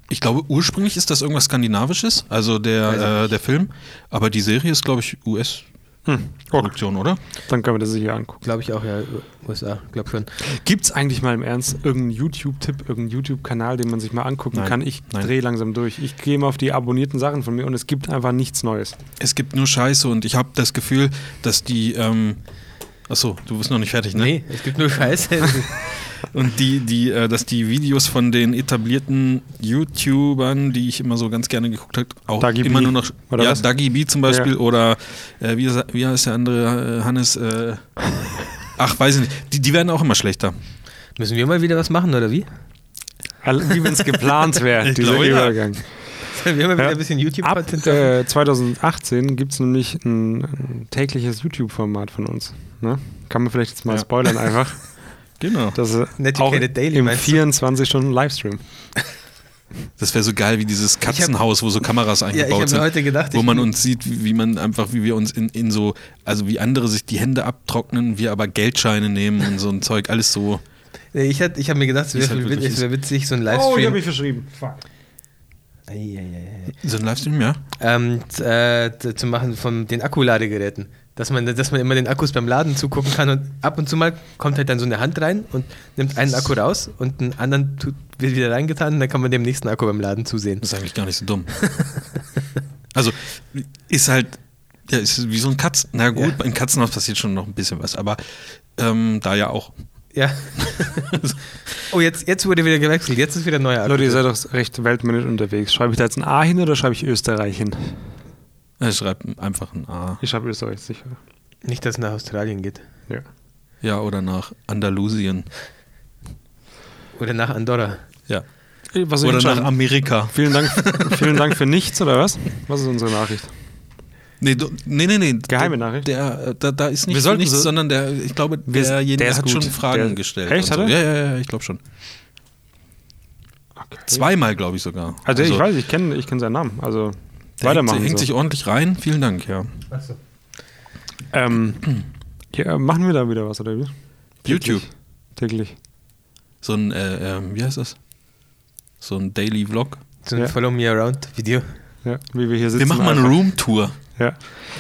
Speaker 3: Ich glaube, ursprünglich ist das irgendwas Skandinavisches, also der,
Speaker 1: Weiß ich
Speaker 3: äh, der Film. Aber die Serie ist, glaube ich,
Speaker 2: Okay.
Speaker 3: US-Produktion, oder?
Speaker 2: Hm. Dann können wir das sicher angucken.
Speaker 1: Glaube ich auch, ja. USA, glaube schon.
Speaker 2: Gibt's eigentlich mal im Ernst irgendeinen YouTube-Tipp, irgendeinen YouTube-Kanal, den man sich mal angucken
Speaker 3: Nein.
Speaker 2: kann? Ich
Speaker 3: Nein.
Speaker 2: drehe langsam durch. Ich gehe mal auf die abonnierten Sachen von mir und es gibt einfach nichts Neues.
Speaker 3: Es gibt nur Scheiße und ich habe das Gefühl, dass die. Ähm, achso, du bist noch nicht fertig, ne?
Speaker 1: Nee, es gibt nur Scheiße.
Speaker 3: Und die, die, äh, dass die Videos von den etablierten YouTubern, die ich immer so ganz gerne geguckt habe, auch
Speaker 2: Dagi
Speaker 3: immer
Speaker 2: B,
Speaker 3: nur noch.
Speaker 2: oder
Speaker 3: ja,
Speaker 2: was?
Speaker 3: Dagi B zum Beispiel oder äh, wie, sa- wie heißt der andere äh, Hannes? Äh, ach, weiß ich nicht. Die, die werden auch immer schlechter.
Speaker 1: Müssen wir mal wieder was machen, oder wie?
Speaker 2: All- Wie wenn es geplant wäre,
Speaker 3: Ich
Speaker 2: dieser
Speaker 3: glaube, ja.
Speaker 2: Übergang.
Speaker 1: Sollen wir mal wieder
Speaker 2: Ja.
Speaker 1: ein bisschen
Speaker 2: Ab
Speaker 1: YouTube-Content machen?
Speaker 2: äh, 2018 gibt es nämlich ein, ein tägliches YouTube-Format von uns. Ne? Kann man vielleicht jetzt mal
Speaker 3: Ja.
Speaker 2: spoilern einfach.
Speaker 3: Genau.
Speaker 2: Das ist
Speaker 1: Netiquette
Speaker 2: auch
Speaker 1: Daily,
Speaker 2: im
Speaker 1: meinst du?
Speaker 2: 24-Stunden-Livestream.
Speaker 3: Das wäre so geil wie dieses Katzenhaus, wo so Kameras
Speaker 1: Ja, ich
Speaker 3: eingebaut
Speaker 1: habe mir
Speaker 3: sind.
Speaker 1: heute gedacht,
Speaker 3: wo
Speaker 1: ich-
Speaker 3: man uns sieht, wie wie man einfach, wie wir uns in, in so, also wie andere sich die Hände abtrocknen, wir aber Geldscheine nehmen und so ein Zeug, alles so.
Speaker 1: Nee, ich hab- ich habe mir gedacht, es
Speaker 3: Ist
Speaker 1: wäre wär,
Speaker 3: halt wirklich
Speaker 1: es wär witzig, so ein
Speaker 2: Oh, ich
Speaker 1: Livestream.
Speaker 2: mich verschrieben. Fuck.
Speaker 1: Eieiei.
Speaker 3: So ein Livestream, ja?
Speaker 1: ähm, t- äh, t- zu machen von den Akkuladegeräten. Dass man, dass man immer den Akkus beim Laden zugucken kann und ab und zu mal kommt halt dann so eine Hand rein und nimmt einen Akku raus und einen anderen tut, wird wieder reingetan und dann kann man dem nächsten Akku beim Laden zusehen.
Speaker 3: Das ist eigentlich gar nicht so dumm. also ist halt, ja, ist wie so ein Katzen. Na gut, im Katzenhaus passiert schon noch ein bisschen was, aber ähm, da ja auch.
Speaker 1: Ja. oh, jetzt, jetzt wurde wieder gewechselt. Jetzt ist wieder ein neuer Akku.
Speaker 2: Leute, ihr seid doch recht weltmännisch unterwegs. Schreibe ich da jetzt ein A hin oder schreibe ich Österreich hin?
Speaker 3: Er äh, schreibt einfach ein A.
Speaker 2: Ich schreibe Österreich, sicher.
Speaker 1: Nicht, dass es nach Australien geht.
Speaker 2: Ja.
Speaker 3: Ja, oder nach Andalusien.
Speaker 1: Oder nach Andorra.
Speaker 3: Ja.
Speaker 2: Was
Speaker 3: Oder
Speaker 2: oder
Speaker 3: nach Amerika.
Speaker 2: vielen, Dank, vielen Dank für nichts, oder was? Was ist unsere Nachricht?
Speaker 3: Nee, du, nee, nee, nee.
Speaker 2: Geheime Nachricht?
Speaker 3: Der, äh, da, da ist
Speaker 2: Wir
Speaker 3: nicht
Speaker 2: sollten
Speaker 3: nichts,
Speaker 2: so-
Speaker 3: sondern der, ich glaube,
Speaker 2: Wir-
Speaker 3: derjenige
Speaker 2: der ist
Speaker 3: hat schon
Speaker 2: gut.
Speaker 3: Fragen
Speaker 2: Der-
Speaker 3: gestellt.
Speaker 2: Echt,
Speaker 3: und
Speaker 2: hat
Speaker 3: so.
Speaker 2: er?
Speaker 3: Ja, ja, ja, ich glaube schon.
Speaker 2: Okay.
Speaker 3: Zweimal, glaube ich sogar.
Speaker 2: Also, ich weiß, ich kenne ich kenn seinen Namen. Also
Speaker 3: der
Speaker 2: weitermachen.
Speaker 3: Hängt, hängt
Speaker 2: so.
Speaker 3: sich um- ordentlich rein. Vielen Dank, ja.
Speaker 1: Achso.
Speaker 2: ähm, ja, machen wir da wieder was, oder wie?
Speaker 3: YouTube.
Speaker 2: Täglich.
Speaker 3: So ein, äh, ähm, wie heißt das? So ein Daily Vlog.
Speaker 1: So ein
Speaker 2: Ja.
Speaker 1: Follow Me Around Video.
Speaker 2: Ja, wie wir hier sitzen.
Speaker 3: Wir machen mal eine
Speaker 2: einfach.
Speaker 3: Roomtour.
Speaker 2: Ja.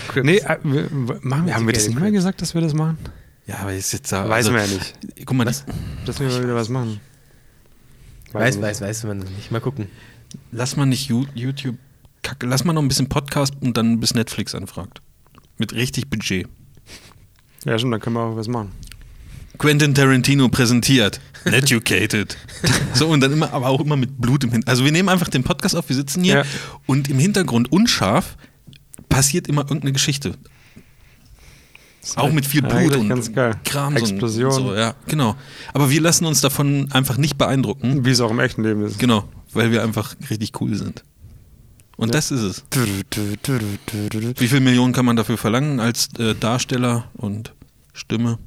Speaker 1: Crips.
Speaker 2: Nee, äh, wir, w- machen wir, haben wir das nicht mal gesagt, dass wir das machen?
Speaker 3: Ja, aber ist jetzt da.
Speaker 2: Weiß
Speaker 3: also,
Speaker 2: man ja nicht.
Speaker 3: Guck mal, das,
Speaker 2: Dass wir mal wieder was machen.
Speaker 1: weiß,
Speaker 2: man
Speaker 1: weiß, weiß man noch nicht. Mal gucken.
Speaker 3: lass mal nicht Ju- YouTube. Kacke, lass mal noch ein bisschen Podcast und dann bis Netflix anfragt. Mit richtig Budget.
Speaker 2: nicht. Ja, stimmt, dann können wir auch was machen.
Speaker 3: Quentin Tarantino präsentiert. Educated. so, und dann immer, aber auch immer mit Blut im Hintergrund. Also wir nehmen einfach den Podcast auf, wir sitzen hier
Speaker 2: Ja.
Speaker 3: und im Hintergrund unscharf passiert immer irgendeine Geschichte. Auch mit viel Blut
Speaker 2: eigentlich
Speaker 3: und
Speaker 2: ganz geil.
Speaker 3: Kram.
Speaker 2: Explosion.
Speaker 3: So, und so, ja, genau. Aber wir lassen uns davon einfach nicht beeindrucken.
Speaker 2: Wie es auch im echten Leben ist.
Speaker 3: Genau, weil wir einfach richtig cool sind. Und das ist es. Wie viel Millionen kann man dafür verlangen als äh, Darsteller und Stimme?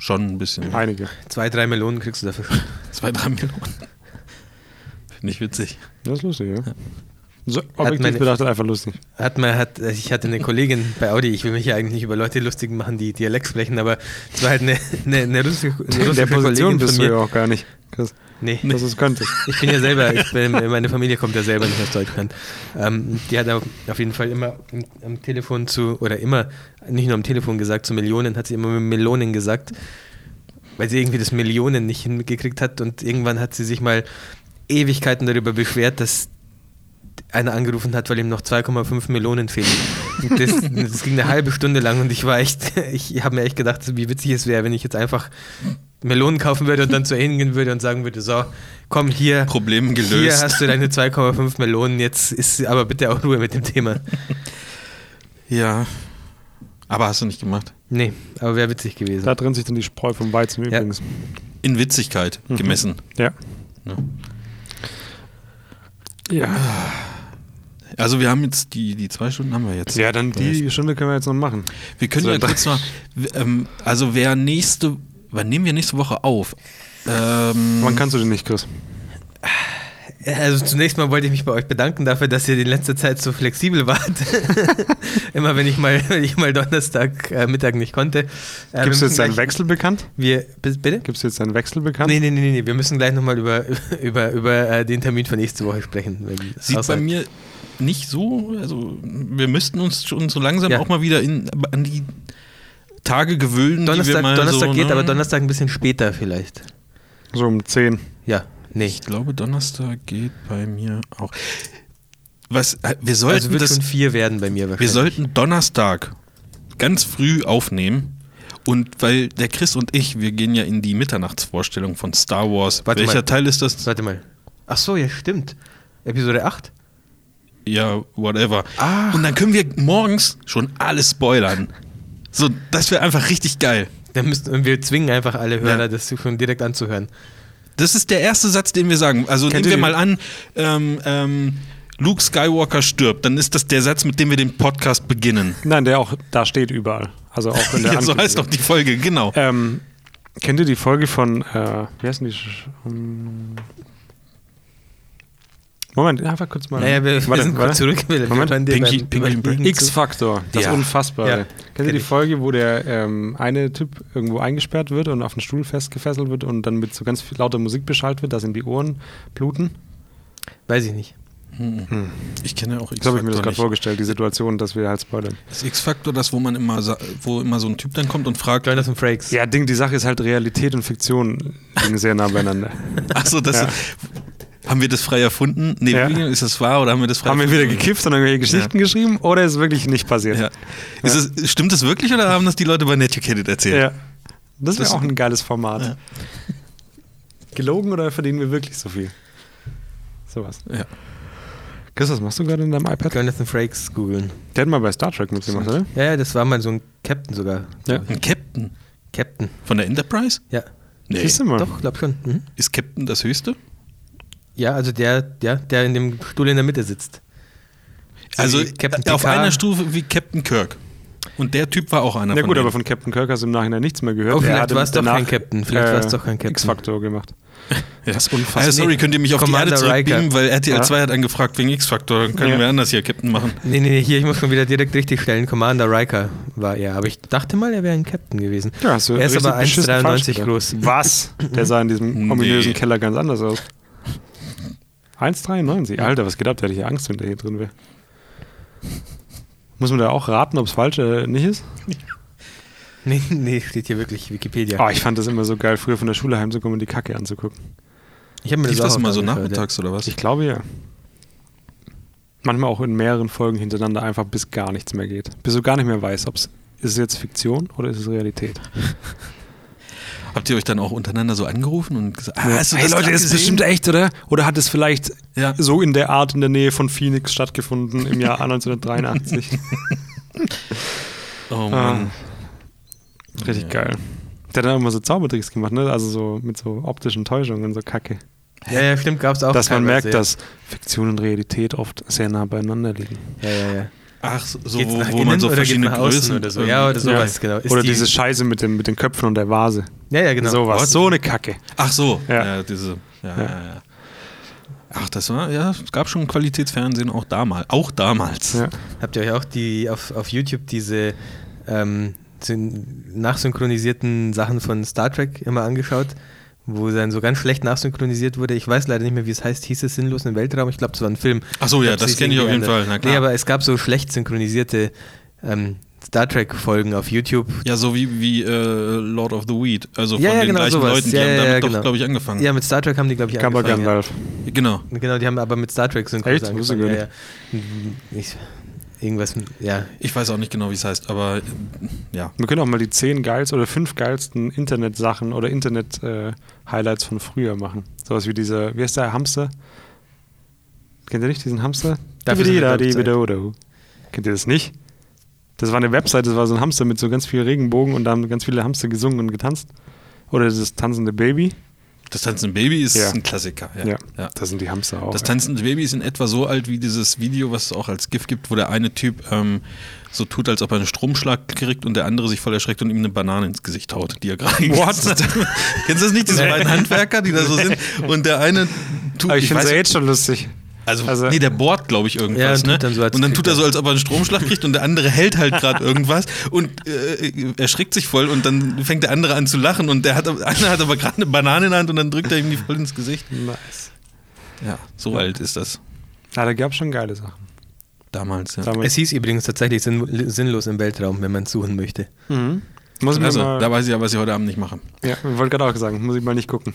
Speaker 3: Schon ein bisschen.
Speaker 2: Einige.
Speaker 1: Zwei, drei Melonen kriegst du dafür.
Speaker 3: Zwei, drei Millionen. Finde ich witzig.
Speaker 2: Das ist lustig, ja.
Speaker 3: Ja.
Speaker 2: So,
Speaker 1: meine-
Speaker 2: objektiv betrachtet einfach lustig.
Speaker 1: Hat man, hat, also ich hatte eine Kollegin bei Audi, ich will mich ja eigentlich nicht über Leute lustig machen, die Dialekt sprechen, aber es war halt eine, eine, eine russische, eine
Speaker 2: In
Speaker 1: russische
Speaker 2: der Position
Speaker 1: Kollegin von
Speaker 2: bist du
Speaker 1: mir.
Speaker 2: ja auch gar nicht. Chris,
Speaker 1: Nee,
Speaker 2: Dass du es könntest.
Speaker 1: ich bin ja selber, ich bin, meine Familie kommt ja selber nicht aus Deutschland. Ähm, die hat auf, auf jeden Fall immer am- am Telefon zu, oder immer, nicht nur am Telefon gesagt, zu Millionen, hat sie immer mit Melonen gesagt, weil sie irgendwie das Millionen nicht hingekriegt hat und irgendwann hat sie sich mal Ewigkeiten darüber beschwert, dass einer angerufen hat, weil ihm noch 2,5 Millionen fehlen. Und Das, das ging eine halbe Stunde lang und ich war echt, ich habe mir echt gedacht, wie witzig es wäre, wenn ich jetzt einfach Melonen kaufen würde und dann zu ihr hingehen würde und sagen würde, so, komm hier,
Speaker 3: Problem
Speaker 1: hier
Speaker 3: gelöst.
Speaker 1: hast du deine 2,5 Melonen, jetzt ist aber bitte auch Ruhe mit dem Thema.
Speaker 3: Ja. Aber hast du nicht gemacht.
Speaker 1: Nee, aber wäre witzig gewesen.
Speaker 2: Da drin sich dann die Spreu vom Weizen
Speaker 1: Ja.
Speaker 2: übrigens.
Speaker 3: In Witzigkeit
Speaker 2: Mhm.
Speaker 3: gemessen. ne?
Speaker 2: Ja.
Speaker 3: Ja.
Speaker 2: Ja.
Speaker 3: Also wir haben jetzt die, die zwei Stunden haben wir jetzt.
Speaker 2: ja, dann die Stunde können wir jetzt noch machen.
Speaker 3: Wir können
Speaker 2: So,
Speaker 3: ja
Speaker 2: dann-
Speaker 3: kurz mal. w- Ähm, also wer nächste, wann nehmen wir nächste Woche auf? Ähm,
Speaker 2: Wann kannst du denn nicht, Chris?
Speaker 1: Also zunächst mal wollte ich mich bei euch bedanken dafür, dass ihr in letzter Zeit so flexibel wart. Immer wenn ich mal, wenn ich mal Donnerstag äh, Mittag nicht konnte. Äh,
Speaker 2: Gibst du
Speaker 1: wir
Speaker 2: jetzt deinen
Speaker 1: müssen gleich-
Speaker 2: Wechsel bekannt?
Speaker 1: Wir, bis- bitte?
Speaker 2: Gibst du jetzt deinen Wechsel bekannt?
Speaker 1: Nee, nee, nee, nee, nee, wir müssen gleich nochmal über, über, über äh, den Termin für nächste Woche sprechen. wenn das
Speaker 3: Sieht
Speaker 1: aussagt.
Speaker 3: bei mir nicht so, also wir müssten uns schon so langsam
Speaker 1: Ja.
Speaker 3: auch mal wieder in, an die Tage gewöhnen, die wir
Speaker 1: Donnerstag,
Speaker 3: mal
Speaker 1: Donnerstag
Speaker 3: so,
Speaker 1: geht,
Speaker 3: ne?
Speaker 1: aber Donnerstag ein bisschen später vielleicht.
Speaker 2: So um 10.
Speaker 1: Ja, nee.
Speaker 3: Ich glaube, Donnerstag geht bei mir auch. Was, äh, wir
Speaker 1: Also
Speaker 3: sollten
Speaker 1: wird
Speaker 3: das,
Speaker 1: schon vier werden bei mir
Speaker 3: wir
Speaker 1: wahrscheinlich.
Speaker 3: sollten Donnerstag ganz früh aufnehmen. Und weil der Chris und ich, wir gehen ja in die Mitternachtsvorstellung von Star Wars.
Speaker 1: Warte
Speaker 3: Welcher
Speaker 1: mal.
Speaker 3: Teil ist das?
Speaker 1: Warte mal. Ach so, ja, stimmt. Episode 8?
Speaker 3: Ja, whatever.
Speaker 2: Ah.
Speaker 3: Und dann können wir morgens schon alles spoilern. So, das wäre einfach richtig geil.
Speaker 1: Dann müssen, und wir zwingen einfach alle Hörer,
Speaker 3: Ja. Mhm.
Speaker 1: das schon direkt anzuhören.
Speaker 3: Das ist der erste Satz, den wir sagen. Also
Speaker 2: Kennt
Speaker 3: nehmen wir
Speaker 2: ihr
Speaker 3: mal
Speaker 2: den?
Speaker 3: an, ähm, ähm, Luke Skywalker stirbt, dann ist das der Satz, mit dem wir den Podcast beginnen.
Speaker 2: Nein, der auch da steht überall. Also auch in der
Speaker 3: Ja, so
Speaker 2: Ankündigung.
Speaker 3: heißt doch die Folge, genau.
Speaker 2: Ähm, kennt ihr die Folge von, äh, wie heißen die? Sch- hm. Moment, einfach kurz mal.
Speaker 1: Naja, wir, wir
Speaker 2: Warte,
Speaker 1: sind
Speaker 2: warte.
Speaker 1: kurz zurück. Wir
Speaker 2: Moment.
Speaker 1: waren dir
Speaker 3: Pinky-
Speaker 1: beim-
Speaker 3: Pinky
Speaker 1: beim
Speaker 3: Brain.
Speaker 1: Liegen zu-
Speaker 2: X-Faktor, das
Speaker 3: Ja.
Speaker 2: Unfassbare.
Speaker 1: Ja,
Speaker 2: Kennt ihr
Speaker 1: kenn
Speaker 2: die
Speaker 1: ich.
Speaker 2: Folge, wo der ähm, eine Typ irgendwo eingesperrt wird und auf den Stuhl festgefesselt wird und dann mit so ganz viel lauter Musik beschallt wird, dass ihm die Ohren bluten?
Speaker 1: Weiß ich nicht.
Speaker 3: Ich kenne ja auch
Speaker 2: So habe ich mir das
Speaker 3: X-Faktor
Speaker 2: gerade
Speaker 3: nicht.
Speaker 2: vorgestellt, die Situation, dass wir halt spoilern.
Speaker 3: Ist X-Faktor das, wo man immer, sa- wo immer so ein Typ dann kommt und fragt,
Speaker 1: Jonas und Frakes.
Speaker 2: Ja, Ding, die Sache ist halt, Realität und Fiktion liegen sehr nah beieinander.
Speaker 3: achso, das
Speaker 2: Ja.
Speaker 3: haben wir das frei erfunden? Nee,
Speaker 2: Ja.
Speaker 3: ist das wahr oder haben wir das frei
Speaker 2: Haben wir
Speaker 3: erfunden?
Speaker 2: wieder gekifft und irgendwelche Geschichten geschrieben oder ist wirklich nicht passiert?
Speaker 3: Ja. Ist es, stimmt das wirklich oder haben das die Leute bei Netucated erzählt?
Speaker 2: Ja. Das wäre
Speaker 3: Das-
Speaker 2: auch ein geiles Format.
Speaker 3: Ja.
Speaker 2: Gelogen oder verdienen wir wirklich so viel? Sowas.
Speaker 3: Ja.
Speaker 2: Chris, was machst du gerade in deinem iPad?
Speaker 1: Jonas und Frakes googeln.
Speaker 2: Der hat mal bei Star Trek mitgemacht, oder?
Speaker 1: Ja, ja, das war mal so ein Captain sogar.
Speaker 2: Ja.
Speaker 3: Ein Captain
Speaker 1: Captain.
Speaker 3: von der Enterprise?
Speaker 1: Ja.
Speaker 3: Nee.
Speaker 2: Siehst du mal.
Speaker 1: Doch, glaub schon. Mhm.
Speaker 3: Ist Captain das Höchste?
Speaker 1: Ja, also der, der, der in dem Stuhl in der Mitte sitzt.
Speaker 3: Also
Speaker 1: wie Captain
Speaker 3: auf
Speaker 1: Picard.
Speaker 3: einer Stufe wie Captain Kirk. Und der Typ war auch einer
Speaker 2: Na
Speaker 3: von
Speaker 2: gut,
Speaker 3: denen.
Speaker 2: aber von Captain Kirk hast du im Nachhinein nichts mehr gehört.
Speaker 1: Oh,
Speaker 2: Der
Speaker 1: vielleicht
Speaker 2: hatte
Speaker 1: war's doch
Speaker 2: danach, äh,
Speaker 1: kein Captain, vielleicht war's doch kein Captain.
Speaker 2: X-Factor gemacht.
Speaker 3: ja.
Speaker 1: ist unfassbar.
Speaker 3: Ah, sorry, könnt ihr mich auf
Speaker 1: Commander
Speaker 3: die Erde zurückbeamen, weil RTL
Speaker 2: Ja.
Speaker 3: 2 hat angefragt wegen X-Faktor. Dann können
Speaker 2: Ja.
Speaker 3: wir anders hier Captain machen.
Speaker 1: Nee, nee, nee, hier, ich muss schon wieder direkt richtig stellen. Commander Riker war er, aber ich dachte mal, er wäre ein Captain gewesen.
Speaker 2: Ja, hast du
Speaker 1: er ist
Speaker 2: richtig
Speaker 1: aber
Speaker 2: beschissen falsch
Speaker 1: 1,93
Speaker 2: gedacht.
Speaker 1: groß.
Speaker 2: Was? Der sah in diesem
Speaker 3: Nee.
Speaker 2: ominösen Keller ganz anders aus. 1,93. Alter, was geht ab? Da hätte ich ja Angst, wenn der hier drin wäre. Muss man da auch raten, ob es falsch äh, nicht ist?
Speaker 1: Nee, nee, steht hier wirklich Wikipedia.
Speaker 2: Oh, ich fand das immer so geil, früher von der Schule heimzukommen und die Kacke anzugucken.
Speaker 1: Ich habe mir
Speaker 3: Lief das
Speaker 1: auch
Speaker 3: mal so
Speaker 1: angeschaut,
Speaker 3: nachmittags oder was?
Speaker 2: Ich glaube ja. Manchmal auch in mehreren Folgen hintereinander einfach bis gar nichts mehr geht. Bis du gar nicht mehr weißt, ob es ist es jetzt Fiktion oder ist es Realität.
Speaker 3: Habt ihr euch dann auch untereinander so angerufen und gesagt, ah, hast du
Speaker 2: Hey,
Speaker 3: das
Speaker 2: Leute,
Speaker 3: grad
Speaker 2: ist
Speaker 3: gesehen?
Speaker 2: bestimmt echt, oder? Oder hat es vielleicht
Speaker 3: Ja.
Speaker 2: so in der Art in der Nähe von Phoenix stattgefunden im Jahr 1983?
Speaker 3: Oh
Speaker 1: Ah.
Speaker 2: Ah.
Speaker 3: Mann.
Speaker 2: Richtig geil. Der hat dann auch immer so Zaubertricks gemacht, ne? Also so mit so optischen Täuschungen, so Kacke.
Speaker 1: Ja, ja, stimmt, gab es auch.
Speaker 2: Dass man merkt,
Speaker 1: teilweise,
Speaker 2: dass Fiktion und Realität oft sehr nah beieinander liegen.
Speaker 1: Ja, ja, ja.
Speaker 3: Ach, so,
Speaker 1: Geht's nach
Speaker 3: wo, wo
Speaker 1: innen
Speaker 3: man so
Speaker 1: oder geht's
Speaker 3: verschiedene
Speaker 1: nach außen
Speaker 3: Größen
Speaker 1: oder so? Ja, oder sowas, genau. Ist
Speaker 2: Oder
Speaker 1: die-
Speaker 2: diese Scheiße mit, dem, mit den Köpfen und der Vase.
Speaker 1: Ja, ja, genau.
Speaker 2: Sowas.
Speaker 1: Was?
Speaker 2: So eine Kacke.
Speaker 3: Ach so, ja,
Speaker 2: Ja.
Speaker 3: diese. Ja,
Speaker 2: Ja.
Speaker 3: ja. ja. Ach, das war, ja, es gab schon Qualitätsfernsehen auch damals. Auch damals.
Speaker 2: Ja.
Speaker 1: Habt ihr euch auch die auf, auf YouTube diese ähm, syn- nachsynchronisierten Sachen von Star Trek immer angeschaut, wo dann so ganz schlecht nachsynchronisiert wurde? Ich weiß leider nicht mehr, wie es heißt. Hieß es sinnlos im Weltraum? Ich glaube, es war ein Film.
Speaker 3: Ach so, ja,
Speaker 1: Ich glaub,
Speaker 3: das
Speaker 1: sie
Speaker 3: kenn ich
Speaker 1: irgendwie
Speaker 3: auf jeden
Speaker 1: andere.
Speaker 3: Fall, na klar.
Speaker 1: Nee, aber es gab so schlecht synchronisierte ähm, Star Trek-Folgen auf YouTube.
Speaker 3: Ja, so wie, wie äh, Lord of the Weed. Also von
Speaker 1: Ja, ja,
Speaker 3: den
Speaker 1: genau,
Speaker 3: gleichen
Speaker 1: sowas.
Speaker 3: Leuten, die
Speaker 1: Ja,
Speaker 3: haben
Speaker 1: ja,
Speaker 3: damit
Speaker 1: ja,
Speaker 3: doch,
Speaker 1: genau.
Speaker 3: glaube ich, angefangen.
Speaker 1: Ja, mit Star Trek haben die, glaube ich,
Speaker 2: Gabba
Speaker 1: angefangen. ja.
Speaker 2: Gandalf.
Speaker 3: Genau.
Speaker 1: Genau, die haben aber mit Star Trek synchronisiert.
Speaker 2: Echt? Wusste
Speaker 1: Ja,
Speaker 2: ich
Speaker 1: ja. Ich, irgendwas, ja,
Speaker 3: Ich weiß auch nicht genau, wie es heißt, aber äh, ja.
Speaker 2: Wir können auch mal die zehn geilsten oder fünf geilsten Internetsachen oder Internet-Highlights von früher machen. Sowas wie dieser, wie heißt der Hamster? Kennt ihr nicht diesen Hamster?
Speaker 1: Dafür sind wir
Speaker 2: Dibidida,
Speaker 1: auf Zeit.
Speaker 2: dibidodo. Kennt ihr das nicht? Das war eine Website, das war so ein Hamster mit so ganz viel Regenbogen und da haben ganz viele Hamster gesungen und getanzt. Oder das tanzende Baby.
Speaker 3: Das tanzende Baby ist
Speaker 2: Ja.
Speaker 3: ein Klassiker. Ja.
Speaker 2: Ja,
Speaker 3: Ja.
Speaker 2: das sind die Hamster auch.
Speaker 3: Das tanzende Baby ist in etwa so alt wie dieses Video, was es auch als GIF gibt, wo der eine Typ ähm, so tut, als ob er einen Stromschlag kriegt und der andere sich voll erschreckt und ihm eine Banane ins Gesicht haut, die er gerade gegessen hat. Kennst du das nicht, diese beiden Handwerker, die da so sind? Und der eine tut,
Speaker 2: Aber ich, finde es
Speaker 3: weiß-
Speaker 2: ja jetzt schon lustig.
Speaker 3: also,
Speaker 2: also-
Speaker 3: nee, der bohrt, glaube ich,
Speaker 1: Ja,
Speaker 3: irgendwas.
Speaker 1: und tut
Speaker 3: ne?
Speaker 1: dann so, als
Speaker 3: und dann
Speaker 1: kriegt
Speaker 3: tut er
Speaker 1: er-
Speaker 3: so, als ob er einen Stromschlag kriegt und der andere hält halt gerade irgendwas und äh, erschrickt sich voll und dann fängt der andere an zu lachen und der hat, einer hat aber gerade eine Banane in der Hand und dann drückt er ihm die voll ins Gesicht.
Speaker 2: Nice.
Speaker 3: Ja, so alt ist das
Speaker 2: Ja, da gab es schon geile Sachen.
Speaker 3: damals. Ja.
Speaker 2: Damals.
Speaker 1: Es hieß übrigens tatsächlich sinn, sinnlos im Weltraum, wenn man suchen möchte.
Speaker 2: Mhm. Muss man
Speaker 3: Also,
Speaker 2: mal,
Speaker 3: da weiß ich ja, was ich heute Abend nicht mache.
Speaker 2: ja, wollte gerade auch sagen, muss ich mal nicht gucken.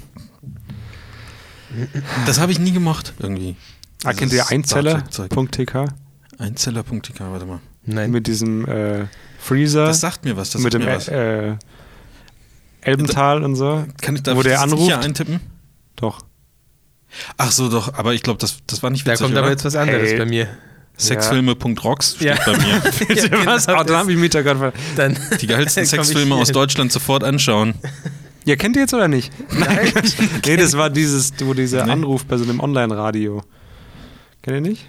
Speaker 3: Das habe ich nie gemacht, irgendwie.
Speaker 2: Ah, kennt ihr
Speaker 3: Dieses Star Trek-Zeug.
Speaker 2: Einzeller.tk
Speaker 3: Einzeller.tk, warte mal.
Speaker 1: Nein.
Speaker 2: mit diesem äh, Freezer,
Speaker 3: Das sagt mir was, das
Speaker 2: mit
Speaker 3: sagt
Speaker 2: dem
Speaker 3: mir was.
Speaker 2: äh, äh, Elbental und so?
Speaker 3: Kann ich da
Speaker 2: wo der
Speaker 3: sicher
Speaker 2: anruft?
Speaker 3: eintippen?
Speaker 2: Doch.
Speaker 3: Ach so, doch, aber ich glaube, das, das war nicht
Speaker 1: da
Speaker 3: witzig,
Speaker 1: kommt aber
Speaker 3: oder?
Speaker 1: jetzt was anderes
Speaker 2: Hey.
Speaker 1: bei mir.
Speaker 3: Sexfilme.rocks steht
Speaker 1: Ja.
Speaker 3: bei mir.
Speaker 2: Ja,
Speaker 1: genau,
Speaker 2: was? Ah,
Speaker 1: das-
Speaker 2: dann habe ich mich da gerade ver-
Speaker 1: Dann
Speaker 3: Die
Speaker 1: komm
Speaker 3: geilsten
Speaker 1: ich
Speaker 3: Sexfilme
Speaker 1: hier
Speaker 3: aus
Speaker 1: hin.
Speaker 3: Deutschland sofort anschauen.
Speaker 2: Ja, kennt ihr jetzt oder nicht? Nein. nee, das war dieses, wo dieser
Speaker 3: Nee.
Speaker 2: Anruf bei so einem Online-Radio. Kennt ihr nicht?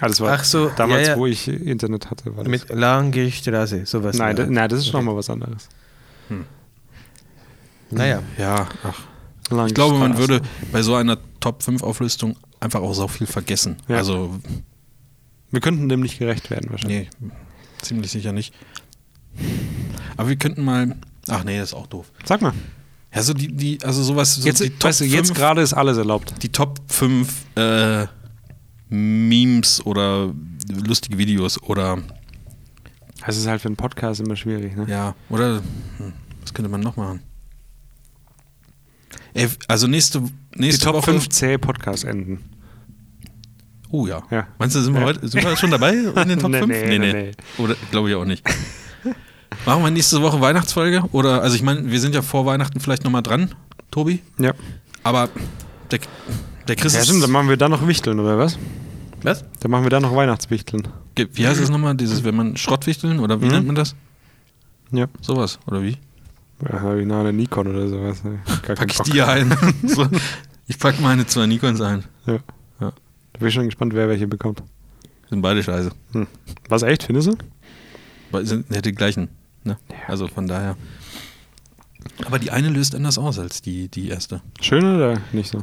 Speaker 2: Ah, das war
Speaker 1: Ach so,
Speaker 2: damals,
Speaker 1: ja, ja.
Speaker 2: wo ich Internet hatte. War das.
Speaker 1: Mit Lange Straße, sowas.
Speaker 2: nein,
Speaker 1: da.
Speaker 2: das, nein, das ist nochmal was anderes.
Speaker 1: Naja.
Speaker 3: Ja, ach. Ich glaube, man würde bei so einer Top 5 Auflistung einfach auch so viel vergessen.
Speaker 2: Ja.
Speaker 3: Also,
Speaker 2: Wir könnten dem nicht gerecht werden wahrscheinlich.
Speaker 3: nee, ziemlich sicher nicht. Aber wir könnten mal. Ach nee, das ist auch doof.
Speaker 2: Sag mal.
Speaker 3: Ja, so die, die, also sowas, so
Speaker 2: Jetzt,
Speaker 3: die Top
Speaker 2: weißt du, jetzt
Speaker 3: 5
Speaker 2: gerade ist alles erlaubt.
Speaker 3: die Top 5 äh, Memes oder lustige Videos oder
Speaker 2: Das ist halt für einen Podcast immer schwierig, ne?
Speaker 3: ja, oder hm, was könnte man noch machen? Ey, also nächste,
Speaker 2: Die
Speaker 3: nächste
Speaker 2: Top
Speaker 3: Woche.
Speaker 2: 5 C-Podcast enden.
Speaker 3: Oh ja.
Speaker 2: Ja.
Speaker 3: Meinst du, sind wir,
Speaker 2: Ja.
Speaker 3: heute, sind wir schon dabei in den Top
Speaker 2: Nee,
Speaker 3: 5?
Speaker 2: nee, nee,
Speaker 3: Oder glaube ich auch nicht. Machen wir nächste Woche Weihnachtsfolge? Oder, also ich meine, wir sind ja vor Weihnachten vielleicht nochmal dran, Tobi.
Speaker 2: Ja.
Speaker 3: Aber der, der Chris
Speaker 2: Ja,
Speaker 3: ist-
Speaker 2: stimmt, dann machen wir da noch Wichteln, oder was?
Speaker 1: Was?
Speaker 2: Dann machen wir da noch Weihnachtswichteln.
Speaker 3: Ge- Wie heißt das nochmal? Dieses, wenn man Schrottwichteln oder wie
Speaker 2: Mhm.
Speaker 3: nennt man das?
Speaker 2: Ja.
Speaker 3: Sowas, oder wie?
Speaker 2: Ja, habe ich noch eine Nikon oder sowas. Ne?
Speaker 3: Pack
Speaker 2: Gar keinen
Speaker 3: ich
Speaker 2: Bock.
Speaker 3: die ein. so, ich pack meine zwei Nikons ein.
Speaker 2: Ja.
Speaker 3: Ja.
Speaker 2: Da bin ich schon gespannt, wer welche bekommt.
Speaker 3: Sind beide scheiße.
Speaker 2: Hm. Was echt, findest du?
Speaker 3: Be- Sind ja die gleichen. Ne? Also von daher. Aber die eine löst anders aus als die, die erste.
Speaker 2: Schön oder nicht so?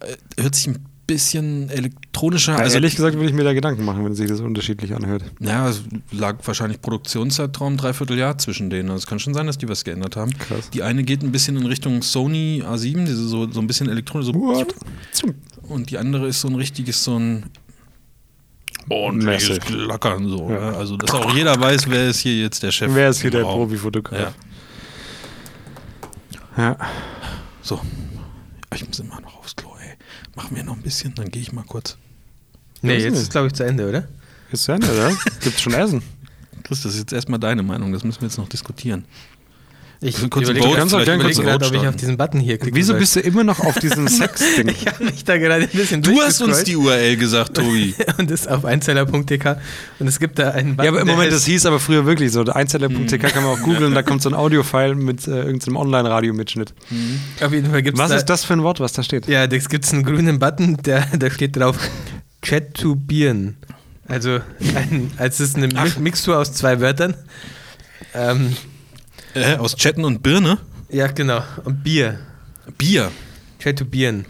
Speaker 3: Äh, Hört sich ein bisschen elektronischer.
Speaker 2: Also
Speaker 3: Also
Speaker 2: ehrlich gesagt würde ich mir da Gedanken machen, wenn sich das unterschiedlich anhört.
Speaker 3: Ja, es lag wahrscheinlich Produktionszeitraum dreiviertel Jahr zwischen denen. Also es kann schon sein, dass die was geändert haben.
Speaker 2: Krass.
Speaker 3: Die eine geht ein bisschen in Richtung Sony A7, diese so, so ein bisschen elektronisch. So
Speaker 2: What?
Speaker 3: Und die andere ist so ein richtiges, so ein ordentliches
Speaker 2: Messe.
Speaker 3: Klackern. So,
Speaker 2: Ja.
Speaker 3: ne? Also, dass auch jeder weiß, wer ist hier jetzt der Chef.
Speaker 2: Wer ist hier
Speaker 3: im
Speaker 2: der
Speaker 3: Raum. Ja.
Speaker 2: Profifotograf? Ja.
Speaker 3: So, ich muss immer noch aufs Klo, ey. Machen wir noch ein bisschen, dann gehe ich mal kurz.
Speaker 1: Nee,
Speaker 2: Weiß
Speaker 1: jetzt
Speaker 2: nicht.
Speaker 1: ist, glaube ich, zu Ende, oder?
Speaker 2: Ist zu Ende, oder? Gibt's schon Essen?
Speaker 3: Chris, das ist jetzt erstmal deine Meinung, das müssen wir jetzt noch diskutieren.
Speaker 1: Ich
Speaker 3: Kurz ein
Speaker 1: überlege
Speaker 3: Vote,
Speaker 1: ganz
Speaker 3: vielleicht
Speaker 1: gerne kurz
Speaker 3: überlegen,
Speaker 1: gerade, ob ich
Speaker 3: starten.
Speaker 1: auf diesen Button hier klicke.
Speaker 2: Wieso bist du immer noch auf diesem Sex-Ding?
Speaker 1: Ich habe mich da gerade ein bisschen
Speaker 3: Du hast uns
Speaker 1: durchgescrollt.
Speaker 3: die URL gesagt, Tobi.
Speaker 1: und ist auf einzeller.dk und es gibt da einen Button.
Speaker 2: Ja, aber im
Speaker 1: der
Speaker 2: Moment, das
Speaker 1: heißt-
Speaker 2: hieß aber früher wirklich so. Einzeller.tk kann man auch googeln, da kommt so ein Audio-File mit äh, irgendeinem Online-Radio-Mitschnitt.
Speaker 1: auf jeden Fall gibt es
Speaker 2: Was
Speaker 1: da,
Speaker 2: ist das für ein Wort, was da steht?
Speaker 1: Ja, da gibt es einen grünen Button, der, da steht drauf Chat to Bieren. Also, ein, als ist eine Mi- Mixtur aus zwei Wörtern. Ähm,
Speaker 3: äh, aus Chatten und Birne?
Speaker 1: ja, genau. Und Bier.
Speaker 3: Bier.
Speaker 1: Chat to Bieren.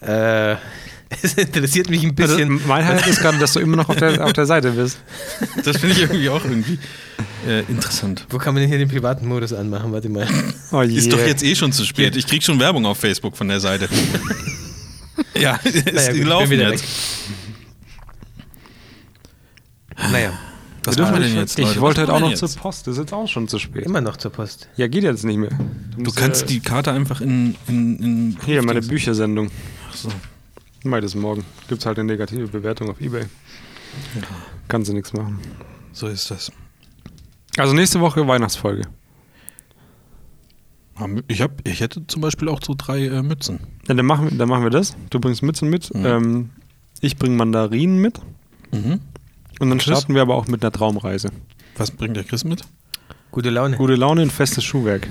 Speaker 1: Äh, es interessiert mich ein
Speaker 2: Also,
Speaker 1: bisschen.
Speaker 2: mein Highlight ist gerade, dass du immer noch auf der, auf der Seite bist.
Speaker 3: Das finde ich irgendwie auch irgendwie äh, interessant.
Speaker 1: Wo kann man denn hier den privaten Modus anmachen? Warte mal.
Speaker 2: Oh je.
Speaker 3: Ist doch jetzt eh schon zu spät. Ich krieg schon Werbung auf Facebook von der Seite. ja, ist
Speaker 1: Naja, gut, ich bin
Speaker 3: gelaufen
Speaker 1: wieder
Speaker 3: jetzt.
Speaker 1: Naja,
Speaker 3: Was
Speaker 2: Wir dürfen
Speaker 3: machen wir denn
Speaker 2: nicht-
Speaker 3: jetzt,
Speaker 2: Ich
Speaker 3: Leute? Was
Speaker 2: wollte halt auch
Speaker 3: machen wir
Speaker 2: noch
Speaker 3: jetzt?
Speaker 2: zur Post, das ist jetzt auch schon zu spät.
Speaker 1: immer noch zur Post.
Speaker 2: Ja, geht jetzt nicht mehr. äh,
Speaker 3: Du kannst die Karte einfach in. in, in
Speaker 2: Hier, meine Büchersendung.
Speaker 3: Ach so.
Speaker 2: Mai des Morgen. Gibt's halt eine negative Bewertung auf Ebay. Kannst du nichts machen.
Speaker 3: So ist das.
Speaker 2: Also nächste Woche Weihnachtsfolge.
Speaker 3: Haben- Ich, hab, ich hätte zum Beispiel auch so drei äh, Mützen.
Speaker 2: Ja, dann, machen, wir- dann machen wir das. Du bringst Mützen mit.
Speaker 3: Mhm.
Speaker 2: Ähm, ich bringe Mandarinen mit.
Speaker 3: Mhm.
Speaker 2: Und dann
Speaker 3: Tschüss.
Speaker 2: starten wir aber auch mit einer Traumreise.
Speaker 3: Was bringt der Chris mit?
Speaker 1: Gute Laune.
Speaker 2: Gute Laune und festes Schuhwerk.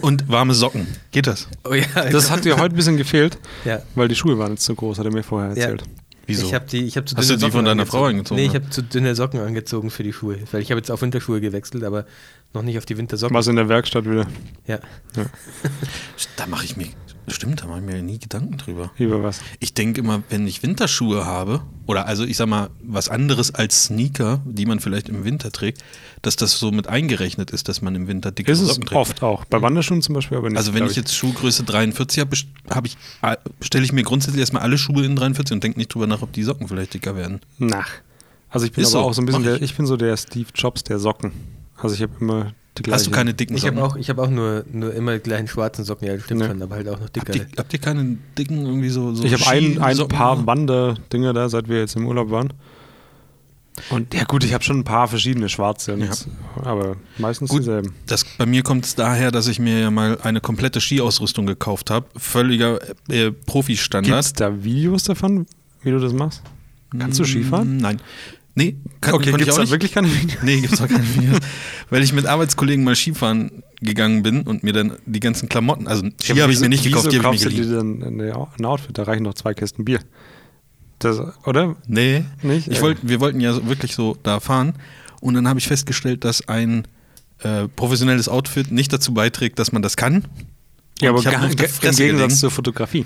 Speaker 3: Und warme Socken. Geht das?
Speaker 1: Oh ja,
Speaker 2: Das hat dir heute ein bisschen gefehlt,
Speaker 1: ja.
Speaker 2: weil die Schuhe waren jetzt zu groß, hat er mir vorher erzählt.
Speaker 3: Wieso?
Speaker 1: Ich habe die, ich habe zu
Speaker 3: Hast
Speaker 1: dünne
Speaker 3: du die von
Speaker 1: Socken
Speaker 3: deiner Frau angezogen,
Speaker 1: Nee, ich
Speaker 3: ne?
Speaker 1: habe zu dünne Socken angezogen für die Schuhe, weil ich habe jetzt auf Winterschuhe gewechselt, aber noch nicht auf die Wintersocken.
Speaker 2: Warst in der Werkstatt wieder.
Speaker 1: Ja.
Speaker 3: da mache ich mir. Stimmt, da mache ich mir nie Gedanken drüber.
Speaker 2: Über was?
Speaker 3: Ich denke immer, wenn ich Winterschuhe habe, oder also ich sag mal, was anderes als Sneaker, die man vielleicht im Winter trägt, dass das so mit eingerechnet ist, dass man im Winter dicke
Speaker 2: Ist es
Speaker 3: Socken trägt.
Speaker 2: oft auch. Bei Wanderschuhen zum Beispiel, aber nicht.
Speaker 3: Mhm. Also wenn
Speaker 2: glaub
Speaker 3: ich jetzt Schuhgröße 43 habe, hab ich, äh, stelle ich mir grundsätzlich erstmal alle Schuhe in 43 und denke nicht drüber nach, ob die Socken vielleicht dicker werden.
Speaker 2: Nach. Also ich bin
Speaker 3: Ist
Speaker 2: aber
Speaker 3: so,
Speaker 2: auch so ein bisschen
Speaker 3: mach ich.
Speaker 2: der, ich bin so der Steve Jobs der Socken. Also ich habe immer die gleiche.
Speaker 3: Hast du keine dicken
Speaker 1: Ich
Speaker 3: Socken?
Speaker 1: habe auch, ich hab auch nur, nur immer die gleichen schwarzen Socken, ja, das stimmt
Speaker 2: Ja.
Speaker 1: schon, aber halt auch noch
Speaker 3: Habt ihr,
Speaker 1: dickere.
Speaker 3: habt ihr keine dicken irgendwie so, so
Speaker 2: Ich habe ein, ein
Speaker 3: Skisocken? ne?
Speaker 2: paar Wanderdinger da, seit wir jetzt im Urlaub waren. Und ja gut, ich habe schon ein paar verschiedene schwarze, und
Speaker 3: Ja.
Speaker 2: jetzt- aber meistens
Speaker 3: Gut.
Speaker 2: dieselben.
Speaker 3: Das, bei mir kommt es daher, dass ich mir ja mal eine komplette Skiausrüstung gekauft habe. Völliger äh,
Speaker 2: Gibt es
Speaker 3: Profi-Standard.
Speaker 2: da Videos davon, wie du das machst? Kannst du Skifahren?
Speaker 3: Mm, Nein. Nee, Hm, kann, konnte
Speaker 2: Okay, gibt
Speaker 3: ich
Speaker 2: es
Speaker 3: auch
Speaker 2: da
Speaker 3: nicht.
Speaker 2: wirklich keine Videos?
Speaker 3: Nee, gibt's auch keine Videos. Weil ich mit Arbeitskollegen mal Skifahren gegangen bin und mir dann die ganzen Klamotten, also Ski habe ich mir nicht gekauft, die
Speaker 2: Wieso
Speaker 3: habe ich
Speaker 2: kaufst
Speaker 3: mir
Speaker 2: du dir
Speaker 3: geliehen.
Speaker 2: dann eine- ein Outfit? Da reichen noch zwei Kästen Bier. Das, oder?
Speaker 3: Nee,
Speaker 2: Nicht?
Speaker 3: Ich wollt, wir wollten ja so, wirklich so da fahren und dann habe ich festgestellt, dass ein äh, professionelles Outfit nicht dazu beiträgt, dass man das kann.
Speaker 2: Ja, aber
Speaker 3: ich hab
Speaker 2: gar,
Speaker 3: nur auf der
Speaker 2: im Gegensatz
Speaker 3: Fresse gelegen.
Speaker 2: zur Fotografie.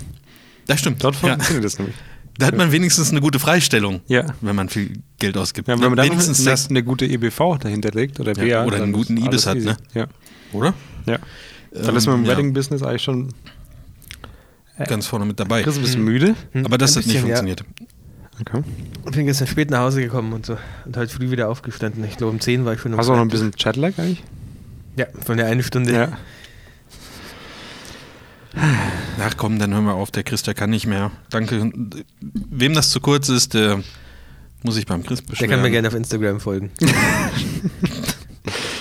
Speaker 3: Das stimmt.
Speaker 2: Dort
Speaker 3: ja.
Speaker 2: funktioniert das nämlich.
Speaker 3: Da hat man wenigstens eine gute Freistellung,
Speaker 2: Ja.
Speaker 3: wenn man viel Geld ausgibt.
Speaker 2: Ja, wenn man dann
Speaker 3: wenigstens
Speaker 2: eine,
Speaker 3: das,
Speaker 2: eine gute EBV dahinter legt oder
Speaker 3: Ja,
Speaker 2: BA,
Speaker 3: oder einen
Speaker 2: dann
Speaker 3: guten
Speaker 2: ist
Speaker 3: Ibis
Speaker 2: alles
Speaker 3: hat,
Speaker 2: easy.
Speaker 3: ne?
Speaker 2: Ja,
Speaker 3: oder?
Speaker 2: ja. Dann
Speaker 3: Ähm,
Speaker 2: ist man im
Speaker 3: ja.
Speaker 2: Wedding-Business eigentlich schon.
Speaker 3: Ganz vorne mit dabei.
Speaker 2: Chris, bist du müde?
Speaker 3: Aber das
Speaker 1: Äh, hm, Ein bisschen,
Speaker 3: hat nicht
Speaker 1: ja.
Speaker 3: funktioniert.
Speaker 2: Okay.
Speaker 1: Ich bin gestern spät nach Hause gekommen und so. Und heute früh wieder aufgestanden. Ich glaube, um 10 war ich schon. um
Speaker 2: Hast du auch noch ein
Speaker 1: halb-
Speaker 2: bisschen Chatlag eigentlich?
Speaker 1: Ja, von der einen Stunde.
Speaker 3: Ach komm, dann hören wir auf, der Chris, der kann nicht mehr. Danke. Wem das zu kurz ist, der muss ich beim Chris
Speaker 1: Der
Speaker 3: beschweren.
Speaker 1: kann mir gerne auf Instagram folgen.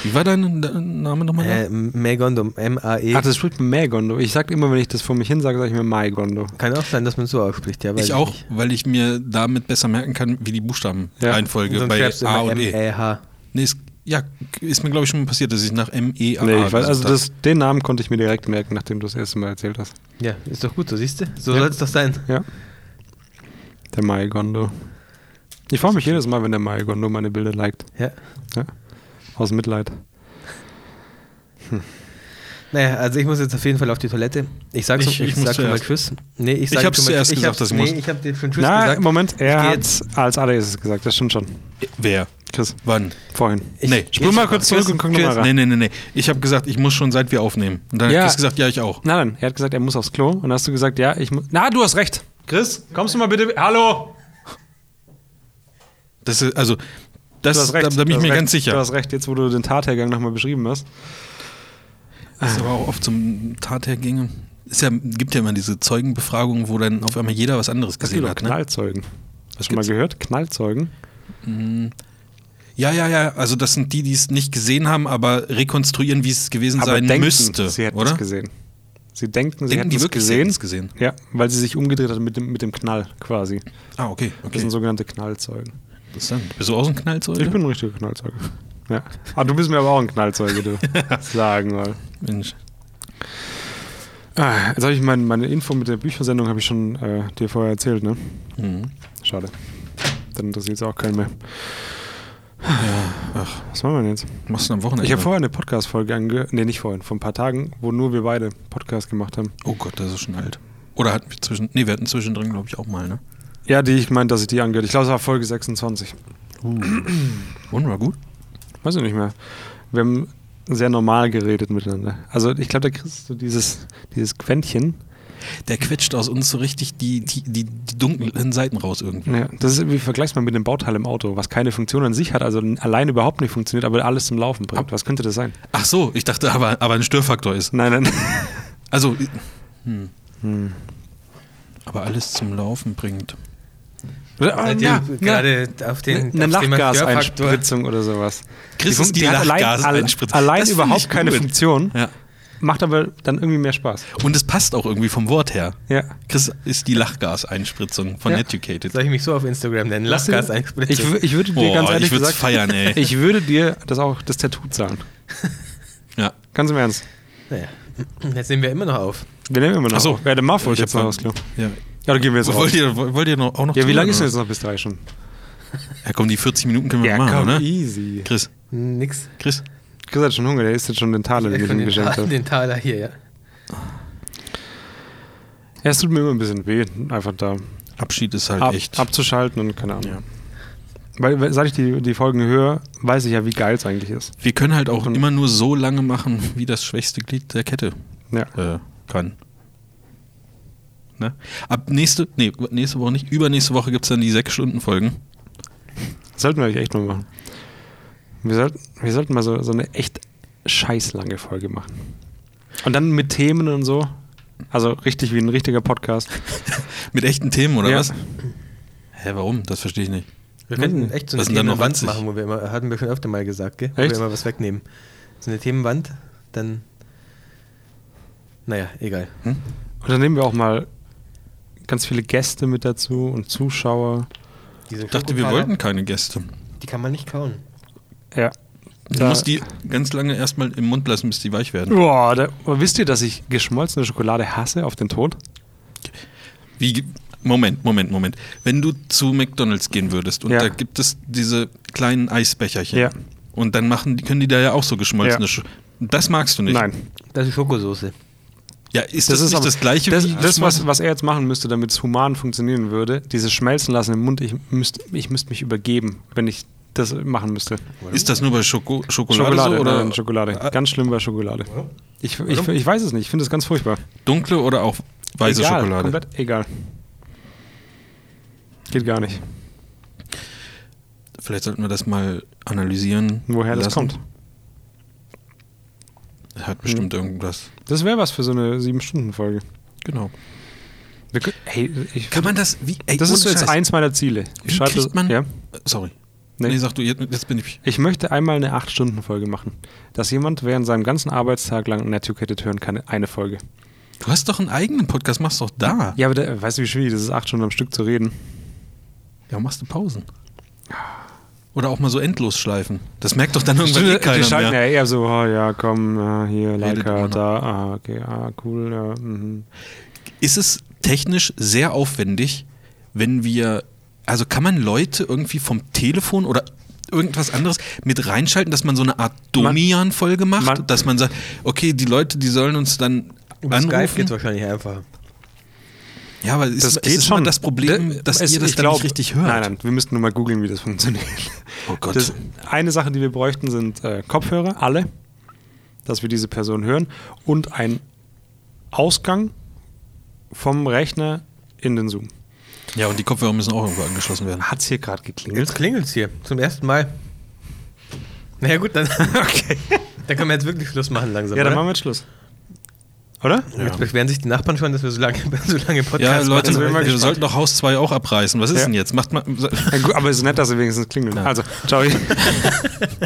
Speaker 3: Wie war dein dein Name nochmal?
Speaker 1: Äh, Megondom, E. M-A-E.
Speaker 2: Ach, das spricht Maegondo. Ich sag immer, wenn ich das vor mich hin sage, sage ich mir Maegondo.
Speaker 1: Kann auch sein, dass man so ausspricht. Ja, weiß
Speaker 3: ich auch,
Speaker 1: nicht.
Speaker 3: weil ich mir damit besser merken kann, wie die Buchstabenreihenfolge
Speaker 1: Sonst
Speaker 3: bei
Speaker 1: schreibst du
Speaker 3: A
Speaker 1: immer
Speaker 3: und E.
Speaker 1: M-E-H.
Speaker 3: Nee, ist, ja, ist mir glaube ich schon mal passiert, dass ich nach M, E, A,
Speaker 2: Nee,
Speaker 3: A
Speaker 2: ich weiß, also
Speaker 3: gesucht
Speaker 2: das, den Namen konnte ich mir direkt merken, nachdem du das erste Mal erzählt hast.
Speaker 1: Ja, ist doch gut, so siehst du. So
Speaker 2: Ja.
Speaker 1: soll es doch sein.
Speaker 2: Ja. Der Maegondo. Ich freue mich jedes Mal, wenn der Maegondo meine Bilder liked.
Speaker 1: Ja.
Speaker 2: Ja. Aus Mitleid.
Speaker 1: Naja, also ich muss jetzt auf jeden Fall auf die Toilette. Ich sag,
Speaker 3: Ich-
Speaker 1: schon-
Speaker 3: ich
Speaker 1: ich
Speaker 3: muss
Speaker 1: sag schon mal
Speaker 3: zuerst.
Speaker 1: Tschüss. Nee, ich,
Speaker 3: Ich hab's
Speaker 1: schon mal-
Speaker 3: zuerst gesagt,
Speaker 1: hab-
Speaker 3: dass ich
Speaker 1: nee,
Speaker 3: muss.
Speaker 1: ich hab dir schon Tschüss
Speaker 2: Na,
Speaker 1: gesagt.
Speaker 2: Moment,
Speaker 1: Ich
Speaker 2: er
Speaker 1: geh
Speaker 2: hat's als allererstes gesagt, das stimmt schon.
Speaker 3: habe. Wer?
Speaker 2: Chris,
Speaker 3: Wann?
Speaker 2: vorhin.
Speaker 1: Ich-
Speaker 3: nee.
Speaker 2: Spul
Speaker 1: jetzt-
Speaker 2: mal kurz zurück
Speaker 1: Chris,
Speaker 2: und guck nochmal
Speaker 1: Chris,
Speaker 2: rein.
Speaker 3: Nee, nee, nee, nee. Ich habe gesagt, ich muss schon seit wir aufnehmen. Und dann
Speaker 2: Ja.
Speaker 3: hat Chris gesagt, ja, ich auch.
Speaker 2: Nein, nein, er hat gesagt, er muss aufs Klo. Und dann hast du gesagt, ja, ich muss. Na, du hast recht. Chris, kommst du mal bitte. Hallo!
Speaker 3: Das ist, also, das,
Speaker 2: Du hast recht.
Speaker 3: da, da bin
Speaker 2: du
Speaker 3: ich
Speaker 2: hast
Speaker 3: mir
Speaker 2: recht.
Speaker 3: ganz sicher.
Speaker 2: Du hast recht, jetzt wo du den Tathergang nochmal beschrieben hast.
Speaker 3: Das ist aber auch oft zum Tathergänge. Es ja, gibt ja immer diese Zeugenbefragungen, wo dann auf einmal jeder was anderes
Speaker 2: Es gibt
Speaker 3: gesehen
Speaker 2: auch
Speaker 3: hat. Ne?
Speaker 2: Knallzeugen. Hast du schon mal
Speaker 3: gibt's?
Speaker 2: gehört? Knallzeugen?
Speaker 3: Ja, ja, ja. Also das sind die, die es nicht gesehen haben, aber rekonstruieren, wie es gewesen sein
Speaker 2: denken,
Speaker 3: müsste,
Speaker 2: sie hätten
Speaker 3: oder?
Speaker 2: es gesehen. Sie denken, sie
Speaker 3: Denken
Speaker 2: hätten
Speaker 3: die
Speaker 2: es
Speaker 3: wirklich, sie
Speaker 2: gesehen.
Speaker 3: hätten es gesehen?
Speaker 2: Ja, weil sie sich umgedreht hat mit dem, mit dem Knall quasi.
Speaker 3: Ah, okay.
Speaker 2: Das
Speaker 3: okay.
Speaker 2: sind sogenannte Knallzeugen.
Speaker 3: Interessant. Bist du auch so ein Knallzeuge?
Speaker 2: Ich bin ein richtiger Knallzeuge. Ja. Ah, du bist mir aber auch ein Knallzeuge, du. Sagen mal.
Speaker 3: Mensch.
Speaker 2: Ah, jetzt habe ich mein, meine Info mit der Büchersendung habe ich schon äh, dir vorher erzählt, ne?
Speaker 3: Mhm.
Speaker 2: Schade. Dann interessiert es auch keinen mehr.
Speaker 3: Ach,
Speaker 2: Was machen wir denn jetzt?
Speaker 3: was machst du denn am Wochenende?
Speaker 2: Ich habe vorher eine Podcast-Folge angehört. Nee, nicht vorhin. Vor ein paar Tagen, wo nur wir beide Podcast gemacht haben.
Speaker 3: oh Gott, das ist schon alt. Oder hatten wir zwischen. Nee, wir hatten zwischendrin, glaube ich, auch mal, ne?
Speaker 2: Ja, die, ich meinte, dass ich die angehört. Ich glaube, es war Folge 26.
Speaker 3: Und war gut?
Speaker 2: Weiß ich nicht mehr. Wir haben sehr normal geredet miteinander. Also ich glaube, da kriegst du dieses, dieses Quäntchen.
Speaker 3: Der quetscht aus uns so richtig die, die, die, die dunklen Seiten raus irgendwie.
Speaker 2: Ja, das ist wie vergleichst man mit dem Bauteil im Auto, was keine Funktion an sich hat, also allein überhaupt nicht funktioniert, aber alles zum Laufen bringt. Was könnte das sein?
Speaker 3: Ach so, ich dachte aber, aber ein Störfaktor ist.
Speaker 2: Nein, nein.
Speaker 3: Also. Hm.
Speaker 2: Hm.
Speaker 3: Aber alles zum Laufen bringt.
Speaker 1: Seid ihr gerade auf den
Speaker 2: eine
Speaker 1: aufs Thema Störfaktor?
Speaker 2: Lachgaseinspritzung Ne, oder sowas.
Speaker 3: Chris
Speaker 2: Fun-
Speaker 3: ist die
Speaker 2: hat allein,
Speaker 3: Lachgaseinspritzung.
Speaker 2: allein
Speaker 3: Das find ich
Speaker 2: überhaupt keine
Speaker 3: gut.
Speaker 2: Funktion,
Speaker 3: Ja.
Speaker 2: macht aber dann irgendwie mehr Spaß.
Speaker 3: Und es passt auch irgendwie vom Wort her.
Speaker 2: Ja.
Speaker 3: Chris ist die Lachgaseinspritzung von
Speaker 2: Ja.
Speaker 3: Educated.
Speaker 1: Soll ich mich so auf Instagram nennen? Lachgas einspritzen.
Speaker 2: Ich, wü- ich würde dir
Speaker 3: Oh,
Speaker 2: ganz
Speaker 3: ich
Speaker 2: ehrlich
Speaker 3: würd's
Speaker 2: gesagt,
Speaker 3: feiern, ey.
Speaker 2: ich würde dir das auch das Tattoo zahlen.
Speaker 3: Ja.
Speaker 2: Ganz im Ernst.
Speaker 1: naja. Jetzt nehmen wir immer noch auf.
Speaker 2: Wir nehmen immer noch.
Speaker 3: Ach so.
Speaker 2: auf. Ja, der Muff wollte jetzt noch
Speaker 3: hab-
Speaker 2: aufs Klo.
Speaker 3: Ja.
Speaker 2: Ja, dann gehen wir jetzt raus.
Speaker 3: Wollt ihr, wollt ihr noch, auch noch
Speaker 2: Ja, wie
Speaker 3: zuhören,
Speaker 2: lange ist denn
Speaker 3: oder?
Speaker 2: jetzt noch bis drei schon?
Speaker 3: Ja, ne? komm, die 40 Minuten können wir machen, oder?
Speaker 2: easy.
Speaker 3: Chris,
Speaker 1: Nix.
Speaker 3: Chris,
Speaker 2: Chris hat schon Hunger, der isst jetzt schon den Taler, den
Speaker 1: Ich
Speaker 2: ich ihm
Speaker 1: den,
Speaker 2: geschenkt
Speaker 1: Tal-
Speaker 2: habe. Ja,
Speaker 1: den Taler hier, ja.
Speaker 2: es tut mir immer ein bisschen weh, einfach da
Speaker 3: Abschied ist halt
Speaker 2: ab,
Speaker 3: echt.
Speaker 2: abzuschalten und keine Ahnung.
Speaker 3: Ja.
Speaker 2: Weil, weil, seit ich die, die Folgen höre, weiß ich ja, wie geil es eigentlich ist.
Speaker 3: Wir können halt auch
Speaker 2: Und-
Speaker 3: immer nur so lange machen, wie das schwächste Glied der Kette
Speaker 2: Ja.
Speaker 3: äh, kann. Ne? Ab nächste, nee, nächste Woche nicht, übernächste Woche gibt es dann die 6-Stunden-Folgen.
Speaker 2: Das sollten wir eigentlich echt mal machen. Wir sollten, wir sollten mal so, so eine echt scheißlange Folge machen. Und dann mit Themen und so. Also richtig wie ein richtiger Podcast.
Speaker 3: Mit echten Themen, oder
Speaker 2: Ja.
Speaker 3: was? Hä, warum? Das verstehe ich nicht.
Speaker 1: Wir könnten echt so eine
Speaker 3: Hm. Was sind da noch
Speaker 1: Themenwand
Speaker 3: 20?
Speaker 1: machen, wo wir immer, hatten wir schon öfter mal gesagt, gell? Wo
Speaker 2: Echt?
Speaker 1: wir immer was wegnehmen. So eine Themenwand, dann. Naja, egal.
Speaker 2: Und dann nehmen wir auch mal ganz viele Gäste mit dazu und Zuschauer.
Speaker 1: Diese
Speaker 3: Ich dachte, wir wollten keine Gäste.
Speaker 1: Die kann man nicht kauen.
Speaker 2: Ja.
Speaker 3: Du musst die ganz lange erstmal im Mund lassen, bis die weich werden.
Speaker 2: Boah, da, wisst ihr, dass ich geschmolzene Schokolade hasse auf den Tod?
Speaker 3: Wie, ge- Moment, Moment, Moment. Wenn du zu McDonalds gehen würdest und
Speaker 2: Ja.
Speaker 3: da gibt es diese kleinen Eisbecherchen.
Speaker 2: Ja.
Speaker 3: Und dann machen, die- können die da ja auch so geschmolzene.
Speaker 2: Ja.
Speaker 3: Sch- Das magst du nicht.
Speaker 2: Nein.
Speaker 1: Das ist Schokosoße.
Speaker 3: Ja, ist das, nicht
Speaker 2: aber-
Speaker 3: das gleiche
Speaker 2: Das,
Speaker 3: wie
Speaker 2: das was,
Speaker 3: geschmolzen?
Speaker 2: was er jetzt machen müsste, damit es human funktionieren würde, dieses Schmelzen lassen im Mund, ich müsste ich müsst mich übergeben, wenn ich das machen müsste.
Speaker 3: Ist das nur bei Schoko Schokolade, so oder
Speaker 2: nein, Schokolade.
Speaker 3: Ah.
Speaker 2: Ganz schlimm bei Schokolade. Ich, ich, ich weiß es nicht, ich finde es ganz furchtbar.
Speaker 3: dunkle oder auch weiße
Speaker 2: egal,
Speaker 3: Schokolade?
Speaker 2: Komplett egal. Geht gar nicht.
Speaker 3: Vielleicht sollten wir das mal analysieren.
Speaker 2: Woher das
Speaker 3: lassen.
Speaker 2: kommt. Mhm.
Speaker 3: Hat bestimmt irgendwas.
Speaker 2: Das wäre was für so eine 7-Stunden-Folge.
Speaker 3: Genau.
Speaker 2: Wir kö- Hey, ich,
Speaker 3: Kann man das wie ey,
Speaker 2: das ist so
Speaker 3: ohne
Speaker 2: jetzt
Speaker 3: Scheiß.
Speaker 2: eins meiner Ziele.
Speaker 3: Wie
Speaker 2: Ich schreibe
Speaker 3: kriegt
Speaker 2: das.
Speaker 3: man-
Speaker 2: Ja.
Speaker 3: Sorry.
Speaker 2: Nee.
Speaker 3: Nee. sag du, jetzt, jetzt bin ich.
Speaker 2: Ich möchte einmal eine 8-Stunden-Folge machen. Dass jemand während seinem ganzen Arbeitstag lang Netiquette hören kann, eine Folge.
Speaker 3: Du hast doch einen eigenen Podcast, machst doch da.
Speaker 2: Ja, aber da, weißt du, wie schwierig das ist, 8 Stunden am Stück zu reden?
Speaker 3: Ja, machst du Pausen. Oder auch mal so endlos schleifen. Das merkt doch dann irgendwann eh
Speaker 2: die
Speaker 3: keiner
Speaker 2: schalten
Speaker 3: mehr.
Speaker 2: ja eher so, oh, ja, komm, ah, hier,
Speaker 3: Redet
Speaker 2: Leica,
Speaker 3: immer noch.
Speaker 2: da, ah, okay, ah, cool, ja, mhm.
Speaker 3: Ist es technisch sehr aufwendig, wenn wir, also kann man Leute irgendwie vom Telefon oder irgendwas anderes mit reinschalten, dass man so eine Art Domian-Folge macht,
Speaker 2: man-
Speaker 3: dass man sagt, okay, die Leute, die sollen uns dann
Speaker 1: Über Skype
Speaker 3: anrufen.
Speaker 1: geht's wahrscheinlich einfach.
Speaker 3: Ja, aber ist,
Speaker 2: Das
Speaker 3: ist
Speaker 2: geht
Speaker 3: immer
Speaker 2: schon.
Speaker 3: das Problem,
Speaker 2: Da-
Speaker 3: dass
Speaker 2: es-
Speaker 3: ihr das
Speaker 2: ich
Speaker 3: dann
Speaker 2: glaub-
Speaker 3: nicht richtig hört.
Speaker 2: Nein, nein, wir müssten nur mal googeln, wie das funktioniert.
Speaker 3: Oh Gott.
Speaker 2: Das, eine Sache, die wir bräuchten, sind äh, Kopfhörer, alle, dass wir diese Person hören und ein Ausgang vom Rechner in den Zoom.
Speaker 3: ja, und die Kopfhörer müssen auch irgendwo angeschlossen werden.
Speaker 2: Hat es hier gerade geklingelt?
Speaker 1: Jetzt klingelt's hier. Zum ersten Mal. Na ja, gut, dann. Okay. Dann können wir jetzt wirklich Schluss machen langsam.
Speaker 2: Ja, dann
Speaker 1: oder?
Speaker 2: machen wir jetzt Schluss. Oder?
Speaker 1: Jetzt beschweren sich die Nachbarn schon, dass wir so lange, so lange Podcast
Speaker 3: Ja, Leute,
Speaker 1: machen.
Speaker 2: bin ich mal
Speaker 3: wir
Speaker 2: gespannt.
Speaker 3: sollten doch Haus 2 auch abreißen. Was ist
Speaker 2: Ja.
Speaker 3: denn jetzt? Macht mal.
Speaker 2: Ja, gut, aber es Also, ist nett, dass sie wenigstens klingeln.
Speaker 3: Ja.
Speaker 2: Also, ciao.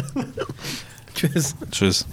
Speaker 1: Tschüss.
Speaker 3: Tschüss.